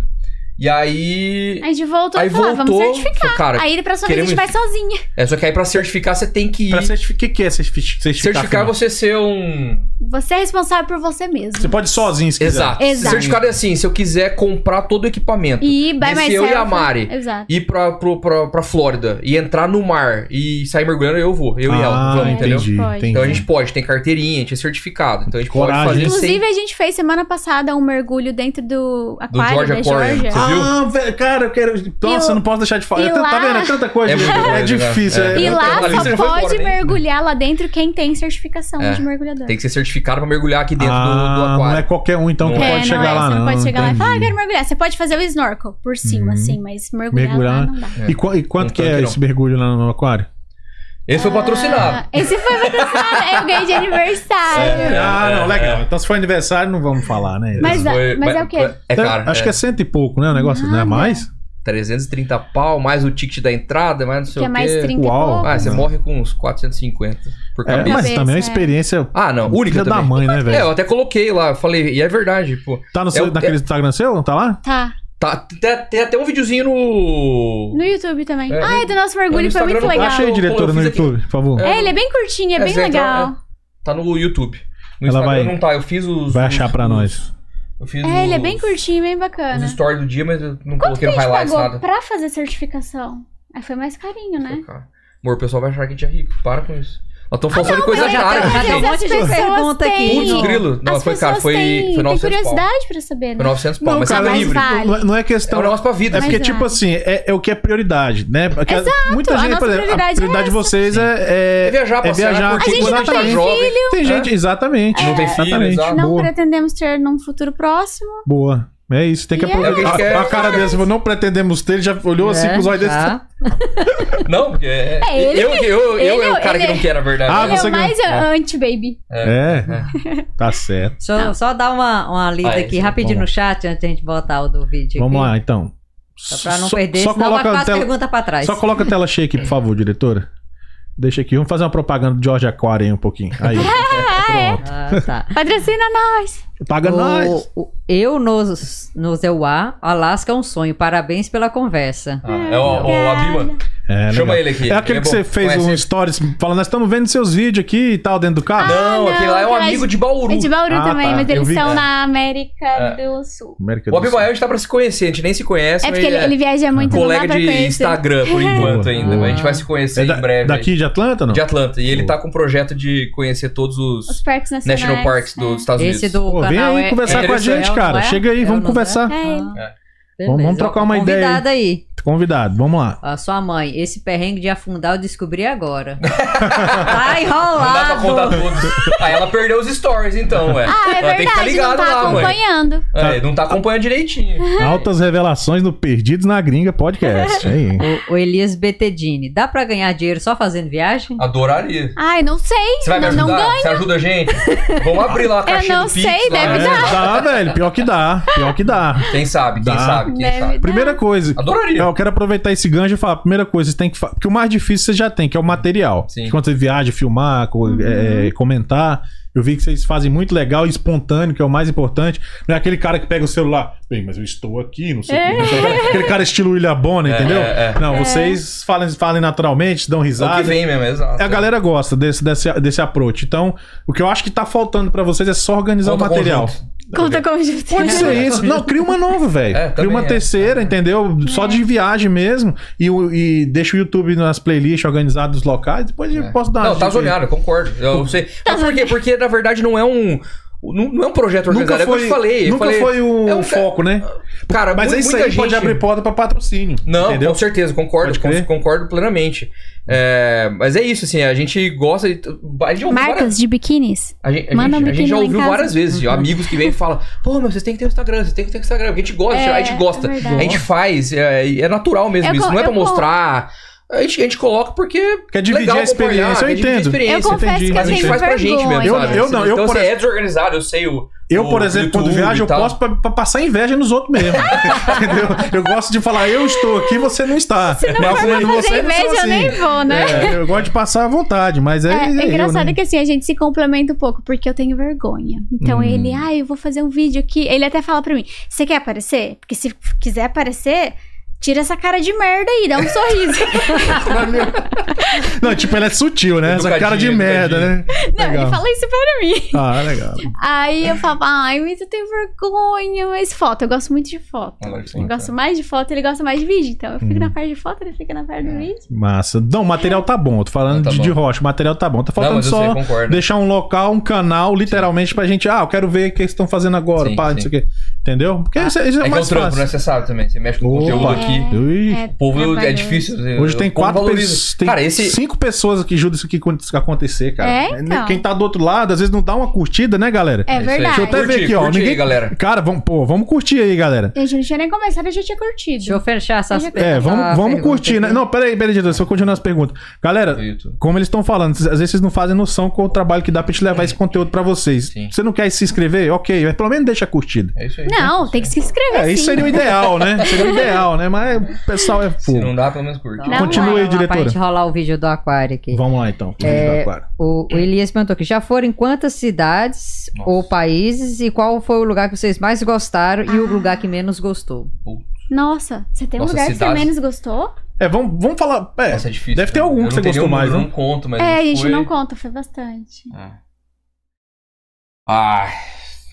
Speaker 5: E aí.
Speaker 4: A gente voltou
Speaker 5: Aí
Speaker 4: e falou, ah, vamos
Speaker 5: voltou.
Speaker 4: certificar.
Speaker 5: falou, Cara,
Speaker 4: Aí da próxima vez a
Speaker 5: queremos-
Speaker 4: gente vai sozinha.
Speaker 5: é, só que aí pra certificar você tem que ir.
Speaker 3: Pra certificar, o que, que é certifi- certificar?
Speaker 5: certificar é
Speaker 3: afinal?
Speaker 5: você ser um.
Speaker 4: Você é responsável por você mesmo.
Speaker 3: Você pode ir sozinho se quiser.
Speaker 5: Exato.
Speaker 4: Exato.
Speaker 5: Certificado é assim, se eu quiser comprar todo o equipamento,
Speaker 4: E by
Speaker 5: Disse
Speaker 4: myself.
Speaker 5: eu e a Mari.
Speaker 4: Exato.
Speaker 5: ir pra, pro, pra, pra Flórida e entrar no mar e sair mergulhando, eu vou. Eu e ela.
Speaker 3: Ah,
Speaker 5: Vamos,
Speaker 3: entendi,
Speaker 5: entendeu?
Speaker 4: Pode.
Speaker 3: entendi.
Speaker 5: Então a gente pode, tem carteirinha, tem certificado. Então a gente
Speaker 3: Coragem,
Speaker 5: pode fazer
Speaker 3: hein?
Speaker 5: sem.
Speaker 4: Inclusive, a gente fez semana passada um mergulho dentro do aquário
Speaker 5: George
Speaker 4: da
Speaker 5: Aquarium.
Speaker 4: Georgia.
Speaker 5: Você viu?
Speaker 3: Ah, velho, cara, eu quero. Nossa,
Speaker 4: E
Speaker 3: eu não posso deixar de falar.
Speaker 4: e
Speaker 3: É tan- Tá
Speaker 4: lá-
Speaker 3: vendo? É tanta coisa.
Speaker 5: É muita
Speaker 3: É,
Speaker 5: coisa,
Speaker 3: difícil.
Speaker 5: né?
Speaker 3: É.
Speaker 4: E
Speaker 5: Eu
Speaker 4: lá
Speaker 5: tenho-
Speaker 4: só
Speaker 5: Você foi embora,
Speaker 4: pode
Speaker 5: né?
Speaker 4: mergulhar lá dentro quem tem certificação
Speaker 5: É,
Speaker 4: de mergulhador.
Speaker 5: Tem que ser certificado pra mergulhar aqui dentro
Speaker 3: Ah,
Speaker 5: do, do
Speaker 3: não é
Speaker 5: aquário.
Speaker 3: qualquer um, então, que
Speaker 5: Não
Speaker 4: É,
Speaker 3: pode chegar
Speaker 4: é,
Speaker 3: lá,
Speaker 4: você
Speaker 3: não.
Speaker 4: não pode chegar lá e falar, ah,
Speaker 3: entendi.
Speaker 4: quero mergulhar. Você pode fazer o snorkel por cima,
Speaker 3: Uhum.
Speaker 4: assim, mas mergulhar,
Speaker 3: Mergulhar. né?
Speaker 4: lá não dá.
Speaker 3: E, qu- e quanto
Speaker 5: Um
Speaker 3: que é
Speaker 5: tanque não.
Speaker 3: esse mergulho lá no aquário?
Speaker 5: Esse foi patrocinado.
Speaker 4: Ah, esse foi patrocinado, eu ganhei de aniversário.
Speaker 3: ah, não,
Speaker 5: é,
Speaker 3: legal. Então, se for aniversário, não vamos falar, né?
Speaker 4: Mas-
Speaker 5: Foi-
Speaker 4: mas é o quê?
Speaker 5: É caro.
Speaker 3: Acho que é cento e pouco, né? O negócio, né?
Speaker 4: Nada.
Speaker 3: Mais?
Speaker 5: 330 pau, mais o ticket da entrada, mais não sei
Speaker 4: Que é
Speaker 5: o quê.
Speaker 4: mais 30 e
Speaker 3: Uau.
Speaker 4: pouco.
Speaker 5: Ah, você
Speaker 3: Não.
Speaker 5: morre com uns 450 por
Speaker 3: É,
Speaker 5: cabeça.
Speaker 3: mas
Speaker 4: Cabeça,
Speaker 3: também é uma
Speaker 4: é.
Speaker 3: experiência.
Speaker 5: Ah, não, única
Speaker 3: filha da
Speaker 5: também.
Speaker 3: mãe, né,
Speaker 5: É, eu
Speaker 3: velho?
Speaker 5: até coloquei lá, falei, e é verdade, tipo,
Speaker 3: Tá no seu,
Speaker 5: é-
Speaker 3: naquele Instagram seu? Tá lá?
Speaker 4: Tá.
Speaker 5: tá, tem, tem até um videozinho no...
Speaker 4: No YouTube também.
Speaker 5: É,
Speaker 4: ah, é do nosso mergulho,
Speaker 5: no
Speaker 4: foi muito
Speaker 5: Instagram não
Speaker 4: legal.
Speaker 5: achei.
Speaker 3: Achei,
Speaker 5: Pô,
Speaker 3: diretora, no
Speaker 5: eu fiz aqui.
Speaker 3: YouTube, por favor.
Speaker 4: É, ele é bem curtinho, é
Speaker 5: É,
Speaker 4: bem
Speaker 5: você entra-
Speaker 4: legal.
Speaker 5: Tá no YouTube. No
Speaker 3: Ela
Speaker 5: Instagram
Speaker 3: vai-
Speaker 5: não tá, eu fiz os...
Speaker 3: Vai
Speaker 5: os-
Speaker 3: achar pra
Speaker 5: os-
Speaker 3: nós.
Speaker 5: Eu fiz
Speaker 4: É, ele é bem
Speaker 5: os-
Speaker 4: curtinho, bem
Speaker 5: Os
Speaker 4: bacana.
Speaker 5: stories do dia, mas eu não
Speaker 4: Quanto que
Speaker 5: coloquei
Speaker 4: a
Speaker 5: no
Speaker 4: gente
Speaker 5: highlights,
Speaker 4: pagou
Speaker 5: nada.
Speaker 4: pra fazer certificação? Aí foi mais carinho, né? Ah,
Speaker 5: Cara, Amor, o pessoal vai achar que a gente é rico, para com isso. Nós estamos falando sobre coisa
Speaker 6: mas é-
Speaker 5: rara,
Speaker 6: é-
Speaker 5: gente.
Speaker 6: é- pergunta aqui.
Speaker 5: Putz,
Speaker 6: Sim.
Speaker 5: grilo. Não,
Speaker 4: As
Speaker 5: foi caro,
Speaker 4: pessoas
Speaker 5: foi,
Speaker 4: têm,
Speaker 5: foi
Speaker 4: têm
Speaker 5: 900 pau.
Speaker 4: curiosidade pra saber,
Speaker 5: Foi
Speaker 4: né?
Speaker 5: 900 É pau,
Speaker 3: Não,
Speaker 5: mas
Speaker 3: cara,
Speaker 5: tava
Speaker 4: mas
Speaker 5: livre.
Speaker 4: vai. Vale.
Speaker 3: Não é- Não é
Speaker 5: É
Speaker 3: questão.
Speaker 5: um negócio pra vida.
Speaker 3: É porque,
Speaker 4: Mas
Speaker 3: tipo
Speaker 4: vale.
Speaker 3: assim, é, é o que é prioridade, né? Porque
Speaker 4: Exato,
Speaker 3: muita
Speaker 4: a
Speaker 3: gente,
Speaker 4: nossa
Speaker 3: por exemplo, a
Speaker 4: prioridade é
Speaker 3: prioridade de
Speaker 4: essa.
Speaker 3: vocês é,
Speaker 5: É viajar,
Speaker 4: A
Speaker 5: passear, curtir,
Speaker 4: gente
Speaker 5: quando
Speaker 4: não
Speaker 5: a gente tá
Speaker 4: tem
Speaker 5: jovem.
Speaker 3: Tem gente, exatamente.
Speaker 5: Não tem filho,
Speaker 3: exatamente.
Speaker 5: exato.
Speaker 4: Não
Speaker 3: Boa,
Speaker 4: pretendemos ter num futuro próximo.
Speaker 3: boa. É isso, tem que
Speaker 4: E é
Speaker 5: isso.
Speaker 3: aproveitar.
Speaker 5: É,
Speaker 3: a, a cara dele, falou, não pretendemos ter, ele já olhou assim
Speaker 6: É,
Speaker 3: com os olhos dele.
Speaker 6: tá.
Speaker 5: Não, porque é.
Speaker 4: É, ele-
Speaker 5: eu, eu, eu,
Speaker 4: ele-
Speaker 5: é o cara que
Speaker 4: ele-
Speaker 5: não quer, na verdade.
Speaker 3: Ah,
Speaker 4: ele é
Speaker 3: você
Speaker 4: o mais
Speaker 5: ganhou.
Speaker 4: anti-baby.
Speaker 3: É, tá certo.
Speaker 6: Só, só dar uma, uma lida
Speaker 5: Ah, é,
Speaker 6: aqui
Speaker 5: sim.
Speaker 6: rapidinho no
Speaker 3: Vamos
Speaker 6: chat antes da gente botar o do vídeo.
Speaker 3: Vamos
Speaker 6: aqui.
Speaker 3: lá, então.
Speaker 6: Só pra não perder, senão vai
Speaker 3: coloca
Speaker 6: ficar
Speaker 3: a
Speaker 6: as
Speaker 3: tela-
Speaker 6: perguntas pra trás.
Speaker 3: Só coloca a tela cheia aqui, por favor, diretora. Deixa aqui. Vamos fazer uma propaganda do George Aquário aí um pouquinho. Aí. Pronto.
Speaker 6: Ah, tá.
Speaker 4: Patrocina nós.
Speaker 3: Paga nós.
Speaker 6: O, o- eu nos, nos EUA, Alasca é um sonho. Parabéns pela conversa.
Speaker 5: Ah, é o, o Abima.
Speaker 3: É,
Speaker 5: Chama
Speaker 3: legal.
Speaker 5: ele aqui.
Speaker 3: É aquele
Speaker 5: Ele
Speaker 3: que
Speaker 5: bom.
Speaker 3: você fez
Speaker 5: Conhece
Speaker 3: um
Speaker 5: ele?
Speaker 3: stories falando, nós estamos vendo seus vídeos aqui e tal, dentro do carro.
Speaker 5: Não,
Speaker 4: Ah, não,
Speaker 5: aquele lá é um
Speaker 4: aquele lá
Speaker 5: amigo
Speaker 4: de-
Speaker 5: de Bauru.
Speaker 4: É de Bauru
Speaker 3: Ah,
Speaker 4: também,
Speaker 3: tá.
Speaker 4: mas
Speaker 3: Eu
Speaker 4: eles
Speaker 3: vi.
Speaker 4: estão
Speaker 3: É.
Speaker 4: na América
Speaker 5: É.
Speaker 4: do Sul.
Speaker 3: América
Speaker 5: O
Speaker 3: do
Speaker 5: Abimael a gente tá pra se conhecer, a gente nem se conhece.
Speaker 4: É
Speaker 5: mas
Speaker 4: porque ele, ele viaja muito, não dá
Speaker 5: um colega
Speaker 4: pra
Speaker 5: de
Speaker 4: conhecer.
Speaker 5: Instagram, por
Speaker 3: *laughs*
Speaker 5: enquanto
Speaker 3: Boa,
Speaker 5: ainda.
Speaker 3: boa.
Speaker 5: Mas a gente vai se conhecer
Speaker 3: Sul. É da-
Speaker 5: em breve.
Speaker 3: daqui de Atlanta, não?
Speaker 5: De Atlanta. E ele
Speaker 3: Boa.
Speaker 5: tá com um projeto de conhecer todos os,
Speaker 4: Os parques nacionais.
Speaker 5: National Parks
Speaker 4: é.
Speaker 5: dos Estados Unidos.
Speaker 6: Esse do
Speaker 3: Ah, Pô, vem
Speaker 6: canal
Speaker 3: aí
Speaker 6: é-
Speaker 3: conversar
Speaker 6: é
Speaker 5: com a gente,
Speaker 6: interessante,
Speaker 3: cara.
Speaker 6: não é?
Speaker 3: Chega aí,
Speaker 6: É
Speaker 3: vamos
Speaker 6: ou não
Speaker 3: conversar.
Speaker 4: É ele.
Speaker 6: Ah,
Speaker 3: Vamos- vamos
Speaker 6: beleza.
Speaker 3: trocar uma ideia aí.
Speaker 6: Convidada aí.
Speaker 3: Convidado, vamos lá.
Speaker 6: A sua mãe, esse perrengue de afundar eu descobri agora. *laughs*
Speaker 5: Não dá pra
Speaker 6: tá
Speaker 5: contar
Speaker 6: enrolado.
Speaker 5: todos. Aí ela perdeu os stories, então, é.
Speaker 4: *laughs* Ah, é
Speaker 5: ela tem que estar
Speaker 4: verdade, não
Speaker 5: ligado
Speaker 4: tá
Speaker 5: lá, mãe.
Speaker 4: acompanhando.
Speaker 5: É, não tá acompanhando direitinho.
Speaker 3: Altas revelações no Perdidos na Gringa *laughs* podcast. Aí.
Speaker 6: O, o Elias Betedini, dá pra ganhar dinheiro só fazendo viagem?
Speaker 5: Adoraria.
Speaker 4: Ai, não sei.
Speaker 5: Você vai me
Speaker 4: não, não
Speaker 5: ajudar?
Speaker 4: ganho.
Speaker 5: Você ajuda a gente? Vamos
Speaker 4: *laughs*
Speaker 5: abrir lá a caixinha
Speaker 4: não
Speaker 5: do Pix
Speaker 4: sei,
Speaker 5: lá,
Speaker 4: deve
Speaker 5: né?
Speaker 3: É, dá, velho. Pior que dá. Pior que dá.
Speaker 5: Quem sabe, quem
Speaker 3: Dá.
Speaker 5: sabe, quem
Speaker 4: Deve
Speaker 5: sabe.
Speaker 4: dar.
Speaker 3: Primeira coisa.
Speaker 5: Adoraria. É
Speaker 3: Eu quero aproveitar esse gancho e falar. Primeira coisa, você tem que fa- Porque o mais difícil você já tem, que é o material.
Speaker 5: Sim.
Speaker 3: Quando você viaja, filmar, co- é, comentar. Eu vi que vocês fazem muito legal e espontâneo, que é o mais importante. Não é aquele cara que pega o celular. Bem, mas eu estou aqui, não sei o que. não sei o quê." Aquele cara estilo William Bonner, entendeu?
Speaker 5: é, é.
Speaker 3: Não, vocês falem, falem naturalmente, dão
Speaker 5: É o
Speaker 3: risada.
Speaker 5: que vem mesmo, exato.
Speaker 3: A galera gosta desse, desse, desse approach. Então, o que eu acho que tá faltando pra vocês é só organizar
Speaker 5: Conta
Speaker 3: o material.
Speaker 5: conjunto.
Speaker 4: Conta como junto.
Speaker 3: Pode ser isso. Não, cria uma nova, velho.
Speaker 5: É,
Speaker 3: cria
Speaker 5: também
Speaker 3: uma
Speaker 5: é.
Speaker 3: terceira, entendeu? Só de viagem mesmo. E, o- e deixa o YouTube nas playlists organizadas dos locais. Depois eu posso dar uma
Speaker 5: Não,
Speaker 3: dica
Speaker 5: tá
Speaker 3: aí.
Speaker 5: zoneado, eu concordo. Eu sei. Mas por quê? Porque, na verdade, não é um. Não, não é um projeto organizado.
Speaker 3: Nunca
Speaker 5: É o que
Speaker 3: foi,
Speaker 5: eu te falei. eu
Speaker 3: nunca
Speaker 5: falei-
Speaker 3: foi um
Speaker 5: é um-
Speaker 3: foco, né?
Speaker 5: Cara,
Speaker 3: Mas
Speaker 5: mu-
Speaker 3: isso aí
Speaker 5: muita gente...
Speaker 3: pode abrir porta pra patrocínio.
Speaker 5: Não,
Speaker 3: entendeu?
Speaker 5: com certeza, concordo,
Speaker 3: Pode
Speaker 5: con-
Speaker 3: crer.
Speaker 5: concordo plenamente. É, mas é isso, assim, a gente gosta de. A gente já ouviu várias,
Speaker 4: Marcas de biquínis.
Speaker 5: a gente, a
Speaker 4: manda
Speaker 5: gente-
Speaker 4: um
Speaker 5: a gente
Speaker 4: biquíni
Speaker 5: já
Speaker 4: lá em
Speaker 5: ouviu
Speaker 4: casa.
Speaker 5: várias vezes,
Speaker 3: Uhum.
Speaker 5: de amigos que vêm e falam: pô, mas vocês têm que ter o Instagram, vocês têm que ter o Instagram. porque A gente gosta,
Speaker 4: É,
Speaker 5: a gente gosta.
Speaker 4: é
Speaker 5: a
Speaker 4: verdade.
Speaker 5: gente faz, é, é natural mesmo
Speaker 4: Eu
Speaker 5: isso,
Speaker 4: co-
Speaker 5: não é pra
Speaker 4: eu co-
Speaker 5: mostrar. A gente, a gente coloca porque. é
Speaker 3: Quer dividir
Speaker 5: legal
Speaker 3: a experiência,
Speaker 5: acompanhar,
Speaker 3: eu
Speaker 5: quer dividir a
Speaker 3: entendo.
Speaker 5: experiência.
Speaker 4: Eu confesso
Speaker 3: entendi.
Speaker 4: que eu
Speaker 5: Mas a gente
Speaker 4: tenho
Speaker 5: faz pra
Speaker 4: vergonha.
Speaker 5: gente mesmo,
Speaker 3: Eu-
Speaker 5: sabe?
Speaker 3: eu não, eu,
Speaker 5: então
Speaker 3: por
Speaker 5: você é desorganizado, eu sei o.
Speaker 3: Eu,
Speaker 5: no
Speaker 3: por exemplo, quando
Speaker 5: YouTube
Speaker 3: viajo,
Speaker 5: e
Speaker 3: eu
Speaker 5: tal.
Speaker 3: posso pra, pra passar inveja nos outros mesmo.
Speaker 5: *laughs*
Speaker 3: entendeu? Eu gosto de falar, eu estou aqui, você não está.
Speaker 4: Se não
Speaker 3: Mas
Speaker 4: for pra
Speaker 3: quando você,
Speaker 4: fazer
Speaker 3: não sou
Speaker 4: inveja, eu nem
Speaker 5: assim.
Speaker 4: vou, né?
Speaker 3: É, eu gosto de passar à vontade, mas é.
Speaker 4: É, é
Speaker 3: eu,
Speaker 4: engraçado
Speaker 3: né?
Speaker 4: que assim, a gente se complementa um pouco, porque eu tenho vergonha. Então
Speaker 3: Hum.
Speaker 4: ele, ah, eu vou fazer um vídeo aqui. Ele até fala pra mim: você quer aparecer? Porque se quiser aparecer, tira essa cara de merda aí, dá um sorriso.
Speaker 3: *laughs* Não, tipo, ela é sutil, né? Essa cara de
Speaker 5: Educadinha,
Speaker 3: merda, né?
Speaker 4: Não, ele fala isso pra mim.
Speaker 3: Ah, legal.
Speaker 4: Aí eu falava, ai, mas eu tenho vergonha, mas foto, eu gosto muito de foto.
Speaker 5: Ah,
Speaker 4: Eu
Speaker 5: sim,
Speaker 4: gosto mais de foto, ele gosta mais de vídeo. Então eu fico
Speaker 3: Hum. É.
Speaker 4: na parte de foto, ele fica na parte do vídeo.
Speaker 3: Massa. Não, o material tá bom. Tô falando
Speaker 5: Não, tá
Speaker 3: de, de
Speaker 5: bom.
Speaker 3: rocha, o material tá bom. Tá
Speaker 5: Não,
Speaker 3: faltando
Speaker 5: mas eu
Speaker 3: só
Speaker 5: sei, é, né? concordo.
Speaker 3: deixar um local, um canal, literalmente, pra gente. Ah, eu quero ver o que eles estão fazendo agora.
Speaker 5: Sim,
Speaker 3: pá, não
Speaker 5: sim.
Speaker 3: sei o quê. Entendeu? Porque isso, isso é,
Speaker 5: É né? que é um
Speaker 3: mais
Speaker 5: trampo,
Speaker 3: fácil.
Speaker 5: né? Você sabe também. Você mexe com o
Speaker 3: Opa.
Speaker 5: conteúdo aqui.
Speaker 3: Ui.
Speaker 4: É,
Speaker 5: O povo é
Speaker 4: trabalhoso.
Speaker 5: difícil.
Speaker 3: Hoje
Speaker 5: o
Speaker 3: tem
Speaker 5: povo
Speaker 3: quatro
Speaker 5: valoriza.
Speaker 3: pessoas. Tem
Speaker 5: Cara, esse.
Speaker 3: cinco pessoas que ajudam isso aqui quando isso acontecer, cara.
Speaker 4: É, então.
Speaker 3: Quem tá do outro lado, às vezes não dá uma curtida, né, galera?
Speaker 4: É
Speaker 5: isso aí.
Speaker 4: verdade.
Speaker 3: Deixa eu até
Speaker 5: Curte
Speaker 3: ver
Speaker 5: aí,
Speaker 3: aqui, ó.
Speaker 5: curte aí,
Speaker 3: Ninguém...
Speaker 5: galera.
Speaker 3: Cara, vamos, pô, vamos curtir aí, galera.
Speaker 4: Eu já não tinha nem começado, eu já tinha curtido.
Speaker 6: Deixa eu fechar essas
Speaker 3: É, vamos, vamos
Speaker 6: essa pergunta
Speaker 3: curtir, né?
Speaker 6: aqui.
Speaker 3: Não, peraí, peraí, Diego, só continuar as perguntas. Galera,
Speaker 5: Isso.
Speaker 3: como eles estão falando, às vezes vocês não fazem noção com o trabalho que dá pra gente levar esse conteúdo pra vocês.
Speaker 5: É. Sim.
Speaker 3: Você não quer se inscrever? Ok, mas pelo menos deixa a curtida.
Speaker 5: É isso aí.
Speaker 4: Não, tem que se inscrever.
Speaker 3: É,
Speaker 4: sim.
Speaker 3: isso seria o ideal, né? Seria o ideal, né? Mas o pessoal é
Speaker 5: Se
Speaker 3: fogo.
Speaker 5: não dá, pelo menos curte.
Speaker 4: Não.
Speaker 3: Continua aí,
Speaker 6: vamos lá Pra
Speaker 3: diretora.
Speaker 6: gente rolar o vídeo do aquário aqui.
Speaker 3: Vamos lá, então. Claro.
Speaker 6: O, o Elias perguntou aqui, já foram em quantas cidades
Speaker 5: Nossa.
Speaker 6: ou países e qual foi o lugar que vocês mais gostaram e o lugar que menos gostou?
Speaker 4: Nossa, você tem um
Speaker 5: Nossa,
Speaker 4: lugar que
Speaker 5: cidade.
Speaker 4: você menos gostou?
Speaker 3: É, vamos, vamos falar. É,
Speaker 5: Nossa, é difícil.
Speaker 3: deve ter
Speaker 5: cara.
Speaker 3: algum
Speaker 5: Eu
Speaker 3: que
Speaker 5: não
Speaker 3: você
Speaker 5: tenho
Speaker 3: gostou
Speaker 5: nenhum,
Speaker 3: mais,
Speaker 5: eu
Speaker 3: né?
Speaker 5: não conto, mas.
Speaker 4: é, a gente
Speaker 5: foi- Ah.
Speaker 4: não conta, foi bastante.
Speaker 5: É. Ah,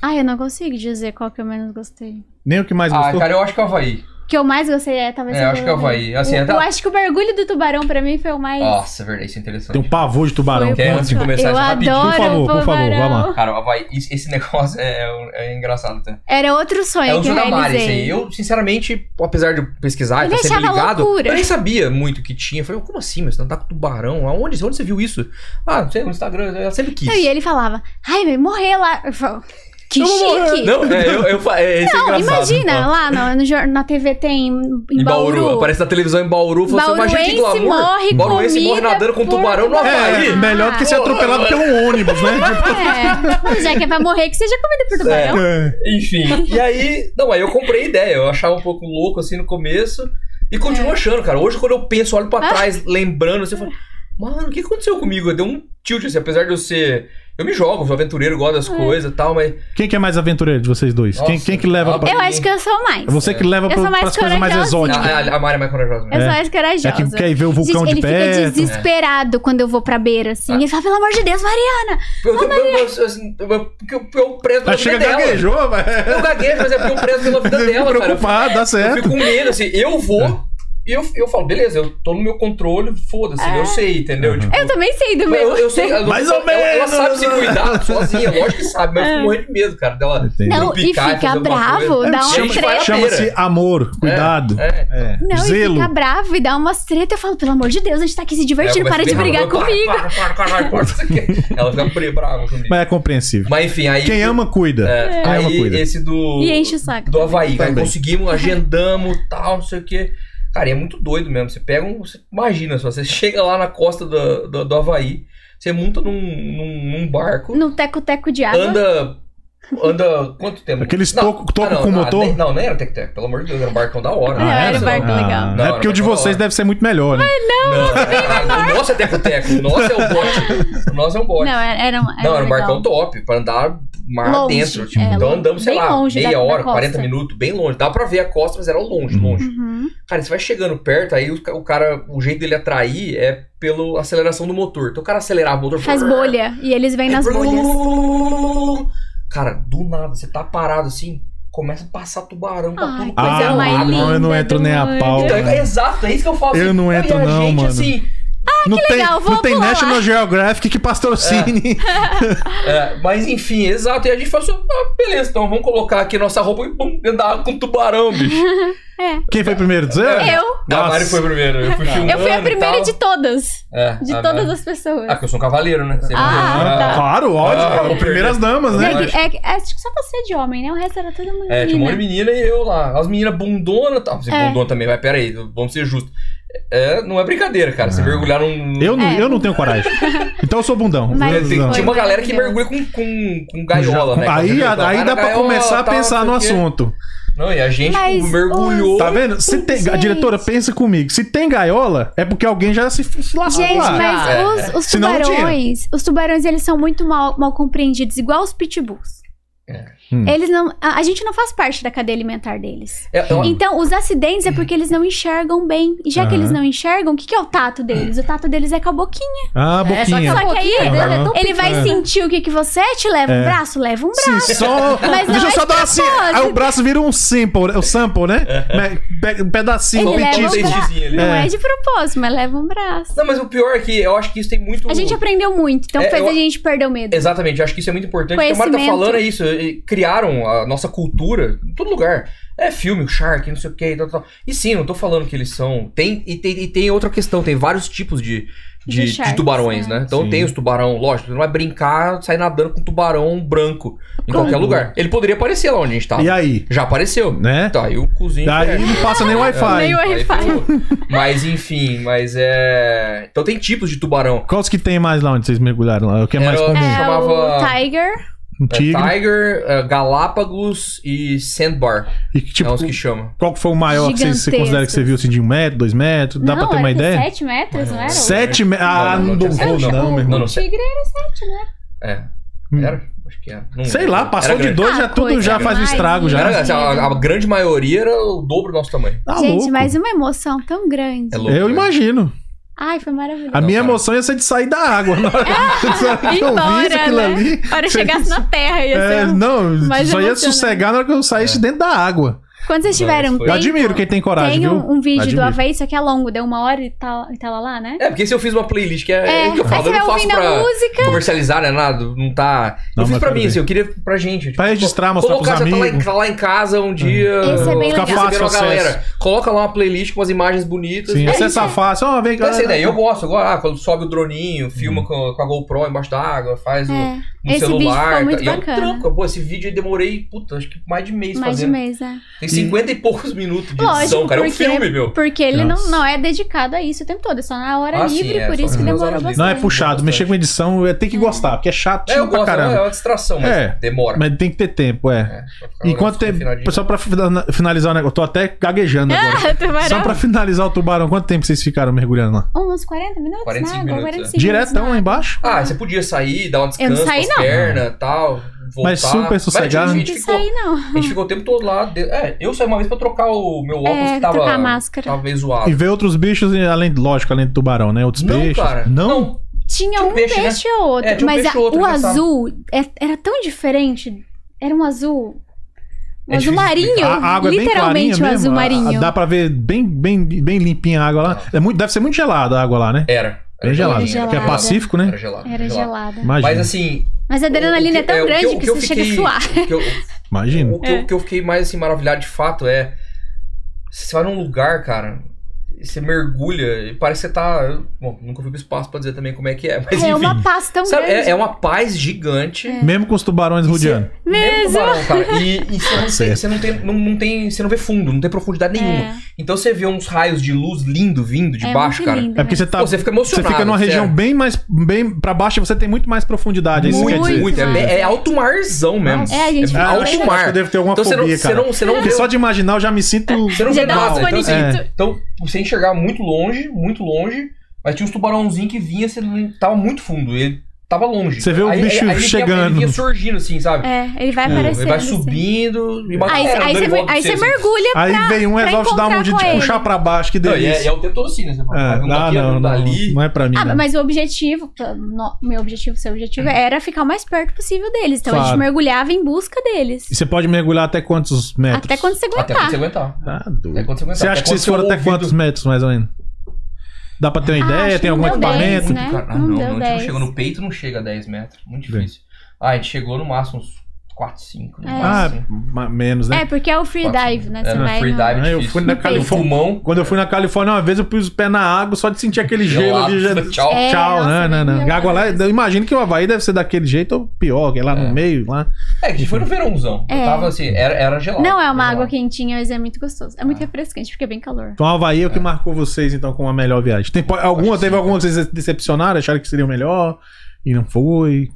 Speaker 4: Ah, eu não consigo dizer qual que eu menos gostei.
Speaker 3: nem o um que mais
Speaker 5: ah,
Speaker 3: gostou.
Speaker 5: cara, eu acho que é o Havaí.
Speaker 4: O que eu mais gostei é talvez.
Speaker 5: É,
Speaker 4: seja
Speaker 5: acho que é o Havaí. Assim,
Speaker 4: eu,
Speaker 5: até-
Speaker 4: eu acho que o mergulho do tubarão pra mim foi o mais.
Speaker 5: Nossa, é verdade, isso é interessante.
Speaker 3: Tem um pavor de tubarão.
Speaker 4: foi o
Speaker 5: Quer
Speaker 3: Conta.
Speaker 5: antes de
Speaker 4: mais-
Speaker 5: começar
Speaker 4: eu
Speaker 5: isso rapidinho?
Speaker 4: adoro
Speaker 3: Por favor, por
Speaker 4: o
Speaker 3: favor,
Speaker 4: tubarão.
Speaker 3: vamos
Speaker 5: Cara, o Havaí, is- esse *laughs* negócio é, é- é engraçado até.
Speaker 4: Era outro sonho
Speaker 5: É um
Speaker 4: que eu
Speaker 5: Jogamari, isso aí.
Speaker 4: realizei.
Speaker 5: Eu, sinceramente, apesar de eu pesquisar e
Speaker 4: Eu
Speaker 5: estar sempre
Speaker 4: achava
Speaker 5: ligado,
Speaker 4: loucura.
Speaker 5: eu nem sabia muito o que tinha. Eu falei, como assim? Mas não tá com tubarão? Aonde, onde você viu isso? Ah, não sei, no Instagram, eu sempre quis.
Speaker 4: Não, e ele falava, ai, vai morrer lá. Eu falava, que
Speaker 5: Eu vou morrer.
Speaker 4: chique.
Speaker 5: Não, é, eu, eu, fa- é, isso é
Speaker 4: Não,
Speaker 5: engraçado.
Speaker 4: imagina,
Speaker 5: Ó,
Speaker 4: lá no, no jor- na TV tem em,
Speaker 5: Em Bauru,
Speaker 4: Bauru.
Speaker 5: aparece na televisão em Bauru, falou assim, imagina que
Speaker 4: Bauruense
Speaker 5: glamour.
Speaker 4: morre
Speaker 5: Bauruense morre
Speaker 4: comida
Speaker 5: nadando com um
Speaker 4: por-
Speaker 5: tubarão no
Speaker 4: É,
Speaker 5: Havaí.
Speaker 3: É, melhor do que ser
Speaker 5: Pô,
Speaker 3: atropelado por um ônibus, né?
Speaker 4: É, mas já que é pra morrer, que seja comida por tubarão.
Speaker 3: É.
Speaker 5: Enfim, e aí, não, aí eu comprei a ideia. Eu achava um pouco louco assim no começo e
Speaker 4: É.
Speaker 5: continuo achando, cara. Hoje, quando eu penso, olho
Speaker 4: Ah.
Speaker 5: pra trás, lembrando, assim, eu falo, mano, o que aconteceu comigo? Deu um tilt, assim, apesar de eu ser. Eu me jogo, sou aventureiro, gosto
Speaker 4: É.
Speaker 5: das coisas e tal, mas.
Speaker 3: Quem que é mais aventureiro de vocês dois? Quem,
Speaker 5: Nossa,
Speaker 3: quem que leva
Speaker 5: ah,
Speaker 3: pra.
Speaker 4: Eu acho que eu sou mais.
Speaker 3: É você que leva
Speaker 4: Eu
Speaker 3: pra,
Speaker 4: sou mais
Speaker 3: pras coisas mais
Speaker 4: corajosa.
Speaker 5: A,
Speaker 3: exóticas.
Speaker 5: a, a Mari é mais corajosa.
Speaker 4: Eu
Speaker 5: mesmo.
Speaker 4: sou mais corajosa.
Speaker 3: É que quer ver o vulcão
Speaker 4: Gente,
Speaker 3: de Ah.
Speaker 4: ele fica
Speaker 3: perto.
Speaker 4: desesperado quando eu vou pra beira, assim. Ele fala, pelo amor de Deus, Mariana.
Speaker 5: Eu, eu, eu, eu, assim, eu, eu, porque eu, eu preso
Speaker 3: Aí
Speaker 5: pela vida
Speaker 3: chega
Speaker 5: dela.
Speaker 3: gaguejou, *laughs*
Speaker 5: Eu
Speaker 3: velho.
Speaker 5: gaguejo, mas é porque eu preso pela *laughs* vida dela, cara. Eu fico-
Speaker 3: Preocupado, dá
Speaker 5: Eu fico
Speaker 3: certo. É.
Speaker 5: com medo, assim, eu vou. E eu, eu falo, beleza, eu tô no meu controle, foda-se,
Speaker 4: É.
Speaker 5: eu sei, entendeu? Tipo,
Speaker 4: Eu também sei do meu.
Speaker 5: Eu, eu sei, ela,
Speaker 3: Mais ou
Speaker 5: ela- Ela
Speaker 3: menos.
Speaker 5: sabe se cuidar sozinha, lógico que sabe, mas eu fico morrendo de medo, cara, dela
Speaker 3: Entendi.
Speaker 4: É. Não,
Speaker 5: me picar
Speaker 4: e fica
Speaker 5: fazer alguma
Speaker 4: bravo,
Speaker 5: coisa.
Speaker 4: dá
Speaker 5: A
Speaker 4: uma
Speaker 5: gente vai
Speaker 4: treta.
Speaker 5: à
Speaker 3: É, Chama-se
Speaker 5: feira.
Speaker 3: amor, cuidado.
Speaker 5: É.
Speaker 3: É.
Speaker 4: Não,
Speaker 3: Zelo.
Speaker 4: e fica bravo e dá umas treta. Eu falo, pelo amor de Deus, a gente tá aqui se divertindo,
Speaker 5: Ela
Speaker 4: para de
Speaker 5: começa a
Speaker 4: brigar
Speaker 5: berrar,
Speaker 4: comigo.
Speaker 5: Para, para, para, para, para, não sei o quê. Ela fica pre- brava comigo. Mas,
Speaker 3: Mas é compreensível.
Speaker 5: enfim, aí. é,
Speaker 3: Quem ama, é cuida. Quem ama,
Speaker 5: Aí
Speaker 3: cuida.
Speaker 5: esse do.
Speaker 4: E enche o saco.
Speaker 5: Do Havaí, cara.
Speaker 3: Também.
Speaker 5: Conseguimos, agendamos, tal, não sei o quê. Cara, e é muito doido mesmo. Você pega um. Você imagina só, você chega lá na costa do, do, do Havaí, você monta num, num, num barco,
Speaker 4: Num teco-teco de água.
Speaker 5: anda. Anda quanto tempo?
Speaker 3: Aqueles
Speaker 5: Não,
Speaker 3: toco- toco
Speaker 5: não,
Speaker 3: com
Speaker 5: não,
Speaker 3: motor?
Speaker 5: nem- não, nem era tec-tec, pelo amor de Deus, era um barcão da hora.
Speaker 4: Não,
Speaker 5: né?
Speaker 4: era um
Speaker 5: Não,
Speaker 4: barco legal.
Speaker 3: Ah,
Speaker 5: Não,
Speaker 3: é
Speaker 5: era
Speaker 3: porque o de
Speaker 5: da hora.
Speaker 3: vocês deve ser muito melhor, né?
Speaker 5: Não, era- o nosso é teco-teco, o nosso é o bote. O nosso é um bote.
Speaker 4: Não, era, era, um-
Speaker 5: Não, era um
Speaker 4: legal.
Speaker 5: barcão top, pra andar mar
Speaker 4: Longe,
Speaker 5: dentro. Tipo,
Speaker 4: é,
Speaker 5: então
Speaker 4: longe,
Speaker 5: andamos, sei
Speaker 4: bem
Speaker 5: lá,
Speaker 4: longe da-
Speaker 5: meia
Speaker 4: da
Speaker 5: hora,
Speaker 4: costa.
Speaker 5: 40 minutos, bem longe. Dá pra ver a costa, mas era longe, longe.
Speaker 4: Uhum.
Speaker 5: Cara, você vai chegando perto, aí o, ca- o cara, o jeito dele atrair é pela aceleração do motor. Então o cara acelerava o motor.
Speaker 4: Faz bolha. E eles vêm
Speaker 5: aí-
Speaker 4: nas
Speaker 5: um
Speaker 4: bolhas.
Speaker 5: *laughs* Cara, do nada, você tá parado assim, começa a passar tubarão pra
Speaker 4: Ai,
Speaker 5: tudo
Speaker 4: coisa
Speaker 5: quanto é
Speaker 3: Ah,
Speaker 4: mais
Speaker 5: lado.
Speaker 4: linda.
Speaker 3: não, eu não entro
Speaker 4: do
Speaker 3: nem a
Speaker 4: mundo.
Speaker 3: pau.
Speaker 5: Então, é exato, é isso que eu falo.
Speaker 3: Eu não
Speaker 5: e
Speaker 3: entro
Speaker 5: a
Speaker 3: não,
Speaker 5: gente,
Speaker 3: mano.
Speaker 5: Assim,
Speaker 3: não tem,
Speaker 4: Ah, legal, vou
Speaker 3: não tem
Speaker 4: pular lá.
Speaker 3: National Geographic que
Speaker 4: *laughs*
Speaker 3: patrocine.
Speaker 5: é, mas enfim, exato. E a gente falou assim, ah, beleza, então vamos colocar aqui nossa roupa e pum, dentro da água com tubarão,
Speaker 3: *laughs*
Speaker 5: bicho.
Speaker 3: Quem foi primeiro dizer?
Speaker 4: Eu.
Speaker 5: A Mari foi primeiro, eu fui filmando
Speaker 4: Eu fui a primeira de
Speaker 5: de...
Speaker 4: todas.
Speaker 5: É,
Speaker 4: De
Speaker 5: a
Speaker 4: todas
Speaker 5: Mari-
Speaker 4: as pessoas.
Speaker 5: Ah, porque eu sou um cavaleiro, né? Sempre-
Speaker 4: Ah, tá.
Speaker 3: Claro,
Speaker 5: Ah,
Speaker 3: ótimo.
Speaker 5: vou
Speaker 3: Primeiras damas, né?
Speaker 5: eu
Speaker 4: É,
Speaker 5: acho.
Speaker 4: é, é, acho que só você de homem, né? O resto era todo mundo
Speaker 5: É, tinha um monte
Speaker 4: menina.
Speaker 5: de menina e eu lá. As meninas bundona e tal. Você
Speaker 4: É.
Speaker 5: bundona também, vai, pera aí, vamos ser justos. É, não é brincadeira, cara. Você mergulhar num.
Speaker 3: Eu, não-
Speaker 4: É.
Speaker 3: eu não tenho
Speaker 4: *laughs*
Speaker 3: coragem. Então eu sou bundão.
Speaker 4: Mas-
Speaker 3: Eu-
Speaker 5: Tem-
Speaker 3: não.
Speaker 5: Tinha uma
Speaker 4: Foi
Speaker 5: galera que mergulha
Speaker 4: maravilhoso.
Speaker 5: com, com, com gaiola, né?
Speaker 3: aí
Speaker 5: Com a-
Speaker 3: aí
Speaker 5: ah,
Speaker 3: dá
Speaker 5: na
Speaker 3: pra
Speaker 5: gaiola,
Speaker 3: começar a
Speaker 5: tal,
Speaker 3: pensar
Speaker 5: não
Speaker 3: no
Speaker 5: sei o quê.
Speaker 3: assunto.
Speaker 5: Não, e a gente
Speaker 4: Mas
Speaker 5: tipo, mergulhou.
Speaker 3: Tá vendo? Se tem, a
Speaker 4: Gente.
Speaker 3: diretora pensa comigo. Se tem gaiola, é porque alguém já se, se lascou
Speaker 4: Gente,
Speaker 3: lá.
Speaker 4: mas
Speaker 5: É.
Speaker 4: os, os
Speaker 3: Se não, tinha.
Speaker 4: tubarões, os tubarões, eles são muito mal, mal compreendidos, igual os pitbulls.
Speaker 5: É.
Speaker 3: Hum.
Speaker 4: Eles não, a, a gente não faz parte da cadeia alimentar deles.
Speaker 5: É, é uma-
Speaker 4: Então, os acidentes é porque eles não enxergam bem. E já que
Speaker 3: Aham.
Speaker 4: eles não enxergam, o que, que é o tato deles? O tato deles é com a boquinha.
Speaker 3: Ah,
Speaker 6: É, só que
Speaker 3: boquinha.
Speaker 4: Só
Speaker 6: essa
Speaker 4: que
Speaker 6: boquinha
Speaker 4: aí-
Speaker 6: dele é tão
Speaker 4: Ele vai
Speaker 3: É.
Speaker 4: sentir o que, que você é, te leva um braço, leva um braço.
Speaker 3: Sim, só.
Speaker 4: Mas não
Speaker 3: Deixa
Speaker 4: é
Speaker 3: eu só
Speaker 4: de
Speaker 3: dar assim.
Speaker 4: propósito.
Speaker 3: Aí o braço vira um sample, o sample, né?
Speaker 5: É.
Speaker 3: Me- pe- Um pedacinho, um
Speaker 4: Ele leva um
Speaker 3: petisco.
Speaker 4: braço.
Speaker 5: Testezinho ali.
Speaker 4: Não
Speaker 3: É.
Speaker 4: é de propósito, mas leva um braço.
Speaker 5: Não, mas o pior é que eu acho que isso tem muito.
Speaker 4: A gente aprendeu muito, então
Speaker 5: É,
Speaker 4: fez
Speaker 5: eu-
Speaker 4: a gente perder o medo.
Speaker 5: Exatamente, eu acho que isso é muito importante. porque O que o Mário tá
Speaker 4: Conhecimento.
Speaker 5: falando é isso. e- Criaram a nossa cultura em todo lugar. É filme, Shark, não sei o que, tal, tal. E sim, não tô falando que eles são. Tem, e, tem, e tem outra questão, tem vários tipos de, de,
Speaker 4: De
Speaker 5: de
Speaker 4: sharks,
Speaker 5: tubarões,
Speaker 4: né?
Speaker 5: né? Então
Speaker 3: Sim.
Speaker 5: tem os tubarão, lógico, não vai brincar, sair nadando com tubarão branco em
Speaker 3: Com-
Speaker 5: qualquer lugar. Ele poderia aparecer lá onde a gente tava.
Speaker 3: E aí?
Speaker 5: Já apareceu.
Speaker 3: Né?
Speaker 5: um- Tá, e o cozinho.
Speaker 3: Daí
Speaker 5: é.
Speaker 3: não passa nem Wi-Fi.
Speaker 4: Nem o
Speaker 5: Aí
Speaker 4: Wi-Fi.
Speaker 5: ferrou. Mas enfim, mas é. Então tem tipos de tubarão.
Speaker 3: Quais que tem mais lá onde vocês mergulharam? lá? O que é
Speaker 5: Era-
Speaker 3: mais comum?
Speaker 4: É o
Speaker 5: Chamava-
Speaker 4: Tiger.
Speaker 3: Um
Speaker 5: É,
Speaker 3: tigre.
Speaker 5: Tiger, é, Galápagos e Sandbar.
Speaker 3: E que, tipo,
Speaker 5: é os que chama.
Speaker 3: qual que foi o maior que vocês- você considera que você viu? Assim, de um metro, dois metros? Dá pra ter
Speaker 4: era
Speaker 3: uma
Speaker 4: que
Speaker 3: ideia?
Speaker 4: 7 é metros, não era?
Speaker 3: Sete metros? Ah,
Speaker 5: Não,
Speaker 3: não
Speaker 5: não,
Speaker 3: dou
Speaker 5: não,
Speaker 3: voo,
Speaker 5: não,
Speaker 3: não, meu
Speaker 5: não,
Speaker 3: irmão.
Speaker 5: não.
Speaker 4: O tigre era 7, né?
Speaker 5: É.
Speaker 3: Hum.
Speaker 5: Era? Acho que era. Não
Speaker 3: Sei
Speaker 5: lembro.
Speaker 3: lá,
Speaker 5: Um Era
Speaker 3: passou de
Speaker 5: grande.
Speaker 3: dois, já
Speaker 4: Ah,
Speaker 3: tudo
Speaker 4: coisa
Speaker 3: já faz o
Speaker 4: mais
Speaker 3: estrago já.
Speaker 5: Era, assim, a, a grande maioria era o dobro do nosso tamanho.
Speaker 3: Tá
Speaker 4: Gente,
Speaker 3: louco.
Speaker 4: mas uma emoção tão grande.
Speaker 5: É louco.
Speaker 3: Eu
Speaker 5: né?
Speaker 3: imagino.
Speaker 4: Ai, foi maravilhoso.
Speaker 3: A
Speaker 5: Não,
Speaker 3: minha
Speaker 5: cara.
Speaker 3: emoção ia ser de sair da água. Na
Speaker 4: *laughs*
Speaker 3: hora, que Ah, eu
Speaker 4: Embora,
Speaker 3: visse aquilo
Speaker 4: né?
Speaker 3: ali. *laughs*
Speaker 4: A hora que chegasse na terra, ia
Speaker 3: É,
Speaker 4: ser... um-
Speaker 3: não,
Speaker 4: mais
Speaker 3: só ia
Speaker 4: emocionante.
Speaker 3: sossegar na hora que eu
Speaker 5: É.
Speaker 3: saísse dentro da água.
Speaker 4: Quando vocês
Speaker 5: Não,
Speaker 4: tiverem um
Speaker 5: isso foi-
Speaker 3: Eu
Speaker 4: tempo...
Speaker 3: admiro quem tem coragem,
Speaker 4: Tem
Speaker 3: viu?
Speaker 4: um, um vídeo
Speaker 3: Admiro.
Speaker 4: do Havaí, só que é longo, deu uma hora e tal, e tava lá, né?
Speaker 5: É, porque se eu fiz uma playlist, que é, é o que eu
Speaker 4: aí
Speaker 5: falo,
Speaker 4: você
Speaker 5: eu
Speaker 4: vai
Speaker 5: não faço
Speaker 4: ouvindo a
Speaker 5: pra
Speaker 4: música.
Speaker 5: comercializar, né? Nada, não tá.
Speaker 3: Não,
Speaker 5: eu
Speaker 3: mas
Speaker 5: fiz pra
Speaker 3: quero
Speaker 5: mim,
Speaker 3: ver.
Speaker 5: assim, eu queria pra gente. Tipo,
Speaker 3: Pra registrar, mostrar
Speaker 5: colocar,
Speaker 3: pros
Speaker 5: você Tá lá,
Speaker 3: amigos.
Speaker 5: em, tá lá em casa um dia.
Speaker 4: Esse é bem
Speaker 5: fica
Speaker 4: legal.
Speaker 5: fácil
Speaker 3: Fácil
Speaker 5: uma
Speaker 3: acesso.
Speaker 5: galera. Coloca lá uma playlist com as imagens bonitas.
Speaker 3: Sim,
Speaker 5: É
Speaker 3: acessa
Speaker 5: isso.
Speaker 3: a face. Ó, vem cá.
Speaker 5: Então, assim, né, eu
Speaker 3: tá.
Speaker 5: gosto, agora, ah, quando sobe o droninho, filma com, com a GoPro embaixo da água, faz o,
Speaker 4: Uhum. É,
Speaker 5: no
Speaker 4: Esse vídeo
Speaker 5: celular.
Speaker 4: ficou
Speaker 5: tá-
Speaker 4: muito
Speaker 5: e é um
Speaker 4: bacana.
Speaker 5: trampo. Pô, esse vídeo eu demorei, puta, acho que mais de mês
Speaker 4: mais de
Speaker 5: fazendo.
Speaker 4: mês, né?
Speaker 5: Tem 50 e poucos minutos de edição,
Speaker 4: Lógico,
Speaker 5: cara. É um
Speaker 4: porque,
Speaker 5: filme, meu.
Speaker 4: porque ele
Speaker 3: Nossa.
Speaker 4: não, não é dedicado a isso o tempo todo, é só na hora
Speaker 5: Ah, sim,
Speaker 4: livre,
Speaker 5: é,
Speaker 4: por
Speaker 5: só
Speaker 4: isso que
Speaker 5: nas
Speaker 4: demorou
Speaker 5: horas livres.
Speaker 4: bastante.
Speaker 3: Não, é puxado.
Speaker 5: Bastante.
Speaker 3: Mexer com edição é tem
Speaker 4: Hum.
Speaker 3: que gostar, porque é chato
Speaker 5: É, eu
Speaker 3: pra
Speaker 5: gosto, é
Speaker 3: caramba.
Speaker 5: uma distração, mas
Speaker 3: É.
Speaker 5: demora.
Speaker 3: Mas tem que ter tempo, é.
Speaker 5: pra ficar um
Speaker 3: E
Speaker 5: negócio
Speaker 3: quanto tempo.
Speaker 5: refinadinho.
Speaker 3: Só pra fina- finalizar o negócio. Eu tô até gaguejando agora.
Speaker 4: *laughs* Ah, tubarão.
Speaker 3: Só pra finalizar o tubarão, quanto tempo vocês ficaram mergulhando lá?
Speaker 4: Uns 40 minutos né?
Speaker 5: 45
Speaker 4: na água,
Speaker 5: minutos, é.
Speaker 4: 45
Speaker 3: Diretão lá
Speaker 4: minutos. é
Speaker 3: embaixo?
Speaker 5: Ah, você podia sair, dar um
Speaker 4: Eu não
Speaker 5: descanso
Speaker 4: saí,
Speaker 5: com
Speaker 4: não.
Speaker 5: as pernas e tal, voltar.
Speaker 3: Mas super sossegado.
Speaker 5: a
Speaker 4: Não
Speaker 5: gente
Speaker 4: tem que
Speaker 5: ficou,
Speaker 4: sair, não.
Speaker 5: a gente ficou o tempo todo lá. de- É, eu saí uma vez pra trocar o meu óculos
Speaker 4: É,
Speaker 5: que tava,
Speaker 4: trocar a máscara.
Speaker 5: tava meio zoado.
Speaker 3: E ver outros bichos, e além, lógico, além do tubarão, né? Outros
Speaker 5: Não,
Speaker 3: peixes.
Speaker 5: cara.
Speaker 3: Não?
Speaker 4: Tinha
Speaker 5: um
Speaker 4: um
Speaker 5: peixe,
Speaker 4: peixe,
Speaker 5: né?
Speaker 4: ou outro,
Speaker 5: É, tinha um
Speaker 4: mas
Speaker 5: peixe
Speaker 4: a-
Speaker 5: ou outro,
Speaker 4: o
Speaker 5: engraçado.
Speaker 4: azul é- era tão diferente. Era um azul. Um
Speaker 5: É difícil
Speaker 4: azul
Speaker 5: de
Speaker 4: marinho.
Speaker 5: explicar.
Speaker 3: A a água é bem clarinha
Speaker 4: literalmente
Speaker 3: mesmo.
Speaker 4: um azul
Speaker 3: a- a-
Speaker 4: marinho.
Speaker 3: Dá pra ver bem, bem, bem limpinha a água lá. É muito, deve ser muito gelada a água lá, né?
Speaker 5: Era.
Speaker 3: Bem gelada.
Speaker 5: geladinho,
Speaker 4: gelada.
Speaker 3: Porque é Pacífico, né?
Speaker 5: Era gelado.
Speaker 4: Era gelada.
Speaker 3: Imagina.
Speaker 5: Mas assim.
Speaker 4: Mas a adrenalina
Speaker 5: o
Speaker 4: é
Speaker 5: que-
Speaker 4: tão
Speaker 5: o que eu-
Speaker 4: grande
Speaker 5: o
Speaker 4: que,
Speaker 5: eu
Speaker 4: você chega a
Speaker 5: fiquei-
Speaker 4: suar.
Speaker 5: o que eu-
Speaker 3: Imagina.
Speaker 5: O que, eu-
Speaker 4: É.
Speaker 5: o que eu fiquei mais assim, maravilhado de fato é. Você vai num lugar, cara, e você mergulha, e parece que você tá. Bom, nunca fui pro espaço pra dizer também como é que é, mas enfim.
Speaker 4: É uma paz tão
Speaker 5: sabe,
Speaker 4: grande. É.
Speaker 5: é, é uma paz gigante.
Speaker 3: Mesmo com os tubarões rodeando.
Speaker 5: Mesmo
Speaker 4: Mesmo.
Speaker 5: tubarão, cara. E, e
Speaker 3: *laughs*
Speaker 5: você, não tem,
Speaker 3: certo.
Speaker 5: você, não tem, não, não tem- você não vê fundo, não tem profundidade nenhuma.
Speaker 4: É.
Speaker 5: Então você vê uns raios de luz lindo vindo de
Speaker 4: É
Speaker 5: baixo,
Speaker 4: muito
Speaker 5: cara.
Speaker 4: lindo
Speaker 3: É porque você
Speaker 4: mesmo.
Speaker 3: tá.
Speaker 5: Pô, você fica
Speaker 3: Você
Speaker 5: emocionado.
Speaker 3: fica numa
Speaker 5: sério.
Speaker 3: região bem mais. bem pra baixo e você tem muito mais profundidade. é Isso que quer
Speaker 5: Muito,
Speaker 3: dizer.
Speaker 5: muito. É,
Speaker 4: Nossa.
Speaker 5: é alto marzão mesmo.
Speaker 4: É, a gente fica
Speaker 3: Ah, eu acho, eu
Speaker 4: bem
Speaker 5: alto
Speaker 3: acho
Speaker 5: mar.
Speaker 3: que eu devo ter alguma
Speaker 5: Então você não,
Speaker 3: fobia,
Speaker 5: você
Speaker 3: cara.
Speaker 5: não, você
Speaker 4: *laughs*
Speaker 5: não
Speaker 3: Porque
Speaker 5: vê
Speaker 3: só de imaginar eu já me sinto.
Speaker 5: Você não
Speaker 4: Já
Speaker 5: vê
Speaker 4: dá um
Speaker 5: nada.
Speaker 4: uns
Speaker 5: Então, assim,
Speaker 4: paniquinhos.
Speaker 5: então, você enxergava muito longe, muito longe, mas tinha uns tubarãozinhos que vinha, você não- tava muito fundo, ele tava longe.
Speaker 3: Você vê o bicho
Speaker 5: ele vinha-
Speaker 3: chegando.
Speaker 5: Ele vinha surgindo, assim, sabe?
Speaker 4: É, ele vai
Speaker 3: É.
Speaker 4: aparecendo.
Speaker 5: ele vai
Speaker 4: assim.
Speaker 5: subindo É, e
Speaker 4: Aí,
Speaker 5: batendo,
Speaker 4: aí
Speaker 5: dando
Speaker 4: você,
Speaker 5: em volta
Speaker 4: aí
Speaker 5: de
Speaker 4: você
Speaker 5: assim.
Speaker 4: mergulha
Speaker 3: Aí
Speaker 4: pra...
Speaker 3: vem um,
Speaker 4: pra
Speaker 3: resolve te dar um
Speaker 4: encontrar
Speaker 3: de
Speaker 4: com
Speaker 3: te
Speaker 4: ele.
Speaker 3: puxar pra baixo, que
Speaker 5: Não, e
Speaker 3: delícia.
Speaker 5: é, e é o tempo todo assim, né? Você fala,
Speaker 3: É,
Speaker 5: vai um
Speaker 3: ah,
Speaker 5: daqui,
Speaker 3: não,
Speaker 5: um
Speaker 3: não,
Speaker 5: dali.
Speaker 3: não é pra mim.
Speaker 4: Ah,
Speaker 3: não.
Speaker 4: mas o objetivo, no- meu objetivo, seu objetivo
Speaker 5: Uhum.
Speaker 4: era ficar o mais perto possível deles. Então a
Speaker 3: Claro.
Speaker 4: gente mergulhava em busca deles.
Speaker 3: E você pode mergulhar até quantos metros?
Speaker 4: Até quando você
Speaker 5: é Até quando
Speaker 4: aguentar.
Speaker 5: você aguentar.
Speaker 3: Ah,
Speaker 5: Até
Speaker 3: doido.
Speaker 5: quando você aguentar.
Speaker 3: Você acha que
Speaker 5: quando
Speaker 3: vocês foram
Speaker 5: seu
Speaker 3: até
Speaker 5: ouvido-
Speaker 3: quantos metros, mais ou menos? Dá pra ter uma
Speaker 4: Ah,
Speaker 3: ideia?
Speaker 4: acho
Speaker 3: Tem
Speaker 4: que
Speaker 3: algum
Speaker 4: não deu
Speaker 3: equipamento?
Speaker 4: 10, né?
Speaker 5: Cara, ah,
Speaker 4: Não deu
Speaker 5: não, não, a gente não
Speaker 4: 10.
Speaker 5: chegou no peito, não chega a 10 metros. Muito difícil. Ah, a gente chegou no máximo uns 4, 5, né?
Speaker 4: É.
Speaker 3: Ah,
Speaker 5: Assim.
Speaker 3: ma- menos, né?
Speaker 4: É, porque é o freedive, né? Você
Speaker 5: É, no
Speaker 4: vai.
Speaker 5: free
Speaker 4: no-
Speaker 5: dive
Speaker 3: Ah, eu
Speaker 5: difícil.
Speaker 3: fui na
Speaker 5: No
Speaker 3: Califórnia.
Speaker 5: pulmão.
Speaker 3: Quando eu fui na Califórnia uma vez, eu pus os pés na água, só de sentir aquele gelo
Speaker 5: gelado,
Speaker 3: ali. já-
Speaker 5: né? Tchau.
Speaker 4: É.
Speaker 3: Tchau,
Speaker 4: nossa,
Speaker 3: né?
Speaker 4: meu
Speaker 3: né? A água lá,
Speaker 4: Deus.
Speaker 3: eu imagino que o Havaí deve ser daquele jeito ou pior, que é lá
Speaker 5: É.
Speaker 3: no meio, lá.
Speaker 5: É, que foi no verãozão. Eu
Speaker 4: É.
Speaker 5: tava assim, era, era gelado.
Speaker 4: Não é uma
Speaker 5: Era
Speaker 4: água
Speaker 5: gelado.
Speaker 4: quentinha, mas é muito gostoso. É muito
Speaker 5: Ah.
Speaker 4: refrescante, porque é bem calor.
Speaker 3: Então, o Havaí é o que marcou vocês, então, com a melhor viagem. Tem, po- alguma,
Speaker 5: Acho que
Speaker 3: teve
Speaker 5: sim.
Speaker 3: alguma que vocês decepcionaram, acharam que seria o melhor e não foi?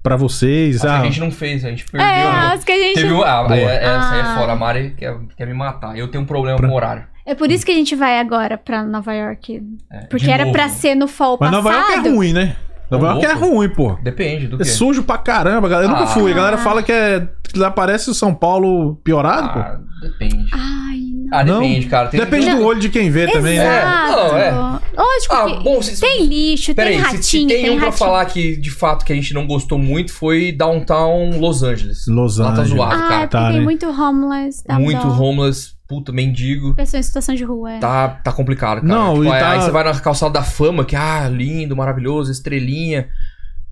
Speaker 3: Pra vocês,
Speaker 5: Acho que
Speaker 3: ah,
Speaker 5: a gente não fez, a gente perdeu.
Speaker 4: É,
Speaker 5: né?
Speaker 4: acho que a gente.
Speaker 5: Teve um, ah,
Speaker 3: Boa.
Speaker 5: é- é- essa aí é
Speaker 4: Ah.
Speaker 5: fora. A Mari quer, quer me matar. Eu tenho um problema com horário.
Speaker 4: É por isso que a gente vai agora pra Nova York.
Speaker 5: É,
Speaker 4: Porque
Speaker 5: de
Speaker 4: era
Speaker 5: novo.
Speaker 4: pra ser no fall
Speaker 3: Mas
Speaker 4: passado.
Speaker 3: Nova York é ruim, né? Nova
Speaker 5: Ô,
Speaker 3: York é
Speaker 5: louco.
Speaker 3: ruim, pô.
Speaker 5: Depende do
Speaker 3: É
Speaker 5: que.
Speaker 3: sujo pra caramba, galera. Eu nunca
Speaker 5: Ah.
Speaker 3: fui. A galera fala que é. Que lá parece o São Paulo piorado, pô.
Speaker 5: Ah, depende.
Speaker 4: Ai, não.
Speaker 5: Ah,
Speaker 3: Não.
Speaker 5: depende, cara. Tem-
Speaker 3: Depende do olho de quem vê também, né?
Speaker 4: Exato.
Speaker 5: Não, é.
Speaker 4: Lógico
Speaker 5: Ah,
Speaker 4: que
Speaker 5: bom, se,
Speaker 4: tem lixo,
Speaker 5: Peraí,
Speaker 4: tem
Speaker 5: se-
Speaker 4: ratinho,
Speaker 5: se, tem,
Speaker 4: tem
Speaker 5: um pra
Speaker 4: ratinho.
Speaker 5: falar que de fato que a gente não gostou muito foi Downtown Los Angeles.
Speaker 3: Los
Speaker 5: Lá tá
Speaker 3: Angeles.
Speaker 5: zoado,
Speaker 4: Ah, é
Speaker 5: cara.
Speaker 4: porque
Speaker 3: Tá,
Speaker 4: tem
Speaker 3: né?
Speaker 4: muito homeless. Tá Dá
Speaker 5: muito
Speaker 4: dó.
Speaker 5: homeless, puta, mendigo.
Speaker 4: Pessoa em situação de rua. é.
Speaker 5: Tá, tá complicado, cara.
Speaker 3: Não,
Speaker 5: Tipo,
Speaker 3: e
Speaker 5: aí-
Speaker 3: tá-
Speaker 5: Aí você vai na calçada da fama, que, ah, lindo, maravilhoso, estrelinha.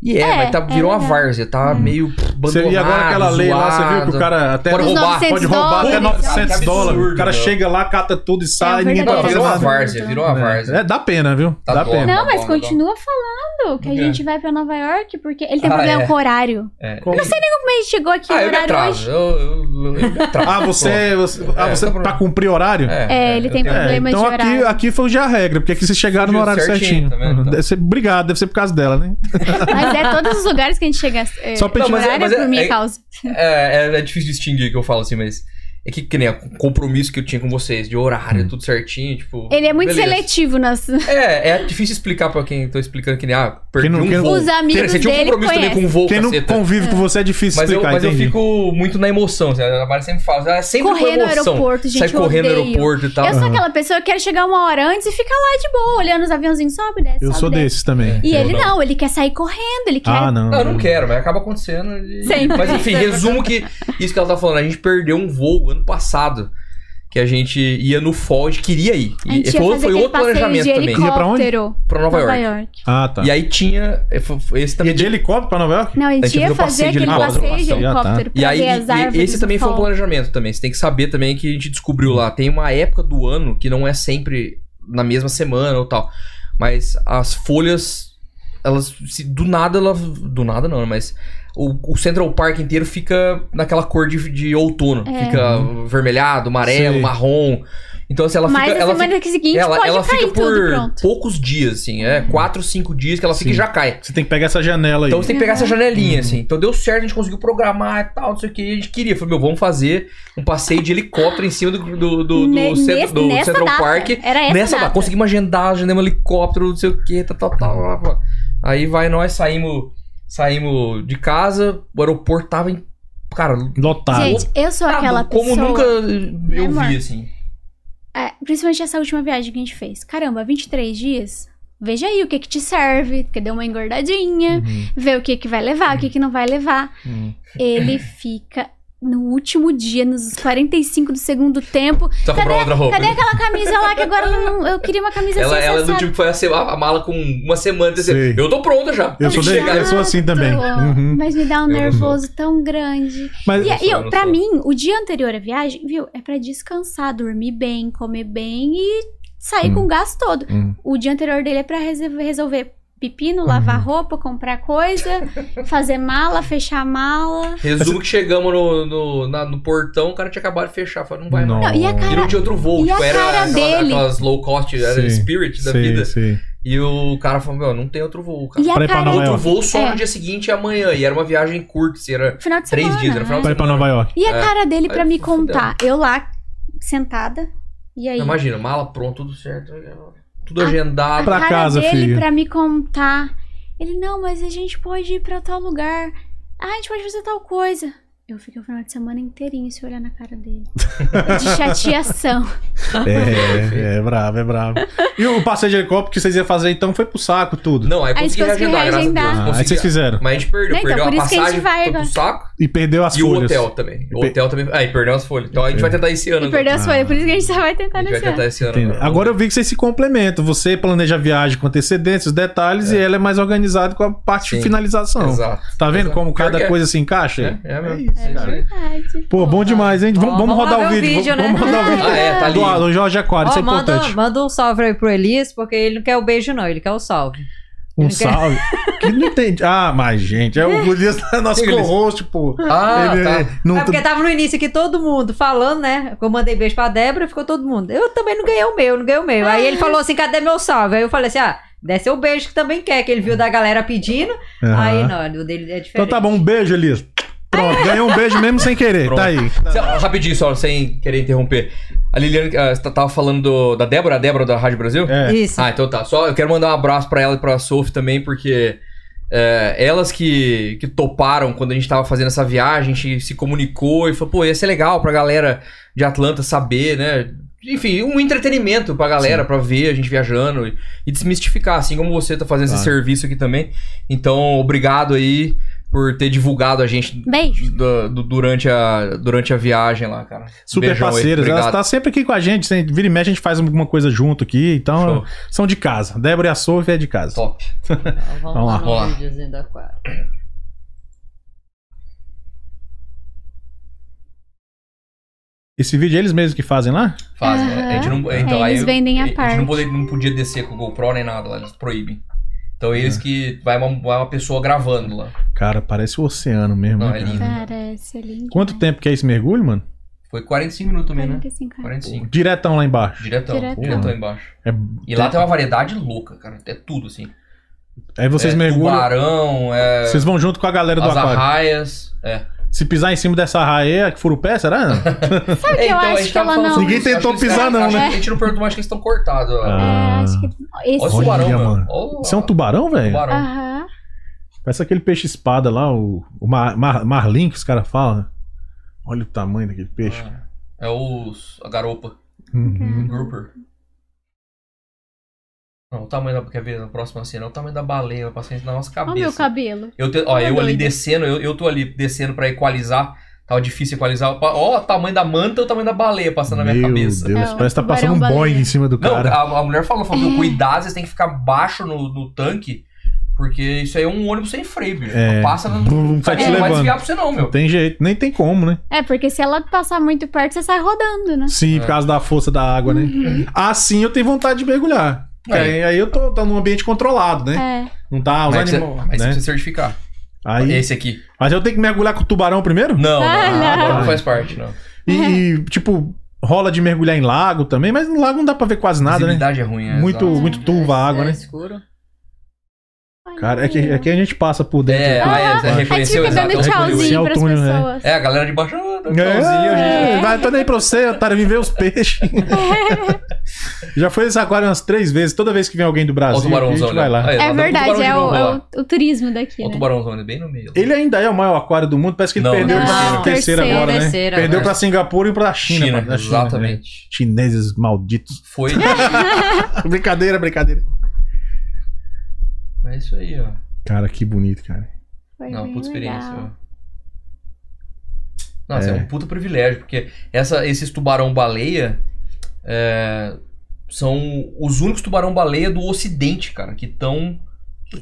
Speaker 5: E é,
Speaker 4: É,
Speaker 5: mas tá,
Speaker 4: é
Speaker 5: virou uma
Speaker 4: verdade.
Speaker 5: várzea, tá meio abandonado,
Speaker 3: Você viu agora aquela lei lá, você viu que o cara tá até
Speaker 5: Pode
Speaker 4: Os
Speaker 5: roubar,
Speaker 3: pode
Speaker 4: 900
Speaker 3: roubar até
Speaker 4: dólares.
Speaker 3: 900
Speaker 5: Cara, que
Speaker 3: dólares.
Speaker 5: absurdo,
Speaker 3: o cara
Speaker 5: meu.
Speaker 3: chega lá, cata tudo e sai,
Speaker 4: É
Speaker 3: ninguém tá
Speaker 4: verdade.
Speaker 3: fazendo
Speaker 5: Não, virou uma
Speaker 4: Exato.
Speaker 3: nada.
Speaker 5: várzea, virou uma várzea.
Speaker 3: É, dá pena, viu?
Speaker 5: Tá
Speaker 3: dá
Speaker 5: bom.
Speaker 3: pena.
Speaker 5: Tá
Speaker 4: Não, mas
Speaker 5: bom, tá
Speaker 4: continua
Speaker 3: então.
Speaker 4: falando que a
Speaker 5: É.
Speaker 4: gente vai pra Nova York porque ele tem
Speaker 5: Ah,
Speaker 4: problema
Speaker 5: é.
Speaker 4: com horário.
Speaker 5: É.
Speaker 3: Como-
Speaker 4: Como a gente chegou aqui no
Speaker 5: Ah, eu me
Speaker 4: horário hoje?
Speaker 5: atraso. Eu,
Speaker 3: *laughs*
Speaker 5: eu- eu me atraso.
Speaker 3: Ah, você, você, ah,
Speaker 5: É,
Speaker 3: você
Speaker 5: tá
Speaker 3: pra
Speaker 5: problema.
Speaker 3: cumprir horário?
Speaker 4: É, ele tem
Speaker 5: eu-
Speaker 3: É,
Speaker 4: problema
Speaker 3: então
Speaker 4: de
Speaker 3: aqui,
Speaker 4: horário.
Speaker 3: aqui foi já a regra, porque aqui vocês chegaram no
Speaker 5: Fugiu
Speaker 3: horário certinho.
Speaker 5: certinho também, então.
Speaker 3: Deve ser, obrigado, deve ser por causa dela, né?
Speaker 4: Mas é todos os lugares que a gente chega. É,
Speaker 3: Só pra
Speaker 4: no
Speaker 3: gente- Não, mas
Speaker 5: é-
Speaker 4: horário
Speaker 5: mas
Speaker 4: é
Speaker 5: é-
Speaker 4: por minha
Speaker 5: é-
Speaker 4: causa.
Speaker 5: É, é, é difícil distinguir o que eu falo assim, mas. É que, que nem o compromisso que eu tinha com vocês, de horário,
Speaker 3: Hum.
Speaker 5: tudo certinho, tipo.
Speaker 4: Ele é muito
Speaker 5: beleza.
Speaker 4: seletivo nas.
Speaker 5: É, é difícil explicar pra quem tô explicando que nem, ah, perdi
Speaker 3: Quem não-
Speaker 5: um
Speaker 3: quem não-
Speaker 5: voo.
Speaker 4: Os amigos
Speaker 5: Você tinha um
Speaker 4: dele
Speaker 5: compromisso também com um voo,
Speaker 3: Quem não
Speaker 5: caceta.
Speaker 3: convive com você é difícil
Speaker 5: Mas, eu,
Speaker 3: explicar,
Speaker 5: mas eu
Speaker 3: entendi.
Speaker 5: fico muito na emoção, assim, a Mari sempre fala, ela é sempre
Speaker 4: Correr
Speaker 5: com
Speaker 4: no
Speaker 5: emoção.
Speaker 4: aeroporto, gente.
Speaker 5: Sai
Speaker 4: eu
Speaker 5: correndo no
Speaker 4: odeio.
Speaker 5: aeroporto e tal.
Speaker 4: Eu sou aquela pessoa que quer chegar uma hora antes e ficar lá de boa, olhando os aviãozinhos, sobe, desce,
Speaker 3: Eu
Speaker 4: sobe,
Speaker 3: sou
Speaker 4: desce.
Speaker 3: desses também.
Speaker 4: E
Speaker 5: Eu
Speaker 4: ele
Speaker 5: não.
Speaker 4: não, ele quer sair correndo, ele quer.
Speaker 3: Ah, não.
Speaker 5: Não, eu não quero, mas acaba acontecendo. e-
Speaker 4: Sempre.
Speaker 5: Mas
Speaker 4: *laughs*
Speaker 5: enfim, resumo que isso que ela tá falando, a gente perdeu um voo ano passado. Que a gente ia no fall, a gente queria ir.
Speaker 4: a
Speaker 5: E
Speaker 4: gente ia fazer
Speaker 5: foi, foi
Speaker 4: aquele
Speaker 5: outro
Speaker 4: passeio
Speaker 5: planejamento
Speaker 4: de
Speaker 5: também.
Speaker 3: Ia pra onde?
Speaker 4: helicóptero
Speaker 5: Pra Nova, York.
Speaker 3: Ah, tá.
Speaker 5: E aí tinha. é, foi- foi- Esse
Speaker 3: E é
Speaker 5: também
Speaker 3: de helicóptero pra Nova York?
Speaker 4: Não, a
Speaker 5: A
Speaker 4: gente
Speaker 5: gente
Speaker 4: ia
Speaker 5: fez um
Speaker 4: fazer
Speaker 5: passeio de
Speaker 4: aquele
Speaker 5: helicóptero.
Speaker 4: passeio de
Speaker 3: Ah, tá.
Speaker 4: helicóptero
Speaker 5: E
Speaker 4: pra
Speaker 5: aí,
Speaker 4: ver as
Speaker 5: e-
Speaker 4: árvores.
Speaker 5: esse também
Speaker 4: do
Speaker 5: foi um
Speaker 4: sol.
Speaker 5: planejamento também. Você tem que saber também que a gente descobriu lá. Tem uma época do ano que não é sempre na mesma semana ou tal. Mas as folhas, elas. se- do nada, ela. Do nada não, né, mas. O, o Central Park inteiro fica naquela cor de, de outono.
Speaker 4: É.
Speaker 5: Fica
Speaker 3: Uhum.
Speaker 5: vermelhado, amarelo,
Speaker 3: Sei.
Speaker 5: marrom. Então, assim, ela
Speaker 4: Mas
Speaker 5: fica.
Speaker 4: a
Speaker 5: Ela
Speaker 4: semana
Speaker 5: fica,
Speaker 4: que seguinte
Speaker 5: ela,
Speaker 4: pode
Speaker 5: ela
Speaker 4: cair
Speaker 5: fica
Speaker 4: tudo,
Speaker 5: por
Speaker 4: pronto.
Speaker 5: poucos dias, assim. É, quatro, cinco dias que ela fica
Speaker 3: Sim.
Speaker 5: e já cai.
Speaker 3: Você tem que pegar essa janela aí.
Speaker 5: Então você tem que pegar
Speaker 4: Uhum.
Speaker 5: essa janelinha, assim. Então deu certo, a gente conseguiu programar e tal, não sei o que. A gente queria. Falei, meu, vamos fazer um passeio de helicóptero em cima do, do, do, do
Speaker 4: Ne-
Speaker 5: centro,
Speaker 4: nesse-
Speaker 5: do
Speaker 4: nessa
Speaker 5: Central
Speaker 4: data.
Speaker 5: Park.
Speaker 4: Era essa
Speaker 5: Nessa lá,
Speaker 4: data.
Speaker 5: conseguimos agendar, agendamos um helicóptero, não sei o que, tal, tal, tal. blá, blá. Aí vai, nós saímos, saímos de casa, o aeroporto tava em. Cara,
Speaker 3: Lotado.
Speaker 4: Gente, eu sou aquela
Speaker 5: Tá como
Speaker 4: pessoa. Né,
Speaker 5: nunca eu
Speaker 4: amor?
Speaker 5: vi, assim.
Speaker 4: É, principalmente essa última viagem que a gente fez. Caramba, 23 dias? Veja aí o que que te serve, que deu uma engordadinha,
Speaker 5: Uhum.
Speaker 4: vê o que que vai levar, o que que não vai levar. Ele fica no último dia, nos 45 do segundo tempo.
Speaker 5: Só
Speaker 4: Cadê,
Speaker 5: comprou tá outra roupa.
Speaker 4: cadê aquela camisa lá que agora eu não, eu queria uma camisa
Speaker 5: Ela,
Speaker 4: assim,
Speaker 5: ela é
Speaker 4: sabe?
Speaker 5: do tipo que foi a, se- a mala com uma semana. disse,
Speaker 3: Sei.
Speaker 5: eu tô pronta já.
Speaker 3: Eu sou de-
Speaker 5: Chega-
Speaker 3: eu sou assim também.
Speaker 4: Exato.
Speaker 3: Uhum.
Speaker 4: Mas me dá um
Speaker 5: Eu não sou.
Speaker 4: nervoso tão grande.
Speaker 3: Mas
Speaker 4: E,
Speaker 5: Eu sou,
Speaker 4: e eu-
Speaker 5: eu não
Speaker 4: pra
Speaker 5: sou.
Speaker 4: mim, o dia anterior à viagem, viu, é pra descansar, dormir bem, comer bem e sair com o gasto todo.
Speaker 3: Hum.
Speaker 4: O dia anterior dele é pra resolver, resolver pepino, lavar
Speaker 5: Uhum.
Speaker 4: roupa, comprar coisa,
Speaker 5: *laughs*
Speaker 4: fazer mala, fechar mala.
Speaker 5: Resumo que chegamos no, no, na- no portão, o cara tinha acabado de fechar. Falei, não vai não.
Speaker 4: Não, e a
Speaker 5: E não
Speaker 4: cara.
Speaker 5: tinha outro voo.
Speaker 4: E
Speaker 5: tipo,
Speaker 4: a
Speaker 5: era
Speaker 4: cara
Speaker 5: aquelas,
Speaker 4: dele?
Speaker 5: aquelas low cost, era
Speaker 3: Sim,
Speaker 5: Spirit da
Speaker 3: sei,
Speaker 5: vida.
Speaker 3: sei.
Speaker 5: E o cara falou, meu, não tem outro voo, cara.
Speaker 4: E
Speaker 3: Pra
Speaker 4: a
Speaker 3: ir pra
Speaker 4: cara.
Speaker 3: Nova
Speaker 5: Outro
Speaker 3: York.
Speaker 5: voo só
Speaker 4: É.
Speaker 5: no dia seguinte e amanhã. E era uma viagem curta, assim, era
Speaker 4: Final de
Speaker 5: três
Speaker 4: semana. né?
Speaker 5: dias, era final de
Speaker 3: Pra ir pra Nova York.
Speaker 4: E a
Speaker 5: É.
Speaker 4: cara dele pra
Speaker 5: Aí
Speaker 4: me
Speaker 5: fudeu.
Speaker 4: contar. Eu lá, sentada. E aí?
Speaker 5: Imagina, mala pronta, tudo certo. Tudo agendado.
Speaker 3: Pra
Speaker 4: a cara
Speaker 3: casa,
Speaker 4: dele
Speaker 3: filho.
Speaker 4: pra me contar. Ele, não, mas a gente pode ir pra tal lugar. Ah, a gente pode fazer tal coisa. Eu fiquei o final de semana inteirinho se olhar na cara dele.
Speaker 3: *laughs*
Speaker 4: De chateação.
Speaker 3: É, é bravo, é bravo. E o passeio de helicóptero que vocês iam fazer então foi pro saco tudo.
Speaker 5: Não, aí
Speaker 4: Aí
Speaker 5: consegui
Speaker 4: conseguiu
Speaker 5: reagendar, graças a
Speaker 4: reagendar.
Speaker 5: Deus.
Speaker 3: Ah, aí
Speaker 5: consegui.
Speaker 3: vocês fizeram.
Speaker 5: Mas a gente perdeu,
Speaker 4: Então,
Speaker 5: perdeu
Speaker 4: por
Speaker 5: a
Speaker 4: isso que a gente
Speaker 5: passagem,
Speaker 4: vai
Speaker 5: foi pro
Speaker 4: agora.
Speaker 5: saco.
Speaker 3: E perdeu as
Speaker 5: e o
Speaker 3: folhas. É.
Speaker 5: hotel também. O
Speaker 3: Pe-
Speaker 5: hotel também. Aí perdeu as folhas. Então a gente vai tentar esse ano.
Speaker 4: E perdeu as
Speaker 3: Ah.
Speaker 4: folhas, por isso que a gente só vai
Speaker 5: agora.
Speaker 4: tentar
Speaker 5: A gente vai
Speaker 4: nesse ano.
Speaker 5: tentar esse ano.
Speaker 3: Entendi. Agora eu vi que vocês se complementam. Você planeja a viagem com antecedência, os detalhes, e ela é mais organizada com a parte de
Speaker 5: Sim.
Speaker 3: finalização.
Speaker 5: Exato.
Speaker 3: Tá vendo
Speaker 5: Exato.
Speaker 3: como
Speaker 5: Pior
Speaker 3: cada
Speaker 5: que é.
Speaker 3: coisa se encaixa?
Speaker 5: É, é mesmo.
Speaker 4: É verdade.
Speaker 3: Pô, bom demais, hein? Vamos,
Speaker 6: Ó,
Speaker 3: vamos
Speaker 6: vamos
Speaker 3: rodar
Speaker 6: lá
Speaker 3: o
Speaker 6: ver o
Speaker 3: vídeo.
Speaker 6: vídeo,
Speaker 3: vamos
Speaker 6: né?
Speaker 3: vamos rodar o vídeo.
Speaker 5: Ah, é, tá ali.
Speaker 3: Do Alan Jorge Aquário, isso
Speaker 6: Ó,
Speaker 3: é
Speaker 6: manda,
Speaker 3: importante.
Speaker 6: manda um salve aí pro Elias, porque ele não quer o beijo, não, ele quer o salve.
Speaker 3: Um
Speaker 6: Ele quer-
Speaker 3: salve. que não entende. Ah, mas, gente, é o
Speaker 6: *laughs*
Speaker 3: Golias é nosso
Speaker 5: Sim, Golias.
Speaker 3: co-host, pô.
Speaker 5: Ah,
Speaker 3: Ele-
Speaker 5: tá.
Speaker 3: não-
Speaker 6: É porque tava no início aqui todo mundo falando, né? Eu mandei beijo pra Débora, ficou todo mundo. Eu também não ganhei o meu, não ganhei o meu. Aí ele falou assim: cadê meu salve? Aí eu falei assim: ah, desce o beijo que também quer, que ele viu da galera pedindo.
Speaker 3: Aham.
Speaker 6: Aí não, o dele é diferente.
Speaker 3: Então tá bom, um beijo, Elias. Pronto, ganhou um beijo mesmo sem querer.
Speaker 5: Pronto.
Speaker 3: Tá aí.
Speaker 5: Cê- rapidinho, só, sem querer interromper. A Liliane ah, você tá- tava falando do- da Débora, a Débora da Rádio Brasil?
Speaker 3: É.
Speaker 6: Isso.
Speaker 5: Ah, então tá. Só eu quero mandar um abraço pra ela e pra Sophie também, porque é, elas que, que toparam quando a gente tava fazendo essa viagem, a gente se comunicou e falou, pô, ia ser legal pra galera de Atlanta saber, né? Enfim, um entretenimento pra galera, pra ver a gente viajando e, e desmistificar, assim como você tá fazendo esse
Speaker 3: Claro.
Speaker 5: serviço aqui também. Então, obrigado aí por ter divulgado a gente
Speaker 4: Beijo.
Speaker 5: da- do- durante, a, durante a viagem lá, cara.
Speaker 3: Super
Speaker 5: Beijão aí,
Speaker 3: parceiras. Elas
Speaker 5: obrigado.
Speaker 3: tá sempre aqui com a gente. sem- Vira e mexe, a gente faz alguma coisa junto aqui. Então,
Speaker 5: Show.
Speaker 3: são de casa. Débora e a Sophie é de casa.
Speaker 5: Top.
Speaker 6: Então, vamos,
Speaker 3: Vamos
Speaker 6: lá,
Speaker 3: lá.
Speaker 6: no
Speaker 5: Vamos lá.
Speaker 6: videozinho do aquário.
Speaker 3: Esse vídeo é eles mesmos que fazem lá?
Speaker 5: Fazem. né?
Speaker 4: Aham.
Speaker 5: A gente não,
Speaker 4: É,
Speaker 5: então, aí
Speaker 4: eles
Speaker 5: eu-
Speaker 4: vendem a
Speaker 5: A gente
Speaker 4: parte.
Speaker 5: não podia, não podia descer com o GoPro nem nada lá, eles proíbem. Então
Speaker 3: É.
Speaker 5: eles que. Vai uma, vai uma pessoa gravando lá.
Speaker 3: Cara, parece o oceano mesmo.
Speaker 5: Não,
Speaker 3: né,
Speaker 5: é
Speaker 3: cara?
Speaker 5: lindo.
Speaker 4: Parece lindo.
Speaker 3: Quanto tempo que é esse mergulho, mano?
Speaker 5: Foi 45 minutos também, né?
Speaker 4: 45 anos.
Speaker 5: 45.
Speaker 3: Diretão lá embaixo.
Speaker 5: Diretão,
Speaker 4: Diretão.
Speaker 5: diretão, embaixo.
Speaker 3: É,
Speaker 5: E lá tem uma variedade louca, cara. É tudo, assim.
Speaker 3: Aí vocês
Speaker 5: é,
Speaker 3: mergulham.
Speaker 5: Tubarão, é.
Speaker 3: Vocês vão junto com a galera do
Speaker 5: As
Speaker 3: aquário.
Speaker 5: arraias. É.
Speaker 3: Se pisar em cima dessa raia, que fura o pé, será?
Speaker 4: Sabe o que
Speaker 5: *laughs*
Speaker 4: eu
Speaker 5: É, então, a
Speaker 4: acho
Speaker 5: gente
Speaker 4: que
Speaker 5: tava
Speaker 4: ela
Speaker 5: falando
Speaker 4: não.
Speaker 5: sobre
Speaker 3: Ninguém
Speaker 5: isso, acho
Speaker 3: tentou
Speaker 5: que os
Speaker 3: pisar,
Speaker 5: caras-
Speaker 3: não,
Speaker 5: acho
Speaker 4: né?
Speaker 5: que A gente não perguntou, acho que eles estão cortados. ó.
Speaker 4: É,
Speaker 3: Ah.
Speaker 4: acho que.
Speaker 5: Olha
Speaker 4: Esse. Ah.
Speaker 5: o
Speaker 3: Olha,
Speaker 5: tubarão, mano.
Speaker 3: mano.
Speaker 5: Olha o
Speaker 3: Isso é um tubarão, velho?
Speaker 5: tubarão.
Speaker 4: Aham.
Speaker 3: Parece aquele peixe-espada lá, o, o mar- mar- marlin que os caras falam. né? Olha o tamanho daquele peixe.
Speaker 5: Ah, É os. A garopa.
Speaker 3: Uhum.
Speaker 5: Um grouper. Não, o tamanho da. Quer ver na próxima cena? É o tamanho da baleia, vai passando na nossa
Speaker 4: Olha
Speaker 5: cabeça.
Speaker 4: o meu cabelo.
Speaker 5: Eu, te- ó,
Speaker 4: Tá
Speaker 5: eu ali
Speaker 4: doido.
Speaker 5: descendo, eu, eu tô ali descendo pra equalizar. Tava difícil equalizar. Opa, Ó, o tamanho da manta e o tamanho da baleia passando na minha
Speaker 3: Meu
Speaker 5: cabeça.
Speaker 3: Deus,
Speaker 4: É, o
Speaker 3: parece que tá passando um
Speaker 4: tubarão baleia.
Speaker 3: Boeing em cima do
Speaker 5: Não,
Speaker 3: cara.
Speaker 5: a, a mulher falou, falou,
Speaker 4: *laughs*
Speaker 5: meu, cuidado, vocês têm que ficar baixo no, no tanque, porque isso aí é um ônibus sem freio, bicho.
Speaker 3: É.
Speaker 5: Passa na...
Speaker 3: Brum, tá
Speaker 5: Isso
Speaker 3: te
Speaker 5: aí não vai
Speaker 3: levando.
Speaker 5: desviar pra você não, meu.
Speaker 3: Não tem jeito, nem tem como, né?
Speaker 4: É, porque se ela passar muito perto, você sai rodando, né?
Speaker 5: É.
Speaker 3: Sim, por causa da força da água, né?
Speaker 4: Uhum.
Speaker 3: Assim eu tenho vontade de mergulhar. Porque
Speaker 5: Aí.
Speaker 3: Aí, aí eu tô, tô num ambiente controlado, né?
Speaker 4: É.
Speaker 3: Não tá os
Speaker 5: Mas você,
Speaker 3: animais.
Speaker 5: mas você
Speaker 3: né?
Speaker 5: precisa certificar.
Speaker 3: Aí,
Speaker 5: Esse aqui.
Speaker 3: mas eu tenho que mergulhar com o tubarão primeiro?
Speaker 4: *laughs*
Speaker 5: Não, não,
Speaker 4: Ah, não.
Speaker 5: agora não faz parte, não.
Speaker 4: É.
Speaker 3: E, e, tipo, rola de mergulhar em lago também, mas no lago não dá pra ver quase nada, né?
Speaker 5: Visibilidade é ruim, é,
Speaker 3: Muito,
Speaker 5: exato.
Speaker 3: muito turva a água,
Speaker 6: é
Speaker 3: né?
Speaker 6: escuro.
Speaker 3: Cara, é que, é que a gente passa por dentro.
Speaker 5: É,
Speaker 3: aqui.
Speaker 5: ah, é, é,
Speaker 4: A gente
Speaker 5: reconheceu,
Speaker 4: fica
Speaker 5: exato, é
Speaker 4: tipo, dando
Speaker 5: um
Speaker 3: Esse é
Speaker 4: tchauzinho
Speaker 3: o
Speaker 4: pras
Speaker 3: túnel, né?
Speaker 4: pessoas.
Speaker 5: É, a galera de baixo, ah, dá um
Speaker 3: É,
Speaker 5: tchauzinho, a gente...
Speaker 4: gente.
Speaker 3: Vai, tô nem pra você, otário, vim ver os *laughs* peixes. Já foi esse aquário umas três vezes. Toda vez que vem alguém do
Speaker 5: Olha o
Speaker 3: Brasil, aqui, a
Speaker 5: tubarãozão,
Speaker 3: gente vai
Speaker 5: olha.
Speaker 3: lá.
Speaker 5: Aí,
Speaker 4: É
Speaker 5: tá dando tubarão
Speaker 4: verdade,
Speaker 5: de
Speaker 4: é o,
Speaker 5: novo,
Speaker 4: é
Speaker 5: ó.
Speaker 4: o- o turismo daqui,
Speaker 5: Olha o
Speaker 4: né?
Speaker 5: um tubarãozão ali bem no meio.
Speaker 3: Ele ainda é o maior aquário do mundo, parece que ele
Speaker 5: Não,
Speaker 3: perdeu
Speaker 5: não.
Speaker 3: pra
Speaker 6: Não,
Speaker 3: terceira
Speaker 4: terceira,
Speaker 3: agora, né?
Speaker 6: terceira,
Speaker 3: perdeu
Speaker 6: né?
Speaker 3: pra Singapura e pra China.
Speaker 5: China,
Speaker 3: pra China, né?
Speaker 5: exatamente.
Speaker 3: Chineses malditos. *laughs*
Speaker 5: Foi.
Speaker 3: brincadeira, brincadeira.
Speaker 5: é isso aí, ó.
Speaker 3: Cara, que bonito, cara.
Speaker 4: Foi
Speaker 5: Não,
Speaker 4: bem
Speaker 5: puta experiência.
Speaker 4: legal.
Speaker 5: ó. Nossa, é.
Speaker 3: É.
Speaker 5: um puta privilégio, porque essa, esses tubarão-baleia é, são os únicos tubarão-baleia do ocidente, cara, que estão...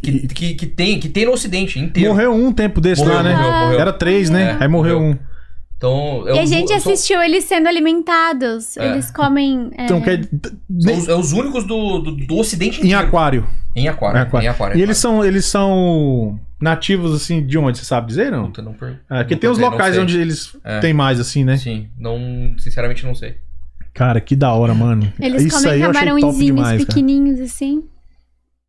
Speaker 5: Que, que, que, tem, que tem no ocidente inteiro.
Speaker 3: Morreu um tempo desse
Speaker 5: Morreu,
Speaker 3: lá, né?
Speaker 5: morreu, morreu.
Speaker 3: Era três, né?
Speaker 5: É,
Speaker 3: Aí morreu
Speaker 5: morreu.
Speaker 3: um.
Speaker 5: Então, é
Speaker 4: E a
Speaker 5: os-
Speaker 4: gente
Speaker 5: são-
Speaker 4: assistiu eles sendo alimentados.
Speaker 5: É.
Speaker 4: Eles comem. é,
Speaker 3: Então, quer,
Speaker 5: São os, é os únicos do, do, do ocidente
Speaker 3: em
Speaker 5: inteiro.
Speaker 3: aquário.
Speaker 5: Em aquário.
Speaker 3: Em aquário.
Speaker 5: Em aquário.
Speaker 3: E eles são, eles são nativos, assim, de onde? Você sabe dizer, não?
Speaker 5: Puta, não per...
Speaker 3: É, porque
Speaker 5: não
Speaker 3: tem uns
Speaker 5: perguntei, não
Speaker 3: locais
Speaker 5: sei.
Speaker 3: onde eles
Speaker 5: É.
Speaker 3: têm mais, assim, né?
Speaker 5: Sim, não... Sinceramente, não sei.
Speaker 3: Cara, que da hora, mano.
Speaker 4: Eles
Speaker 3: Isso aí
Speaker 4: comem
Speaker 3: eu achei top
Speaker 4: camarõezinhos
Speaker 3: demais, cara.
Speaker 4: pequenininhos, assim.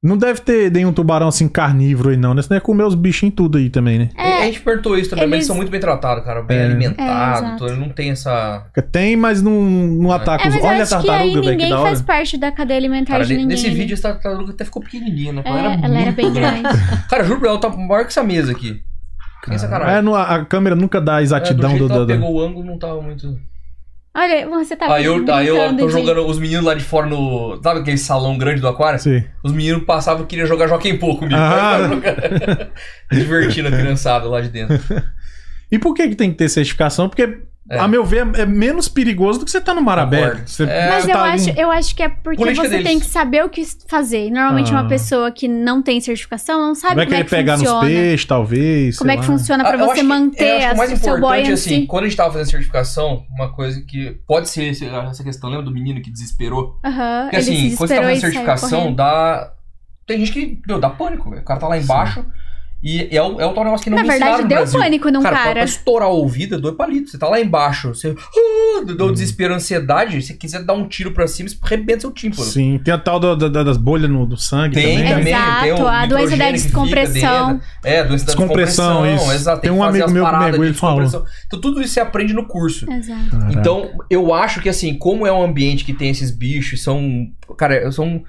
Speaker 3: Não deve ter nenhum tubarão, assim, carnívoro aí, não, né? Você deve comer os bichinhos tudo aí também, né?
Speaker 5: A gente perguntou isso também, mas eles
Speaker 4: É, eles-
Speaker 5: são muito bem tratados, cara. Bem
Speaker 3: É.
Speaker 4: É,
Speaker 5: alimentados,
Speaker 4: exato.
Speaker 5: tudo, não tem essa...
Speaker 3: Tem, mas não, não ataca
Speaker 4: É,
Speaker 3: os...
Speaker 4: mas eu
Speaker 3: Olha a
Speaker 4: acho que aí
Speaker 3: tartaruga, velho, que
Speaker 4: ninguém
Speaker 3: da hora.
Speaker 4: faz parte da cadeia alimentar
Speaker 5: Cara,
Speaker 4: de ninguém.
Speaker 5: nesse
Speaker 4: né?
Speaker 5: vídeo essa tartaruga até ficou pequenininha, né?
Speaker 4: É,
Speaker 5: ela era,
Speaker 4: ela era
Speaker 5: muito
Speaker 4: bem grande.
Speaker 5: Cara, juro pra ela, ela tá maior que essa mesa aqui. Sem sacanagem.
Speaker 3: É, não- a, a câmera nunca dá a
Speaker 5: É, do
Speaker 3: exatidão
Speaker 5: jeito
Speaker 3: do...
Speaker 5: que ela
Speaker 3: do- do-
Speaker 5: pegou o ângulo, não tava muito...
Speaker 4: Olha, você tá
Speaker 5: aí eu, aí eu
Speaker 4: brincando
Speaker 5: tô
Speaker 4: de-
Speaker 5: jogando os meninos lá de fora no... Sabe aquele salão grande do aquário?
Speaker 3: Sim.
Speaker 5: Os meninos passavam e queriam jogar Joaquim Pô comigo.
Speaker 3: Ah.
Speaker 5: *laughs* Divertindo a criançada lá de dentro.
Speaker 3: E por que, que tem que ter certificação? Porque
Speaker 5: É.
Speaker 3: a meu ver, é menos perigoso do que você tá no mar aberto.
Speaker 5: Concordo.
Speaker 3: Você,
Speaker 5: É.
Speaker 4: Mas
Speaker 3: você
Speaker 4: eu,
Speaker 3: tá ali-
Speaker 4: acho, eu acho que é porque
Speaker 5: Política
Speaker 4: você
Speaker 5: deles.
Speaker 4: tem que saber o que fazer. Normalmente
Speaker 3: Ah.
Speaker 4: uma pessoa que não tem certificação não sabe
Speaker 3: Vai
Speaker 4: como
Speaker 3: querer
Speaker 4: é que
Speaker 3: pegar
Speaker 4: funciona.
Speaker 3: nos peixes, talvez.
Speaker 4: como
Speaker 3: sei
Speaker 4: é que
Speaker 3: lá.
Speaker 4: funciona pra
Speaker 5: Ah, eu acho
Speaker 4: você
Speaker 5: que- eu
Speaker 4: manter
Speaker 5: acho que o mais
Speaker 4: o seu
Speaker 5: importante,
Speaker 4: buoyancy.
Speaker 5: assim, quando a gente tava fazendo certificação, uma coisa que pode ser esse- essa questão, lembra do menino que desesperou?
Speaker 4: Aham,
Speaker 5: Porque
Speaker 4: ele
Speaker 5: assim,
Speaker 4: se
Speaker 5: quando você tá
Speaker 4: esperou
Speaker 5: fazendo
Speaker 4: e saiu
Speaker 5: certificação,
Speaker 4: correndo.
Speaker 5: dá. Tem gente que, meu, dá pânico, velho. O cara tá lá embaixo e é o, é o tal negócio que não
Speaker 4: Na
Speaker 5: me ensinaram
Speaker 4: verdade,
Speaker 5: no
Speaker 4: deu
Speaker 5: Brasil.
Speaker 4: pânico num
Speaker 5: Cara, pra-
Speaker 4: cara.
Speaker 5: Pra estourar o ouvido é dois palitos. Você tá lá embaixo, você. Ah, deu deu desespero, ansiedade. Se quiser dar um tiro pra cima, você arrebenta seu tímpano.
Speaker 3: Sim, tem a tal do- do- das bolhas no, do sangue
Speaker 5: Tem
Speaker 3: também. né?
Speaker 5: também, tem um
Speaker 4: Exato,
Speaker 5: o
Speaker 4: a doença
Speaker 5: nitrogênio
Speaker 4: da
Speaker 5: que fica
Speaker 4: descompressão.
Speaker 5: dentro. É, a doença da
Speaker 3: Descompressão,
Speaker 5: descompressão.
Speaker 3: isso.
Speaker 5: Exato,
Speaker 3: Tem
Speaker 5: que
Speaker 3: um
Speaker 5: fazer
Speaker 3: amigo
Speaker 5: as
Speaker 3: meu que
Speaker 5: paradas
Speaker 3: mergulha,
Speaker 5: de
Speaker 3: ele falou.
Speaker 5: descompressão. Então tudo isso você aprende no curso.
Speaker 4: Exato.
Speaker 3: Caraca.
Speaker 5: Então, eu acho que assim, como é um ambiente que tem esses bichos, são. Cara, são.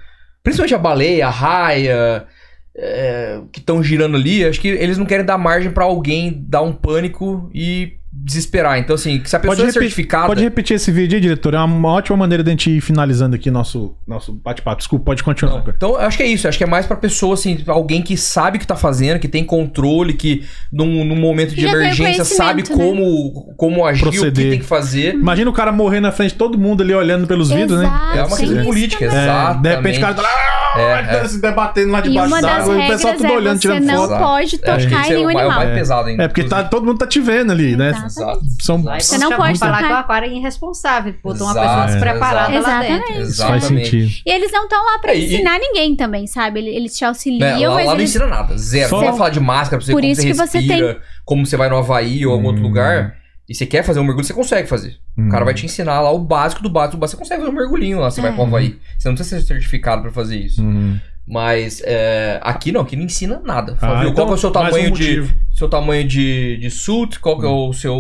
Speaker 5: Principalmente a baleia, a raia. é, que estão girando ali, acho que eles não querem dar margem pra alguém dar um pânico e desesperar. Então, assim, se a pessoa é
Speaker 3: repetir-
Speaker 5: certificada.
Speaker 3: pode repetir esse vídeo aí, diretor. É uma ótima maneira de a gente ir finalizando aqui nosso, nosso bate-papo. Desculpa, pode continuar. cara.
Speaker 5: Então, eu acho que é isso. eu Acho que é mais pra pessoa, assim, alguém que sabe o que tá fazendo, que tem controle, que num, num momento de
Speaker 4: Já tem o
Speaker 5: emergência sabe
Speaker 4: conhecimento, né?
Speaker 5: como, como agir, o que
Speaker 3: Proceder.
Speaker 5: tem que fazer.
Speaker 3: Imagina o cara morrer na frente, todo mundo ali olhando pelos vidros, né?
Speaker 4: Exato,
Speaker 5: É uma
Speaker 4: tem
Speaker 5: questão
Speaker 4: isso
Speaker 5: política,
Speaker 4: também.
Speaker 5: exato.
Speaker 3: De repente o cara tá lá, tá
Speaker 5: É,
Speaker 3: se debatendo lá
Speaker 4: E
Speaker 3: debaixo
Speaker 4: uma das
Speaker 3: d'água, o
Speaker 4: regras
Speaker 3: pessoal tudo
Speaker 4: é
Speaker 3: olhando,
Speaker 4: você
Speaker 3: tirando
Speaker 4: não
Speaker 3: foto.
Speaker 5: foto.
Speaker 4: pode
Speaker 5: É, acho que
Speaker 4: tocar
Speaker 5: esse
Speaker 4: em
Speaker 5: é o
Speaker 4: nenhum
Speaker 5: mais- o
Speaker 4: animal.
Speaker 5: mais pesado ainda.
Speaker 3: É, porque tá, todo mundo tá te vendo ali, né?
Speaker 4: Exato.
Speaker 5: Exato.
Speaker 3: São,
Speaker 6: Aí
Speaker 3: são-
Speaker 6: você não pode falar que é
Speaker 4: tocar.
Speaker 6: uma parada irresponsável, botou uma
Speaker 5: Exato,
Speaker 6: pessoa despreparada lá
Speaker 4: Exatamente.
Speaker 6: dentro.
Speaker 3: faz
Speaker 5: Exatamente.
Speaker 3: sentido.
Speaker 4: E eles não estão lá pra
Speaker 5: É, e-
Speaker 4: ensinar ninguém também, sabe? Ele- Eles te
Speaker 5: Né,
Speaker 4: auxiliam,
Speaker 5: lá, lá
Speaker 4: mas
Speaker 5: não
Speaker 4: eles...
Speaker 5: ensina nada, zero.
Speaker 3: Só-
Speaker 5: Só falar de máscara pra você
Speaker 4: Por
Speaker 5: como
Speaker 4: isso
Speaker 5: você
Speaker 4: que você
Speaker 5: respira, como você vai no Havaí ou algum outro
Speaker 3: Hum.
Speaker 5: lugar. E você quer fazer um mergulho, você consegue fazer. O cara vai
Speaker 3: Uhum.
Speaker 5: te ensinar lá o básico do básico do básico. Você consegue fazer um mergulhinho lá, você vai
Speaker 4: É.
Speaker 5: pro Havaí. Você não precisa ser certificado pra fazer isso.
Speaker 3: Hum.
Speaker 5: Mas é, aqui não, aqui não ensina nada. Fala,
Speaker 3: Ah,
Speaker 5: viu,
Speaker 3: então,
Speaker 5: qual que é o seu
Speaker 3: mais um
Speaker 5: tamanho de
Speaker 3: motivo.
Speaker 5: seu tamanho de, de suit, qual que é o seu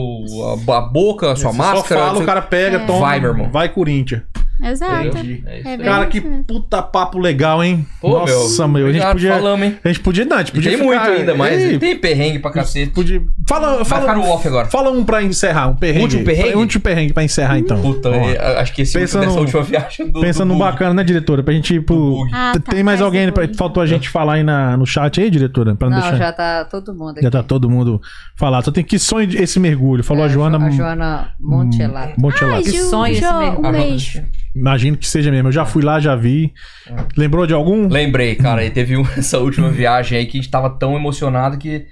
Speaker 5: a, a boca, a sua
Speaker 3: Você
Speaker 5: máscara,
Speaker 3: Só fala,
Speaker 5: seu-
Speaker 3: o cara pega,
Speaker 4: É.
Speaker 3: toma.
Speaker 5: Vai, meu irmão.
Speaker 3: Vai, Corinthians.
Speaker 4: Exato.
Speaker 5: Entendeu? É isso
Speaker 4: É
Speaker 5: aí.
Speaker 4: bem-
Speaker 3: Cara, que
Speaker 4: isso mesmo.
Speaker 3: puta papo legal, hein?
Speaker 5: Pô,
Speaker 3: Nossa, meu, a gente
Speaker 5: já
Speaker 3: podia...
Speaker 5: falamos, hein?
Speaker 3: A gente podia, não, a gente
Speaker 5: Podia
Speaker 3: podia
Speaker 5: tem
Speaker 3: ficar-
Speaker 5: muito ainda, mas
Speaker 3: Ei,
Speaker 5: tem perrengue pra cacete.
Speaker 3: podia... Fala,
Speaker 5: Vai
Speaker 3: fala,
Speaker 5: ficar no off agora.
Speaker 3: fala um pra encerrar, um perrengue.
Speaker 5: Último perrengue?
Speaker 3: Um último perrengue pra encerrar, então.
Speaker 5: Puta,
Speaker 3: Ó,
Speaker 5: eh, acho que esse
Speaker 3: pensa
Speaker 5: último-
Speaker 3: no-
Speaker 5: dessa última viagem do.
Speaker 3: Pensa
Speaker 5: do
Speaker 3: num
Speaker 5: bug.
Speaker 3: bacana, né, diretora? Pra gente ir pro...
Speaker 5: bug.
Speaker 4: Ah, tá,
Speaker 3: Tem mais
Speaker 4: faz
Speaker 3: alguém,
Speaker 4: o
Speaker 3: pra...
Speaker 4: bug.
Speaker 3: faltou a gente falar aí na... no chat aí, diretora? Pra não,
Speaker 6: Não,
Speaker 3: deixar... Já...
Speaker 6: já tá todo mundo aqui.
Speaker 3: tá todo mundo falado. Só tem que sonho de- esse mergulho. Falou a
Speaker 6: É,
Speaker 3: Joana... hum,
Speaker 6: A Joana Montelato.
Speaker 3: Montelato.
Speaker 4: Ai,
Speaker 6: Que
Speaker 4: Ju,
Speaker 6: sonho esse
Speaker 4: Ju,
Speaker 6: mesmo.
Speaker 5: Ah,
Speaker 4: Um
Speaker 5: não,
Speaker 4: beijo.
Speaker 3: Imagino que seja mesmo. Eu já fui lá, já vi.
Speaker 5: É.
Speaker 3: Lembrou de algum?
Speaker 5: Lembrei,
Speaker 3: *laughs*
Speaker 5: cara, e teve um- essa última viagem aí que a gente tava tão emocionado que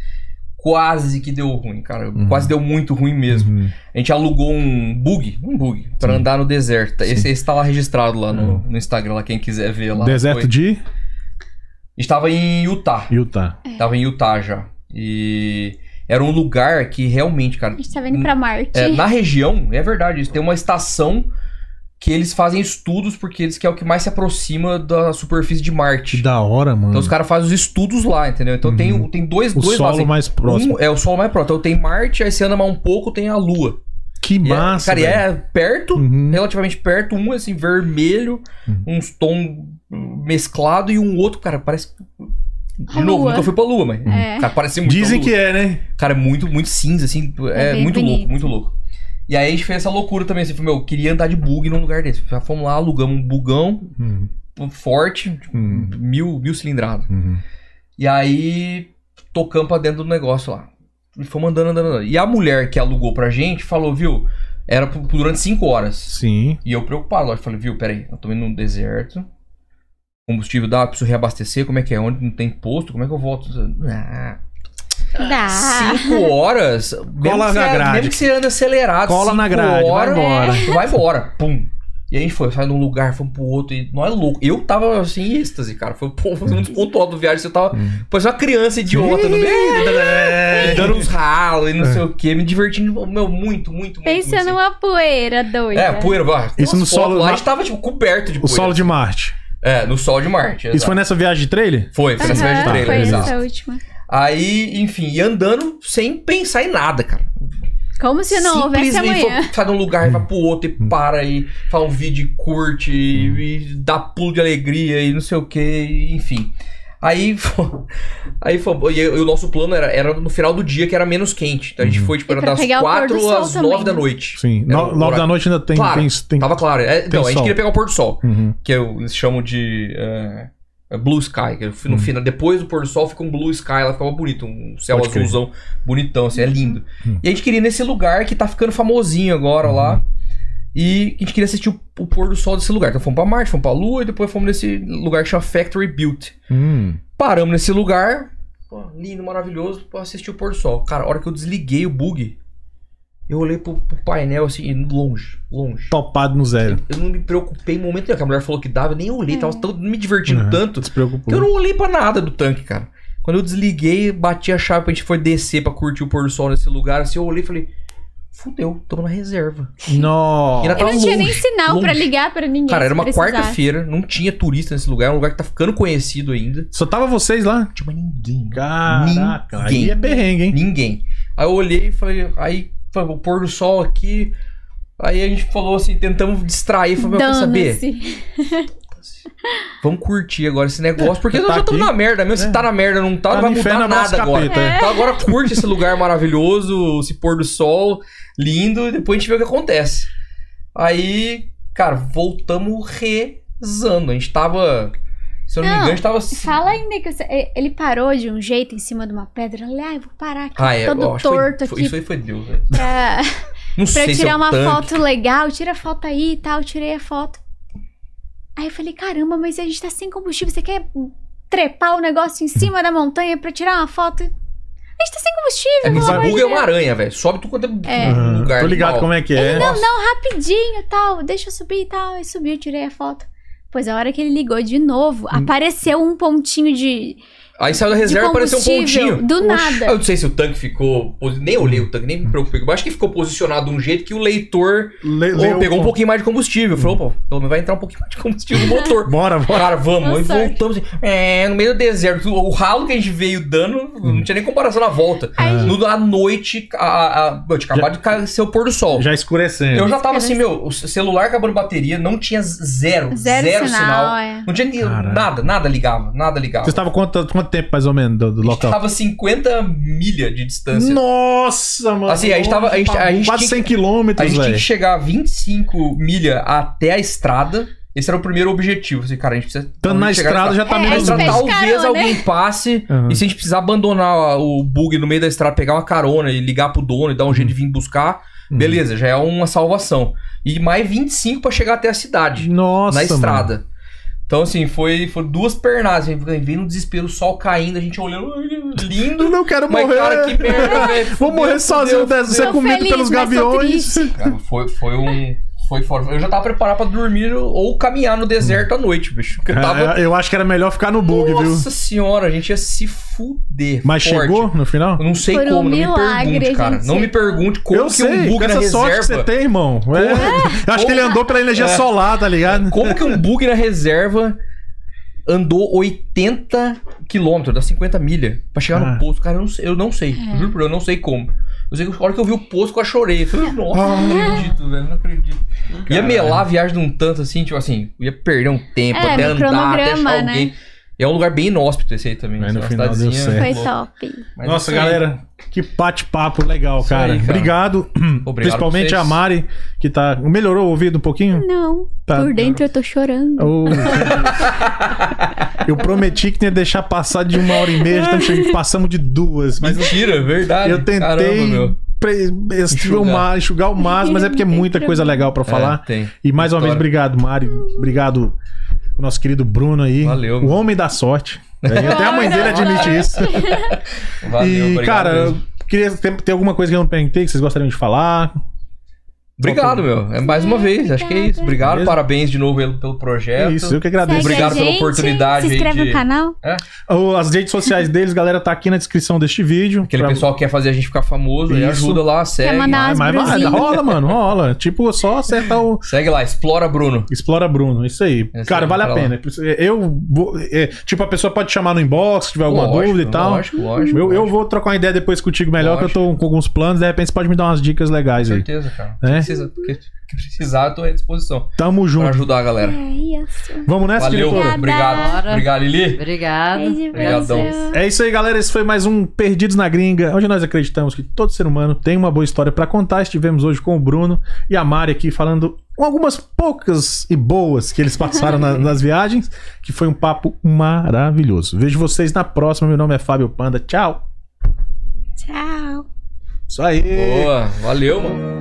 Speaker 5: quase que deu ruim, cara. Quase deu muito ruim mesmo.
Speaker 3: Uhum.
Speaker 5: A gente alugou um bug, um bug, pra andar no deserto. Esse, esse tá lá registrado lá no, no Instagram, lá quem quiser ver lá.
Speaker 3: É. Deserto
Speaker 5: Foi.
Speaker 3: de
Speaker 5: A gente tava em Utah.
Speaker 3: Utah.
Speaker 5: Tava em Utah já. E era um lugar que realmente, cara.
Speaker 4: A gente tá vindo pra Marte.
Speaker 5: É, na região, é verdade, isso, tem uma estação que eles fazem estudos porque eles que é o que mais se aproxima da superfície de
Speaker 3: Que
Speaker 5: Marte.
Speaker 3: da hora, mano.
Speaker 5: Então os caras fazem os estudos lá, entendeu? Então tem, o- tem dois,
Speaker 3: o
Speaker 5: dois
Speaker 3: solo
Speaker 5: lá, assim.
Speaker 3: mais próximo.
Speaker 5: Um é o solo mais próximo. Então tem Marte, aí você anda mais um pouco, tem a Lua.
Speaker 3: Que
Speaker 5: E é-
Speaker 3: massa.
Speaker 5: cara, e
Speaker 3: velho.
Speaker 5: é perto,
Speaker 3: Uhum.
Speaker 5: relativamente perto, um assim, vermelho, uns tom mesclado e um outro, cara, parece. De
Speaker 4: A
Speaker 5: novo,
Speaker 4: Lua.
Speaker 5: nunca fui pra Lua, mas.
Speaker 4: É.
Speaker 5: Cara, parece muito. a
Speaker 3: Uhum. Dizem
Speaker 5: Lua.
Speaker 3: que é, né?
Speaker 5: Cara, é muito, muito cinza, assim.
Speaker 4: É
Speaker 5: É,
Speaker 4: bem
Speaker 5: muito louco,
Speaker 4: bonito.
Speaker 5: muito louco. E aí a gente fez essa loucura também, assim, falei, meu, eu queria andar de bug num lugar desse. Já fomos lá, alugamos um bugão
Speaker 3: Hum,
Speaker 5: um forte, tipo,
Speaker 3: hum,
Speaker 5: mil, mil cilindrado.
Speaker 3: hum.
Speaker 5: E aí tocamos pra dentro do negócio lá. E fomos andando, andando, andando. E a mulher que alugou pra gente falou, viu, era por- por durante cinco horas.
Speaker 3: Sim.
Speaker 5: E eu preocupado, lógico, falei, viu, peraí, eu tô indo num deserto. Combustível dá, preciso reabastecer, como é que é? Onde não tem posto, como é que eu volto? Ah,
Speaker 4: Dá.
Speaker 5: 5 horas. mesmo
Speaker 3: Ah. na
Speaker 5: que você-
Speaker 3: grade.
Speaker 5: Mesmo que você anda acelerado.
Speaker 3: Cola
Speaker 5: cinco
Speaker 3: na grade, vai
Speaker 5: horas, é,
Speaker 3: embora.
Speaker 5: Vai embora. Pum. E a gente foi, sai de um lugar, foi pro outro, e não é louco. Eu tava assim, em êxtase, cara. Foi pô, foi um
Speaker 3: Uhum.
Speaker 5: dos pontos altos do viagem, você tava. Parecia uma criança idiota no meio. dando uns ralos e não
Speaker 3: É.
Speaker 5: sei o quê, me divertindo, meu, muito, muito, muito.
Speaker 4: Pensa
Speaker 5: muito, assim.
Speaker 4: numa poeira doida.
Speaker 5: É, poeira, vai.
Speaker 3: Isso
Speaker 5: Nossa,
Speaker 3: no
Speaker 5: foto
Speaker 3: solo-
Speaker 5: Lá, a gente tava, tipo, coberto de
Speaker 3: O
Speaker 5: poeira.
Speaker 3: solo de Marte.
Speaker 5: É, no sol de Marte.
Speaker 3: Isso foi nessa viagem de trailer?
Speaker 5: Foi, foi
Speaker 4: Aham,
Speaker 5: nessa viagem de trailer,
Speaker 4: foi
Speaker 5: exato.
Speaker 4: essa última.
Speaker 5: Aí, enfim, e andando sem pensar em nada, cara.
Speaker 4: Como se não houvesse é
Speaker 5: Simplesmente
Speaker 4: amanhã.
Speaker 5: foi- sai de um lugar, vai pro outro
Speaker 3: Hum.
Speaker 5: e para e faz um vídeo e curte e, e dá pulo de alegria e não sei o que, e, enfim. Aí foi, *laughs* aí foi, e, o nosso plano era, era no final do dia que era menos quente. Então a gente foi
Speaker 4: E
Speaker 5: tipo, era
Speaker 4: pra
Speaker 5: das
Speaker 4: pegar o pôr do
Speaker 5: 4
Speaker 4: sol
Speaker 5: às 9
Speaker 4: também,
Speaker 5: da
Speaker 4: né?
Speaker 5: noite.
Speaker 3: Hum. Sim.
Speaker 5: Era
Speaker 3: No,
Speaker 5: o
Speaker 3: logo
Speaker 5: horário.
Speaker 3: da noite ainda tem.
Speaker 5: Claro,
Speaker 3: tem, tem-
Speaker 5: Tava claro. É, não, a gente
Speaker 3: sol.
Speaker 5: queria pegar o pôr do sol,
Speaker 3: Uhum.
Speaker 5: que é o- eles chamam de é, É Blue Sky. que
Speaker 3: Hum.
Speaker 5: No final, depois do pôr do sol fica um Blue Sky, ela ficava bonito, um céu
Speaker 3: Pode crer. Hum.
Speaker 5: azulzão bonitão, assim, é lindo. E a gente queria ir nesse lugar que tá ficando famosinho agora lá.
Speaker 3: Uhum.
Speaker 5: E a gente queria assistir o, o pôr do sol desse lugar. Então fomos pra Marte, fomos pra Lua e depois fomos nesse lugar que chama Factory Built.
Speaker 3: Hum.
Speaker 5: Paramos nesse lugar, pô, lindo, maravilhoso, pra assistir o pôr do sol. Cara, a hora que eu desliguei o bug, eu olhei pro, pro painel assim, longe, longe.
Speaker 3: Topado no zero.
Speaker 5: Eu não me preocupei em momento nenhum, que a mulher falou que dava, eu nem olhei,
Speaker 4: É.
Speaker 5: tava tão me divertindo
Speaker 3: Uhum.
Speaker 5: tanto
Speaker 3: Se preocupou.
Speaker 5: que eu não olhei pra nada do tanque, cara. Quando eu desliguei, bati a chave, a gente foi descer pra curtir o pôr do sol nesse lugar, assim, eu olhei e falei, fudeu, tamo na reserva.
Speaker 3: Nó.
Speaker 5: E ainda
Speaker 4: Eu
Speaker 5: tava
Speaker 4: não tinha nem
Speaker 5: longe,
Speaker 4: sinal
Speaker 5: longe.
Speaker 4: pra ligar pra ninguém.
Speaker 5: Cara,
Speaker 4: se
Speaker 5: era uma
Speaker 4: precisasse.
Speaker 5: quarta-feira, não tinha turista nesse lugar, é um lugar que tá ficando conhecido ainda. Não
Speaker 3: Só tava vocês lá?
Speaker 5: tinha mais ninguém. cara.
Speaker 3: Caraca, aí
Speaker 5: Ninguém.
Speaker 3: é perrengue, hein?
Speaker 5: Ninguém. Aí eu olhei e falei, aí, falei, o pôr do sol aqui. Aí a gente falou assim, tentamos distrair, falei, meu, quer saber?
Speaker 4: Dane-se.
Speaker 5: Vamos curtir agora esse negócio, porque
Speaker 3: tá
Speaker 5: nós já estamos
Speaker 3: aqui.
Speaker 5: na merda mesmo.
Speaker 3: É.
Speaker 5: Se tá na merda ou não tá,
Speaker 3: Tá
Speaker 5: não vai
Speaker 3: no
Speaker 5: mudar
Speaker 3: inferno, abraço,
Speaker 5: nada agora.
Speaker 3: capeta. É.
Speaker 5: Então agora curte esse lugar maravilhoso, *laughs* esse pôr do sol lindo, e depois a gente vê o que acontece. Aí, cara, voltamos rezando. A gente tava. Se eu não, me
Speaker 4: Não,
Speaker 5: engano, a gente tava. assim.
Speaker 4: Fala ainda que você- ele parou de um jeito em cima de uma pedra. Eu falei, ah, eu vou parar
Speaker 5: *laughs*
Speaker 4: aqui,
Speaker 5: Ah, é,
Speaker 4: todo
Speaker 5: eu acho que foi-
Speaker 4: torto
Speaker 5: foi-
Speaker 4: aqui
Speaker 5: Isso aí foi Deus, velho.
Speaker 4: pra,
Speaker 5: Não
Speaker 4: pra
Speaker 5: sei se é
Speaker 4: tirar
Speaker 5: o
Speaker 4: uma
Speaker 5: tanque.
Speaker 4: foto legal. Tira a foto aí e tal. Tirei a foto. Aí eu falei, caramba, mas a gente tá sem combustível. Você quer trepar o negócio em cima da montanha pra tirar uma foto? A gente tá sem combustível.
Speaker 5: É que
Speaker 4: pelo
Speaker 5: esse
Speaker 4: amor de
Speaker 5: bug é uma aranha, velho. Sobe tu quanto é,
Speaker 3: Aham,
Speaker 5: lugar.
Speaker 3: Tô ligado
Speaker 5: animal.
Speaker 3: como é que é.
Speaker 4: Não, não, rapidinho e tal. Deixa eu subir e tal. Aí subiu, tirei a foto. Pois a hora que ele ligou de novo,
Speaker 5: Hum.
Speaker 4: apareceu um pontinho de.
Speaker 5: Aí saiu da reserva e apareceu um
Speaker 4: combustível,
Speaker 5: pontinho.
Speaker 4: do
Speaker 5: Oxe,
Speaker 4: nada.
Speaker 5: Eu não sei se o tanque ficou. posi- Nem olhei o tanque, nem me preocupei. Eu acho que ficou posicionado de um jeito que o leitor
Speaker 3: Le-
Speaker 5: oh,
Speaker 3: leu-
Speaker 5: pegou um pouquinho mais de combustível. Falou, pô, pelo menos vai entrar um pouquinho mais de combustível
Speaker 4: *laughs*
Speaker 5: no motor.
Speaker 3: Bora, bora.
Speaker 5: Cara, vamos.
Speaker 4: Deu
Speaker 5: Aí
Speaker 4: sorte.
Speaker 5: voltamos. assim, É, no meio do deserto. O ralo que a gente veio dando, não
Speaker 3: Uhum.
Speaker 5: tinha nem comparação na volta.
Speaker 3: É.
Speaker 4: Aí-
Speaker 5: No, à noite, a, a, eu tinha acabado de ca- ser o pôr do sol.
Speaker 3: Já escurecendo.
Speaker 5: Eu já tava assim, meu, o celular acabando bateria, não tinha zero, zero, sinal.
Speaker 4: é.
Speaker 5: Não tinha ni-
Speaker 3: Caralho.
Speaker 5: nada, nada ligava, nada ligava.
Speaker 3: Vocês estavam quanto, quanto tempo mais ou menos do, do
Speaker 5: A gente
Speaker 3: local?
Speaker 5: tava 50 milha de distância.
Speaker 3: Nossa, mano.
Speaker 5: Assim, a gente tava- a gente- a gente
Speaker 3: Quase
Speaker 5: tinha
Speaker 3: 100
Speaker 5: A
Speaker 3: quilômetros,
Speaker 5: gente tinha
Speaker 3: velho.
Speaker 5: que chegar a 25 milha até a estrada. Esse era o priiro objetivo. Assim, cara, a gente precisa.
Speaker 3: Estando na
Speaker 5: chegar
Speaker 3: estrada já tá
Speaker 4: É,
Speaker 5: Na
Speaker 3: meio
Speaker 4: a gente
Speaker 5: estrada,
Speaker 4: fez
Speaker 5: talvez
Speaker 4: carona, né?"
Speaker 5: alguém passe.
Speaker 3: Aham.
Speaker 5: E se a gente precisar abandonar o bug no meio da estrada, pegar uma carona e ligar pro dono e dar um jeito de vir buscar,
Speaker 3: Uhum.
Speaker 5: beleza, já é uma salvação. E mais 25 pra chegar até a cidade.
Speaker 3: Nossa,
Speaker 5: na
Speaker 3: mano.
Speaker 5: estrada. Então, assim, foi, foi duas pernas. Assim, veio no desespero, o sol caindo, a gente olhando, "Ai,
Speaker 3: Eu
Speaker 5: lindo.
Speaker 3: não quero
Speaker 5: Mas,
Speaker 3: morrer.
Speaker 5: cara,
Speaker 3: *laughs*
Speaker 5: que merda, velho.
Speaker 3: Vou morrer
Speaker 5: Fudeu,
Speaker 3: sozinho,
Speaker 5: fudeu,
Speaker 3: deve ser
Speaker 4: Tô
Speaker 3: comido
Speaker 4: feliz,
Speaker 3: pelos
Speaker 4: mas tô
Speaker 3: gaviões. *laughs*
Speaker 4: triste.
Speaker 5: Cara, foi, foi um. Foi fora. Eu já tava preparado pra dormir ou caminhar no deserto à noite, bicho. Porque eu tava.
Speaker 3: Ah, Eu acho que era melhor ficar no bug, viu?
Speaker 5: Nossa senhora, a gente ia se fuder.
Speaker 3: Mas
Speaker 5: forte.
Speaker 3: chegou no final?
Speaker 5: Eu não sei
Speaker 4: Por um
Speaker 5: como, não
Speaker 4: milagre,
Speaker 5: me pergunte,
Speaker 4: a
Speaker 5: cara.
Speaker 4: gente
Speaker 5: Não me
Speaker 4: chegou.
Speaker 5: pergunte como
Speaker 3: Eu
Speaker 5: que
Speaker 3: sei,
Speaker 5: um bug
Speaker 3: com
Speaker 5: na
Speaker 3: essa sorte que você
Speaker 5: reserva.
Speaker 3: tem, irmão. É. Eu acho que ele andou pela energia solar, tá ligado?
Speaker 5: Como que um bug na reserva andou 80 quilômetros, dá 50 milha, pra chegar
Speaker 3: Ah.
Speaker 5: no posto? Cara, eu não sei, eu não sei.
Speaker 4: É.
Speaker 5: Juro por Deus, eu não sei como. Eu sei que a hora que eu vi o posto, eu chorei. Eu falei, nossa, não
Speaker 3: Ah.
Speaker 5: acredito, velho, não acredito. Ia melar a viagem de um tanto assim, tipo assim, ia perder um tempo
Speaker 4: É, né?
Speaker 5: até
Speaker 4: no
Speaker 5: andar, até achar
Speaker 4: cronograma,
Speaker 5: alguém. E é um lugar bem inóspito esse aí também.
Speaker 3: Mas
Speaker 5: assim,
Speaker 3: no
Speaker 5: uma
Speaker 3: final deu
Speaker 5: cidadezinha
Speaker 3: certo.
Speaker 4: Foi
Speaker 5: louca.
Speaker 4: top.
Speaker 5: Mas assim,
Speaker 3: Nossa,
Speaker 5: isso aí,
Speaker 3: galera, que bate-papo legal,
Speaker 5: Isso
Speaker 3: cara.
Speaker 5: aí, cara.
Speaker 3: Obrigado. Principalmente
Speaker 5: pra vocês.
Speaker 3: a Mari, que tá. Melhorou o ouvido um pouquinho?
Speaker 4: Não,
Speaker 3: Tá.
Speaker 4: por dentro eu tô chorando.
Speaker 3: Oh, meu Deus. *laughs* eu prometi que não ia deixar passar de uma hora e meia, já estamos chegando- passamos de duas. Mas
Speaker 5: Mentira, é verdade.
Speaker 3: eu tentei
Speaker 5: Caramba, meu.
Speaker 3: pre- enxugar o ma- enxugar o máximo, mas é porque é muita coisa legal pra falar.
Speaker 5: É, tem.
Speaker 3: E mais uma vez,
Speaker 5: História.
Speaker 3: obrigado, Mari. Obrigado, o nosso querido Bruno aí.
Speaker 5: Valeu,
Speaker 3: O
Speaker 5: mano.
Speaker 3: homem da sorte. né? Até a mãe dele admite isso.
Speaker 5: Valeu,
Speaker 3: e,
Speaker 5: obrigado
Speaker 3: cara,
Speaker 5: mesmo.
Speaker 3: eu queria ter, ter alguma coisa que eu não perguntei que vocês gostariam de falar.
Speaker 5: Obrigado, meu. É mais uma vez, acho que é isso. Obrigado,
Speaker 3: Beleza?
Speaker 5: parabéns de novo pelo- pelo projeto.
Speaker 3: É isso, eu que
Speaker 4: Segue
Speaker 3: agradeço.
Speaker 5: Obrigado
Speaker 4: a
Speaker 5: pela
Speaker 4: gente,
Speaker 5: oportunidade
Speaker 4: Se
Speaker 5: aí
Speaker 4: inscreve
Speaker 5: de-
Speaker 4: no canal.
Speaker 3: O- As redes sociais deles, galera, tá aqui na descrição deste vídeo.
Speaker 5: Aquele
Speaker 3: Pra-
Speaker 5: pessoal que quer fazer a gente ficar famoso, aí
Speaker 3: Isso.
Speaker 5: ajuda lá, segue.
Speaker 4: mandar-
Speaker 3: Mas, mas, mas
Speaker 4: Bruzinho.
Speaker 3: É rola, mano, rola. Tipo, só acerta o.
Speaker 5: Segue lá, explora Bruno.
Speaker 3: Explora Bruno, isso aí.
Speaker 5: Isso
Speaker 3: Cara,
Speaker 5: aí,
Speaker 3: vale a
Speaker 5: pra
Speaker 3: pena. Eu vou. é, tipo, a pessoa pode chamar no inbox se tiver alguma
Speaker 5: Lógico,
Speaker 3: dúvida e tal.
Speaker 5: Lógico, lógico.
Speaker 3: eu, eu
Speaker 5: lógico.
Speaker 3: vou trocar uma ideia depois contigo melhor, que eu tô com alguns planos. De repente você pode me dar umas dicas legais
Speaker 5: Com
Speaker 3: aí.
Speaker 5: certeza, cara.
Speaker 3: Né?
Speaker 5: precisa, o que, que precisar, eu tô à disposição
Speaker 3: Tamo
Speaker 5: pra
Speaker 3: junto.
Speaker 5: ajudar a galera.
Speaker 4: É isso.
Speaker 3: Vamos nessa,
Speaker 5: Valeu,
Speaker 3: diretora?
Speaker 5: obrigado.
Speaker 6: Bora.
Speaker 5: Obrigado, Lili.
Speaker 6: Obrigada.
Speaker 4: Beijo pra
Speaker 5: Obrigadão.
Speaker 4: você.
Speaker 3: É isso aí, galera. Esse foi mais um Perdidos na Gringa, onde nós acreditamos que todo ser humano tem uma boa história pra contar. Estivemos hoje com o Bruno e a Mari aqui falando algumas poucas e boas que eles passaram *laughs* na- nas viagens, que foi um papo maravilhoso. Vejo vocês na próxima. Meu nome é Fábio Panda. Tchau.
Speaker 4: Tchau.
Speaker 3: Isso aí.
Speaker 5: Boa, valeu, mano.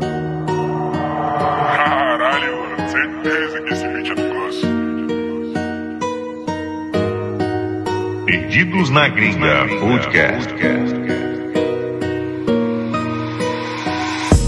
Speaker 2: Caralho, mano, certeza que esse vídeo é do Gus.
Speaker 1: Perdidos na Gringa Podcast.